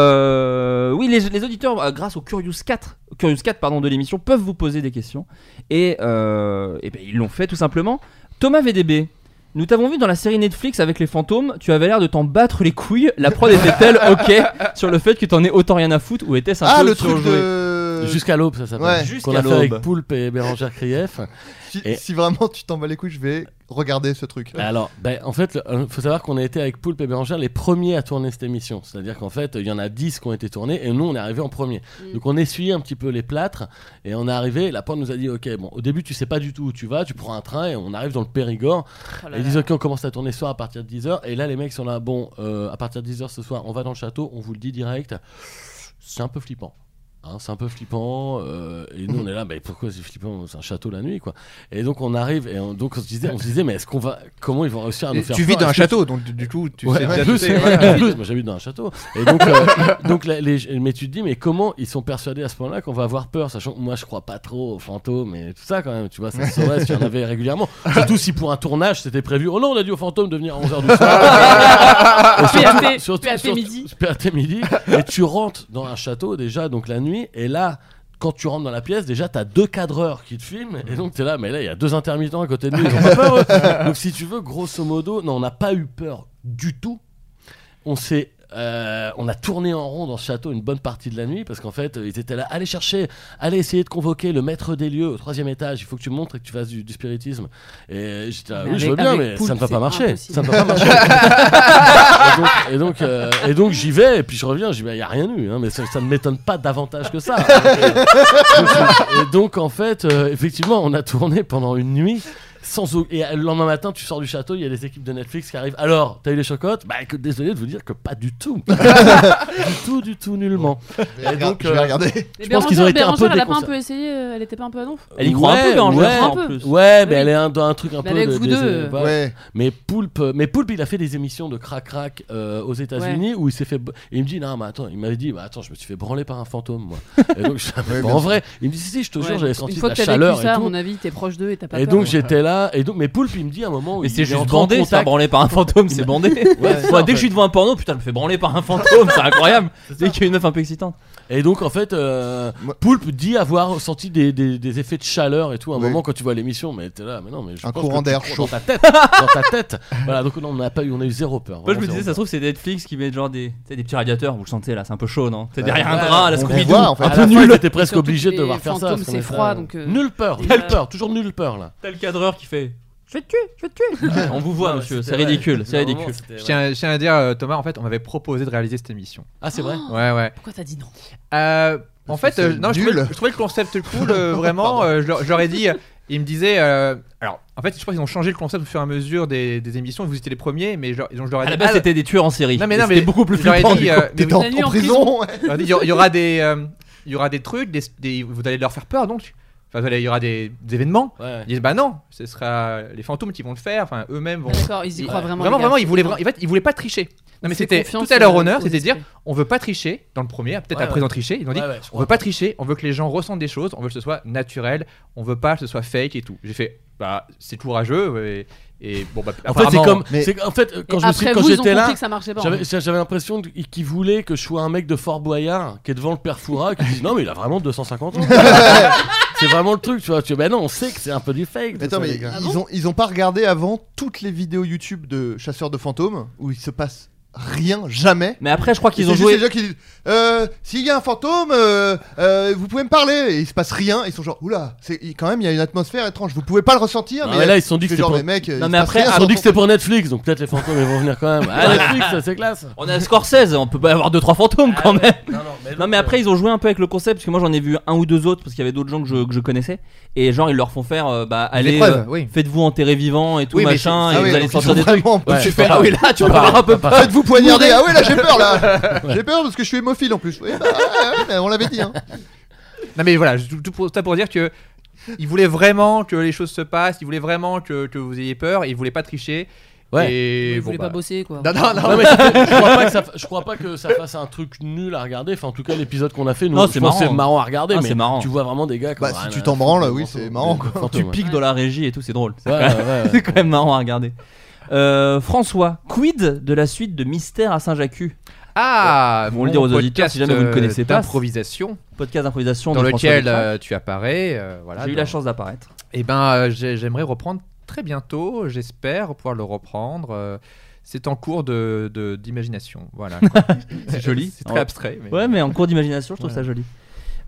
[SPEAKER 7] Euh, oui, les, les auditeurs, euh, grâce au Curious 4, Curious 4 pardon, de l'émission, peuvent vous poser des questions. Et, euh, eh ben, ils l'ont fait tout simplement. Thomas VDB, nous t'avons vu dans la série Netflix avec les fantômes, tu avais l'air de t'en battre les couilles. La prod était-elle ok sur le fait que t'en aies autant rien à foutre ou était-ce un
[SPEAKER 8] Ah,
[SPEAKER 7] peu
[SPEAKER 8] le truc
[SPEAKER 7] surjoué
[SPEAKER 8] de.
[SPEAKER 6] Euh, Jusqu'à l'aube, ça s'appelle.
[SPEAKER 8] Ouais.
[SPEAKER 6] Qu'on
[SPEAKER 7] Jusqu'à
[SPEAKER 6] a fait avec
[SPEAKER 7] l'aube.
[SPEAKER 6] Poulpe et Bérangère Krief.
[SPEAKER 8] Si,
[SPEAKER 6] Et-
[SPEAKER 8] si vraiment tu t'en bats les couilles, je vais regarder ce truc.
[SPEAKER 6] Alors, ben, en fait, il faut savoir qu'on a été avec Poulpe et Bérangère les premiers à tourner cette émission. C'est-à-dire qu'en fait, il y en a 10 qui ont été tournés et nous, on est arrivés en premier.
[SPEAKER 9] Mm.
[SPEAKER 6] Donc, on essuyait un petit peu les plâtres et on est arrivé. La porte nous a dit Ok, bon, au début, tu sais pas du tout où tu vas, tu prends un train et on arrive dans le Périgord.
[SPEAKER 9] Oh là
[SPEAKER 6] Et ils
[SPEAKER 9] là.
[SPEAKER 6] disent ok on commence à tourner ce soir à partir de 10h et là les mecs sont là bon euh, à partir de 10h ce soir on va dans le château on vous le dit direct c'est un peu flippant Hein, c'est un peu flippant euh, et nous on est là mais pourquoi c'est flippant c'est un château la nuit quoi et donc on arrive et on- donc on se disait on se disait mais est-ce qu'on va comment ils vont réussir à nous
[SPEAKER 10] Et
[SPEAKER 6] faire
[SPEAKER 10] Tu vis
[SPEAKER 6] peur
[SPEAKER 10] dans un
[SPEAKER 6] Est-ce que-
[SPEAKER 10] château, donc du- du coup, tu sais
[SPEAKER 6] Ouais,
[SPEAKER 10] déjà
[SPEAKER 6] en
[SPEAKER 10] tout
[SPEAKER 6] plus,
[SPEAKER 10] est-
[SPEAKER 6] en plus, moi j'habite dans un château. Et donc, euh, donc la- les, mais tu te dis, mais comment ils sont persuadés à ce point-là qu'on va avoir peur, sachant que moi je crois pas trop aux fantômes et tout ça quand même, tu vois, ça se saurait si on avait régulièrement. Surtout si pour un tournage c'était prévu, oh non, on a dit aux fantômes de venir à 11h du soir. Et
[SPEAKER 9] PAT, PAT midi.
[SPEAKER 6] PAT midi. Et tu rentres dans un château déjà, donc la nuit, et là. Quand tu rentres dans la pièce, déjà t'as deux cadreurs qui te filment, et donc t'es là, mais là il y a deux intermittents à côté de nous, ils ont pas peur, eux. Donc si tu veux, grosso modo, non, on n'a pas eu peur du tout. On s'est, euh, on a tourné en rond dans ce château une bonne partie de la nuit parce qu'en fait, euh, ils étaient là, allez chercher, allez essayer de convoquer le maître des lieux au troisième étage. Il faut que tu montres et que tu fasses du, du spiritisme. Et euh, j'étais là,
[SPEAKER 9] Mais
[SPEAKER 6] oui, je
[SPEAKER 9] avec-
[SPEAKER 6] veux bien,
[SPEAKER 9] avec
[SPEAKER 6] mais
[SPEAKER 9] Poulpe,
[SPEAKER 6] ça ne va
[SPEAKER 9] c'est
[SPEAKER 6] pas marcher.
[SPEAKER 9] impossible.
[SPEAKER 6] Ça ne va pas marcher. et donc, et donc, euh, et donc, j'y vais et puis je reviens. J'y vais, il n'y a rien eu, hein, mais ça, ça ne m'étonne pas davantage que ça. Et donc en fait, euh, effectivement, on a tourné pendant une nuit. Sans au- Et euh, le lendemain matin, tu sors du château, il y a des équipes de Netflix qui arrivent. Alors, t'as eu les chocottes Bah écoute, désolé de vous dire que pas du tout. du tout, du tout, nullement.
[SPEAKER 8] Je vais
[SPEAKER 6] Et
[SPEAKER 8] regarder-
[SPEAKER 6] donc,
[SPEAKER 8] je vais
[SPEAKER 6] euh,
[SPEAKER 8] regarder.
[SPEAKER 9] Mais
[SPEAKER 6] je pense qu'ils ont été un
[SPEAKER 9] Bérangère,
[SPEAKER 6] peu
[SPEAKER 9] elle a pas un
[SPEAKER 6] déconcer-
[SPEAKER 9] peu essayé, euh, elle était pas un peu à donf.
[SPEAKER 7] Elle y croit un peu,
[SPEAKER 6] Ouais,
[SPEAKER 7] Bérangère,
[SPEAKER 6] ouais.
[SPEAKER 7] en
[SPEAKER 9] Un peu.
[SPEAKER 7] plus.
[SPEAKER 6] Ouais, mais
[SPEAKER 9] Oui.
[SPEAKER 6] elle est un, dans un truc un
[SPEAKER 9] Mais
[SPEAKER 6] peu.
[SPEAKER 9] avec
[SPEAKER 6] de-
[SPEAKER 9] vous
[SPEAKER 6] des-
[SPEAKER 9] deux.
[SPEAKER 6] bah,
[SPEAKER 8] Ouais.
[SPEAKER 6] Mais Poulpe, euh, mais Poulpe, il a fait des émissions de crac crac euh, aux États-Unis où il s'est fait. b- et il me dit non, mais attends, il m'avait dit, bah attends, je me suis fait branler par un fantôme, moi. Et donc, je savais
[SPEAKER 8] Ouais,
[SPEAKER 6] pas.
[SPEAKER 8] bien
[SPEAKER 6] en
[SPEAKER 8] sûr.
[SPEAKER 6] vrai, il me dit si, si, je te jure, j'avais senti
[SPEAKER 9] Une
[SPEAKER 6] de
[SPEAKER 9] fois
[SPEAKER 6] la
[SPEAKER 9] que t'as vécu
[SPEAKER 6] chaleur
[SPEAKER 9] ça,
[SPEAKER 6] et
[SPEAKER 9] à
[SPEAKER 6] tout.
[SPEAKER 9] mon avis, t'es proche d'eux et t'as pas
[SPEAKER 6] Et
[SPEAKER 9] peur. hein.
[SPEAKER 6] donc j'étais là, et donc mais Poulpe il me dit à un moment, où
[SPEAKER 7] Mais
[SPEAKER 6] il
[SPEAKER 7] c'est
[SPEAKER 6] est
[SPEAKER 7] juste
[SPEAKER 6] entré en
[SPEAKER 7] bandé, ça,
[SPEAKER 6] contact-
[SPEAKER 7] branlé par un fantôme, c'est bandé.
[SPEAKER 6] Ouais,
[SPEAKER 7] Enfin,
[SPEAKER 6] c'est ça,
[SPEAKER 7] dès
[SPEAKER 6] en
[SPEAKER 7] que je suis
[SPEAKER 6] fait.
[SPEAKER 7] devant un porno, putain, je me fais branler par un fantôme, c'est incroyable. dès qu'il y a une meuf un peu excitante.
[SPEAKER 6] Et donc en fait, euh,
[SPEAKER 8] Moi-
[SPEAKER 6] Poulpe dit avoir senti des, des- des effets de chaleur et tout à un
[SPEAKER 8] Oui.
[SPEAKER 6] moment quand tu vois l'émission, mais t'es là, mais non, mais je
[SPEAKER 8] Un
[SPEAKER 6] pense
[SPEAKER 8] courant
[SPEAKER 6] que tu
[SPEAKER 8] d'air
[SPEAKER 6] cours
[SPEAKER 8] chaud.
[SPEAKER 6] dans ta tête, dans ta tête. Voilà, donc non, on a pas eu, on a eu zéro peur.
[SPEAKER 7] Moi, je
[SPEAKER 6] vraiment
[SPEAKER 7] me
[SPEAKER 6] zéro
[SPEAKER 7] disais, ça se
[SPEAKER 6] peur.
[SPEAKER 7] trouve, c'est Netflix qui met genre des, tu sais, des petits radiateurs, vous le sentez là, c'est un peu chaud, non C'est
[SPEAKER 8] Ouais.
[SPEAKER 7] derrière un
[SPEAKER 6] Ouais,
[SPEAKER 7] drap, à Ah, la
[SPEAKER 8] on
[SPEAKER 7] Scooby-Doo.
[SPEAKER 8] voit, en
[SPEAKER 9] Ah,
[SPEAKER 8] fait.
[SPEAKER 6] À
[SPEAKER 7] un
[SPEAKER 6] la
[SPEAKER 7] peu
[SPEAKER 6] fin,
[SPEAKER 7] nul.
[SPEAKER 6] ils étaient presque
[SPEAKER 9] Surtout que
[SPEAKER 6] obligés de
[SPEAKER 9] les
[SPEAKER 6] devoir faire ça.
[SPEAKER 9] fantômes,
[SPEAKER 6] parce qu'on
[SPEAKER 9] c'est
[SPEAKER 6] était là,
[SPEAKER 9] froid,
[SPEAKER 6] euh,
[SPEAKER 9] donc, euh,
[SPEAKER 6] Nulle peur,
[SPEAKER 9] déjà-
[SPEAKER 6] nulle peur, toujours nulle peur là.
[SPEAKER 7] T'as le cadreur qui fait Je vais te tuer, je vais te tuer. Ouais, on vous voit,
[SPEAKER 6] Ouais,
[SPEAKER 7] monsieur, c'est
[SPEAKER 6] c'était-
[SPEAKER 7] ridicule,
[SPEAKER 6] ouais,
[SPEAKER 7] c'est
[SPEAKER 6] vraiment,
[SPEAKER 7] ridicule.
[SPEAKER 6] c'était-
[SPEAKER 10] Je tiens, je tiens à dire, euh, Thomas, en fait, on m'avait proposé de réaliser cette émission.
[SPEAKER 6] Ah c'est vrai.
[SPEAKER 10] Ouais, ouais.
[SPEAKER 9] Pourquoi t'as dit non
[SPEAKER 10] Euh, en
[SPEAKER 8] Parce
[SPEAKER 10] fait,
[SPEAKER 8] que
[SPEAKER 10] euh,
[SPEAKER 8] c'est
[SPEAKER 10] non, je
[SPEAKER 8] nul.
[SPEAKER 10] trouvais, je trouvais le concept cool, euh, vraiment. euh, je, leur- je leur ai dit, euh, ils me disaient, euh, alors, En fait, je crois qu'ils ont changé le concept au fur et à mesure des, des émissions. Vous étiez les premiers, mais genre, donc je leur ai
[SPEAKER 7] À
[SPEAKER 10] dit,
[SPEAKER 7] la base,
[SPEAKER 10] ah,
[SPEAKER 7] c'était des tueurs en série.
[SPEAKER 10] Non, mais
[SPEAKER 7] Et
[SPEAKER 10] non, mais
[SPEAKER 7] c'était beaucoup plus
[SPEAKER 10] je leur ai
[SPEAKER 7] flippant.
[SPEAKER 10] dit,
[SPEAKER 7] du
[SPEAKER 10] euh,
[SPEAKER 7] coup.
[SPEAKER 10] mais
[SPEAKER 8] T'es en,
[SPEAKER 9] La nuit
[SPEAKER 8] en
[SPEAKER 9] en
[SPEAKER 8] prison. ouais.
[SPEAKER 10] je leur ai dit, il y, aura- il y aura des, euh, il y aura des trucs, des, des- vous allez leur faire peur, donc. Enfin, vous allez- il y aura des, des événements.
[SPEAKER 6] Ouais.
[SPEAKER 10] Ils disent, bah non, ce sera les fantômes qui vont le faire. Enfin, eux-mêmes vont.
[SPEAKER 9] Ah, D'accord, ils y croient vraiment.
[SPEAKER 10] Vraiment,
[SPEAKER 9] les gars,
[SPEAKER 10] vraiment,
[SPEAKER 9] c'est
[SPEAKER 10] ils voulaient,
[SPEAKER 9] bien.
[SPEAKER 10] vra- en fait, ils voulaient pas tricher. Non, mais
[SPEAKER 9] C'est
[SPEAKER 10] c'était tout
[SPEAKER 9] confiance,
[SPEAKER 10] à leur
[SPEAKER 9] euh,
[SPEAKER 10] honneur,
[SPEAKER 9] aux
[SPEAKER 10] c'était de dire
[SPEAKER 9] esprits.
[SPEAKER 10] on veut pas tricher dans le premier, peut-être
[SPEAKER 6] Ouais,
[SPEAKER 10] après
[SPEAKER 6] ouais.
[SPEAKER 10] ils ont triché, ils ont dit
[SPEAKER 6] Ouais, ouais, je
[SPEAKER 10] on
[SPEAKER 6] crois.
[SPEAKER 10] veut pas tricher, on veut que les gens ressentent des choses, on veut que ce soit naturel, on veut pas que ce soit fake et tout. J'ai fait bah c'est courageux et, et bon bah
[SPEAKER 6] En fait, c'est
[SPEAKER 10] apparemment-
[SPEAKER 6] comme.
[SPEAKER 8] mais-
[SPEAKER 6] c'est- En fait, euh, quand
[SPEAKER 9] Et
[SPEAKER 6] je me suis-
[SPEAKER 9] après
[SPEAKER 6] quand
[SPEAKER 9] vous, ils ont
[SPEAKER 6] j'étais là,
[SPEAKER 9] compris que ça marchait pas. hein.
[SPEAKER 6] J'avais j'avais l'impression de- qu'il voulait que je sois un mec de Fort Boyard qui est devant le père Foura qui dit non mais il a vraiment 250 ans. c'est vraiment le truc, tu vois. Tu ben non, on sait que c'est un peu du fake. tout
[SPEAKER 8] Mais Attends,
[SPEAKER 6] ça,
[SPEAKER 8] mais
[SPEAKER 6] les gars.
[SPEAKER 8] ils, ont, ils ont pas regardé avant toutes les vidéos YouTube de chasseurs de fantômes où il se passe rien, jamais.
[SPEAKER 7] Mais après, je crois qu'ils
[SPEAKER 8] C'est
[SPEAKER 7] ont
[SPEAKER 8] juste
[SPEAKER 7] joué.
[SPEAKER 8] les gens qui disent euh, S'il y a un fantôme, euh, euh, vous pouvez me parler. Et il se passe rien. Ils sont genre Oula, c'est- il- quand même, il y a une atmosphère étrange. Vous pouvez pas le ressentir.
[SPEAKER 6] Non,
[SPEAKER 8] mais
[SPEAKER 6] mais
[SPEAKER 8] il y a-
[SPEAKER 6] Bah là, ils se sont dit que
[SPEAKER 8] c'est
[SPEAKER 6] c'était
[SPEAKER 8] genre,
[SPEAKER 6] pour-
[SPEAKER 8] mais mec, euh, il
[SPEAKER 7] Non,
[SPEAKER 8] se
[SPEAKER 7] mais
[SPEAKER 8] passe
[SPEAKER 7] après,
[SPEAKER 6] Ils
[SPEAKER 8] rien,
[SPEAKER 6] ont dit que
[SPEAKER 8] surtout-
[SPEAKER 6] c'était pour Netflix, donc peut-être les fantômes ils vont venir quand même. Ah Netflix, ça, c'est classe.
[SPEAKER 7] On a Scorsese, on peut pas avoir 2-3 fantômes
[SPEAKER 10] Ah
[SPEAKER 7] quand même.
[SPEAKER 6] Non, non, mais,
[SPEAKER 7] Non mais après ils ont joué un peu avec le concept parce que moi j'en ai vu un ou deux autres parce qu'il y avait d'autres gens que je, que je connaissais et genre ils leur font faire euh, bah allez
[SPEAKER 10] l'épreuve,
[SPEAKER 7] euh,
[SPEAKER 10] oui.
[SPEAKER 7] faites-vous enterrer vivant et tout
[SPEAKER 10] Oui, mais
[SPEAKER 7] machin
[SPEAKER 10] c'est-
[SPEAKER 7] et
[SPEAKER 8] Ah
[SPEAKER 7] vous
[SPEAKER 8] oui,
[SPEAKER 7] allez
[SPEAKER 8] donc Ah ils
[SPEAKER 7] sortir
[SPEAKER 8] sont
[SPEAKER 7] des trucs.
[SPEAKER 8] vraiment-
[SPEAKER 6] Ouais.
[SPEAKER 7] Tu fais, ah oui là tu vas avoir un peu peur.
[SPEAKER 8] Faites-vous poignarder. Ah ouais, là j'ai peur là. J'ai peur parce que je suis hémophile en plus. Oui, bah, ouais, ouais, mais on l'avait dit. Hein.
[SPEAKER 10] Non mais voilà, tout, tout pour, ça pour dire que ils voulaient vraiment que les choses se passent, ils voulaient vraiment que, que vous ayez peur, ils voulaient pas tricher.
[SPEAKER 6] Ouais.
[SPEAKER 10] Et
[SPEAKER 9] Ils
[SPEAKER 10] bon,
[SPEAKER 9] voulaient
[SPEAKER 10] bah,
[SPEAKER 9] pas bosser quoi.
[SPEAKER 10] Non, non, non.
[SPEAKER 6] Non, mais c'était- je, crois pas que ça, fa- je crois pas que ça fasse un truc nul à regarder. Enfin, en tout cas, l'épisode qu'on a fait, nous,
[SPEAKER 7] Non,
[SPEAKER 6] je
[SPEAKER 7] c'est
[SPEAKER 6] pense que
[SPEAKER 7] marrant.
[SPEAKER 6] c'est marrant à regarder.
[SPEAKER 7] Ah,
[SPEAKER 6] mais
[SPEAKER 7] c'est marrant.
[SPEAKER 6] Tu vois vraiment des gars. qui
[SPEAKER 8] Bah,
[SPEAKER 6] ont
[SPEAKER 8] si
[SPEAKER 6] rien
[SPEAKER 8] tu
[SPEAKER 6] à
[SPEAKER 8] t'en
[SPEAKER 6] foutre,
[SPEAKER 8] branles,
[SPEAKER 6] des
[SPEAKER 8] oui,
[SPEAKER 6] fantômes.
[SPEAKER 8] c'est marrant,
[SPEAKER 6] Des
[SPEAKER 8] quoi.
[SPEAKER 6] fantômes,
[SPEAKER 7] Tu
[SPEAKER 6] ouais.
[SPEAKER 7] piques dans la régie et tout c'est drôle. C'est
[SPEAKER 6] Ouais,
[SPEAKER 7] quand même-
[SPEAKER 6] ouais, ouais.
[SPEAKER 7] c'est quand même marrant à regarder. Euh, François, quid de la suite de Mystère à Saint-Jacques
[SPEAKER 10] Ah,
[SPEAKER 7] Bon, on le dit aux auditeurs, si jamais vous ne connaissez pas.
[SPEAKER 10] Improvisation,
[SPEAKER 7] Podcast d'improvisation
[SPEAKER 10] dans
[SPEAKER 7] de François
[SPEAKER 10] lequel
[SPEAKER 7] Bertrand.
[SPEAKER 10] euh, tu apparais. euh, voilà,
[SPEAKER 7] j'ai eu
[SPEAKER 10] dans-
[SPEAKER 7] la chance d'apparaître.
[SPEAKER 10] Eh ben, euh, j'ai- j'aimerais reprendre très bientôt. J'espère pouvoir le reprendre. euh, c'est en cours de de- d'imagination. voilà. c'est joli. C'est très
[SPEAKER 7] Ouais.
[SPEAKER 10] abstrait. Mais...
[SPEAKER 7] Ouais mais en cours d'imagination je trouve
[SPEAKER 10] Voilà.
[SPEAKER 7] ça joli.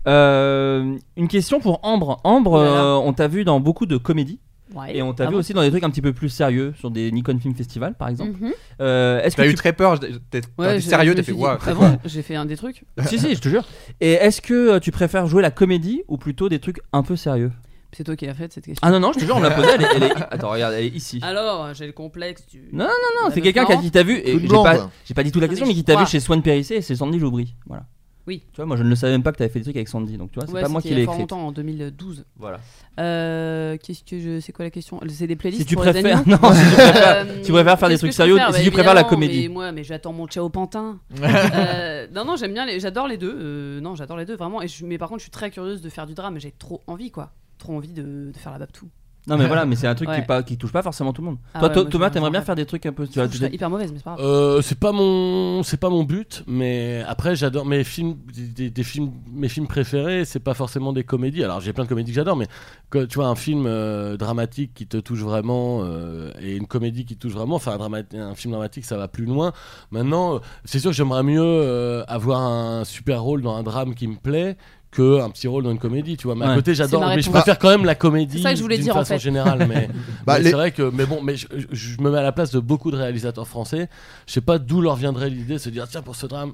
[SPEAKER 7] Euh, une question pour Ambre. Ambre,
[SPEAKER 9] Voilà.
[SPEAKER 7] euh, on t'a vu dans beaucoup de comédies.
[SPEAKER 9] Ouais.
[SPEAKER 7] Et on t'a
[SPEAKER 9] Ah
[SPEAKER 7] vu
[SPEAKER 9] bon
[SPEAKER 7] aussi dans des trucs un petit peu plus sérieux, sur des Nikon Film Festival par exemple.
[SPEAKER 9] Mhm.
[SPEAKER 7] Euh, Est-ce que
[SPEAKER 10] T'as
[SPEAKER 7] tu
[SPEAKER 10] eu très peur. je- T'es t'es
[SPEAKER 9] Ouais, je-
[SPEAKER 10] sérieux.
[SPEAKER 9] je me
[SPEAKER 10] T'as
[SPEAKER 9] suis
[SPEAKER 10] fait
[SPEAKER 9] dit,
[SPEAKER 10] waouh.
[SPEAKER 9] Ah bon, j'ai fait un des trucs.
[SPEAKER 7] si si, je te jure. Et est-ce que euh, tu préfères jouer la comédie ou plutôt des trucs un peu sérieux
[SPEAKER 9] C'est toi qui l'as fait cette question.
[SPEAKER 7] Ah non non, je te jure, on me l'a posée. Elle, est- elle est... Attends, regarde, elle est ici.
[SPEAKER 9] Ah, Alors, j'ai le complexe du.
[SPEAKER 7] Non,
[SPEAKER 9] Bah,
[SPEAKER 7] non,
[SPEAKER 9] la
[SPEAKER 7] c'est quelqu'un
[SPEAKER 9] meuf
[SPEAKER 7] qui a
[SPEAKER 9] marrante.
[SPEAKER 7] dit t'as vu. et
[SPEAKER 8] Claude
[SPEAKER 7] J'ai
[SPEAKER 8] Blanc,
[SPEAKER 7] pas,
[SPEAKER 8] quoi.
[SPEAKER 7] j'ai pas dit toute la
[SPEAKER 9] Non,
[SPEAKER 7] question,
[SPEAKER 9] Ah, mais
[SPEAKER 7] mais
[SPEAKER 9] je
[SPEAKER 7] qui t'a vu
[SPEAKER 9] crois.
[SPEAKER 7] chez Swan Périssé et c'est Sandy Joubry. Voilà.
[SPEAKER 9] Oui.
[SPEAKER 7] Tu vois, moi je ne le savais même pas que t'avais fait des trucs avec Sandy, donc tu vois, c'est
[SPEAKER 9] Ouais,
[SPEAKER 7] pas moi
[SPEAKER 9] c'était
[SPEAKER 7] qui
[SPEAKER 9] il y
[SPEAKER 7] l'ai
[SPEAKER 9] a fort
[SPEAKER 7] écrit.
[SPEAKER 9] longtemps, en 2012.
[SPEAKER 7] Voilà.
[SPEAKER 9] Euh, Qu'est-ce que je. C'est quoi la question C'est des playlists
[SPEAKER 7] Si tu
[SPEAKER 9] pour les
[SPEAKER 7] préfères,
[SPEAKER 9] animaux
[SPEAKER 7] non, si tu préfères,
[SPEAKER 9] Euh,
[SPEAKER 7] tu préfères faire des
[SPEAKER 9] qu'est-ce
[SPEAKER 7] trucs
[SPEAKER 9] que je
[SPEAKER 7] sérieux,
[SPEAKER 9] préfère
[SPEAKER 7] si
[SPEAKER 9] Bah,
[SPEAKER 7] tu préfères la
[SPEAKER 9] évidemment,
[SPEAKER 7] comédie.
[SPEAKER 9] Mais moi, mais j'attends mon chat au pantin. Euh, non, non, j'aime bien les. J'adore les deux. euh, non, j'adore les deux vraiment. Et je- mais par contre, je suis très curieuse de faire du drame. J'ai trop envie, quoi. Trop envie de, de faire la babtou.
[SPEAKER 7] Non mais voilà, mais c'est un truc qui,
[SPEAKER 9] Ouais.
[SPEAKER 7] pas, qui touche pas forcément tout le monde.
[SPEAKER 9] Ah
[SPEAKER 7] Toi,
[SPEAKER 9] ouais,
[SPEAKER 7] To-
[SPEAKER 9] moi, je
[SPEAKER 7] Thomas,
[SPEAKER 9] me
[SPEAKER 7] t'aimerais bien
[SPEAKER 9] sens
[SPEAKER 7] faire des trucs un peu. Tu
[SPEAKER 9] Je
[SPEAKER 7] vois,
[SPEAKER 9] suis
[SPEAKER 7] tu-
[SPEAKER 9] hyper mauvaise, mais c'est pas grave.
[SPEAKER 6] Euh, c'est pas mon c'est pas mon but mais après j'adore mes films des, des- des films mes films préférés c'est pas forcément des comédies alors j'ai plein de comédies que j'adore mais que, tu vois un film euh, dramatique qui te touche vraiment euh, et une comédie qui te touche vraiment enfin un, drama- un film dramatique ça va plus loin maintenant euh, c'est sûr que j'aimerais mieux euh, avoir un super rôle dans un drame qui me plaît que un petit rôle dans une comédie tu vois mais à
[SPEAKER 7] Ouais.
[SPEAKER 6] côté
[SPEAKER 9] C'est
[SPEAKER 6] j'adore
[SPEAKER 9] ma
[SPEAKER 6] mais je
[SPEAKER 9] réponse.
[SPEAKER 6] préfère quand même la comédie
[SPEAKER 9] C'est ça que je voulais
[SPEAKER 6] d'une
[SPEAKER 9] dire, en
[SPEAKER 6] façon
[SPEAKER 9] fait.
[SPEAKER 6] générale mais
[SPEAKER 8] Bah,
[SPEAKER 6] mais
[SPEAKER 8] les-
[SPEAKER 6] C'est vrai que, mais bon, mais je, je- je me mets à la place de beaucoup de réalisateurs français. Je sais pas d'où leur viendrait l'idée de se dire tiens pour ce drame,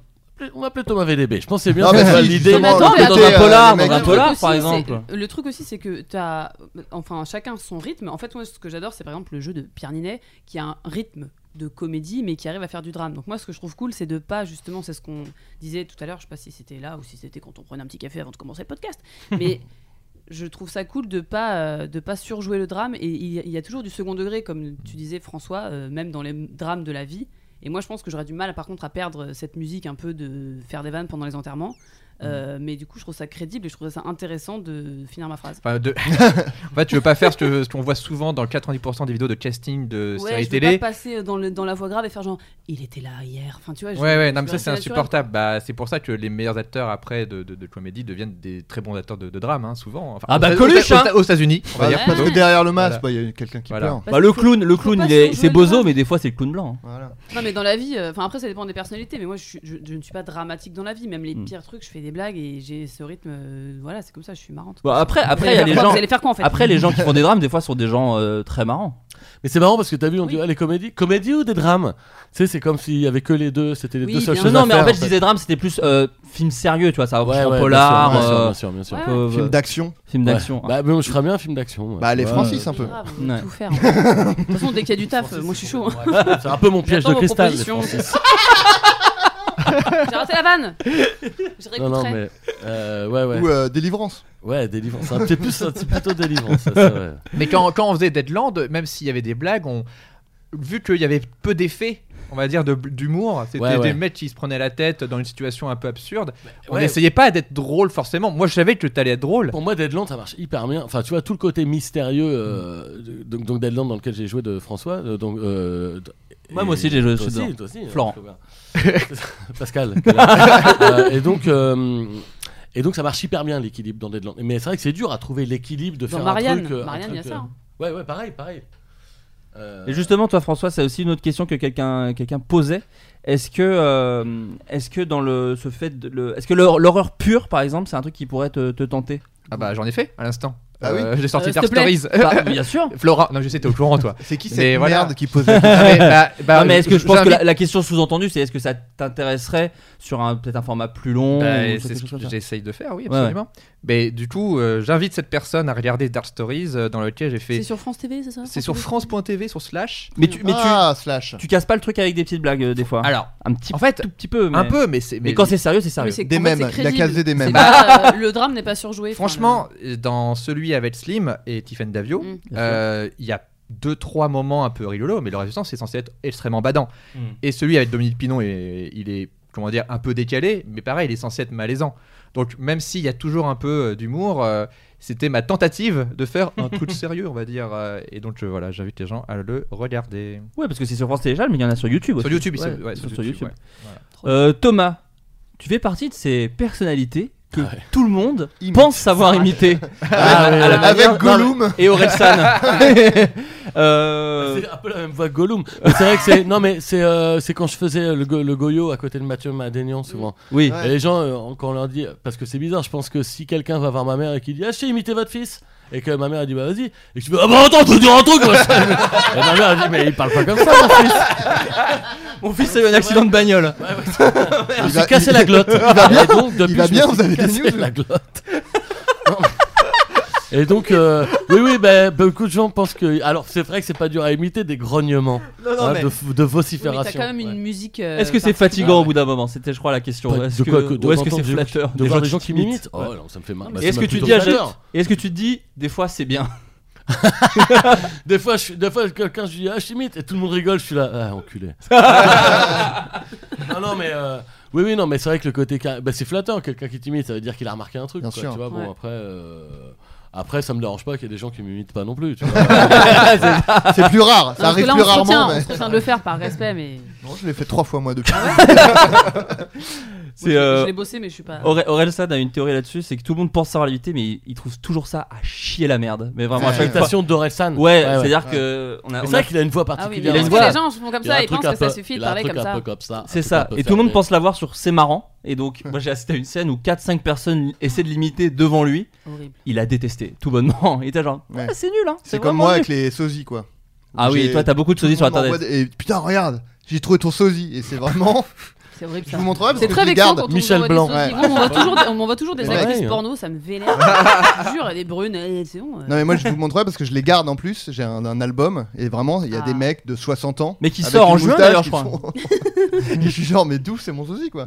[SPEAKER 6] on va appeler Thomas VDB. Je pense que c'est bien
[SPEAKER 8] Non,
[SPEAKER 6] que
[SPEAKER 8] mais
[SPEAKER 6] ce soit
[SPEAKER 8] si,
[SPEAKER 6] l'idée.
[SPEAKER 8] justement,
[SPEAKER 9] Mais attends,
[SPEAKER 8] le
[SPEAKER 9] mais
[SPEAKER 7] dans
[SPEAKER 8] côté,
[SPEAKER 7] un
[SPEAKER 8] euh,
[SPEAKER 7] polar,
[SPEAKER 8] les
[SPEAKER 7] dans un
[SPEAKER 8] mecs-
[SPEAKER 7] polar,
[SPEAKER 9] Le truc
[SPEAKER 7] par
[SPEAKER 9] aussi,
[SPEAKER 7] exemple.
[SPEAKER 9] c'est- Le truc aussi, c'est que t'as. Enfin, chacun son rythme. En fait, moi, ce que j'adore, c'est par exemple le jeu de Pierre Ninet, qui a un rythme de comédie, mais qui arrive à faire du drame. Donc, moi, ce que je trouve cool, c'est de pas, justement, c'est ce qu'on disait tout à l'heure, je sais pas si c'était là ou si c'était quand on prenait un petit café avant de commencer le podcast, mais. Je trouve ça cool de pas euh, de pas surjouer le drame et il y a- il y a toujours du second degré comme tu disais François euh, même dans les drames de la vie et moi je pense que j'aurais du mal par contre à perdre cette musique un peu de faire des vannes pendant les enterrements euh, mais du coup, je trouve ça crédible et je trouve ça intéressant de finir ma phrase.
[SPEAKER 10] Enfin, de- en fait, tu veux pas faire ce que- ce qu'on voit souvent dans 90% des vidéos de casting de
[SPEAKER 9] Ouais,
[SPEAKER 10] séries
[SPEAKER 9] je vais
[SPEAKER 10] télé.
[SPEAKER 9] pas passer euh, dans, le, dans la voix grave et faire genre il était là hier. Enfin, tu vois, je-
[SPEAKER 10] Ouais, ouais,
[SPEAKER 9] je
[SPEAKER 10] non, mais
[SPEAKER 9] veux
[SPEAKER 10] ça c'est
[SPEAKER 9] rester naturel.
[SPEAKER 10] insupportable. Bah, c'est pour ça que les meilleurs acteurs après de, de, de comédie deviennent des très bons acteurs de, de drame, hein, souvent. Enfin,
[SPEAKER 7] Ah
[SPEAKER 10] aux-
[SPEAKER 7] bah,
[SPEAKER 10] aux-
[SPEAKER 7] Coluche,
[SPEAKER 10] aux-
[SPEAKER 7] hein.
[SPEAKER 10] aux- aux États-Unis, on va
[SPEAKER 8] Bah,
[SPEAKER 10] dire.
[SPEAKER 9] Ouais.
[SPEAKER 8] Parce que derrière le masque,
[SPEAKER 10] Voilà.
[SPEAKER 8] bah, il y a quelqu'un qui
[SPEAKER 10] Voilà.
[SPEAKER 8] pleure.
[SPEAKER 9] Parce
[SPEAKER 7] Bah, le
[SPEAKER 9] que-
[SPEAKER 7] clown, le clown,
[SPEAKER 9] pas
[SPEAKER 7] il est,
[SPEAKER 9] surjouer
[SPEAKER 7] c'est
[SPEAKER 9] le
[SPEAKER 7] bozo,
[SPEAKER 9] drame.
[SPEAKER 7] mais des fois c'est le clown blanc.
[SPEAKER 8] Voilà.
[SPEAKER 9] Non, mais dans la vie, euh, enfin après, ça dépend des personnalités, mais moi je, suis- je- je ne suis pas dramatique dans la vie. Même les
[SPEAKER 7] Hmm.
[SPEAKER 9] pires trucs, je fais des des blagues et j'ai ce rythme. euh, voilà, c'est comme ça, je suis marrante.
[SPEAKER 7] Bon, après, après,
[SPEAKER 9] Vous
[SPEAKER 7] il y a
[SPEAKER 9] allez
[SPEAKER 7] des
[SPEAKER 9] faire quoi
[SPEAKER 7] gens.
[SPEAKER 9] Vous allez faire quoi en fait
[SPEAKER 7] Après, les gens qui font des drames, des fois, sont des gens euh, très marrants.
[SPEAKER 6] Mais c'est marrant parce que t'as vu, on dit
[SPEAKER 9] Oui.
[SPEAKER 6] ah, les comédies, comédies ou des drames Tu sais, c'est comme s'il y avait que les deux, c'était les
[SPEAKER 9] Oui,
[SPEAKER 6] deux seules
[SPEAKER 9] bien
[SPEAKER 6] choses
[SPEAKER 9] sûr.
[SPEAKER 6] à
[SPEAKER 7] non, mais en
[SPEAKER 6] faire,
[SPEAKER 7] fait, je disais drame, c'était plus euh, film sérieux, tu vois, ça
[SPEAKER 6] Ouais,
[SPEAKER 7] va
[SPEAKER 6] ouais, bien sûr,
[SPEAKER 7] polar,
[SPEAKER 6] bien sûr,
[SPEAKER 7] euh,
[SPEAKER 6] bien sûr, bien sûr.
[SPEAKER 9] Ouais.
[SPEAKER 7] peu-
[SPEAKER 8] Film
[SPEAKER 7] euh,
[SPEAKER 8] d'action.
[SPEAKER 7] film d'action.
[SPEAKER 6] Bah, mais je ferais bien un film d'action. ouais.
[SPEAKER 8] Bah, les
[SPEAKER 6] Ouais.
[SPEAKER 8] Francis un peu.
[SPEAKER 9] Grave, on
[SPEAKER 7] Ouais.
[SPEAKER 9] peut tout faire. De toute façon, dès qu'il y a du taf, moi je suis chaud. hein.
[SPEAKER 6] C'est un peu mon piège de
[SPEAKER 9] J'attends vos
[SPEAKER 6] cristal. les
[SPEAKER 9] propositions.
[SPEAKER 6] Francis.
[SPEAKER 9] J'ai raté la vanne. Je réécouterai.
[SPEAKER 6] Non, non, mais. euh, ouais, ouais.
[SPEAKER 8] Ou euh, Délivrance.
[SPEAKER 6] Ouais, délivrance. Ah, C'est un petit plus, un petit plutôt délivrance, ça, c'est vrai.
[SPEAKER 10] Mais quand, quand on faisait Deadland, même s'il y avait des blagues, on... vu qu'il y avait peu d'effets, on va dire, de- d'humour, c'était
[SPEAKER 6] Ouais, ouais.
[SPEAKER 10] des mecs qui se prenaient la tête dans une situation un peu absurde. on
[SPEAKER 6] ouais.
[SPEAKER 10] n'essayait pas d'être drôle forcément. Moi, je savais que t'allais être drôle.
[SPEAKER 6] Pour moi, Deadland, ça marche hyper bien. Enfin, tu vois, tout le côté mystérieux. euh, de- donc, donc, Deadland, dans lequel j'ai joué de François. euh, donc, euh,
[SPEAKER 7] Moi,
[SPEAKER 6] et-
[SPEAKER 7] moi aussi, j'ai joué
[SPEAKER 6] toi
[SPEAKER 7] dedans.
[SPEAKER 6] aussi, toi aussi, euh,
[SPEAKER 7] Florent.
[SPEAKER 6] Flaubert. Pascal. que là. Euh, et donc. euh, et donc ça marche hyper bien l'équilibre dans Deadland. Mais c'est vrai que c'est dur à trouver l'équilibre de
[SPEAKER 9] Dans
[SPEAKER 6] faire un
[SPEAKER 9] Marianne,
[SPEAKER 6] truc. euh, un
[SPEAKER 9] Marianne, il y a
[SPEAKER 6] truc,
[SPEAKER 9] ça. hein.
[SPEAKER 6] euh, Ouais ouais pareil pareil. Euh,
[SPEAKER 7] Et justement, toi, François, c'est aussi une autre question que quelqu'un quelqu'un posait. Est-ce que, euh, est-ce que dans le ce fait, de- le, est-ce que l'hor- l'horreur pure, par exemple, c'est un truc qui pourrait te, te tenter
[SPEAKER 10] Ah bah, j'en ai fait à l'instant.
[SPEAKER 8] Ah oui.
[SPEAKER 10] Euh, j'ai sorti
[SPEAKER 9] Euh,
[SPEAKER 10] Dark
[SPEAKER 9] s'il te plaît.
[SPEAKER 10] Stories.
[SPEAKER 7] Bah, Bien sûr.
[SPEAKER 10] Florent, non, je sais, t'es au courant, toi.
[SPEAKER 8] C'est qui
[SPEAKER 10] Mais
[SPEAKER 8] cette
[SPEAKER 10] voilà.
[SPEAKER 8] merde qui pose la
[SPEAKER 10] Non,
[SPEAKER 8] question
[SPEAKER 10] mais, bah, bah,
[SPEAKER 7] non, mais est-ce que je pense que
[SPEAKER 10] j'invite-
[SPEAKER 7] la, la question sous-entendue, c'est est-ce que ça t'intéresserait sur un peut-être un format plus long
[SPEAKER 10] Bah,
[SPEAKER 7] ou
[SPEAKER 10] c'est
[SPEAKER 7] quelque
[SPEAKER 10] ce
[SPEAKER 7] chose comme
[SPEAKER 10] que
[SPEAKER 7] ça
[SPEAKER 10] j'essaye de faire, oui,
[SPEAKER 7] Ouais,
[SPEAKER 10] absolument. Mais du coup, euh, j'invite cette personne à regarder Dark Stories, euh, dans lequel j'ai
[SPEAKER 9] C'est
[SPEAKER 10] fait.
[SPEAKER 9] sur France TV, c'est ça
[SPEAKER 10] C'est sur france.tv, sur slash.
[SPEAKER 7] Mais tu, mais tu-
[SPEAKER 8] Ah, slash.
[SPEAKER 7] tu casses pas le truc avec des petites blagues euh, des fois.
[SPEAKER 10] Alors,
[SPEAKER 7] un petit,
[SPEAKER 10] en fait,
[SPEAKER 7] tout petit peu. Mais...
[SPEAKER 10] un peu, mais c'est.
[SPEAKER 7] Mais quand c'est sérieux, c'est sérieux.
[SPEAKER 9] Mais c'est-
[SPEAKER 8] Des
[SPEAKER 9] en fait,
[SPEAKER 8] mèmes,
[SPEAKER 9] c'est
[SPEAKER 8] il a
[SPEAKER 9] crédible.
[SPEAKER 8] casé des
[SPEAKER 9] C'est
[SPEAKER 8] mèmes.
[SPEAKER 9] pas, euh, le drame n'est pas surjoué. enfin,
[SPEAKER 10] Franchement, euh, dans celui avec Slim et Tiffen Davio,
[SPEAKER 9] le- Mm.
[SPEAKER 10] euh, il y a deux trois moments un peu rigolos, mais le reste du temps c'est censé être extrêmement badant.
[SPEAKER 7] Mm.
[SPEAKER 10] Et celui avec Dominique Pinon, est- il est comment dire un peu décalé, mais pareil, il est censé être malaisant. Donc même s'il y a toujours un peu euh, d'humour, euh, c'était ma tentative de faire un truc sérieux, on va dire. euh, et donc euh, voilà, j'invite les gens à le regarder.
[SPEAKER 7] Ouais, parce que c'est sur France Télécharge, mais il y en a sur YouTube aussi.
[SPEAKER 10] Sur YouTube,
[SPEAKER 7] Ouais,
[SPEAKER 10] c'est- ouais,
[SPEAKER 7] sur, sur YouTube.
[SPEAKER 10] ouais.
[SPEAKER 7] Euh, Thomas, tu fais partie de ces personnalités que
[SPEAKER 6] Ah ouais.
[SPEAKER 7] tout le monde
[SPEAKER 8] Imite.
[SPEAKER 7] pense savoir imiter. À la- à la manière-
[SPEAKER 8] Avec Gollum.
[SPEAKER 7] Et Euh, Orelsan.
[SPEAKER 6] C'est un peu la même voix que Gollum. Mais c'est vrai que c'est. Non, mais c'est euh, c'est quand je faisais le, go- le Goyo à côté de Mathieu Madénian souvent.
[SPEAKER 7] oui.
[SPEAKER 8] Ouais.
[SPEAKER 6] Et les gens, euh, quand on leur dit. Parce que c'est bizarre, je pense que si quelqu'un va voir ma mère et qu'il dit Ah, je sais imiter votre fils et que ma mère elle dit bah vas-y et que tu fais ah bah attends je veux dire un truc moi. et ma mère elle dit mais il parle pas comme ça mon fils
[SPEAKER 7] Mon fils a eu un accident de bagnole.
[SPEAKER 6] il
[SPEAKER 8] Il
[SPEAKER 6] s'est
[SPEAKER 8] va-
[SPEAKER 6] cassé
[SPEAKER 8] il-
[SPEAKER 6] la glotte
[SPEAKER 8] Il va bien.
[SPEAKER 6] Et donc, depuis,
[SPEAKER 8] Il va
[SPEAKER 6] je me
[SPEAKER 8] bien,
[SPEAKER 6] suis
[SPEAKER 8] vous avez des
[SPEAKER 6] cassé
[SPEAKER 8] news, là
[SPEAKER 6] la glotte. Non, mais- Et donc, euh, oui, oui, ben beaucoup de gens pensent que. Alors, c'est vrai que c'est pas dur à imiter des grognements hein, de, f- de
[SPEAKER 9] Oui, mais t'as
[SPEAKER 6] vocifération.
[SPEAKER 9] quand même
[SPEAKER 6] Ouais.
[SPEAKER 9] une musique. euh,
[SPEAKER 7] Est-ce que c'est
[SPEAKER 9] particulière.
[SPEAKER 7] fatigant au bout d'un moment C'était, je crois, la question.
[SPEAKER 6] Pas- Bah,
[SPEAKER 7] Est-ce
[SPEAKER 6] de
[SPEAKER 7] que,
[SPEAKER 6] quoi que- de
[SPEAKER 7] ou est-ce que
[SPEAKER 6] d'entendre
[SPEAKER 7] c'est
[SPEAKER 6] des gens-
[SPEAKER 7] flatteur
[SPEAKER 6] de voir des gens qui
[SPEAKER 7] t'imitent.
[SPEAKER 6] m'imitent.
[SPEAKER 7] Ouais.
[SPEAKER 6] Oh non, ça me fait marre. Bah,
[SPEAKER 7] Et Est-ce
[SPEAKER 6] ça
[SPEAKER 7] que
[SPEAKER 6] m'a
[SPEAKER 7] tu
[SPEAKER 6] plutôt
[SPEAKER 7] dis à
[SPEAKER 6] fait
[SPEAKER 7] Jacques-
[SPEAKER 6] peur.
[SPEAKER 7] Est-ce que tu te dis des fois c'est bien
[SPEAKER 6] Des fois, je suis- des fois quelqu'un, je dis ah, je t'imite, et tout le monde rigole, je suis là, ah, enculé. non, non, mais. euh, Oui, oui, non, mais c'est vrai que le côté. car- Bah, c'est flatteur, quelqu'un qui t'imite, ça veut dire qu'il a remarqué un truc.
[SPEAKER 8] Bien
[SPEAKER 6] quoi,
[SPEAKER 8] sûr.
[SPEAKER 6] Tu vois, bon,
[SPEAKER 9] Ouais.
[SPEAKER 6] après. euh, Après, ça me dérange pas qu'il y ait des gens qui m'imitent pas non plus. Tu vois.
[SPEAKER 8] C'est plus rare.
[SPEAKER 9] Non,
[SPEAKER 8] Ça
[SPEAKER 9] parce que
[SPEAKER 8] arrive
[SPEAKER 9] là,
[SPEAKER 8] plus
[SPEAKER 9] on se retient,
[SPEAKER 8] rarement.
[SPEAKER 9] on
[SPEAKER 8] mais-
[SPEAKER 9] se retient de le faire par respect, mais.
[SPEAKER 8] Non, Je l'ai fait trois fois moi depuis.
[SPEAKER 7] C'est
[SPEAKER 9] Moi, je-
[SPEAKER 7] euh,
[SPEAKER 9] Je l'ai bossé, mais je suis pas.
[SPEAKER 7] Aurel- Orelsan a une théorie là-dessus, c'est que tout le monde pense savoir l'imiter, mais il, il trouve toujours ça à chier la merde. Mais vraiment à
[SPEAKER 8] Ouais.
[SPEAKER 7] chaque fois.
[SPEAKER 6] Imitation d'Orelsan.
[SPEAKER 7] Ouais, c'est-à-dire
[SPEAKER 8] ouais.
[SPEAKER 7] que on a-
[SPEAKER 6] Mais
[SPEAKER 7] on
[SPEAKER 6] C'est
[SPEAKER 7] a
[SPEAKER 6] vrai qu'il a une voix
[SPEAKER 9] Ah oui,
[SPEAKER 6] particulière.
[SPEAKER 9] mais
[SPEAKER 7] Il a une
[SPEAKER 9] parce que
[SPEAKER 7] voix.
[SPEAKER 9] les gens font comme
[SPEAKER 6] Il a un
[SPEAKER 9] ça, ils
[SPEAKER 6] truc
[SPEAKER 9] pensent
[SPEAKER 6] un
[SPEAKER 9] que ça
[SPEAKER 6] peu-
[SPEAKER 9] suffit
[SPEAKER 6] il
[SPEAKER 9] de
[SPEAKER 6] a un
[SPEAKER 9] parler
[SPEAKER 6] truc
[SPEAKER 9] comme
[SPEAKER 6] un
[SPEAKER 9] ça.
[SPEAKER 6] peu comme ça. un
[SPEAKER 7] C'est
[SPEAKER 6] truc un
[SPEAKER 7] ça.
[SPEAKER 6] peu
[SPEAKER 7] Et tout le monde
[SPEAKER 6] fermé.
[SPEAKER 7] pense l'avoir sur C'est marrant. Et donc, moi j'ai assisté à une scène où 4-5 personnes essaient de l'imiter devant lui.
[SPEAKER 9] Horrible.
[SPEAKER 7] Il a détesté, tout bonnement. Il était genre,
[SPEAKER 8] Ouais.
[SPEAKER 7] Ah, c'est nul, hein.
[SPEAKER 8] C'est
[SPEAKER 7] vraiment
[SPEAKER 8] comme moi
[SPEAKER 7] nul.
[SPEAKER 8] avec les sosies quoi.
[SPEAKER 7] Ah oui,
[SPEAKER 8] J'ai-
[SPEAKER 7] toi t'as beaucoup de
[SPEAKER 8] Tout le
[SPEAKER 7] sosies sur
[SPEAKER 8] monde m'envoie
[SPEAKER 7] internet.
[SPEAKER 8] des- Et putain regarde, j'ai trouvé ton sosie et c'est vraiment.
[SPEAKER 9] C'est horrible
[SPEAKER 8] Je
[SPEAKER 9] ça.
[SPEAKER 8] vous montrerai parce
[SPEAKER 9] C'est
[SPEAKER 8] que je
[SPEAKER 9] très
[SPEAKER 8] les
[SPEAKER 9] vexant
[SPEAKER 8] garde.
[SPEAKER 9] quand on
[SPEAKER 6] Michel
[SPEAKER 9] nous envoie
[SPEAKER 6] Blanc.
[SPEAKER 9] des sourcils.
[SPEAKER 8] Ouais.
[SPEAKER 9] Nous, on m'envoie toujours des- on m'envoie toujours des
[SPEAKER 8] Ouais.
[SPEAKER 9] actrices
[SPEAKER 6] Ouais.
[SPEAKER 9] porno, ça me vénère. Je te jure, elle est brune, eh, c'est bon. euh.
[SPEAKER 8] Non mais moi je vous montrerai parce que je les garde en plus. J'ai un, un album et vraiment il y a
[SPEAKER 9] Ah.
[SPEAKER 8] des mecs de 60 ans.
[SPEAKER 7] Mais qui
[SPEAKER 8] avec
[SPEAKER 7] sort en
[SPEAKER 8] une
[SPEAKER 7] juin
[SPEAKER 8] moustache
[SPEAKER 7] d'ailleurs, je
[SPEAKER 8] qui
[SPEAKER 7] crois.
[SPEAKER 8] font- et je suis genre mais d'où c'est mon sosie quoi.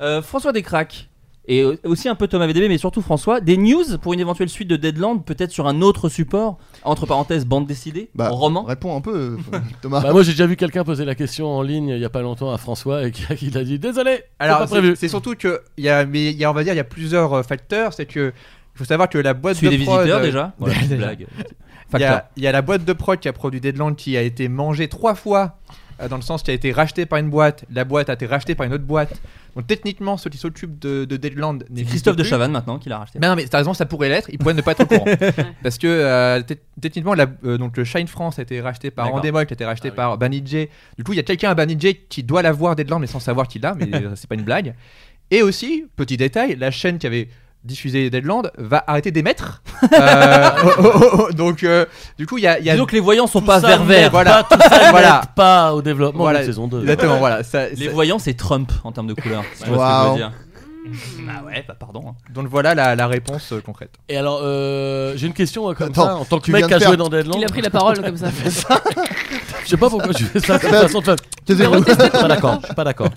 [SPEAKER 7] Euh, François Descraques. Et euh, aussi un peu Thomas VDB, mais surtout François. Des news pour une éventuelle suite de Deadland, peut-être sur un autre support, entre parenthèses, bande dessinée,
[SPEAKER 8] Bah,
[SPEAKER 7] roman.
[SPEAKER 8] Réponds un peu euh, Thomas.
[SPEAKER 6] Bah, moi, j'ai déjà vu quelqu'un poser la question en ligne il y a pas longtemps à François et qui il a dit Désolé, alors pas
[SPEAKER 10] Alors,
[SPEAKER 6] prévu.
[SPEAKER 10] c'est- c'est surtout que il y a, mais il y a, on va dire, il y a plusieurs euh, facteurs. C'est que il faut savoir que la boîte
[SPEAKER 7] Celui
[SPEAKER 10] de
[SPEAKER 7] des
[SPEAKER 10] prod,
[SPEAKER 7] visiteurs
[SPEAKER 10] euh,
[SPEAKER 7] déjà. Voilà, petite
[SPEAKER 10] déjà.
[SPEAKER 7] blague.
[SPEAKER 10] Il y,
[SPEAKER 7] Facteur.
[SPEAKER 10] a- il y a la boîte de prod qui a produit Deadland qui a été mangée trois fois, euh, dans le sens qui a été rachetée par une boîte, la boîte a été rachetée par une autre boîte. Donc techniquement, ceux qui s'occupent de, de Deadland
[SPEAKER 7] C'est
[SPEAKER 10] n'existent
[SPEAKER 7] Christophe de
[SPEAKER 10] plus.
[SPEAKER 7] Chavannes maintenant qui l'a racheté.
[SPEAKER 10] Mais non, mais t'as raison, ça pourrait l'être, ils pourraient ne pas être au courant. Parce que euh, te- techniquement, la, euh, donc, le Shine France a été racheté par
[SPEAKER 7] D'accord.
[SPEAKER 10] Endemol, qui a été racheté
[SPEAKER 6] Ah oui.
[SPEAKER 10] par Banijay. Du coup, il y a quelqu'un à Banijay qui doit l'avoir Deadland, mais sans savoir qu'il l'a, mais euh, c'est pas une blague. Et aussi, petit détail, la chaîne qui avait diffusé Deadland va arrêter d'émettre. Euh, oh, oh, oh, donc, euh, du coup, il y a. il y a-
[SPEAKER 7] Disons que les voyants sont
[SPEAKER 6] Tout
[SPEAKER 7] pas
[SPEAKER 6] ça
[SPEAKER 7] verts
[SPEAKER 6] n'aide
[SPEAKER 10] voilà.
[SPEAKER 6] pas, tout ça n'aide
[SPEAKER 10] Voilà.
[SPEAKER 6] pas au développement
[SPEAKER 10] Voilà.
[SPEAKER 6] de la saison 2.
[SPEAKER 10] Exactement, voilà. ça-
[SPEAKER 7] Les
[SPEAKER 10] ça-
[SPEAKER 7] voyants, c'est Trump en termes de couleur. Tu vois
[SPEAKER 8] Waouh.
[SPEAKER 7] ce que je veux dire. Ah ouais, bah pardon. hein.
[SPEAKER 10] Donc voilà la, la réponse euh, concrète.
[SPEAKER 6] Et alors, euh, j'ai une question moi, comme
[SPEAKER 8] Attends,
[SPEAKER 6] ça, en tant que
[SPEAKER 8] tu
[SPEAKER 6] mec
[SPEAKER 8] viens
[SPEAKER 6] qui a
[SPEAKER 8] de faire-
[SPEAKER 6] joué dans Deadland.
[SPEAKER 9] Il a pris la parole comme ça.
[SPEAKER 6] Je sais pas pourquoi tu fais ça. De toute
[SPEAKER 8] Bah,
[SPEAKER 6] façon, de toute façon,
[SPEAKER 8] Tu sais,
[SPEAKER 6] je suis pas d'accord. Je suis pas d'accord.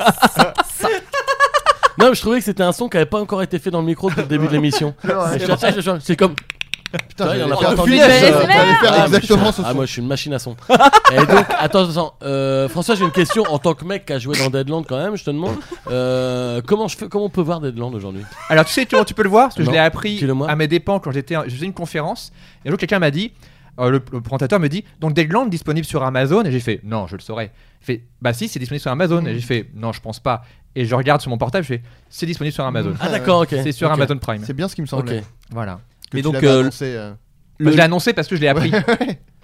[SPEAKER 6] Non, mais je trouvais que c'était un son qui avait pas encore été fait dans le micro depuis le début de l'émission. Et je cherchais, je cherchais, C'est comme.
[SPEAKER 8] Putain,
[SPEAKER 6] Ouais,
[SPEAKER 8] j'allais
[SPEAKER 6] il y en a
[SPEAKER 8] faire-
[SPEAKER 6] pas
[SPEAKER 8] t'allais
[SPEAKER 6] entendu.
[SPEAKER 8] faire-
[SPEAKER 9] Mais
[SPEAKER 8] t'allais faire
[SPEAKER 6] Ah, mais
[SPEAKER 8] exactement
[SPEAKER 6] je-
[SPEAKER 8] ce
[SPEAKER 6] Ah,
[SPEAKER 8] son.
[SPEAKER 6] moi, je suis une machine à son. Et donc, attends, attends. euh, François, j'ai une question. En tant que mec qui a joué dans Deadland, quand même, je te demande euh, comment, je fais, comment on peut voir Deadland aujourd'hui
[SPEAKER 10] Alors tu sais comment tu peux le voir parce que je
[SPEAKER 6] Non.
[SPEAKER 10] l'ai appris
[SPEAKER 6] Dis-le-moi.
[SPEAKER 10] à mes dépens quand j'étais je faisais une conférence et un jour quelqu'un m'a dit euh, le, le présentateur me dit donc Deadland disponible sur Amazon et j'ai fait non je le saurais. Il fait bah si c'est disponible sur Amazon et j'ai fait non je pense pas et je regarde sur mon portable je fais c'est disponible sur Amazon.
[SPEAKER 6] Ah, d'accord, ok.
[SPEAKER 10] C'est sur
[SPEAKER 6] Ok.
[SPEAKER 10] Amazon Prime.
[SPEAKER 8] C'est bien ce qui me semblait.
[SPEAKER 6] Ok.
[SPEAKER 10] Voilà.
[SPEAKER 8] Que
[SPEAKER 7] Mais
[SPEAKER 8] tu
[SPEAKER 7] donc,
[SPEAKER 8] l'avais
[SPEAKER 7] euh,
[SPEAKER 8] annoncé, euh,
[SPEAKER 10] Je l'ai annoncé parce que je l'ai appris.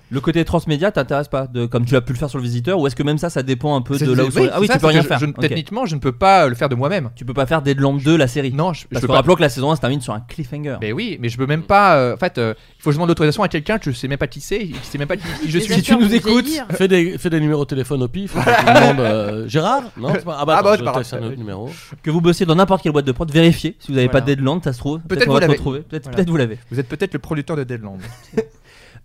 [SPEAKER 7] Le côté transmédia t'intéresse pas, de, comme tu as pu le faire sur le visiteur, ou est-ce que même ça, ça dépend un peu
[SPEAKER 10] C'est-
[SPEAKER 7] de là où
[SPEAKER 10] oui,
[SPEAKER 7] sont- Ah oui,
[SPEAKER 10] c'est ça,
[SPEAKER 7] tu
[SPEAKER 10] c'est
[SPEAKER 7] peux rien
[SPEAKER 10] que je-
[SPEAKER 7] faire.
[SPEAKER 10] je ne-
[SPEAKER 7] Ok.
[SPEAKER 10] Techniquement je ne peux pas euh, le faire de moi-même.
[SPEAKER 7] Tu peux pas faire Deadland 2, la série.
[SPEAKER 10] Non je, je
[SPEAKER 7] Parce
[SPEAKER 10] peux
[SPEAKER 7] que
[SPEAKER 10] pas.
[SPEAKER 7] rappelons que la saison 1 se termine sur un cliffhanger.
[SPEAKER 10] Mais oui, mais je peux même pas. euh, en fait, euh, il faut que je demande l'autorisation à quelqu'un que je sais même pas qui c'est, qui sait même pas qui qui je suis.
[SPEAKER 9] Les acteurs vont vieillir.
[SPEAKER 6] Fais des, fais des numéros de téléphone au pif. hein, tu demandes, euh, Gérard Non, c'est pas- Ah bah,
[SPEAKER 10] Ah bah,
[SPEAKER 6] attends,
[SPEAKER 10] c'est
[SPEAKER 6] je
[SPEAKER 10] pas grave.
[SPEAKER 6] teste un autre numéro.
[SPEAKER 7] Que vous bossiez dans n'importe quelle boîte de prod, vérifiez si vous avez
[SPEAKER 10] Voilà.
[SPEAKER 7] pas Deadland, ça se trouve.
[SPEAKER 10] Peut-être
[SPEAKER 7] on
[SPEAKER 10] vous
[SPEAKER 7] va se
[SPEAKER 10] l'avez.
[SPEAKER 7] retrouver. Peut-être
[SPEAKER 10] Voilà.
[SPEAKER 7] peut-être vous l'avez.
[SPEAKER 10] Vous êtes peut-être le producteur de Deadland.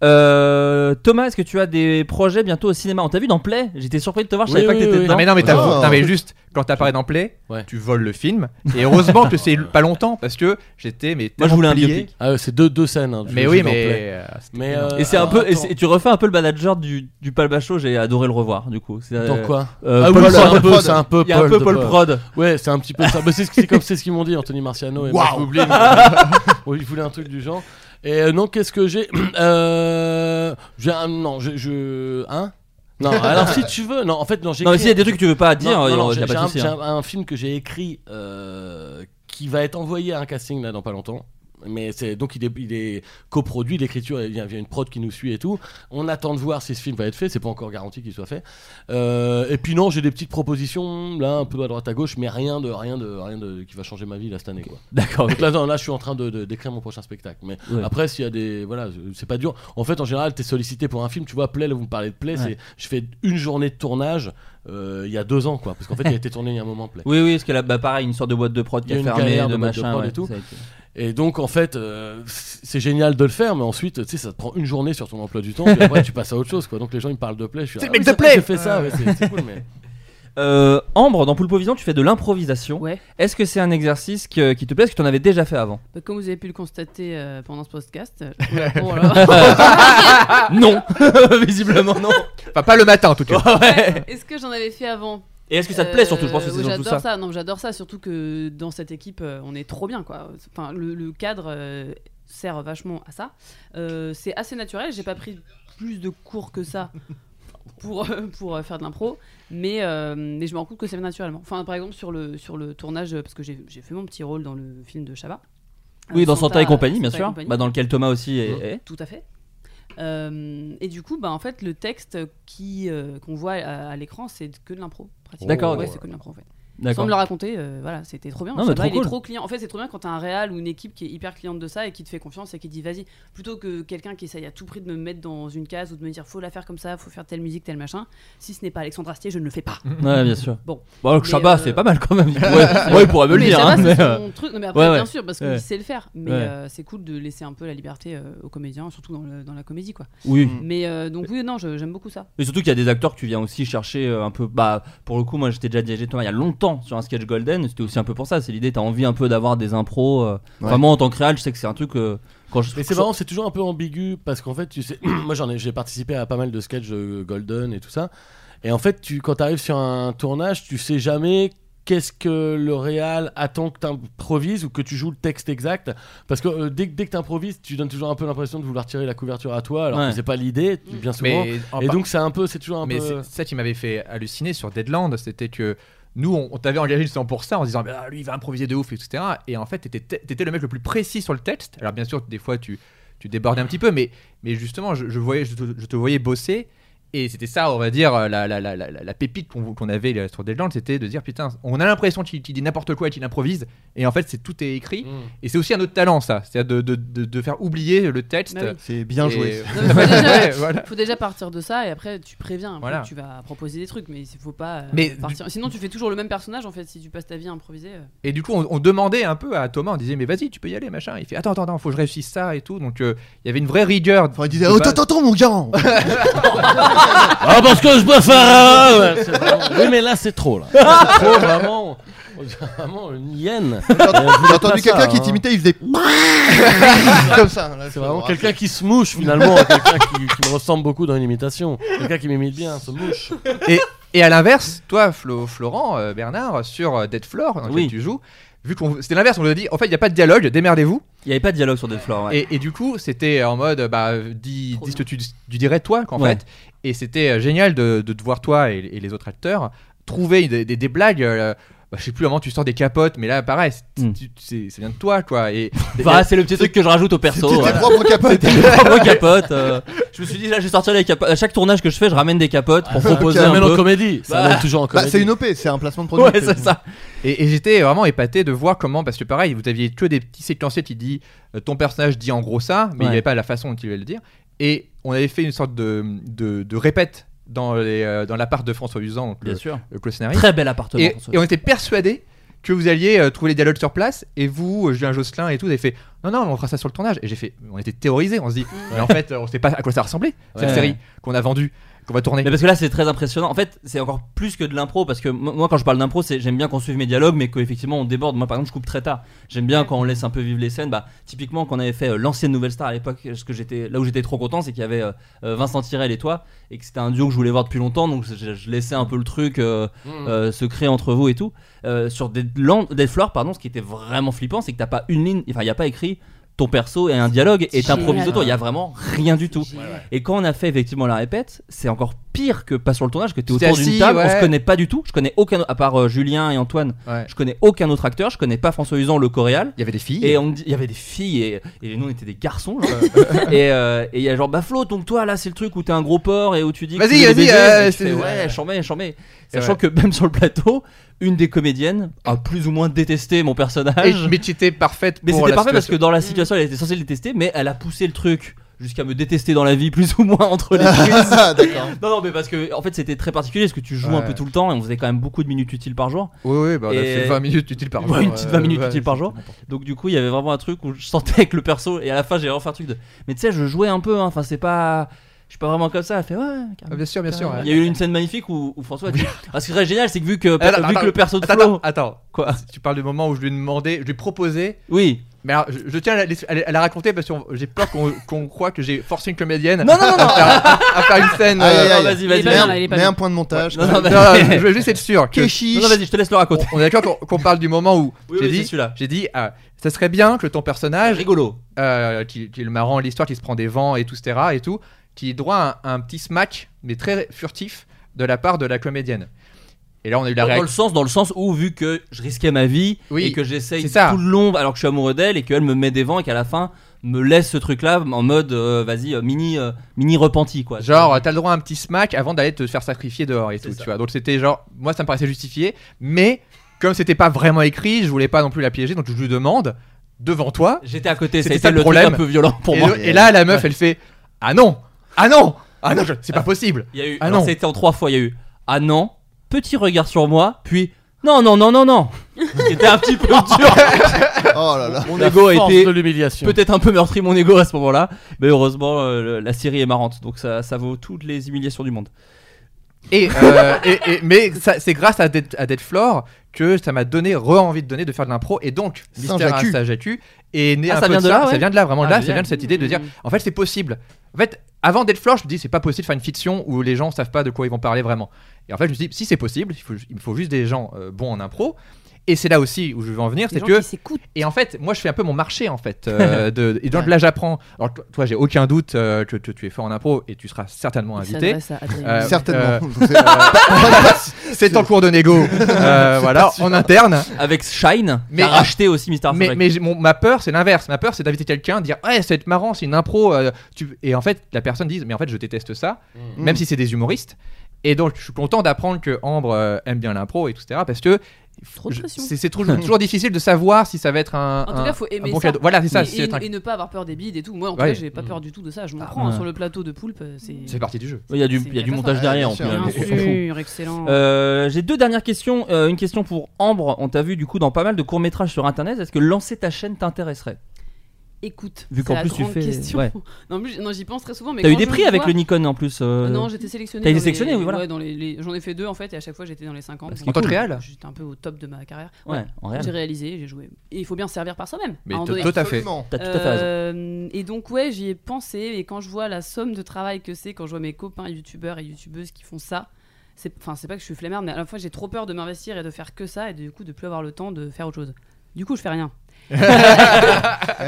[SPEAKER 7] Euh, Thomas, est-ce que tu as des projets bientôt au cinéma On t'a vu dans Play J'étais surpris de te voir, je
[SPEAKER 6] Oui,
[SPEAKER 7] savais pas
[SPEAKER 6] oui,
[SPEAKER 7] que
[SPEAKER 6] oui,
[SPEAKER 7] t'étais
[SPEAKER 6] oui.
[SPEAKER 10] Non mais
[SPEAKER 7] dedans.
[SPEAKER 10] non mais, t'as-
[SPEAKER 8] Oh.
[SPEAKER 10] non, mais juste quand t'apparais dans Play,
[SPEAKER 6] Ouais.
[SPEAKER 10] tu voles le film et heureusement que c'est pas longtemps parce que j'étais mais
[SPEAKER 7] Moi je voulais un
[SPEAKER 10] tellement plié.
[SPEAKER 7] biopic.
[SPEAKER 6] Ah, ouais, c'est deux, deux scènes. hein, je-
[SPEAKER 10] Mais
[SPEAKER 6] je
[SPEAKER 10] oui
[SPEAKER 6] t'en plais.
[SPEAKER 10] mais euh, c'était
[SPEAKER 6] Mais,
[SPEAKER 10] énorme.
[SPEAKER 6] euh,
[SPEAKER 7] Et c'est un
[SPEAKER 6] alors,
[SPEAKER 7] peu, et
[SPEAKER 6] attends.
[SPEAKER 7] c'est- tu refais un peu le manager du, du Palbacho, j'ai adoré le revoir du coup. C'est, euh,
[SPEAKER 6] Attends, quoi
[SPEAKER 7] euh,
[SPEAKER 6] Ah oui,
[SPEAKER 7] Paul
[SPEAKER 6] c'est
[SPEAKER 7] Prod.
[SPEAKER 6] un peu,
[SPEAKER 8] Prod.
[SPEAKER 6] c'est un peu
[SPEAKER 7] Il y a un peu
[SPEAKER 6] de
[SPEAKER 7] Paul Prod.
[SPEAKER 6] Ouais, c'est un petit peu ça. Bah, c'est ce- c'est comme c'est ce qu'ils m'ont dit, Anthony Marciano et Marc Boublil. euh, Bon, ils voulaient un truc du genre. Et euh, non, qu'est-ce que j'ai euh, J'ai un non, je, je hein Non, alors si tu veux, non, en fait non, j'ai.
[SPEAKER 7] Non, mais
[SPEAKER 6] écrit-
[SPEAKER 7] s'il y a des trucs que tu veux pas dire,
[SPEAKER 6] Non, non,
[SPEAKER 7] euh,
[SPEAKER 6] non,
[SPEAKER 7] y
[SPEAKER 6] j'ai
[SPEAKER 7] a
[SPEAKER 6] j'ai
[SPEAKER 7] pas de
[SPEAKER 6] un,
[SPEAKER 7] souci.
[SPEAKER 6] j'ai
[SPEAKER 7] hein.
[SPEAKER 6] un- un film que j'ai écrit euh, qui va être envoyé à un casting là dans pas longtemps. Mais c'est donc il est, il est coproduit, l'écriture il y a il y a une prod qui nous suit et tout. On attend de voir si ce film va être fait. C'est pas encore garanti qu'il soit fait. Euh, et puis non, j'ai des petites propositions là un peu à droite à gauche, mais rien de rien de rien de qui va changer ma vie là cette année quoi.
[SPEAKER 7] D'accord.
[SPEAKER 6] Donc là, non, là, je suis en train de de- d'écrire mon prochain spectacle. Mais
[SPEAKER 7] Ouais.
[SPEAKER 6] après, s'il y a des. Voilà, c'est pas dur. En fait, en général, t'es sollicité pour un film. Tu vois, Play, là, vous me parlez de Play.
[SPEAKER 7] Ouais.
[SPEAKER 6] c'est Je fais une journée de tournage euh, il y a deux ans, quoi. Parce qu'en fait, il a été tourné il y a un moment, Play.
[SPEAKER 7] Oui, oui, parce que là, bah, pareil, une sorte de boîte de prod qui
[SPEAKER 6] Il y
[SPEAKER 7] est
[SPEAKER 6] a une
[SPEAKER 7] fermée,
[SPEAKER 6] galère
[SPEAKER 7] de
[SPEAKER 6] de boîte de
[SPEAKER 7] machin,
[SPEAKER 6] prod
[SPEAKER 7] ouais,
[SPEAKER 6] et tout.
[SPEAKER 7] ça a été-
[SPEAKER 6] Et donc, en fait, euh, c'est génial de le faire, mais ensuite, tu sais, ça te prend une journée sur ton emploi du temps. Puis après, tu passes à autre chose, quoi. Donc, les gens, ils me parlent de Play. Je suis
[SPEAKER 10] C'est
[SPEAKER 6] ah
[SPEAKER 10] le mec
[SPEAKER 6] oui,
[SPEAKER 10] de
[SPEAKER 6] c'est vrai,
[SPEAKER 10] Play.
[SPEAKER 6] J'ai fait ça, ouais, c'est c'est cool, mais.
[SPEAKER 7] Euh, Ambre, dans Poulpe Vision, tu fais de l'improvisation.
[SPEAKER 9] Ouais.
[SPEAKER 7] Est-ce que c'est un exercice que- qui te plaît Est-ce que tu en avais déjà fait avant
[SPEAKER 9] Bah, Comme vous avez pu le constater euh, pendant ce podcast, euh, bon, alors,
[SPEAKER 7] Non Visiblement, non
[SPEAKER 10] Enfin pas le matin en tout cas.
[SPEAKER 9] est-ce que j'en avais fait avant
[SPEAKER 7] Et est-ce que ça te plaît surtout Je pense que
[SPEAKER 9] Euh,
[SPEAKER 7] c'est
[SPEAKER 9] ouais,
[SPEAKER 7] surtout
[SPEAKER 9] j'adore
[SPEAKER 7] ça.
[SPEAKER 9] ça. Non, j'adore ça, surtout que dans cette équipe, euh, on est trop bien, quoi. Enfin, le, le cadre euh, sert vachement à ça. Euh, c'est assez naturel. J'ai pas pris plus de cours que ça pour euh, pour euh, faire de l'impro, mais euh, mais je me rends compte que c'est naturellement. Enfin, par exemple sur le sur le tournage, euh, parce que j'ai j'ai fait mon petit rôle dans le film de Chabat.
[SPEAKER 7] Oui,
[SPEAKER 9] Euh,
[SPEAKER 7] dans Santa et compagnie, bien
[SPEAKER 9] Santa et
[SPEAKER 7] sûr.
[SPEAKER 9] compagnie.
[SPEAKER 7] Bah, dans lequel Thomas aussi est.
[SPEAKER 6] Mhm.
[SPEAKER 7] est.
[SPEAKER 9] Tout à fait. Euh, et du coup, bah, en fait, le texte qui euh, qu'on voit à, à l'écran, c'est que de l'impro. pratiquement.
[SPEAKER 7] D'accord,
[SPEAKER 9] Ouais,
[SPEAKER 7] ok.
[SPEAKER 9] c'est que de l'impro en fait. Sans
[SPEAKER 7] D'accord.
[SPEAKER 9] me le raconter, euh, voilà, c'était trop bien.
[SPEAKER 7] Non,
[SPEAKER 9] Ça
[SPEAKER 7] mais
[SPEAKER 9] va,
[SPEAKER 7] trop
[SPEAKER 9] Il
[SPEAKER 7] cool.
[SPEAKER 9] est trop client. En fait, c'est trop bien quand t'as un réal ou une équipe qui est hyper cliente de ça et qui te fait confiance et qui te dit vas-y, plutôt que quelqu'un qui essaye à tout prix de me mettre dans une case ou de me dire faut la faire comme ça, faut faire telle musique, tel machin. Si ce n'est pas Alexandre Astier, je ne le fais pas.
[SPEAKER 7] Ouais, bien sûr.
[SPEAKER 9] Bon.
[SPEAKER 7] Bon, alors que
[SPEAKER 9] Mais,
[SPEAKER 7] Chabat,
[SPEAKER 9] euh,
[SPEAKER 7] c'est pas mal quand même. Ouais, ouais, il pourrait me le
[SPEAKER 9] Mais
[SPEAKER 7] dire.
[SPEAKER 9] ça
[SPEAKER 7] hein,
[SPEAKER 9] va,
[SPEAKER 7] mais,
[SPEAKER 9] c'est
[SPEAKER 7] euh,
[SPEAKER 9] son truc. Non, mais après,
[SPEAKER 7] ouais, ouais.
[SPEAKER 9] bien sûr, parce qu'il
[SPEAKER 7] Ouais.
[SPEAKER 9] sait le faire. Mais
[SPEAKER 7] Ouais.
[SPEAKER 9] euh, c'est cool de laisser un peu la liberté euh, aux comédiens, surtout dans, le- dans la comédie, quoi.
[SPEAKER 7] Oui.
[SPEAKER 9] Mais euh, donc oui, non, je- j'aime beaucoup ça.
[SPEAKER 7] Et surtout qu'il y a des acteurs que tu viens aussi chercher euh, un peu. Bah, pour le coup, moi j'étais déjà dirigé Thomas il y a longtemps sur un sketch Golden. C'était aussi un peu pour ça. C'est l'idée, t'as envie un peu d'avoir des impros. euh. Enfin,
[SPEAKER 8] Ouais.
[SPEAKER 7] moi en tant que réal, je sais que c'est un truc. euh, quand je.
[SPEAKER 6] Mais c'est marrant, c'est toujours un peu ambigu parce qu'en fait, tu sais, moi j'en ai, j'ai participé à pas mal de sketchs euh, Golden et tout ça. Et en fait, tu, quand tu arrives sur un tournage, tu sais jamais qu'est-ce que le réal attend que tu improvises ou que tu joues le texte exact. Parce que euh, dès, que- dès que tu improvises, tu donnes toujours un peu l'impression de vouloir tirer la couverture à toi alors
[SPEAKER 7] Ouais.
[SPEAKER 6] que c'est pas l'idée, tu- bien souvent.
[SPEAKER 10] Mais en
[SPEAKER 6] Et
[SPEAKER 10] par-
[SPEAKER 6] donc, c'est un peu, c'est toujours un
[SPEAKER 10] mais
[SPEAKER 6] peu.
[SPEAKER 10] c'est- ça qui m'avait fait halluciner sur Deadland, c'était que nous, on, on t'avait engagé justement pour ça, en se disant Bah, lui, il va improviser de ouf, etc. Et en fait, t'étais, t'étais le mec le plus précis sur le texte. Alors bien sûr, des fois, tu, tu débordais un petit peu, mais, mais justement, je, je voyais, je, te, je te voyais bosser. Et c'était ça, on va dire, la, la, la, la, la pépite qu'on qu'on avait là, sur Deadland, c'était de dire putain, on a l'impression qu'il qu'il dit n'importe quoi et qu'il improvise, et en fait, c'est tout est écrit.
[SPEAKER 6] Hmm.
[SPEAKER 10] Et c'est aussi un autre talent, ça, c'est-à-dire de, de, de, de faire oublier le texte.
[SPEAKER 9] Bah oui.
[SPEAKER 8] C'est bien
[SPEAKER 10] Et-
[SPEAKER 8] joué.
[SPEAKER 9] Non, mais faut, déjà,
[SPEAKER 10] Ouais, voilà.
[SPEAKER 9] faut déjà partir de ça et après tu préviens. après,
[SPEAKER 10] Voilà.
[SPEAKER 9] Tu vas proposer des trucs, mais il faut pas euh,
[SPEAKER 10] Mais-
[SPEAKER 9] partir. Sinon, tu fais toujours le même personnage en fait si tu passes ta vie à improviser. euh.
[SPEAKER 10] Et du coup, on, on demandait un peu à Thomas, on disait mais vas-y, tu peux y aller, machin. Il fait attends, attends, attends, faut que je réussisse ça et tout. Donc euh, il y avait une vraie rigueur.
[SPEAKER 8] Enfin, il disait Oh,
[SPEAKER 10] Bah-
[SPEAKER 8] attends, attends, mon gars
[SPEAKER 6] Ah, parce que je bois Farah ouais, c'est vraiment- Oui, mais là, c'est trop, là. C'est trop, vraiment. on dirait Vraiment, une hyène.
[SPEAKER 8] J'ai entendu quelqu'un
[SPEAKER 6] hein.
[SPEAKER 8] qui t'imitait, il faisait comme ça. là, je
[SPEAKER 6] C'est vraiment
[SPEAKER 8] me
[SPEAKER 6] quelqu'un qui se mouche finalement, à quelqu'un qui, qui me ressemble beaucoup dans une imitation. Quelqu'un qui m'imite bien, se mouche.
[SPEAKER 10] Et à l'inverse, toi, Flo- Florent, euh, Bernard, sur euh, Dead Floor, dans lequel
[SPEAKER 7] Oui.
[SPEAKER 10] tu joues, vu qu'on c'était l'inverse, on nous a dit en fait, il n'y a pas de dialogue, démerdez-vous.
[SPEAKER 7] Il n'y avait pas de dialogue sur Dead Floor. ouais.
[SPEAKER 10] Et, et du coup, c'était en mode bah, dis,
[SPEAKER 9] Trop
[SPEAKER 10] dis ce que tu, tu dirais toi, qu'en
[SPEAKER 7] Ouais.
[SPEAKER 10] fait. Et c'était euh, génial de, de te voir toi et, et les autres acteurs trouver des, des- des blagues. euh, bah, je sais plus, avant tu sors des capotes, mais là, pareil, c'est
[SPEAKER 6] Hmm.
[SPEAKER 7] Mm.
[SPEAKER 10] tu- c'est- ça vient de toi, quoi. Et,
[SPEAKER 7] Bah, c'est le petit truc que je rajoute au perso.
[SPEAKER 8] C'était
[SPEAKER 7] voilà.
[SPEAKER 8] propre capote.
[SPEAKER 7] Bravo, capote. euh, je me suis dit, là, je vais sortir les capotes. À chaque tournage que je fais, je ramène des capotes
[SPEAKER 10] Ah,
[SPEAKER 7] pour proposer
[SPEAKER 6] ça
[SPEAKER 7] un
[SPEAKER 6] mène en
[SPEAKER 7] peu.
[SPEAKER 6] comédie. Ça
[SPEAKER 7] Bah.
[SPEAKER 6] mène toujours en
[SPEAKER 8] Bah,
[SPEAKER 6] comédie.
[SPEAKER 8] c'est une OP, c'est un placement de produit.
[SPEAKER 7] Ouais, c'est ça.
[SPEAKER 10] Et, et j'étais vraiment épaté de voir comment, parce que pareil, vous aviez que des petits séquenciers qui dit euh, ton personnage dit en gros ça, mais il n'y
[SPEAKER 7] Ouais.
[SPEAKER 10] avait pas la façon dont il allait le dire. Et on avait fait une sorte de, de, de répète dans, les, euh, dans l'appart de François Usan, donc le,
[SPEAKER 7] sûr.
[SPEAKER 10] le co-scénariste.
[SPEAKER 7] Très bel appartement.
[SPEAKER 10] Et, et on était persuadés que vous alliez euh, trouver les dialogues sur place. Et vous, euh, Julien Josselin et tout, vous avez fait Non, non, on fera ça sur le tournage. Et j'ai fait On était terrorisés. On se dit Mais en fait, euh, on sait pas à quoi ça ressemblait, cette
[SPEAKER 6] Ouais.
[SPEAKER 10] série qu'on a vendue, qu'on va tourner.
[SPEAKER 7] Mais parce que là, c'est très impressionnant. En fait, c'est encore plus que de l'impro. Parce que mo- moi, quand je parle d'impro, c'est j'aime bien qu'on suive mes dialogues, mais qu'effectivement, on déborde. Moi, par exemple, je coupe très tard. J'aime bien quand on laisse un peu vivre les scènes. Bah, typiquement, quand on avait fait euh, l'ancienne Nouvelle Star à l'époque, ce que j'étais, là où j'étais trop content, c'est qu'il y avait euh, euh, Vincent Tirel et toi, et que c'était un duo que je voulais voir depuis longtemps. Donc, je, je laissais un peu le truc euh, euh, se créer entre vous et tout. Euh, sur des Dead Floor, pardon, ce qui était vraiment flippant, c'est que t'as pas une ligne, enfin, il n'y a pas écrit ton perso et un dialogue et t'improvises
[SPEAKER 9] Génial.
[SPEAKER 7] autour. Il y a vraiment rien du tout.
[SPEAKER 9] Génial.
[SPEAKER 7] Et quand on a fait effectivement la répète, c'est encore pire que pas sur le tournage, que t'es
[SPEAKER 10] C'était
[SPEAKER 7] autour d'une
[SPEAKER 10] assis,
[SPEAKER 7] table, on
[SPEAKER 10] ouais.
[SPEAKER 7] se connaît pas du tout. Je connais aucun, au- à part euh, Julien et Antoine,
[SPEAKER 10] Ouais.
[SPEAKER 7] je connais aucun autre acteur, je connais pas François Usan, le Coréal.
[SPEAKER 10] Il y avait des filles.
[SPEAKER 7] Et on me dit, il y avait des filles et, et nous on était des garçons. genre. et euh, et il y a genre, bah Flo, donc toi là c'est le truc où t'es un gros porc et où tu dis. que
[SPEAKER 10] Vas-y,
[SPEAKER 7] tu veux
[SPEAKER 10] vas-y,
[SPEAKER 7] des baisers.
[SPEAKER 10] euh,
[SPEAKER 7] Et tu
[SPEAKER 10] c'est-
[SPEAKER 7] fais,
[SPEAKER 10] ouais.
[SPEAKER 7] ouais, j'en mets, j'en mets. Sachant
[SPEAKER 10] ouais.
[SPEAKER 7] que même sur le plateau, une des comédiennes a plus ou moins détesté mon
[SPEAKER 10] Et-
[SPEAKER 7] personnage.
[SPEAKER 10] mais tu étais parfaite
[SPEAKER 7] Mais
[SPEAKER 10] pour
[SPEAKER 7] c'était
[SPEAKER 10] la
[SPEAKER 7] parfait parce
[SPEAKER 10] situation. Mm.
[SPEAKER 7] que dans la situation, elle était censée le détester, mais elle a poussé le truc jusqu'à me détester dans la vie, plus ou moins entre les prises.
[SPEAKER 8] D'accord.
[SPEAKER 7] Non, non, mais parce que en fait, c'était très particulier parce que tu joues un
[SPEAKER 10] Ouais.
[SPEAKER 7] peu tout le temps et on faisait quand même beaucoup de minutes utiles par jour.
[SPEAKER 10] Oui, oui, bah, on a
[SPEAKER 7] Et-
[SPEAKER 10] fait 20 minutes utiles par
[SPEAKER 7] Ouais,
[SPEAKER 10] jour. euh,
[SPEAKER 7] une petite 20 minutes utiles par
[SPEAKER 10] c'est
[SPEAKER 7] jour.
[SPEAKER 10] n'importe quoi.
[SPEAKER 7] Donc, du coup, il y avait vraiment un truc où je sentais que le perso, et à la fin, j'ai vraiment fait un truc de. Mais tu sais, je jouais un peu, hein. enfin, c'est pas. Je suis pas vraiment comme ça. Elle fait ouais, ouais,
[SPEAKER 10] Ah,
[SPEAKER 7] carrément,
[SPEAKER 10] bien sûr, bien sûr.
[SPEAKER 7] carrément.
[SPEAKER 10] ouais.
[SPEAKER 7] Il y a eu une scène magnifique où, où François a dit. Ah, ce qui serait génial, c'est que vu que,
[SPEAKER 10] Ah, attends,
[SPEAKER 7] vu que le perso de
[SPEAKER 10] Attends,
[SPEAKER 7] Flo.
[SPEAKER 10] attends, attends.
[SPEAKER 7] Quoi
[SPEAKER 10] Tu parles du moment où je lui ai demandé, je lui ai proposé.
[SPEAKER 7] Oui.
[SPEAKER 10] Mais alors, je, je tiens à la, laisser- à la- à la raconter parce que j'ai peur qu'on qu'on croit que j'ai forcé une comédienne
[SPEAKER 7] Non, non, non, non.
[SPEAKER 10] à, faire, à faire une scène.
[SPEAKER 8] Aïe,
[SPEAKER 10] euh,
[SPEAKER 8] aïe,
[SPEAKER 7] Non,
[SPEAKER 8] aïe.
[SPEAKER 7] vas-y,
[SPEAKER 9] Il
[SPEAKER 7] vas-y.
[SPEAKER 9] est pas
[SPEAKER 8] Mets
[SPEAKER 9] bien,
[SPEAKER 8] un-
[SPEAKER 9] là, il est pas
[SPEAKER 8] mets
[SPEAKER 9] bien.
[SPEAKER 8] un point de montage.
[SPEAKER 7] Non, non,
[SPEAKER 10] non,
[SPEAKER 7] vas-y.
[SPEAKER 10] non, je veux juste être sûr. Que,
[SPEAKER 7] Non, non, vas-y, je te laisse le raconter.
[SPEAKER 10] on est d'accord qu'on qu'on parle du moment où
[SPEAKER 7] Oui,
[SPEAKER 10] j'ai
[SPEAKER 7] oui, c'est
[SPEAKER 10] dit,
[SPEAKER 7] celui-là.
[SPEAKER 10] j'ai dit, ah, ça serait bien que ton personnage,
[SPEAKER 7] Rigolo.
[SPEAKER 10] euh, qui, qui est le marrant, de l'histoire qui se prend des vents et tout, etc. et tout, qui ait droit à un, un petit smack, mais très furtif, de la part de la comédienne. Et là, on a eu la
[SPEAKER 7] Dans- Dans le
[SPEAKER 10] réaction.
[SPEAKER 7] sens, dans le sens où vu que je risquais ma vie
[SPEAKER 10] Oui,
[SPEAKER 7] et que j'essaye
[SPEAKER 10] c'est ça.
[SPEAKER 7] tout le long, alors que je suis amoureux d'elle et qu'elle me met des vents et qu'à la fin me laisse ce truc-là en mode euh, vas-y euh, mini euh, mini repenti quoi.
[SPEAKER 10] Genre, t'as le droit à un petit smack avant d'aller te faire sacrifier dehors et
[SPEAKER 7] C'est
[SPEAKER 10] tout,
[SPEAKER 7] ça.
[SPEAKER 10] tu vois. Donc, c'était genre, moi, ça me paraissait justifié, mais comme c'était pas vraiment écrit, je voulais pas non plus la piéger, donc je lui demande, devant toi.
[SPEAKER 7] j'étais à côté,
[SPEAKER 10] C'était
[SPEAKER 7] c'était
[SPEAKER 10] ça le
[SPEAKER 7] le truc
[SPEAKER 10] problème.
[SPEAKER 7] un peu violent pour
[SPEAKER 10] et,
[SPEAKER 7] moi.
[SPEAKER 10] le- et là, la meuf, elle fait, ah non, ah non, ah non, je- c'est pas possible.
[SPEAKER 7] Il y a eu
[SPEAKER 10] Ah
[SPEAKER 7] alors,
[SPEAKER 10] non.
[SPEAKER 7] c'était en trois fois, il y a eu ah non, petit regard sur moi, puis non non non non non. C'était un petit peu dur.
[SPEAKER 8] Oh là là.
[SPEAKER 6] Mon
[SPEAKER 7] La
[SPEAKER 6] ego a
[SPEAKER 7] force
[SPEAKER 6] été.
[SPEAKER 7] de
[SPEAKER 6] de l'humiliation.
[SPEAKER 7] Peut-être un peu meurtri mon ego à ce moment-là, mais heureusement euh, le- la série est marrante, donc ça ça vaut toutes les humiliations du monde.
[SPEAKER 10] Et, euh, et- et- mais ça- c'est grâce à Dead, à Dead Floor que ça m'a donné re-envie de donner de faire de l'impro et donc Mystère à
[SPEAKER 8] Saint-Jacu.
[SPEAKER 10] Saint-Jacu est né un
[SPEAKER 7] Ah, ça
[SPEAKER 10] peu
[SPEAKER 7] vient
[SPEAKER 10] de
[SPEAKER 7] de
[SPEAKER 10] ça,
[SPEAKER 7] là, ouais.
[SPEAKER 10] ça vient de là vraiment
[SPEAKER 7] Ah,
[SPEAKER 10] de là,
[SPEAKER 7] génial.
[SPEAKER 10] ça vient de cette idée de dire
[SPEAKER 9] Mmh.
[SPEAKER 10] en fait c'est possible. En fait avant Dead Floor je me dis c'est pas possible de faire une fiction où les gens savent pas de quoi ils vont parler vraiment. Et en fait je me dis si c'est possible il faut, il me faut juste des gens euh, bons en impro Et c'est là aussi où je veux en venir,
[SPEAKER 9] Les
[SPEAKER 10] c'est
[SPEAKER 9] gens
[SPEAKER 10] que
[SPEAKER 9] qui s'écoutent.
[SPEAKER 10] et en fait, moi, je fais un peu mon marché, en fait. euh, de, et donc là, j'apprends. Alors, toi, toi, j'ai aucun doute euh, que, que tu es fort en impro et tu seras certainement
[SPEAKER 9] Il
[SPEAKER 10] invité.
[SPEAKER 9] s'adresse à Adrien.
[SPEAKER 10] Euh,
[SPEAKER 8] Certainement.
[SPEAKER 10] euh,
[SPEAKER 8] Vous êtes-
[SPEAKER 10] C'est en cours de négo. Euh, voilà, en interne.
[SPEAKER 7] Avec Shine,
[SPEAKER 10] Mais- ah,
[SPEAKER 7] mais racheté aussi Mister
[SPEAKER 10] Mais, mais j'ai- mon- ma peur, c'est l'inverse. Ma peur, c'est d'inviter quelqu'un, de dire ouais, c'est marrant, c'est une impro. euh, tu... Et en fait, la personne dit mais en fait, je déteste ça, même si c'est des humoristes. Et donc, je suis content d'apprendre que Ambre euh, aime bien l'impro et tout, etc. Parce que
[SPEAKER 9] Trop de
[SPEAKER 10] je-
[SPEAKER 9] pression.
[SPEAKER 10] c'est c'est toujours, toujours difficile de savoir si ça va être un,
[SPEAKER 9] En
[SPEAKER 10] un-
[SPEAKER 9] tout cas, faut
[SPEAKER 10] un
[SPEAKER 9] aimer
[SPEAKER 10] bon
[SPEAKER 9] ça.
[SPEAKER 10] cadeau. Voilà, c'est ça.
[SPEAKER 9] Et-
[SPEAKER 10] c'est
[SPEAKER 9] et,
[SPEAKER 10] être un-
[SPEAKER 9] et ne pas avoir peur des bides et tout. Moi, en tout
[SPEAKER 10] Ouais.
[SPEAKER 9] cas, j'ai pas peur du tout de ça. Je m'en
[SPEAKER 10] Ah,
[SPEAKER 9] prends hein,
[SPEAKER 7] ouais.
[SPEAKER 9] sur le plateau de Poulpe. euh, C'est
[SPEAKER 10] C'est parti du jeu.
[SPEAKER 7] Il y a du,
[SPEAKER 9] c'est
[SPEAKER 7] il y a du
[SPEAKER 9] une
[SPEAKER 7] montage
[SPEAKER 8] catastrophe.
[SPEAKER 7] derrière en
[SPEAKER 8] Ouais,
[SPEAKER 7] plus.
[SPEAKER 8] bien
[SPEAKER 7] hein,
[SPEAKER 9] bien
[SPEAKER 7] mais on s'en fout.
[SPEAKER 9] sûr, excellent.
[SPEAKER 7] Euh, J'ai deux dernières questions. Euh, une question pour Ambre. On t'a vu du coup dans pas mal de courts métrages sur internet. Est-ce que lancer ta chaîne t'intéresserait
[SPEAKER 9] Écoute,
[SPEAKER 7] vu
[SPEAKER 9] c'est
[SPEAKER 7] qu'en
[SPEAKER 9] la
[SPEAKER 7] plus, tu
[SPEAKER 9] grande
[SPEAKER 7] fais-
[SPEAKER 9] question.
[SPEAKER 7] ouais.
[SPEAKER 9] Non, mais j- non, j'y pense très souvent. mais
[SPEAKER 7] T'as eu
[SPEAKER 9] quand
[SPEAKER 7] des
[SPEAKER 9] je
[SPEAKER 7] prix avec
[SPEAKER 9] vois-
[SPEAKER 7] le Nikon en plus.
[SPEAKER 10] Ah
[SPEAKER 7] euh,
[SPEAKER 9] Non, j'étais sélectionné.
[SPEAKER 7] T'as été
[SPEAKER 9] dans les-
[SPEAKER 7] sélectionné, oui, voilà.
[SPEAKER 9] ouais, dans les, les- J'en ai fait deux en fait, et à chaque fois j'étais dans les 50.
[SPEAKER 7] Parce
[SPEAKER 9] donc
[SPEAKER 7] qu'en tant que
[SPEAKER 9] cool.
[SPEAKER 10] réal
[SPEAKER 9] J'étais un peu au top de ma carrière.
[SPEAKER 7] ouais, en réel.
[SPEAKER 9] J'ai réalisé, j'ai joué. Et il faut bien se servir par soi-même.
[SPEAKER 10] Mais
[SPEAKER 9] à un moment
[SPEAKER 10] to-
[SPEAKER 9] donné.
[SPEAKER 10] Tout à fait.
[SPEAKER 8] Absolument.
[SPEAKER 7] T'as tout à fait raison.
[SPEAKER 9] Euh, et donc ouais, j'y ai pensé et quand je vois la somme de travail que c'est, quand je vois mes copains youtubeurs et youtubeuses qui font ça, c'est enfin c'est pas que je suis flemmard, mais à la fois j'ai trop peur de m'investir et de faire que ça et du coup de plus avoir le temps de faire autre chose. Du coup, je fais rien.
[SPEAKER 8] Ouais,
[SPEAKER 9] non,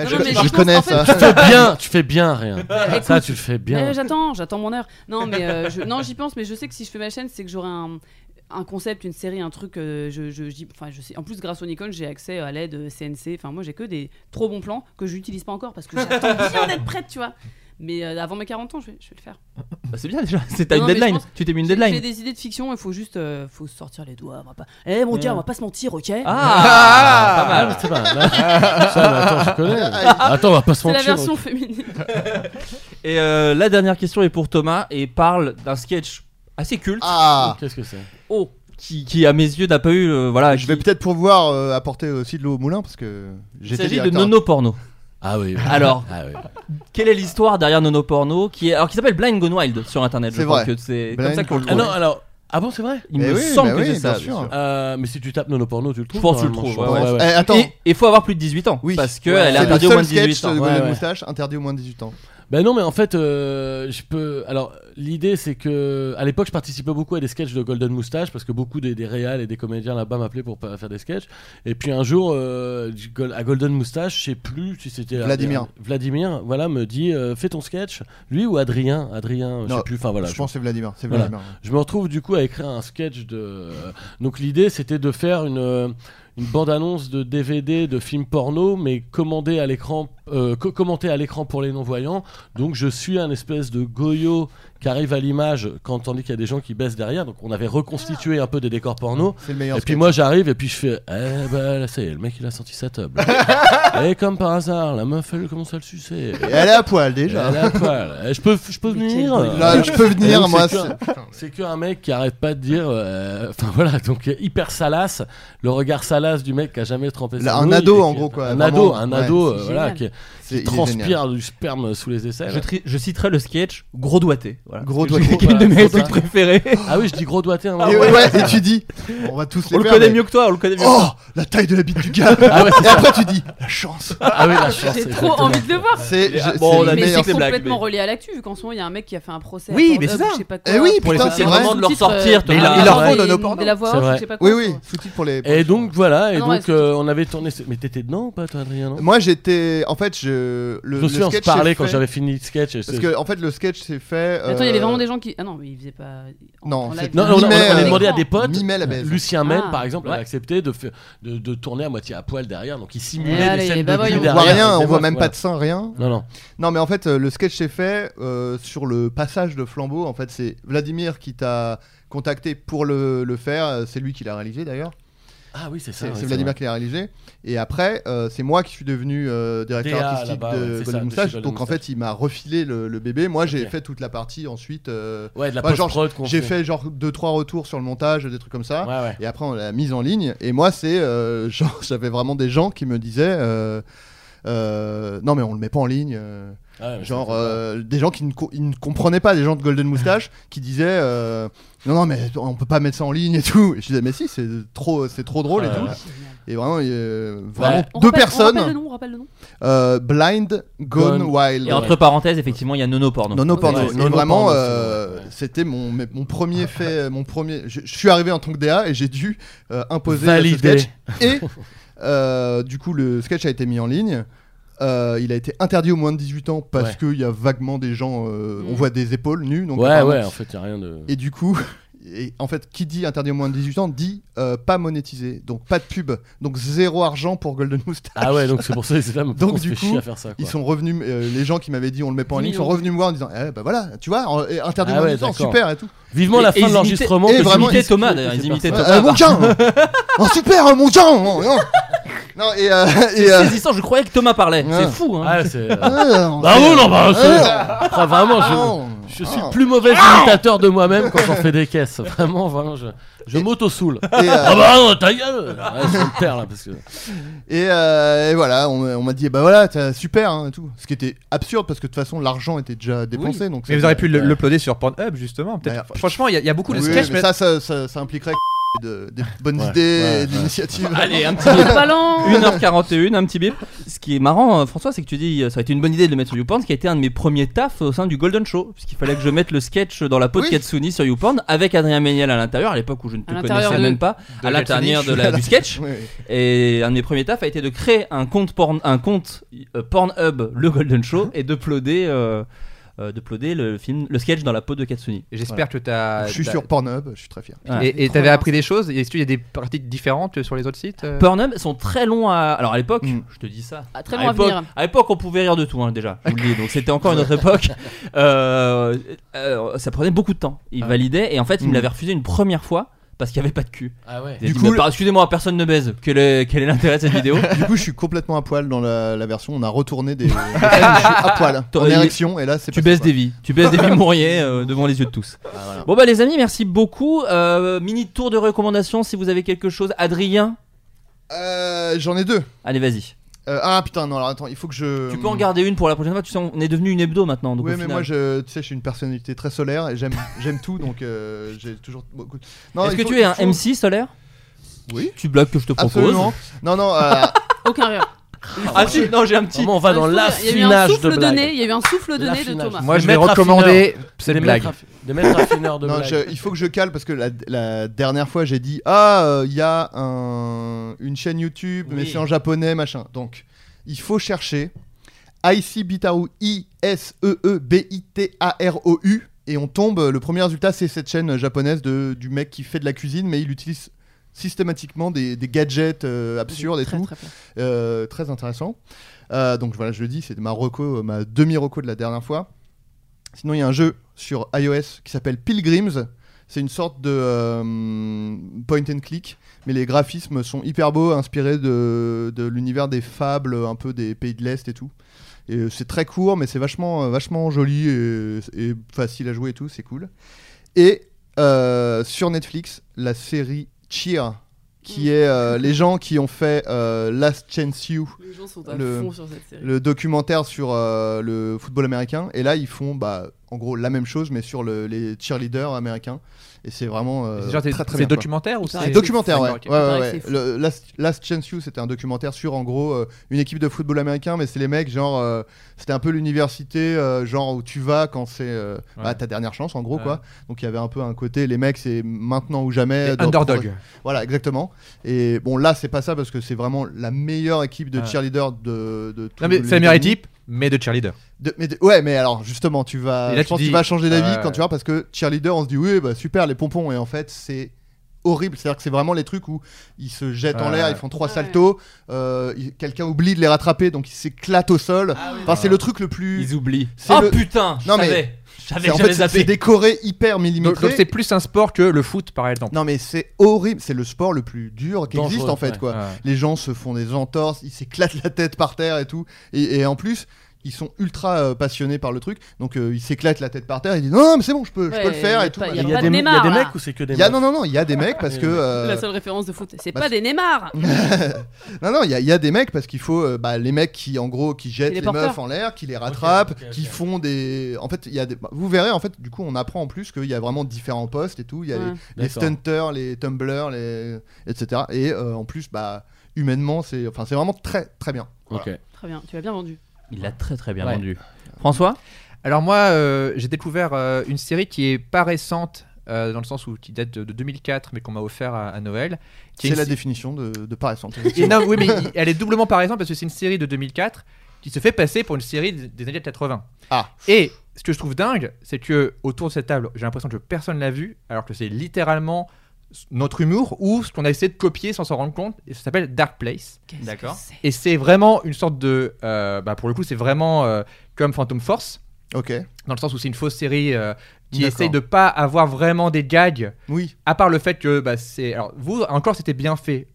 [SPEAKER 8] je
[SPEAKER 9] mais je
[SPEAKER 8] je
[SPEAKER 9] pense
[SPEAKER 8] connais
[SPEAKER 9] qu'en fait,
[SPEAKER 8] ça.
[SPEAKER 9] tu
[SPEAKER 6] Tu fais bien, tu fais bien rien.
[SPEAKER 9] Euh,
[SPEAKER 6] Ça,
[SPEAKER 9] écoute,
[SPEAKER 6] tu le fais
[SPEAKER 9] euh,
[SPEAKER 6] bien.
[SPEAKER 9] j'attends, j'attends mon heure. Non, mais euh, je- non, j'y pense, mais je sais que si je fais ma chaîne, c'est que j'aurai un, un concept, une série, un truc. euh, je, je, j'y- enfin, je sais. En plus, grâce au Nikon, j'ai accès à l'aide euh, CNC. Enfin, moi, j'ai que des trop bons plans que je n'utilise pas encore parce que j'attends bien d'être prête, tu vois. Mais euh, avant mes 40 ans, je vais, je vais le faire.
[SPEAKER 7] Bah, c'est bien déjà. C'est- T'as une
[SPEAKER 9] Non, mais je
[SPEAKER 7] deadline.
[SPEAKER 9] pense-
[SPEAKER 7] Tu t'es mis une
[SPEAKER 9] J'ai j'ai
[SPEAKER 7] deadline.
[SPEAKER 9] des idées de fiction, il faut juste euh, faut se sortir les doigts. on va pas- Eh mon
[SPEAKER 7] Ouais.
[SPEAKER 9] gars, on va pas se mentir, ok
[SPEAKER 7] Euh. Ah, pas
[SPEAKER 6] Ah,
[SPEAKER 7] mal.
[SPEAKER 6] mais c'est pas mal. Ça, mais attends, je connais. Attends, on va pas se
[SPEAKER 9] Ah. C'est
[SPEAKER 6] mentir.
[SPEAKER 9] la version féminine.
[SPEAKER 7] Et euh, la dernière question est pour Thomas et parle d'un sketch assez culte
[SPEAKER 8] Ah,
[SPEAKER 6] Qu'est-ce que c'est
[SPEAKER 7] oh. qui, qui, à mes yeux n'a pas eu euh, voilà
[SPEAKER 8] je
[SPEAKER 7] qui-
[SPEAKER 8] vais peut-être pouvoir euh, apporter aussi de l'eau au moulin parce que
[SPEAKER 7] il
[SPEAKER 8] j'étais
[SPEAKER 7] s'agit de
[SPEAKER 8] directeur.
[SPEAKER 7] Nono Porno.
[SPEAKER 6] Ah oui. oui.
[SPEAKER 7] Alors.
[SPEAKER 6] Ah oui.
[SPEAKER 7] Quelle est l'histoire derrière Nono Porno qui est alors qui s'appelle Blind Gone Wild sur internet je
[SPEAKER 8] C'est
[SPEAKER 7] crois
[SPEAKER 8] vrai.
[SPEAKER 7] que c'est comme
[SPEAKER 8] Blind
[SPEAKER 7] ça qu'on le
[SPEAKER 6] Ah
[SPEAKER 7] trouve.
[SPEAKER 6] non, alors. Ah bon, c'est vrai
[SPEAKER 7] Il
[SPEAKER 8] Eh
[SPEAKER 7] me
[SPEAKER 8] oui,
[SPEAKER 7] semble
[SPEAKER 8] bah
[SPEAKER 7] que
[SPEAKER 8] oui,
[SPEAKER 7] c'est ça.
[SPEAKER 8] bien sûr.
[SPEAKER 6] Euh, mais si tu tapes Nonoporno, tu le trouves.
[SPEAKER 7] Je pense que tu le
[SPEAKER 6] normalement,
[SPEAKER 7] trouves,
[SPEAKER 6] je
[SPEAKER 7] ouais,
[SPEAKER 6] pense.
[SPEAKER 8] Eh, attends.
[SPEAKER 7] Et il faut avoir plus de 18 ans
[SPEAKER 8] Oui.
[SPEAKER 7] parce que
[SPEAKER 6] Ouais.
[SPEAKER 7] elle est
[SPEAKER 8] C'est
[SPEAKER 7] interdite
[SPEAKER 8] le
[SPEAKER 7] au moins
[SPEAKER 8] seul
[SPEAKER 7] de 18
[SPEAKER 8] sketch euh,
[SPEAKER 7] ans.
[SPEAKER 8] de
[SPEAKER 6] Ouais,
[SPEAKER 8] Golden
[SPEAKER 6] ouais.
[SPEAKER 8] Moustache interdit au moins de 18 ans.
[SPEAKER 6] Ben non, mais en fait, euh, je peux. Alors, l'idée, c'est que. À l'époque, je participais beaucoup à des sketchs de Golden Moustache parce que beaucoup des, des réals et des comédiens là-bas m'appelaient pour pa- faire des sketchs. Et puis un jour, euh, du Gol- à Golden Moustache, je sais plus si c'était.
[SPEAKER 8] Vladimir.
[SPEAKER 6] Vladimir, voilà, me dit euh, fais ton sketch. Lui ou Adrien Adrien, euh, je sais
[SPEAKER 8] Non,
[SPEAKER 6] plus. Enfin voilà.
[SPEAKER 8] je pense que c'est Vladimir. C'est
[SPEAKER 6] Voilà.
[SPEAKER 8] Vladimir.
[SPEAKER 6] Je me retrouve du coup à écrire un sketch de. euh, Donc l'idée c'était de faire une, euh, une bande-annonce de DVD de films porno, mais commandée à l'écran, euh, co- commentée à l'écran pour les non-voyants. Donc je suis un espèce de goyot qui arrive à l'image quand tandis qu'il y a des gens qui baissent derrière. Donc on avait reconstitué un peu des décors porno.
[SPEAKER 8] C'est le meilleur.
[SPEAKER 6] Et puis
[SPEAKER 8] sketch.
[SPEAKER 6] moi j'arrive et puis je fais Eh ben là c'est le mec il a senti sa table. et comme par hasard, la meuf elle commence à le sucer.
[SPEAKER 8] Et elle est à poil
[SPEAKER 6] Elle
[SPEAKER 8] déjà.
[SPEAKER 6] a la poêle. Eh, Je peux, je peux
[SPEAKER 9] Mais quel
[SPEAKER 6] venir
[SPEAKER 9] goyot.
[SPEAKER 8] Là, je peux
[SPEAKER 6] Et
[SPEAKER 8] venir
[SPEAKER 6] donc,
[SPEAKER 8] moi.
[SPEAKER 6] c'est
[SPEAKER 8] c'est-
[SPEAKER 6] que- C'est que un mec qui arrête pas de dire. euh, Enfin voilà, donc euh, hyper salace. Le regard salace du mec qui a jamais trempé
[SPEAKER 8] Là,
[SPEAKER 6] sa
[SPEAKER 8] un
[SPEAKER 6] nouille
[SPEAKER 8] ado,
[SPEAKER 6] et
[SPEAKER 8] en
[SPEAKER 6] qui-
[SPEAKER 8] gros, quoi,
[SPEAKER 6] Un
[SPEAKER 8] vraiment.
[SPEAKER 6] ado, un
[SPEAKER 8] Ouais,
[SPEAKER 6] ado,
[SPEAKER 9] c'est
[SPEAKER 6] euh, voilà,
[SPEAKER 9] génial.
[SPEAKER 6] qui,
[SPEAKER 8] c'est- il est
[SPEAKER 6] qui
[SPEAKER 8] génial.
[SPEAKER 6] transpire du sperme sous les aisselles.
[SPEAKER 7] Je, tri- je citerai le sketch Gros Doigté. Voilà.
[SPEAKER 8] Gros
[SPEAKER 7] C'est
[SPEAKER 8] doigté.
[SPEAKER 7] Quelqu'un de mes
[SPEAKER 6] Gros
[SPEAKER 7] trucs préférés.
[SPEAKER 8] Oh,
[SPEAKER 6] Ah oui, je dis gros doigté. hein,
[SPEAKER 8] Et
[SPEAKER 6] ouais.
[SPEAKER 8] ouais, et tu dis, on va tous les
[SPEAKER 7] On le
[SPEAKER 8] faire,
[SPEAKER 7] connaît
[SPEAKER 8] mais-
[SPEAKER 7] mieux que toi, on le connaît mieux. que
[SPEAKER 8] Oh,
[SPEAKER 7] toi.
[SPEAKER 8] la taille de la bite du gars.
[SPEAKER 6] Ah ouais, c'est
[SPEAKER 8] et après tu dis, la chance.
[SPEAKER 6] Ah oui, la chance.
[SPEAKER 9] J'ai trop
[SPEAKER 6] exactement.
[SPEAKER 9] envie de le voir.
[SPEAKER 8] C'est
[SPEAKER 7] Ah,
[SPEAKER 8] je-
[SPEAKER 7] bon,
[SPEAKER 8] c'est
[SPEAKER 7] on
[SPEAKER 8] le
[SPEAKER 7] a
[SPEAKER 9] mais
[SPEAKER 7] bien
[SPEAKER 9] c'est
[SPEAKER 8] meilleur.
[SPEAKER 7] sûr que les blagues,
[SPEAKER 9] complètement
[SPEAKER 7] mais-
[SPEAKER 9] relié à l'actu, vu qu'en ce moment il y a un mec qui a fait un procès. à
[SPEAKER 7] Oui,
[SPEAKER 9] Pornhub
[SPEAKER 7] mais c'est
[SPEAKER 9] ou
[SPEAKER 7] ça.
[SPEAKER 9] Je sais pas quoi.
[SPEAKER 8] Eh oui,
[SPEAKER 7] Pour les
[SPEAKER 8] putain,
[SPEAKER 7] faits, c'est
[SPEAKER 8] c'est vrai.
[SPEAKER 7] vraiment de leur
[SPEAKER 9] Sous-titre,
[SPEAKER 7] sortir.
[SPEAKER 9] euh,
[SPEAKER 7] Mais
[SPEAKER 8] il
[SPEAKER 7] là-
[SPEAKER 8] a- il leur faut
[SPEAKER 9] de-
[SPEAKER 8] de nos pornos.
[SPEAKER 9] De la voix
[SPEAKER 6] C'est
[SPEAKER 9] off,
[SPEAKER 6] vrai.
[SPEAKER 9] je sais pas quoi.
[SPEAKER 8] Oui, oui, sous-titre pour les. pour les
[SPEAKER 6] Et donc voilà, et
[SPEAKER 9] Ah non, ouais,
[SPEAKER 6] donc
[SPEAKER 9] c'est
[SPEAKER 6] euh, on avait tourné. ce- Mais t'étais dedans ou pas, toi, Adrien non
[SPEAKER 8] Moi j'étais, en fait, je le
[SPEAKER 6] Je me
[SPEAKER 8] Euh, le
[SPEAKER 6] souviens, on se
[SPEAKER 8] sketch
[SPEAKER 6] parlait
[SPEAKER 8] s'est
[SPEAKER 6] quand
[SPEAKER 8] fait-
[SPEAKER 6] j'avais fini le sketch. et
[SPEAKER 8] Parce
[SPEAKER 6] c'est-
[SPEAKER 8] que en fait le sketch s'est fait.
[SPEAKER 9] Mais Attends, il y
[SPEAKER 8] euh,
[SPEAKER 9] avait vraiment des gens qui. Ah non, mais ils faisaient pas. en-
[SPEAKER 8] Non,
[SPEAKER 9] en live.
[SPEAKER 8] c'est-
[SPEAKER 6] Non, non, on a- on
[SPEAKER 8] Mi-mai,
[SPEAKER 6] a
[SPEAKER 8] euh,
[SPEAKER 6] demandé à des potes.
[SPEAKER 8] mi-mai, la baise.
[SPEAKER 6] Lucien Mel,
[SPEAKER 9] Ah.
[SPEAKER 6] par exemple,
[SPEAKER 7] Ouais.
[SPEAKER 6] avait accepté de, fa- de, de tourner à moitié à poil derrière, donc il
[SPEAKER 9] Et
[SPEAKER 6] simulait
[SPEAKER 9] allez,
[SPEAKER 6] des scènes
[SPEAKER 9] bah
[SPEAKER 6] de cul
[SPEAKER 9] voyons.
[SPEAKER 8] On
[SPEAKER 6] derrière,
[SPEAKER 8] voit rien, on
[SPEAKER 6] etc.
[SPEAKER 8] voit même
[SPEAKER 6] Voilà.
[SPEAKER 8] pas de sein, rien.
[SPEAKER 6] Non, non.
[SPEAKER 8] Non, mais en fait, euh, le sketch s'est fait euh, sur le passage de flambeau. En fait, c'est Vladimir qui t'a contacté pour le, le faire. Euh, C'est lui qui l'a réalisé d'ailleurs.
[SPEAKER 6] Ah oui, c'est ça.
[SPEAKER 8] C'est
[SPEAKER 6] ouais,
[SPEAKER 8] c'est
[SPEAKER 6] c'est
[SPEAKER 8] Vladimir
[SPEAKER 6] vrai.
[SPEAKER 8] qui l'a réalisé. Et après, euh, c'est moi qui suis devenu euh, directeur
[SPEAKER 6] DA,
[SPEAKER 8] artistique
[SPEAKER 6] là-bas, ouais,
[SPEAKER 8] de
[SPEAKER 6] c'est ça, de
[SPEAKER 8] Golden
[SPEAKER 6] chez
[SPEAKER 8] Moustache.
[SPEAKER 6] Golden
[SPEAKER 8] Donc en fait, il m'a refilé le, le bébé. Moi, j'ai
[SPEAKER 6] Ok.
[SPEAKER 8] fait toute la partie ensuite. euh,
[SPEAKER 6] Ouais, de la
[SPEAKER 8] Ouais, genre,
[SPEAKER 6] post-prod qu'on
[SPEAKER 8] j'ai fait genre deux trois retours sur le montage, des trucs comme ça.
[SPEAKER 6] Ouais, ouais.
[SPEAKER 8] Et après, on l'a mise en ligne. Et moi, c'est. euh, genre, j'avais vraiment des gens qui me disaient. euh, euh, non, mais on le met pas en ligne. euh,
[SPEAKER 6] Ouais, mais
[SPEAKER 8] Genre
[SPEAKER 6] ça, ça,
[SPEAKER 8] euh, des gens qui ne, co- ils ne comprenaient pas, des gens de Golden Moustache qui disaient euh, non non mais on peut pas mettre ça en ligne et tout. Et je disais mais si c'est trop c'est trop drôle et
[SPEAKER 6] Ah,
[SPEAKER 8] tout.
[SPEAKER 6] ouais.
[SPEAKER 9] Génial.
[SPEAKER 8] Et vraiment, il y a vraiment
[SPEAKER 6] Ouais.
[SPEAKER 9] On
[SPEAKER 8] deux
[SPEAKER 9] rappelle- On rappelle le
[SPEAKER 8] personnes.
[SPEAKER 9] nom, on rappelle le nom.
[SPEAKER 8] euh, blind, Gone,
[SPEAKER 6] Gone.
[SPEAKER 8] Wild.
[SPEAKER 7] Et entre parenthèses, effectivement, il y a Nono Porno.
[SPEAKER 8] Non, non,
[SPEAKER 9] Ok.
[SPEAKER 8] porno.
[SPEAKER 6] Ouais,
[SPEAKER 8] Et
[SPEAKER 6] non, non,
[SPEAKER 8] vraiment,
[SPEAKER 6] porno, c'est
[SPEAKER 8] euh,
[SPEAKER 6] vrai, ouais. Ah.
[SPEAKER 8] c'était mon, mes- mon premier fait, mon premier. Je, je suis arrivé en tant que DA et j'ai dû euh, imposer ce
[SPEAKER 6] Valider.
[SPEAKER 8] sketch. Et euh, du coup, le sketch a été mis en ligne. Euh, il a été interdit aux moins de 18 ans parce
[SPEAKER 6] Ouais.
[SPEAKER 8] qu'il y a vaguement des gens. euh, On
[SPEAKER 9] Mm.
[SPEAKER 8] voit des épaules nues. Donc
[SPEAKER 6] Ouais,
[SPEAKER 8] apparemment-
[SPEAKER 6] ouais, en fait, y a rien de.
[SPEAKER 8] Et du coup. Et en fait, qui dit interdit aux moins de 18 ans dit euh, pas monétisé, donc pas de pub, donc zéro argent pour Golden Moustache.
[SPEAKER 6] Ah ouais, donc c'est pour ça que les femmes
[SPEAKER 8] Donc,
[SPEAKER 6] on se
[SPEAKER 8] du
[SPEAKER 6] fait
[SPEAKER 8] coup,
[SPEAKER 6] chier à faire ça. Quoi.
[SPEAKER 8] Ils sont revenus, euh, les gens qui m'avaient dit on le met pas en ligne,
[SPEAKER 9] Mignon.
[SPEAKER 8] sont revenus me voir en disant eh, bah voilà, tu vois, en- et interdit
[SPEAKER 6] Ah
[SPEAKER 8] aux moins de
[SPEAKER 6] ouais,
[SPEAKER 8] 18 ans,
[SPEAKER 6] d'accord.
[SPEAKER 8] super et tout.
[SPEAKER 6] Vivement la fin de
[SPEAKER 7] Et- et ils imitaient-
[SPEAKER 6] l'enregistrement.
[SPEAKER 8] et
[SPEAKER 6] que je
[SPEAKER 8] vraiment,
[SPEAKER 6] imitais
[SPEAKER 7] ils- Thomas,
[SPEAKER 6] ces-
[SPEAKER 7] d'ailleurs,
[SPEAKER 6] ces
[SPEAKER 7] ils imitaient
[SPEAKER 6] personnes.
[SPEAKER 8] Euh, mon chien Oh super, euh, mon chien oh, non. Non, et, euh, et, euh,
[SPEAKER 7] Bah, Saisissant, je croyais que Thomas parlait.
[SPEAKER 8] Ouais.
[SPEAKER 7] C'est fou, hein.
[SPEAKER 6] Ah, c'est. Bah
[SPEAKER 8] euh,
[SPEAKER 6] non, non, bah. c'est-
[SPEAKER 8] euh,
[SPEAKER 6] Enfin, vraiment, je.
[SPEAKER 8] non.
[SPEAKER 6] Je suis
[SPEAKER 8] Ah.
[SPEAKER 6] le plus mauvais imitateur de moi-même quand j'en fais des caisses. Vraiment, vraiment, je, je
[SPEAKER 8] Et-
[SPEAKER 6] m'auto-soule.
[SPEAKER 8] Et, euh,
[SPEAKER 6] Ah bah non, ta gueule Ouais, Je vais me taire là parce que.
[SPEAKER 8] et, euh, et voilà, on, on m'a dit bah voilà, t'as- super hein, et tout. Ce qui était absurde parce que de toute façon l'argent était déjà dépensé donc.
[SPEAKER 10] Mais
[SPEAKER 8] ça-
[SPEAKER 10] vous auriez pu le-
[SPEAKER 6] Ouais.
[SPEAKER 10] l'uploader sur Pornhub justement. peut-être.
[SPEAKER 8] Merde.
[SPEAKER 10] Franchement, il y, a- il y a beaucoup de
[SPEAKER 8] Oui,
[SPEAKER 10] sketchs.
[SPEAKER 8] mais
[SPEAKER 10] mais-
[SPEAKER 8] ça, ça, ça, ça impliquerait de- des bonnes
[SPEAKER 6] Ouais,
[SPEAKER 8] idées,
[SPEAKER 6] ouais,
[SPEAKER 8] et de
[SPEAKER 6] ouais.
[SPEAKER 8] l'initiative.
[SPEAKER 7] Allez, un petit
[SPEAKER 9] Le
[SPEAKER 7] bip.
[SPEAKER 9] talent
[SPEAKER 7] 1h41, un petit bip. Ce qui est marrant, euh, François, c'est que tu dis euh, ça a été une bonne idée de le mettre sur YouPorn, ce qui a été un de mes premiers tafs au sein du Golden Show, puisqu'il fallait que je mette le sketch dans la peau
[SPEAKER 8] Oui.
[SPEAKER 7] de Katsuni sur YouPorn avec Adrien Méniel à l'intérieur, à l'époque où je ne te
[SPEAKER 9] À l'intérieur
[SPEAKER 7] connaissais
[SPEAKER 9] de-
[SPEAKER 7] même pas, à l'intérieur de la- du sketch.
[SPEAKER 8] Ouais.
[SPEAKER 7] Et un de mes premiers tafs a été de créer un compte, porn, un compte euh, Pornhub, le Golden Show, et d'uploader. euh, euh, d'uploader le film, le sketch dans la peau de Katsuni.
[SPEAKER 10] Et J'espère que t'as.
[SPEAKER 7] Euh,
[SPEAKER 8] Je suis
[SPEAKER 7] bah,
[SPEAKER 10] t'as-
[SPEAKER 8] sur Pornhub, je suis très fier.
[SPEAKER 7] Ouais.
[SPEAKER 10] Et et t'avais appris des choses Est-ce qu'il y a des pratiques différentes sur les autres sites euh
[SPEAKER 7] Pornhub sont très longs à. Alors à l'époque,
[SPEAKER 8] Mm.
[SPEAKER 7] je te dis ça.
[SPEAKER 9] Ah, Très
[SPEAKER 7] À
[SPEAKER 9] bon à
[SPEAKER 7] l'époque-
[SPEAKER 9] venir.
[SPEAKER 7] À l'époque, on pouvait rire de tout hein, déjà. je vous le dis, donc c'était encore une autre époque. Euh, euh, ça prenait beaucoup de temps. Il
[SPEAKER 6] Ah.
[SPEAKER 7] validait et en fait, il
[SPEAKER 8] Mm.
[SPEAKER 7] me l'avait refusé une première fois parce qu'il n'y avait pas de cul.
[SPEAKER 6] Ah ouais.
[SPEAKER 7] Il a
[SPEAKER 8] Du
[SPEAKER 7] dit,
[SPEAKER 8] coup,
[SPEAKER 7] mais
[SPEAKER 8] le-
[SPEAKER 7] par- excusez-moi, personne ne baise. Quel est quel est l'intérêt de cette vidéo
[SPEAKER 8] Du coup, je suis complètement à poil dans la, la version. On a retourné des. des scènes, je suis à poil, en
[SPEAKER 7] Il-
[SPEAKER 8] érection, et là, c'est
[SPEAKER 7] Tu
[SPEAKER 8] passé,
[SPEAKER 7] baisses
[SPEAKER 8] quoi. Ah,
[SPEAKER 7] des vies. Tu baisses des vies mourier euh, devant les yeux de tous. Bon bah les amis, merci beaucoup. Euh, mini tour de recommandations si vous avez quelque chose. Adrien,
[SPEAKER 8] Euh, J'en ai deux.
[SPEAKER 7] allez vas-y.
[SPEAKER 8] Euh, ah putain, non, alors attends, il faut que je.
[SPEAKER 7] Tu peux en garder une pour la prochaine fois. Tu sais, on est devenu une hebdo maintenant. Donc
[SPEAKER 8] ouais,
[SPEAKER 7] au
[SPEAKER 8] Euh, mais
[SPEAKER 7] final-
[SPEAKER 8] moi, je, tu sais, je suis une personnalité très solaire et j'aime, j'aime tout, donc euh, j'ai toujours beaucoup. de- Non,
[SPEAKER 7] Est-ce
[SPEAKER 8] Ah, il
[SPEAKER 7] que
[SPEAKER 8] faut-
[SPEAKER 7] tu es un
[SPEAKER 8] il faut-
[SPEAKER 7] MC solaire
[SPEAKER 8] Oui.
[SPEAKER 7] Tu blagues que je te propose.
[SPEAKER 8] Absolument. Non, non. euh,
[SPEAKER 9] Aucun rire.
[SPEAKER 7] Ah si, non, j'ai un petit.
[SPEAKER 6] Vraiment, on va dans
[SPEAKER 9] Il y a eu un
[SPEAKER 6] l'affinage de
[SPEAKER 9] souffle
[SPEAKER 6] blagues.
[SPEAKER 9] nez, Il y a eu un souffle de nez de
[SPEAKER 6] L'affinage.
[SPEAKER 9] Thomas.
[SPEAKER 10] Moi,
[SPEAKER 6] Des
[SPEAKER 10] je vais
[SPEAKER 6] maîtres
[SPEAKER 10] recommander cette
[SPEAKER 6] Des
[SPEAKER 10] blague.
[SPEAKER 6] maîtres affi- Des maîtres affineurs de
[SPEAKER 8] non,
[SPEAKER 6] blagues.
[SPEAKER 8] je- il faut que je cale parce que la, la dernière fois, j'ai dit ah, euh, il y a un- une chaîne YouTube, mais
[SPEAKER 7] Oui.
[SPEAKER 8] c'est en japonais, machin. Donc, il faut chercher IC Bitaru I S E E B I T A R O U et on tombe. Le premier résultat, c'est cette chaîne japonaise de, du mec qui fait de la cuisine, mais il utilise systématiquement des, des gadgets euh, absurdes et
[SPEAKER 9] Très,
[SPEAKER 8] tout.
[SPEAKER 9] très fort.
[SPEAKER 8] Euh, très intéressant. Euh, donc voilà, je le dis, c'est ma reco, euh, ma demi-reco de la dernière fois. Sinon, il y a un jeu sur iOS qui s'appelle Pilgrims. C'est une sorte de euh, point and click, mais les graphismes sont hyper beaux, inspirés de, de l'univers des fables, un peu des pays de l'Est et tout. Et euh, c'est très court, mais c'est vachement, euh, vachement joli et, et facile à jouer et tout, c'est cool. Et euh, sur Netflix, la série Cheer, qui est euh, les gens qui ont fait euh, Last Chance You,
[SPEAKER 9] Les gens sont à
[SPEAKER 8] Le-
[SPEAKER 9] fond sur cette série.
[SPEAKER 8] le documentaire sur euh, le football américain. Et là, ils font bah, en gros la même chose, mais sur le- les cheerleaders américains. Et c'est vraiment euh,
[SPEAKER 10] C'est genre des-
[SPEAKER 8] très très
[SPEAKER 10] c'est
[SPEAKER 8] bien. quoi.
[SPEAKER 10] documentaire ou
[SPEAKER 9] C'est
[SPEAKER 8] C'est
[SPEAKER 10] c'est
[SPEAKER 8] documentaire, ouais.
[SPEAKER 10] D'accord, ok.
[SPEAKER 8] Ouais, ouais,
[SPEAKER 9] paraît
[SPEAKER 8] ouais.
[SPEAKER 9] que c'est fou.
[SPEAKER 8] Le Last, Last Chance You, c'était un documentaire sur en gros euh, une équipe de football américain, mais c'est les mecs, genre, euh, c'était un peu l'université, euh, genre où tu vas quand c'est euh, bah,
[SPEAKER 10] Ouais.
[SPEAKER 8] ta dernière chance, en gros,
[SPEAKER 10] Ouais.
[SPEAKER 8] quoi. Donc il y avait un peu un côté, les mecs, c'est maintenant ou jamais.
[SPEAKER 10] Et
[SPEAKER 8] dans-
[SPEAKER 10] Underdog.
[SPEAKER 8] voilà, exactement. Et bon, là, c'est pas ça parce que c'est vraiment la meilleure équipe de
[SPEAKER 10] Ouais.
[SPEAKER 8] cheerleaders de, de tout
[SPEAKER 10] Non mais
[SPEAKER 8] les
[SPEAKER 10] c'est la meilleure
[SPEAKER 8] États-Unis.
[SPEAKER 10] équipe, mais de cheerleader.
[SPEAKER 8] De- mais de- ouais, mais alors justement, tu vas,
[SPEAKER 10] Et là,
[SPEAKER 8] je
[SPEAKER 10] tu
[SPEAKER 8] pense que tu
[SPEAKER 10] dis-
[SPEAKER 8] vas changer d'avis
[SPEAKER 10] Ouais.
[SPEAKER 8] quand tu vois parce que cheerleader, on se dit oui, bah super les pompons et en fait c'est horrible. C'est-à-dire que c'est vraiment les trucs où ils se jettent en
[SPEAKER 10] Ouais.
[SPEAKER 8] l'air, ils font trois
[SPEAKER 9] Ouais.
[SPEAKER 8] saltos, euh, il- quelqu'un oublie de les rattraper donc ils s'éclatent au sol. Enfin, c'est le truc le plus.
[SPEAKER 7] Ils oublient.
[SPEAKER 8] C'est
[SPEAKER 7] Oh
[SPEAKER 8] le-
[SPEAKER 7] putain Je
[SPEAKER 8] Non, mais-
[SPEAKER 7] savais Je savais
[SPEAKER 8] C'est-
[SPEAKER 7] que
[SPEAKER 8] en
[SPEAKER 7] j'avais
[SPEAKER 8] fait, c'est-
[SPEAKER 7] zappé.
[SPEAKER 8] c'est décoré hyper
[SPEAKER 10] Donc
[SPEAKER 8] millimétré.
[SPEAKER 10] donc c'est plus un sport que le foot par exemple.
[SPEAKER 8] Non mais c'est horrible, c'est le sport le plus dur qui existe
[SPEAKER 6] Dangereux,
[SPEAKER 8] en fait
[SPEAKER 6] ouais.
[SPEAKER 8] quoi.
[SPEAKER 10] Ouais.
[SPEAKER 8] Les gens se font des entorses, ils s'éclatent la tête par terre et tout. Et, et en plus, ils sont ultra euh, passionnés par le truc. Donc euh, ils s'éclatent la tête par terre, ils disent non, non, mais c'est bon, je peux, je
[SPEAKER 9] Ouais,
[SPEAKER 8] peux le faire
[SPEAKER 9] y a
[SPEAKER 8] et tout.
[SPEAKER 9] pas- y
[SPEAKER 6] Il y
[SPEAKER 9] pas
[SPEAKER 6] a des,
[SPEAKER 9] de
[SPEAKER 6] il y a
[SPEAKER 9] Neymar,
[SPEAKER 6] des
[SPEAKER 9] là.
[SPEAKER 6] mecs ou c'est que des
[SPEAKER 8] Il y a-
[SPEAKER 6] mecs
[SPEAKER 8] non, non, non, il y a des mecs parce que. euh,
[SPEAKER 9] La seule référence de foot, c'est
[SPEAKER 8] bah,
[SPEAKER 9] pas des Neymar.
[SPEAKER 8] non, non, il y, a- il y a des mecs parce qu'il faut. euh, bah, les mecs qui, en gros, qui jettent
[SPEAKER 9] Et les
[SPEAKER 8] les,
[SPEAKER 9] porteurs.
[SPEAKER 8] meufs en l'air, qui les rattrapent,
[SPEAKER 6] ok, ok.
[SPEAKER 8] qui font des. En fait, il y a des... bah, vous verrez, en fait, du coup, on apprend en plus qu'il y a vraiment différents postes et tout. Il y a les-
[SPEAKER 9] Ouais.
[SPEAKER 8] les,
[SPEAKER 6] D'accord.
[SPEAKER 8] stunters, les tumblers, les... etc. Et euh, en plus, bah. humainement, c'est enfin, c'est vraiment très très bien.
[SPEAKER 6] Ok.
[SPEAKER 9] Très bien, tu l'as bien vendu.
[SPEAKER 11] Il l'a très très bien
[SPEAKER 7] Ouais.
[SPEAKER 11] vendu. François
[SPEAKER 7] Alors moi, euh, j'ai découvert euh, une série qui est pas récente, euh, dans le sens où qui date de, de 2004, mais qu'on m'a offert à, à Noël. qui est
[SPEAKER 8] C'est
[SPEAKER 7] une
[SPEAKER 8] la
[SPEAKER 7] sé-
[SPEAKER 8] définition de, de pas récente.
[SPEAKER 7] Et non, oui, mais il- elle est doublement par exemple parce que c'est une série de 2004 qui se fait passer pour une série des des années 80.
[SPEAKER 8] Ah.
[SPEAKER 7] Et ce que je trouve dingue, c'est que autour de cette table, j'ai l'impression que personne l'a vu, alors que c'est littéralement s- notre humour ou ce qu'on a essayé de copier sans s'en rendre compte. Et ça s'appelle Dark Place.
[SPEAKER 9] Qu'est-ce que
[SPEAKER 11] D'accord.
[SPEAKER 9] c'est
[SPEAKER 7] Et c'est vraiment une sorte de, euh, bah pour le coup, c'est vraiment euh, comme Phantom Force,
[SPEAKER 8] Ok.
[SPEAKER 7] dans le sens où c'est une fausse série euh, qui
[SPEAKER 8] D'accord.
[SPEAKER 7] essaye de pas avoir vraiment des gags
[SPEAKER 8] Oui.
[SPEAKER 7] à part le fait que bah, c'est. Alors, vous, encore, c'était bien fait.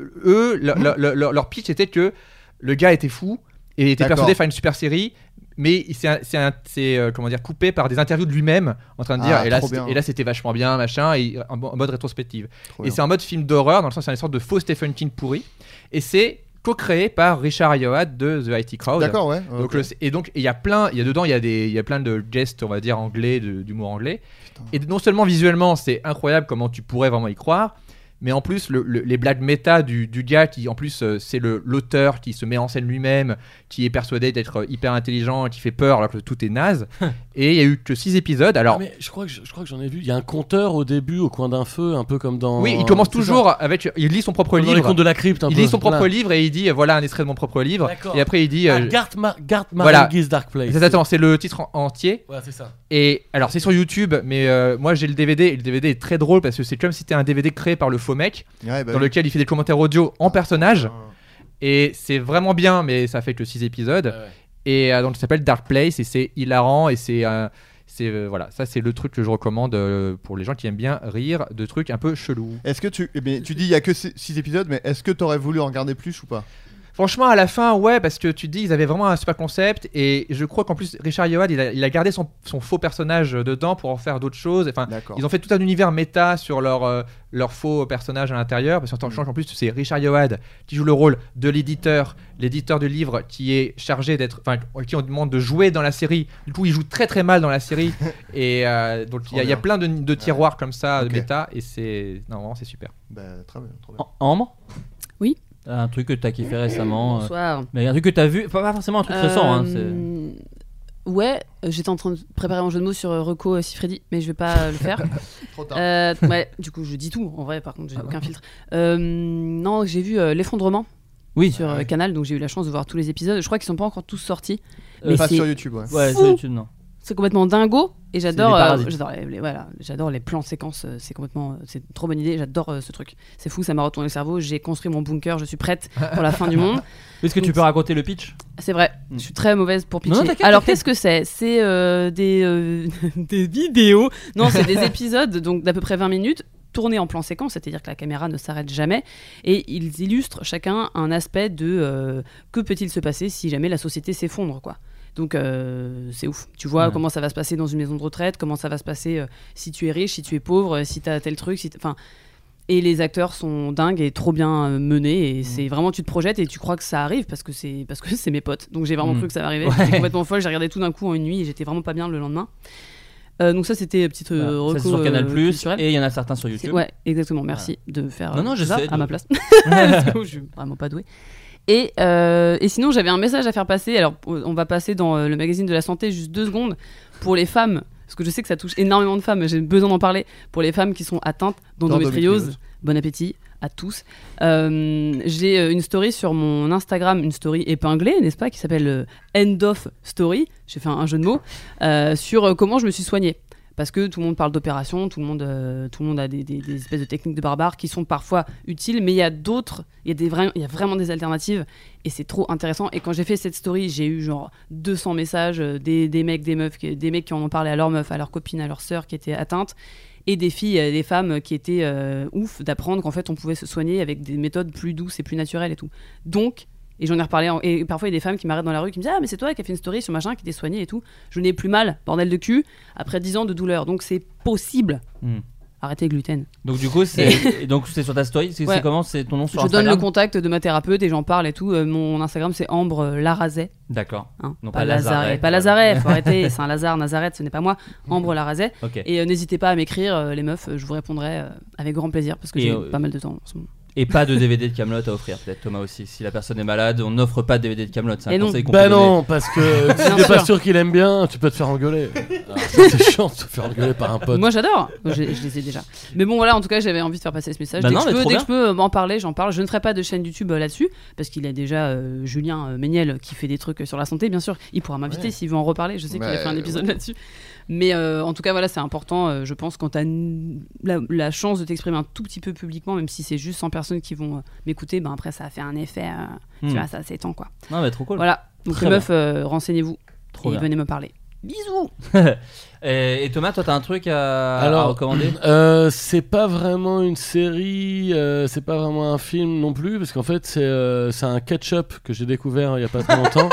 [SPEAKER 7] Eux, le-
[SPEAKER 8] Mhm.
[SPEAKER 7] le- le- leur, leur pitch était que le gars était fou et était
[SPEAKER 8] D'accord.
[SPEAKER 7] persuadé de faire une super série, mais il s'est- c'est un- c'est, euh, comment dire, coupé par des interviews de lui-même en train de dire
[SPEAKER 8] Ah,
[SPEAKER 7] et, là,
[SPEAKER 8] trop
[SPEAKER 7] c'était-
[SPEAKER 8] bien.
[SPEAKER 7] et là c'était vachement bien, machin, et en, en mode rétrospective.
[SPEAKER 8] Trop
[SPEAKER 7] Et
[SPEAKER 8] bien.
[SPEAKER 7] c'est un mode film d'horreur, dans le sens c'est une sorte de faux Stephen King pourri. Et c'est co-créé par Richard Ayoade de The IT Crowd.
[SPEAKER 8] D'accord, ouais.
[SPEAKER 7] Donc,
[SPEAKER 8] ok.
[SPEAKER 7] le- et donc il y a plein, il y a dedans il y a des, il y a plein de gestes on va dire anglais, de- d'humour anglais.
[SPEAKER 8] Putain.
[SPEAKER 7] Et non seulement visuellement c'est incroyable comment tu pourrais vraiment y croire, mais en plus le- le- les blagues méta du, du gars qui en plus euh, c'est le l'auteur qui se met en scène lui-même, qui est persuadé d'être euh, hyper intelligent, et qui fait peur alors que tout est naze.
[SPEAKER 6] Hum.
[SPEAKER 7] et il y a eu que 6 épisodes. Alors
[SPEAKER 6] Ah, mais je crois que je, je crois que j'en ai vu. Il y a un compteur au début, au coin d'un feu, un peu comme dans.
[SPEAKER 7] oui, il commence
[SPEAKER 6] Ah, c'est
[SPEAKER 7] toujours
[SPEAKER 6] ça,
[SPEAKER 7] avec, il lit son propre
[SPEAKER 6] comme dans les
[SPEAKER 7] livre.
[SPEAKER 6] contes de la crypte. Un
[SPEAKER 7] Il
[SPEAKER 6] peu.
[SPEAKER 7] lit son propre
[SPEAKER 6] Voilà.
[SPEAKER 7] livre et il dit euh, voilà un extrait de mon propre livre.
[SPEAKER 6] D'accord.
[SPEAKER 7] Et après il dit.
[SPEAKER 6] Ah,
[SPEAKER 7] euh,
[SPEAKER 6] Garth Mar- Garth
[SPEAKER 7] Voilà.
[SPEAKER 6] Marenghi's Dark Place.
[SPEAKER 7] ça, attends, c'est le titre en- entier.
[SPEAKER 6] Ouais, c'est ça.
[SPEAKER 7] Et alors c'est sur YouTube, mais euh, moi j'ai le DVD et le DVD est très drôle parce que c'est comme si c'était un DVD créé par le faux mec
[SPEAKER 8] Ouais,
[SPEAKER 7] dans
[SPEAKER 8] bah oui. Ah.
[SPEAKER 7] lequel il fait des commentaires audio en personnage et c'est vraiment bien, mais ça fait que 6 épisodes
[SPEAKER 6] Ouais, ouais.
[SPEAKER 7] et euh, donc ça s'appelle Dark Place et c'est hilarant et c'est euh, c'est euh, voilà ça c'est le truc que je recommande euh, pour les gens qui aiment bien rire de trucs un peu chelous.
[SPEAKER 8] Est-ce que tu. eh bien, tu dis il y a que 6 épisodes, mais est-ce que t'aurais voulu en regarder plus ou pas
[SPEAKER 7] Franchement, à la fin, ouais, parce que tu te dis, ils avaient vraiment un super concept, et je crois qu'en plus, Richard Yoad, il a, il a gardé son, son faux personnage dedans pour en faire d'autres choses. Enfin,
[SPEAKER 8] D'accord.
[SPEAKER 7] Ils ont fait tout un univers méta sur leur, euh, leur faux personnage à l'intérieur. Parce
[SPEAKER 8] Mm.
[SPEAKER 7] qu'en en plus, c'est Richard Yoad qui joue le rôle de l'éditeur, l'éditeur du livre qui est chargé d'être. Enfin, qui on demande de jouer dans la série. Du coup, il joue très très mal dans la série. et euh, donc, il y, a- il y a
[SPEAKER 8] Trop
[SPEAKER 7] plein de, de tiroirs comme ça,
[SPEAKER 8] Ok.
[SPEAKER 7] de méta. Et c'est. Non, vraiment, c'est super.
[SPEAKER 8] Bah, très bien. Très bien.
[SPEAKER 11] Am- Ambre
[SPEAKER 9] Oui.
[SPEAKER 11] Un truc que t'as kiffé récemment. euh,
[SPEAKER 9] Bonsoir.
[SPEAKER 11] Mais un truc que t'as vu. Pas, pas forcément un truc récent. Hein, c'est-
[SPEAKER 9] Euh, Ouais, euh, j'étais en train de préparer un jeu de mots sur euh, Rocco euh, Siffredi, mais je vais pas euh, le faire.
[SPEAKER 8] Trop tard.
[SPEAKER 9] Euh, ouais, du coup, je dis tout en vrai, par contre,
[SPEAKER 11] Ah
[SPEAKER 9] j'ai aucun filtre. Euh, non, j'ai vu euh, L'effondrement
[SPEAKER 11] Oui. Ah
[SPEAKER 9] sur euh, Canal, donc j'ai eu la chance de voir tous les épisodes. Je crois qu'ils sont pas encore tous sortis.
[SPEAKER 11] Euh,
[SPEAKER 9] mais
[SPEAKER 8] Pas
[SPEAKER 9] c'est-
[SPEAKER 8] sur YouTube, ouais.
[SPEAKER 11] Ouais,
[SPEAKER 9] Fou.
[SPEAKER 11] sur YouTube, non.
[SPEAKER 9] C'est complètement dingo et j'adore
[SPEAKER 11] C'est des
[SPEAKER 9] euh,
[SPEAKER 11] parasites.
[SPEAKER 9] j'adore les, les- voilà, j'adore les plans séquences, euh, c'est complètement euh, c'est une trop bonne idée, j'adore euh, ce truc. C'est fou, ça m'a retourné le cerveau, j'ai construit mon bunker, je suis prête pour la fin du monde.
[SPEAKER 11] Est-ce que tu
[SPEAKER 9] Donc,
[SPEAKER 11] peux raconter le pitch
[SPEAKER 9] C'est vrai,
[SPEAKER 11] Mm.
[SPEAKER 9] je suis très mauvaise pour
[SPEAKER 11] Non,
[SPEAKER 9] pitcher.
[SPEAKER 11] t'inquiète,
[SPEAKER 9] Alors
[SPEAKER 11] t'inquiète.
[SPEAKER 9] qu'est-ce que c'est C'est euh, des, euh, des vidéos. Non, c'est des épisodes donc d'à peu près 20 minutes tournés en plan séquence, c'est-à-dire que la caméra ne s'arrête jamais. Et ils illustrent chacun un aspect de euh, que peut-il se passer si jamais la société s'effondre, quoi. Donc euh, c'est ouf. Tu vois
[SPEAKER 11] Ouais.
[SPEAKER 9] comment ça va se passer dans une maison de retraite, comment ça va se passer euh, si tu es riche, si tu es pauvre, euh, si tu as tel truc, si t'- enfin et les acteurs sont dingues et trop bien euh, menés
[SPEAKER 11] Mm.
[SPEAKER 9] et c'est vraiment tu te projettes et tu crois que ça arrive parce que c'est parce que c'est mes potes. Donc j'ai vraiment
[SPEAKER 11] Mm.
[SPEAKER 9] cru que ça va arriver.
[SPEAKER 11] Ouais.
[SPEAKER 9] J'étais complètement folle, j'ai regardé tout d'un coup en une nuit et j'étais vraiment pas bien le lendemain. Euh, donc ça c'était euh, petite
[SPEAKER 11] Voilà.
[SPEAKER 9] euh,
[SPEAKER 11] Ça,
[SPEAKER 9] reco,
[SPEAKER 11] c'est sur
[SPEAKER 9] euh,
[SPEAKER 11] Canal Plus
[SPEAKER 9] culturelle.
[SPEAKER 11] et il y en a certains sur
[SPEAKER 9] C'est-
[SPEAKER 11] YouTube.
[SPEAKER 9] Ouais, exactement. Merci de faire
[SPEAKER 11] Non,
[SPEAKER 9] euh,
[SPEAKER 11] non,
[SPEAKER 9] ça
[SPEAKER 11] j'essaie
[SPEAKER 9] à
[SPEAKER 11] de-
[SPEAKER 9] ma place. Parce que je suis vraiment pas douée. Et, euh, et sinon, j'avais un message à faire passer. Alors, on va passer dans euh, le magazine de la santé juste deux secondes pour les femmes, parce que je sais que ça touche énormément de femmes. J'ai besoin d'en parler pour les femmes qui sont atteintes d'endométriose.
[SPEAKER 8] D'endométriose.
[SPEAKER 9] Bon appétit à tous. Euh, J'ai euh, une story sur mon Instagram, une story épinglée, n'est-ce pas, qui s'appelle euh, End of Story. J'ai fait un, un jeu de mots euh, sur euh, comment je me suis soignée parce que tout le monde parle d'opérations, tout le monde, euh, tout le monde a des, des- des espèces de techniques de barbares qui sont parfois utiles, mais il y a d'autres, il y a des vra- il y a vraiment des alternatives et c'est trop intéressant. Et quand j'ai fait cette story, j'ai eu genre 200 messages euh, des, des mecs, des meufs, qui- des mecs qui en ont parlé à leur meuf, à leur copine, à leur sœur qui était atteinte, et des filles, euh, des femmes qui étaient euh, ouf d'apprendre qu'en fait on pouvait se soigner avec des méthodes plus douces et plus naturelles et tout. Donc et j'en ai reparlé, en- et parfois il y a des femmes qui m'arrêtent dans la rue qui me disent Ah, mais c'est toi qui as fait une story sur machin qui t'es soignée et tout. Je n'ai plus mal, bordel de cul après 10 ans de douleur. Donc c'est possible.
[SPEAKER 11] Hmm.
[SPEAKER 9] Arrêtez le gluten.
[SPEAKER 11] Donc du coup, c'est donc c'est sur ta story. C'est c'est
[SPEAKER 9] Ouais.
[SPEAKER 11] comment C'est ton nom sur
[SPEAKER 9] je
[SPEAKER 11] Instagram
[SPEAKER 9] donne le contact de ma thérapeute et j'en parle et tout. Euh, mon Instagram c'est Ambre euh, Larazet.
[SPEAKER 11] D'accord.
[SPEAKER 9] hein.
[SPEAKER 11] Non, pas Lazaret.
[SPEAKER 9] Pas Lazaret, faut arrêter. C'est un Lazare, Nazareth, ce n'est pas moi. Ambre Larazet.
[SPEAKER 11] Ok. Et,
[SPEAKER 9] Et euh, n'hésitez pas à m'écrire, euh, les meufs, euh, je vous répondrai euh, avec grand plaisir parce que
[SPEAKER 11] Et,
[SPEAKER 9] j'ai
[SPEAKER 11] euh,
[SPEAKER 9] pas mal de temps en ce moment.
[SPEAKER 7] Et pas de DVD de Camelot à offrir, peut-être Thomas aussi. Si la personne est malade, on n'offre pas de DVD de Camelot. C'est
[SPEAKER 9] Et
[SPEAKER 7] un
[SPEAKER 9] non.
[SPEAKER 7] conseil qu'on
[SPEAKER 6] Bah
[SPEAKER 7] peut donner.
[SPEAKER 6] non, parce que si
[SPEAKER 9] Bien
[SPEAKER 6] t'es pas
[SPEAKER 9] sûr.
[SPEAKER 6] sûr qu'il aime bien, tu peux te faire engueuler. Alors, ça, C'est chiant de se faire engueuler par un pote.
[SPEAKER 9] Moi j'adore, je, je les ai déjà. Mais bon voilà, en tout cas j'avais envie de faire passer ce message.
[SPEAKER 7] Bah
[SPEAKER 9] dès
[SPEAKER 7] non,
[SPEAKER 9] que je
[SPEAKER 7] mais
[SPEAKER 9] peux,
[SPEAKER 7] trop
[SPEAKER 9] dès que
[SPEAKER 7] bien.
[SPEAKER 9] je peux euh, m'en parler, j'en parle. Je ne ferai pas de chaîne YouTube euh, là-dessus, parce qu'il y a déjà euh, Julien euh, Méniel qui fait des trucs euh, sur la santé, bien sûr. Il pourra m'inviter
[SPEAKER 8] Ouais.
[SPEAKER 9] s'il veut en reparler, je sais qu'il a
[SPEAKER 8] Ouais,
[SPEAKER 9] fait un épisode
[SPEAKER 8] ouais.
[SPEAKER 9] là-dessus. Mais euh, en tout cas voilà, c'est important, euh, je pense, quand tu as la, la chance de t'exprimer un tout petit peu publiquement, même si c'est juste 100 personnes qui vont euh, m'écouter, ben après ça a fait un effet, euh,
[SPEAKER 7] Hmm.
[SPEAKER 9] tu vois, ça s'étend quoi.
[SPEAKER 7] Non, mais trop cool.
[SPEAKER 9] Voilà, donc
[SPEAKER 7] Très
[SPEAKER 9] les
[SPEAKER 7] bien.
[SPEAKER 9] meufs, euh, renseignez-vous
[SPEAKER 7] Trop
[SPEAKER 9] et
[SPEAKER 7] bien.
[SPEAKER 9] venez me parler. Bisous
[SPEAKER 7] Et, et Thomas, toi, t'as un truc à, à
[SPEAKER 6] Alors,
[SPEAKER 7] recommander
[SPEAKER 6] Euh, c'est pas vraiment une série, euh, c'est pas vraiment un film non plus, parce qu'en fait c'est euh, c'est un ketchup que j'ai découvert il y a pas très longtemps.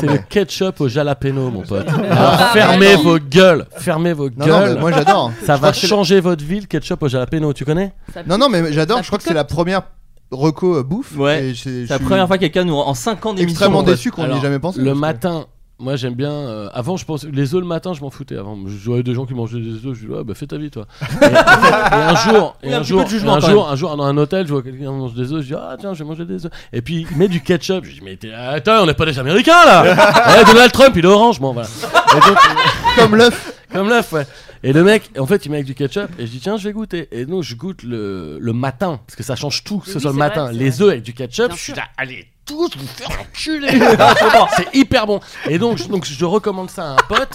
[SPEAKER 6] c'est
[SPEAKER 8] mais-
[SPEAKER 6] le ketchup au jalapeno, mon pote. Alors,
[SPEAKER 9] Ah,
[SPEAKER 6] fermez
[SPEAKER 9] vraiment
[SPEAKER 6] vos gueules, fermez vos
[SPEAKER 8] Non, non,
[SPEAKER 6] gueules.
[SPEAKER 8] mais moi j'adore.
[SPEAKER 6] ça
[SPEAKER 8] Je crois
[SPEAKER 6] va
[SPEAKER 8] que c'est-
[SPEAKER 6] changer votre vie, le ketchup au jalapeno, tu connais
[SPEAKER 9] Ça
[SPEAKER 8] Non, non, mais j'adore.
[SPEAKER 9] Ça
[SPEAKER 8] Je crois que
[SPEAKER 9] picote.
[SPEAKER 8] c'est la première reco euh, bouffe.
[SPEAKER 7] Ouais.
[SPEAKER 8] Et c'est-
[SPEAKER 7] C'est
[SPEAKER 8] je
[SPEAKER 7] la
[SPEAKER 8] suis
[SPEAKER 7] première fois que quelqu'un nous en 5 ans d'émission.
[SPEAKER 8] extrêmement
[SPEAKER 7] en fait.
[SPEAKER 8] déçu qu'on n'y ait
[SPEAKER 6] Alors,
[SPEAKER 8] jamais pensé.
[SPEAKER 6] Le
[SPEAKER 8] parce que-
[SPEAKER 6] matin, moi j'aime bien. euh, avant, je pense les œufs le matin, je m'en foutais. Avant, je voyais des gens qui mangeaient des œufs, je dis ah bah fais ta vie toi. et, et un jour, et
[SPEAKER 7] Oui, un
[SPEAKER 6] un
[SPEAKER 7] petit
[SPEAKER 6] jour,
[SPEAKER 7] peu de jugement,
[SPEAKER 6] et un
[SPEAKER 7] quand
[SPEAKER 6] jour, un jour, dans un hôtel, je vois quelqu'un mange des œufs, je dis ah tiens, je vais manger des œufs. Et puis il met du ketchup, je dis mais t'es- attends, on n'est pas des Américains là. Eh, Donald Trump, il est orange, bon voilà. Et donc, euh,
[SPEAKER 8] Comme l'œuf.
[SPEAKER 6] comme l'œuf, ouais. Et le mec, en fait, il met avec du ketchup et je dis tiens, je vais goûter. Et non, je goûte le, le matin parce que ça change tout, que ce
[SPEAKER 9] Oui,
[SPEAKER 6] soit le
[SPEAKER 9] c'est vrai,
[SPEAKER 6] matin.
[SPEAKER 9] c'est
[SPEAKER 6] les
[SPEAKER 9] vrai.
[SPEAKER 6] œufs avec du ketchup,
[SPEAKER 9] Bien
[SPEAKER 6] je suis
[SPEAKER 9] sûr.
[SPEAKER 6] là, allez tous vous faire enculer. Franchement, c'est hyper bon. Et donc, je- donc, je recommande ça à un pote.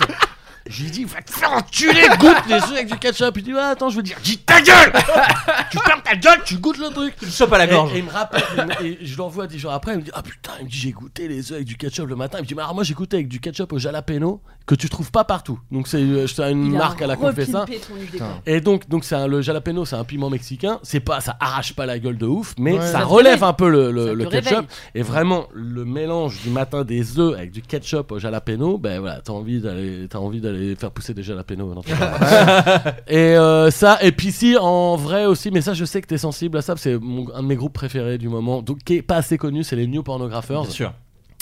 [SPEAKER 6] Je lui dis, va te faire enculer, goûte les œufs avec du ketchup. Il dit, ah, attends, je veux dire, dis ta gueule Tu fermes ta gueule, tu goûtes le truc.
[SPEAKER 7] Tu le chopes à la
[SPEAKER 6] Et-
[SPEAKER 7] gorge.
[SPEAKER 6] Et, il me rappelle, il me- et je l'envoie 10 jours après, il me dit Ah putain, il me dit J'ai goûté les œufs avec du ketchup le matin. Il me dit Mais alors, moi j'ai goûté avec du ketchup au jalapeno que tu trouves pas partout. Donc c'est euh, c'est une marque à la qu'on fait ça. Et donc, donc c'est un- le jalapeno, c'est un piment mexicain. C'est pas, ça arrache pas la gueule de ouf, mais
[SPEAKER 8] Ouais.
[SPEAKER 6] ça,
[SPEAKER 8] Ça
[SPEAKER 9] te
[SPEAKER 6] relève
[SPEAKER 9] réveille.
[SPEAKER 6] un peu le, le-
[SPEAKER 9] Ça te
[SPEAKER 6] le ketchup.
[SPEAKER 9] réveille.
[SPEAKER 6] Et vraiment, le mélange du matin des œufs avec du ketchup au jalapeno, ben voilà, t'as envie d'aller, t'as envie d'aller faire pousser des jalapenos. dans ton jardin. et euh, ça, et puis si en vrai aussi, mais ça, je sais que t'es sensible à ça. C'est mon- un de mes groupes préférés du moment, donc qui est pas assez connu, c'est les New
[SPEAKER 8] Eh,
[SPEAKER 6] Pornographers.
[SPEAKER 7] Bien sûr.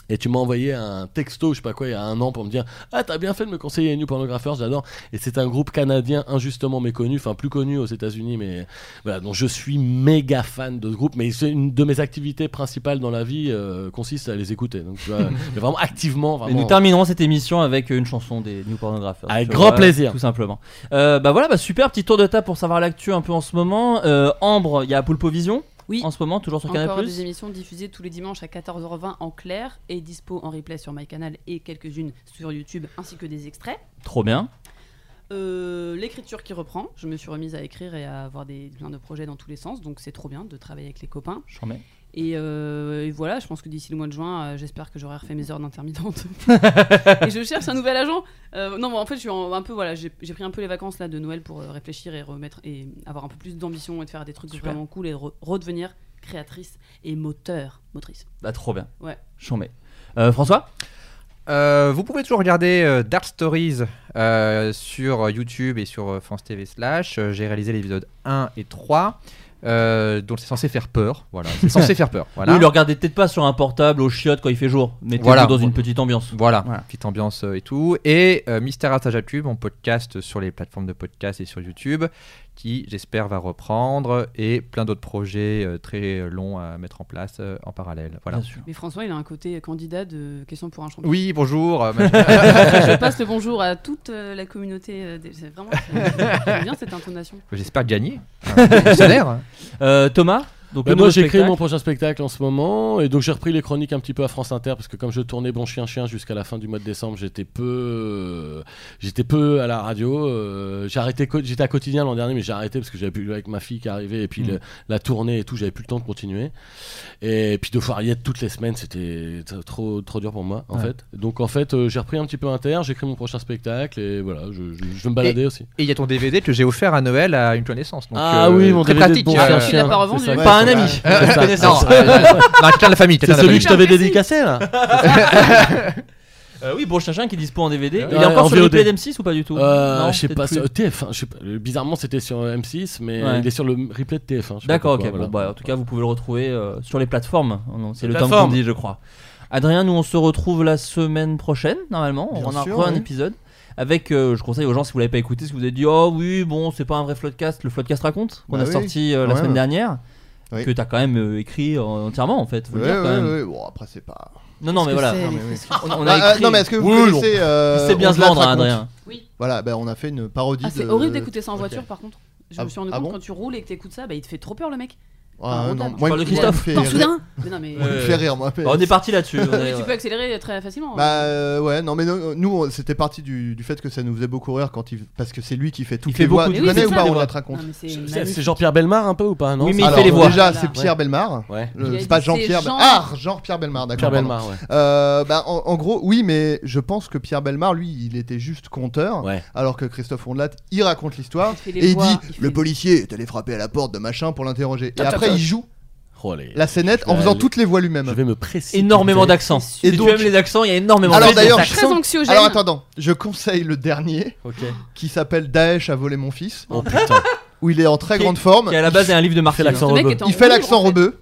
[SPEAKER 6] Et tu m'as envoyé un texto, je sais pas quoi, il y a un an pour me dire Ah, t'as bien fait de me conseiller New Pornographers, j'adore. Et c'est un groupe canadien injustement méconnu, enfin plus connu aux États-Unis, mais voilà, dont je suis méga fan de ce groupe. Mais c'est une de mes activités principales dans la vie euh, consiste à les écouter. Donc, tu vois, mais vraiment activement,
[SPEAKER 7] Et nous
[SPEAKER 6] vraiment.
[SPEAKER 7] terminerons cette émission avec une chanson des New Pornographers.
[SPEAKER 6] Avec
[SPEAKER 7] tu
[SPEAKER 6] grand plaisir.
[SPEAKER 7] Tout simplement. Euh, bah voilà, bah super petit tour de table pour savoir l'actu un peu en ce moment. Euh, Ambre, il y a Poulpovision
[SPEAKER 9] Oui.
[SPEAKER 7] en ce moment, toujours sur Canal+.
[SPEAKER 9] Encore des émissions diffusées tous les dimanches à 14h20 en clair et dispo en replay sur MyCanal et quelques-unes sur YouTube ainsi que des extraits.
[SPEAKER 7] Trop bien.
[SPEAKER 9] Euh, L'écriture qui reprend. Je me suis remise à écrire et à avoir des, plein de projets dans tous les sens, donc c'est trop bien de travailler avec les copains.
[SPEAKER 7] J'en mets.
[SPEAKER 9] Et, euh, et voilà, je pense que d'ici le mois de juin, euh, j'espère que j'aurai refait mes heures d'intermittente. et je cherche un nouvel agent. Euh, non, mais en fait, je suis en- un peu voilà, j'ai j'ai pris un peu les vacances là de Noël pour euh, réfléchir et remettre et avoir un peu plus d'ambition et de faire des trucs
[SPEAKER 7] Super.
[SPEAKER 9] vraiment cool et re- redevenir créatrice et moteur, motrice.
[SPEAKER 7] Bah trop bien.
[SPEAKER 9] Ouais.
[SPEAKER 7] J'en mets. Euh, François
[SPEAKER 10] Euh, vous pouvez toujours regarder euh, Dark Stories euh, sur YouTube et sur euh, France TV slash. Euh, J'ai réalisé l'épisode 1 et 3. euh, donc c'est censé faire peur, voilà. C'est censé faire peur, voilà.
[SPEAKER 7] Oui, le regardez peut-être pas sur un portable au chiottes quand il fait jour. Mettez-vous
[SPEAKER 10] Voilà.
[SPEAKER 7] dans une petite ambiance.
[SPEAKER 10] Voilà,
[SPEAKER 7] Voilà.
[SPEAKER 10] petite ambiance euh, et tout. Et euh, Mystère à Sajatube, mon podcast sur les plateformes de podcast et sur YouTube, qui j'espère va reprendre, et plein d'autres projets euh, très longs à mettre en place euh, en parallèle. Voilà.
[SPEAKER 7] Bien sûr.
[SPEAKER 9] Mais François, il a un côté candidat de question pour un champion.
[SPEAKER 10] Oui, bonjour. euh,
[SPEAKER 9] Je passe le bonjour à toute euh, la communauté. euh, des- c'est Vraiment, c'est- j'aime bien cette intonation.
[SPEAKER 10] j'espère gagner. un dictionnaire.
[SPEAKER 7] Euh, Thomas donc
[SPEAKER 6] Bah,
[SPEAKER 7] le
[SPEAKER 6] moi
[SPEAKER 7] nouveau
[SPEAKER 6] j'ai créé
[SPEAKER 7] spectacle.
[SPEAKER 6] mon prochain spectacle en ce moment et donc j'ai repris les chroniques un petit peu à France Inter parce que comme je tournais Bon Chien Chien jusqu'à la fin du mois de décembre j'étais peu euh, j'étais peu à la radio euh, j'ai arrêté co- j'étais à quotidien l'an dernier mais j'ai arrêté parce que j'avais plus avec ma fille qui arrivait et puis
[SPEAKER 7] Mm.
[SPEAKER 6] le- la tournée et tout j'avais plus le temps de continuer et puis de foire y être toutes les semaines c'était t- trop trop dur pour moi en
[SPEAKER 7] Ouais.
[SPEAKER 6] fait donc en fait euh, j'ai repris un petit peu Inter j'ai créé mon prochain spectacle et voilà je, je- je vais me balader aussi
[SPEAKER 10] Et il y a ton DVD que j'ai offert à Noël à une connaissance. donc,
[SPEAKER 6] ah
[SPEAKER 10] euh,
[SPEAKER 6] oui mon
[SPEAKER 10] très
[SPEAKER 6] DVD de
[SPEAKER 10] pratique.
[SPEAKER 6] Bon
[SPEAKER 10] euh,
[SPEAKER 6] Chien
[SPEAKER 9] Tu l'as
[SPEAKER 6] Chien
[SPEAKER 9] pas revendu
[SPEAKER 6] c'est ça,
[SPEAKER 7] Pas un
[SPEAKER 6] ouais.
[SPEAKER 7] ami.
[SPEAKER 10] euh,
[SPEAKER 6] C'est ça,
[SPEAKER 10] connaissance. non,
[SPEAKER 6] c'est ça.
[SPEAKER 10] euh, non, quelqu'un de la famille.
[SPEAKER 6] c'est
[SPEAKER 10] quelqu'un de la famille.
[SPEAKER 6] celui que je t'avais dédicacé là
[SPEAKER 7] Euh, oui, bon Chachin qui dispo en DVD. il
[SPEAKER 6] Ouais,
[SPEAKER 7] est encore
[SPEAKER 6] en
[SPEAKER 7] sur le
[SPEAKER 6] VOD.
[SPEAKER 7] replay d'M6 ou pas du tout
[SPEAKER 6] Euh,
[SPEAKER 7] Non,
[SPEAKER 6] je sais
[SPEAKER 7] peut-être
[SPEAKER 6] pas,
[SPEAKER 7] plus.
[SPEAKER 6] sur TF1, je sais pas. euh, Bizarrement, c'était sur M6, mais
[SPEAKER 7] Ouais.
[SPEAKER 6] il est sur le replay de TF1. je sais pas
[SPEAKER 7] D'accord, ok.
[SPEAKER 6] pourquoi, voilà.
[SPEAKER 7] Bon, bah, en tout cas, vous pouvez le retrouver euh, sur les plateformes. Oh non, C'est
[SPEAKER 6] Les
[SPEAKER 7] le terme qu'on
[SPEAKER 6] plateformes.
[SPEAKER 7] dit, je crois. Adrien, nous, on se retrouve la semaine prochaine, normalement. On
[SPEAKER 8] Bien
[SPEAKER 7] en a
[SPEAKER 8] sûr,
[SPEAKER 7] re- un
[SPEAKER 8] oui.
[SPEAKER 7] épisode. Avec, euh, je conseille aux gens, si vous l'avez pas écouté, si vous avez dit, oh oui, bon, c'est pas un vrai Floodcast, le Floodcast raconte, qu'on
[SPEAKER 8] Bah
[SPEAKER 7] a
[SPEAKER 8] oui,
[SPEAKER 7] sorti euh, la
[SPEAKER 8] quand
[SPEAKER 7] semaine
[SPEAKER 8] même.
[SPEAKER 7] dernière.
[SPEAKER 8] Oui.
[SPEAKER 7] que t'as quand même euh, écrit en- entièrement en fait. faut le
[SPEAKER 8] Ouais,
[SPEAKER 7] dire, quand
[SPEAKER 8] ouais,
[SPEAKER 7] même.
[SPEAKER 8] ouais. Bon, après, c'est pas.
[SPEAKER 7] Non, non, mais voilà.
[SPEAKER 8] Non, mais oui.
[SPEAKER 7] On, on a
[SPEAKER 8] Ah, ah,
[SPEAKER 7] écrit-
[SPEAKER 8] non, mais est-ce que vous
[SPEAKER 7] Oui, oui,
[SPEAKER 8] connaissez.
[SPEAKER 7] on-
[SPEAKER 8] euh,
[SPEAKER 7] Il sait bien
[SPEAKER 8] On
[SPEAKER 7] se
[SPEAKER 8] la
[SPEAKER 7] vendre, hein,
[SPEAKER 8] raconte
[SPEAKER 7] Adrien.
[SPEAKER 8] Voilà, ben, on a fait une parodie.
[SPEAKER 12] Ah, c'est
[SPEAKER 8] de-
[SPEAKER 12] horrible d'écouter ça en voiture,
[SPEAKER 8] Ok.
[SPEAKER 12] par contre. Je
[SPEAKER 8] Ah-
[SPEAKER 12] me suis rendu
[SPEAKER 8] ah
[SPEAKER 12] compte
[SPEAKER 8] bon
[SPEAKER 12] quand tu roules et que t'écoutes ça, bah il te fait trop peur le mec.
[SPEAKER 8] Ouais,
[SPEAKER 7] Ah,
[SPEAKER 12] Enfin,
[SPEAKER 8] Ah, non,
[SPEAKER 12] rentable.
[SPEAKER 8] moi,
[SPEAKER 7] parles de
[SPEAKER 8] il me
[SPEAKER 7] Christophe.
[SPEAKER 8] fait
[SPEAKER 12] Non,
[SPEAKER 8] rire.
[SPEAKER 12] soudain Mais non, mais.
[SPEAKER 8] Il me
[SPEAKER 7] Ouais.
[SPEAKER 8] fait rire, moi.
[SPEAKER 7] Bah, on est parti là-dessus. on est-
[SPEAKER 12] Mais tu peux accélérer très facilement. hein.
[SPEAKER 8] Bah euh, ouais, non mais non, nous on- c'était parti du, du fait que ça nous faisait beaucoup rire quand il parce que c'est lui qui fait toutes
[SPEAKER 7] Il fait
[SPEAKER 8] les voix.
[SPEAKER 7] beaucoup
[SPEAKER 8] Tu
[SPEAKER 7] de-
[SPEAKER 8] connais
[SPEAKER 12] Oui,
[SPEAKER 8] ou
[SPEAKER 12] c'est
[SPEAKER 8] pas
[SPEAKER 12] ça.
[SPEAKER 8] on la te raconte.
[SPEAKER 12] Non, mais c'est
[SPEAKER 6] C'est
[SPEAKER 12] magnifique.
[SPEAKER 6] c'est Jean-Pierre Belmar un peu ou pas non
[SPEAKER 7] Oui, mais il
[SPEAKER 8] Alors, euh,
[SPEAKER 7] fait les voix.
[SPEAKER 8] Déjà,
[SPEAKER 12] Voilà.
[SPEAKER 8] c'est Pierre Belmar.
[SPEAKER 6] Ouais.
[SPEAKER 8] Le-
[SPEAKER 12] Il a
[SPEAKER 8] C'est
[SPEAKER 12] dit
[SPEAKER 8] pas
[SPEAKER 12] c'est
[SPEAKER 8] Jean-Pierre.
[SPEAKER 12] Jean-
[SPEAKER 8] Belmar Ah, Jean-Pierre Belmar, d'accord.
[SPEAKER 6] Pierre
[SPEAKER 8] pardon.
[SPEAKER 6] Belmar, ouais.
[SPEAKER 8] Euh, bah, en, en gros, oui, mais je pense que Pierre Belmar, lui, il était juste conteur,
[SPEAKER 6] Ouais.
[SPEAKER 8] alors que Christophe Ondelat, il raconte l'histoire
[SPEAKER 12] Il fait les
[SPEAKER 8] et il
[SPEAKER 12] voix,
[SPEAKER 8] dit
[SPEAKER 12] il fait
[SPEAKER 8] le
[SPEAKER 12] les-
[SPEAKER 8] policier est allé frapper à la porte de machin pour l'interroger. Et
[SPEAKER 6] Tap, tap,
[SPEAKER 8] après,
[SPEAKER 6] tap.
[SPEAKER 8] il joue
[SPEAKER 6] Oh, allez.
[SPEAKER 8] la scénette en
[SPEAKER 6] vais
[SPEAKER 8] faisant
[SPEAKER 6] aller-
[SPEAKER 8] toutes les voix
[SPEAKER 6] Je
[SPEAKER 8] lui-même.
[SPEAKER 6] vais me presser.
[SPEAKER 7] Énormément d'accents. Si
[SPEAKER 8] Et
[SPEAKER 7] tu
[SPEAKER 8] donc-
[SPEAKER 7] aimes les accents, il y a énormément
[SPEAKER 8] Alors,
[SPEAKER 7] d'accents.
[SPEAKER 8] d'ailleurs,
[SPEAKER 12] C'est très
[SPEAKER 8] accent.
[SPEAKER 12] anxiogène.
[SPEAKER 8] Alors attendant, je conseille le dernier
[SPEAKER 6] Ok.
[SPEAKER 8] qui s'appelle Daesh a volé mon fils,
[SPEAKER 6] Oh putain.
[SPEAKER 8] où il est en très
[SPEAKER 7] Qui-
[SPEAKER 8] grande forme.
[SPEAKER 7] Qui à la base est un livre de hein.
[SPEAKER 6] Fais
[SPEAKER 7] Marcel.
[SPEAKER 6] l'accent
[SPEAKER 12] Ce mec
[SPEAKER 6] rebeu.
[SPEAKER 12] est en
[SPEAKER 8] Il fait
[SPEAKER 12] roue
[SPEAKER 8] l'accent
[SPEAKER 12] libre, en fait.
[SPEAKER 8] rebeu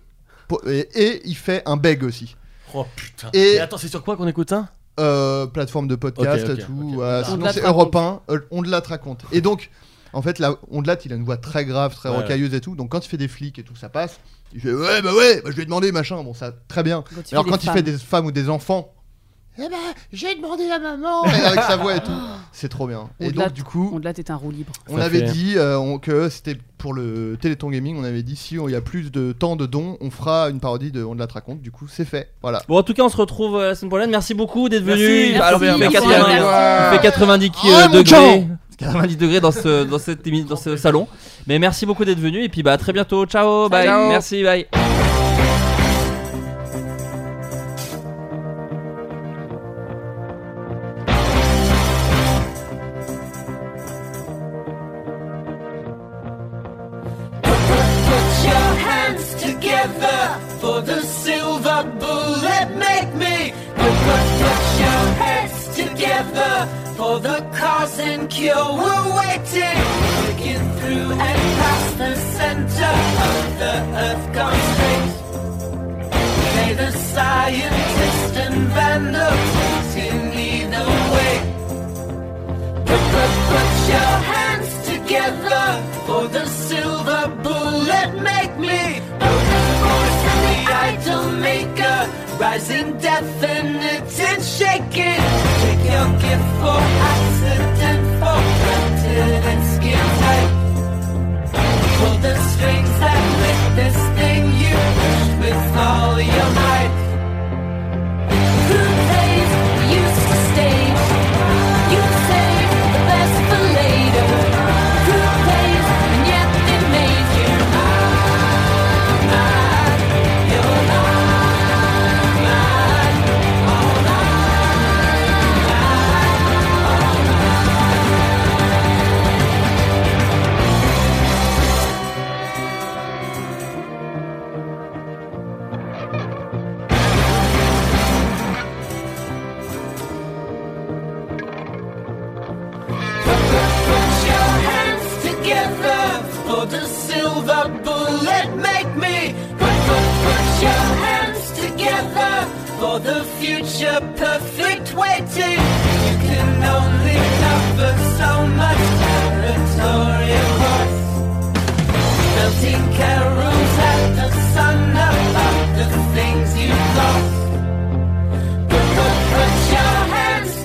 [SPEAKER 8] pour- et, et il fait un beg aussi.
[SPEAKER 6] Oh putain.
[SPEAKER 8] Et-
[SPEAKER 6] Et attends, c'est sur quoi qu'on écoute ça
[SPEAKER 8] Euh, plateforme de podcast,
[SPEAKER 6] Ok, ok,
[SPEAKER 8] tout.
[SPEAKER 6] ok.
[SPEAKER 8] euh,
[SPEAKER 6] On
[SPEAKER 12] te
[SPEAKER 8] sinon,
[SPEAKER 12] la
[SPEAKER 8] c'est
[SPEAKER 12] te raconte.
[SPEAKER 8] Europe 1, euh, on de la te raconte. Et donc, en fait, là, on de la, il a une voix très grave, très
[SPEAKER 6] Ouais.
[SPEAKER 8] rocailleuse et tout. Donc, quand il fait des flics et tout, ça passe. Il fait ouais, bah ouais, bah, je lui ai demandé, machin. Bon, ça, très bien.
[SPEAKER 12] Quand tu
[SPEAKER 8] Mais alors,
[SPEAKER 12] fais
[SPEAKER 8] quand
[SPEAKER 12] des
[SPEAKER 8] il
[SPEAKER 12] femmes.
[SPEAKER 8] fait des femmes ou des enfants, eh ben, j'ai demandé à maman. Et avec sa voix et tout, c'est trop bien. Et
[SPEAKER 12] Au-delà-
[SPEAKER 8] donc, du coup.
[SPEAKER 12] Au-delà, t'es un roue libre.
[SPEAKER 8] On
[SPEAKER 6] Ça
[SPEAKER 8] avait
[SPEAKER 6] fait-
[SPEAKER 8] dit euh, on- que c'était pour le Téléthon Gaming, on avait dit si on- il y a plus de temps de dons, on fera une parodie de On de la te raconte. Du coup, c'est fait. Voilà.
[SPEAKER 7] Bon, en tout cas, on se retrouve euh, la semaine prochaine. Merci beaucoup d'être
[SPEAKER 6] Merci.
[SPEAKER 7] venu.
[SPEAKER 6] Merci.
[SPEAKER 7] Alors, il fait
[SPEAKER 6] Merci.
[SPEAKER 7] 90, il fait 90 euh,
[SPEAKER 8] Ah, mon
[SPEAKER 7] degrés.
[SPEAKER 8] Jean
[SPEAKER 7] 90 degrés dans ce, dans cette émi- dans ce salon. Mais merci beaucoup d'être venu. Et puis, bah, à très bientôt. Ciao. Bye.
[SPEAKER 12] Ciao.
[SPEAKER 7] Merci. Bye.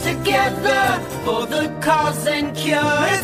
[SPEAKER 9] together for the cause and cure. It's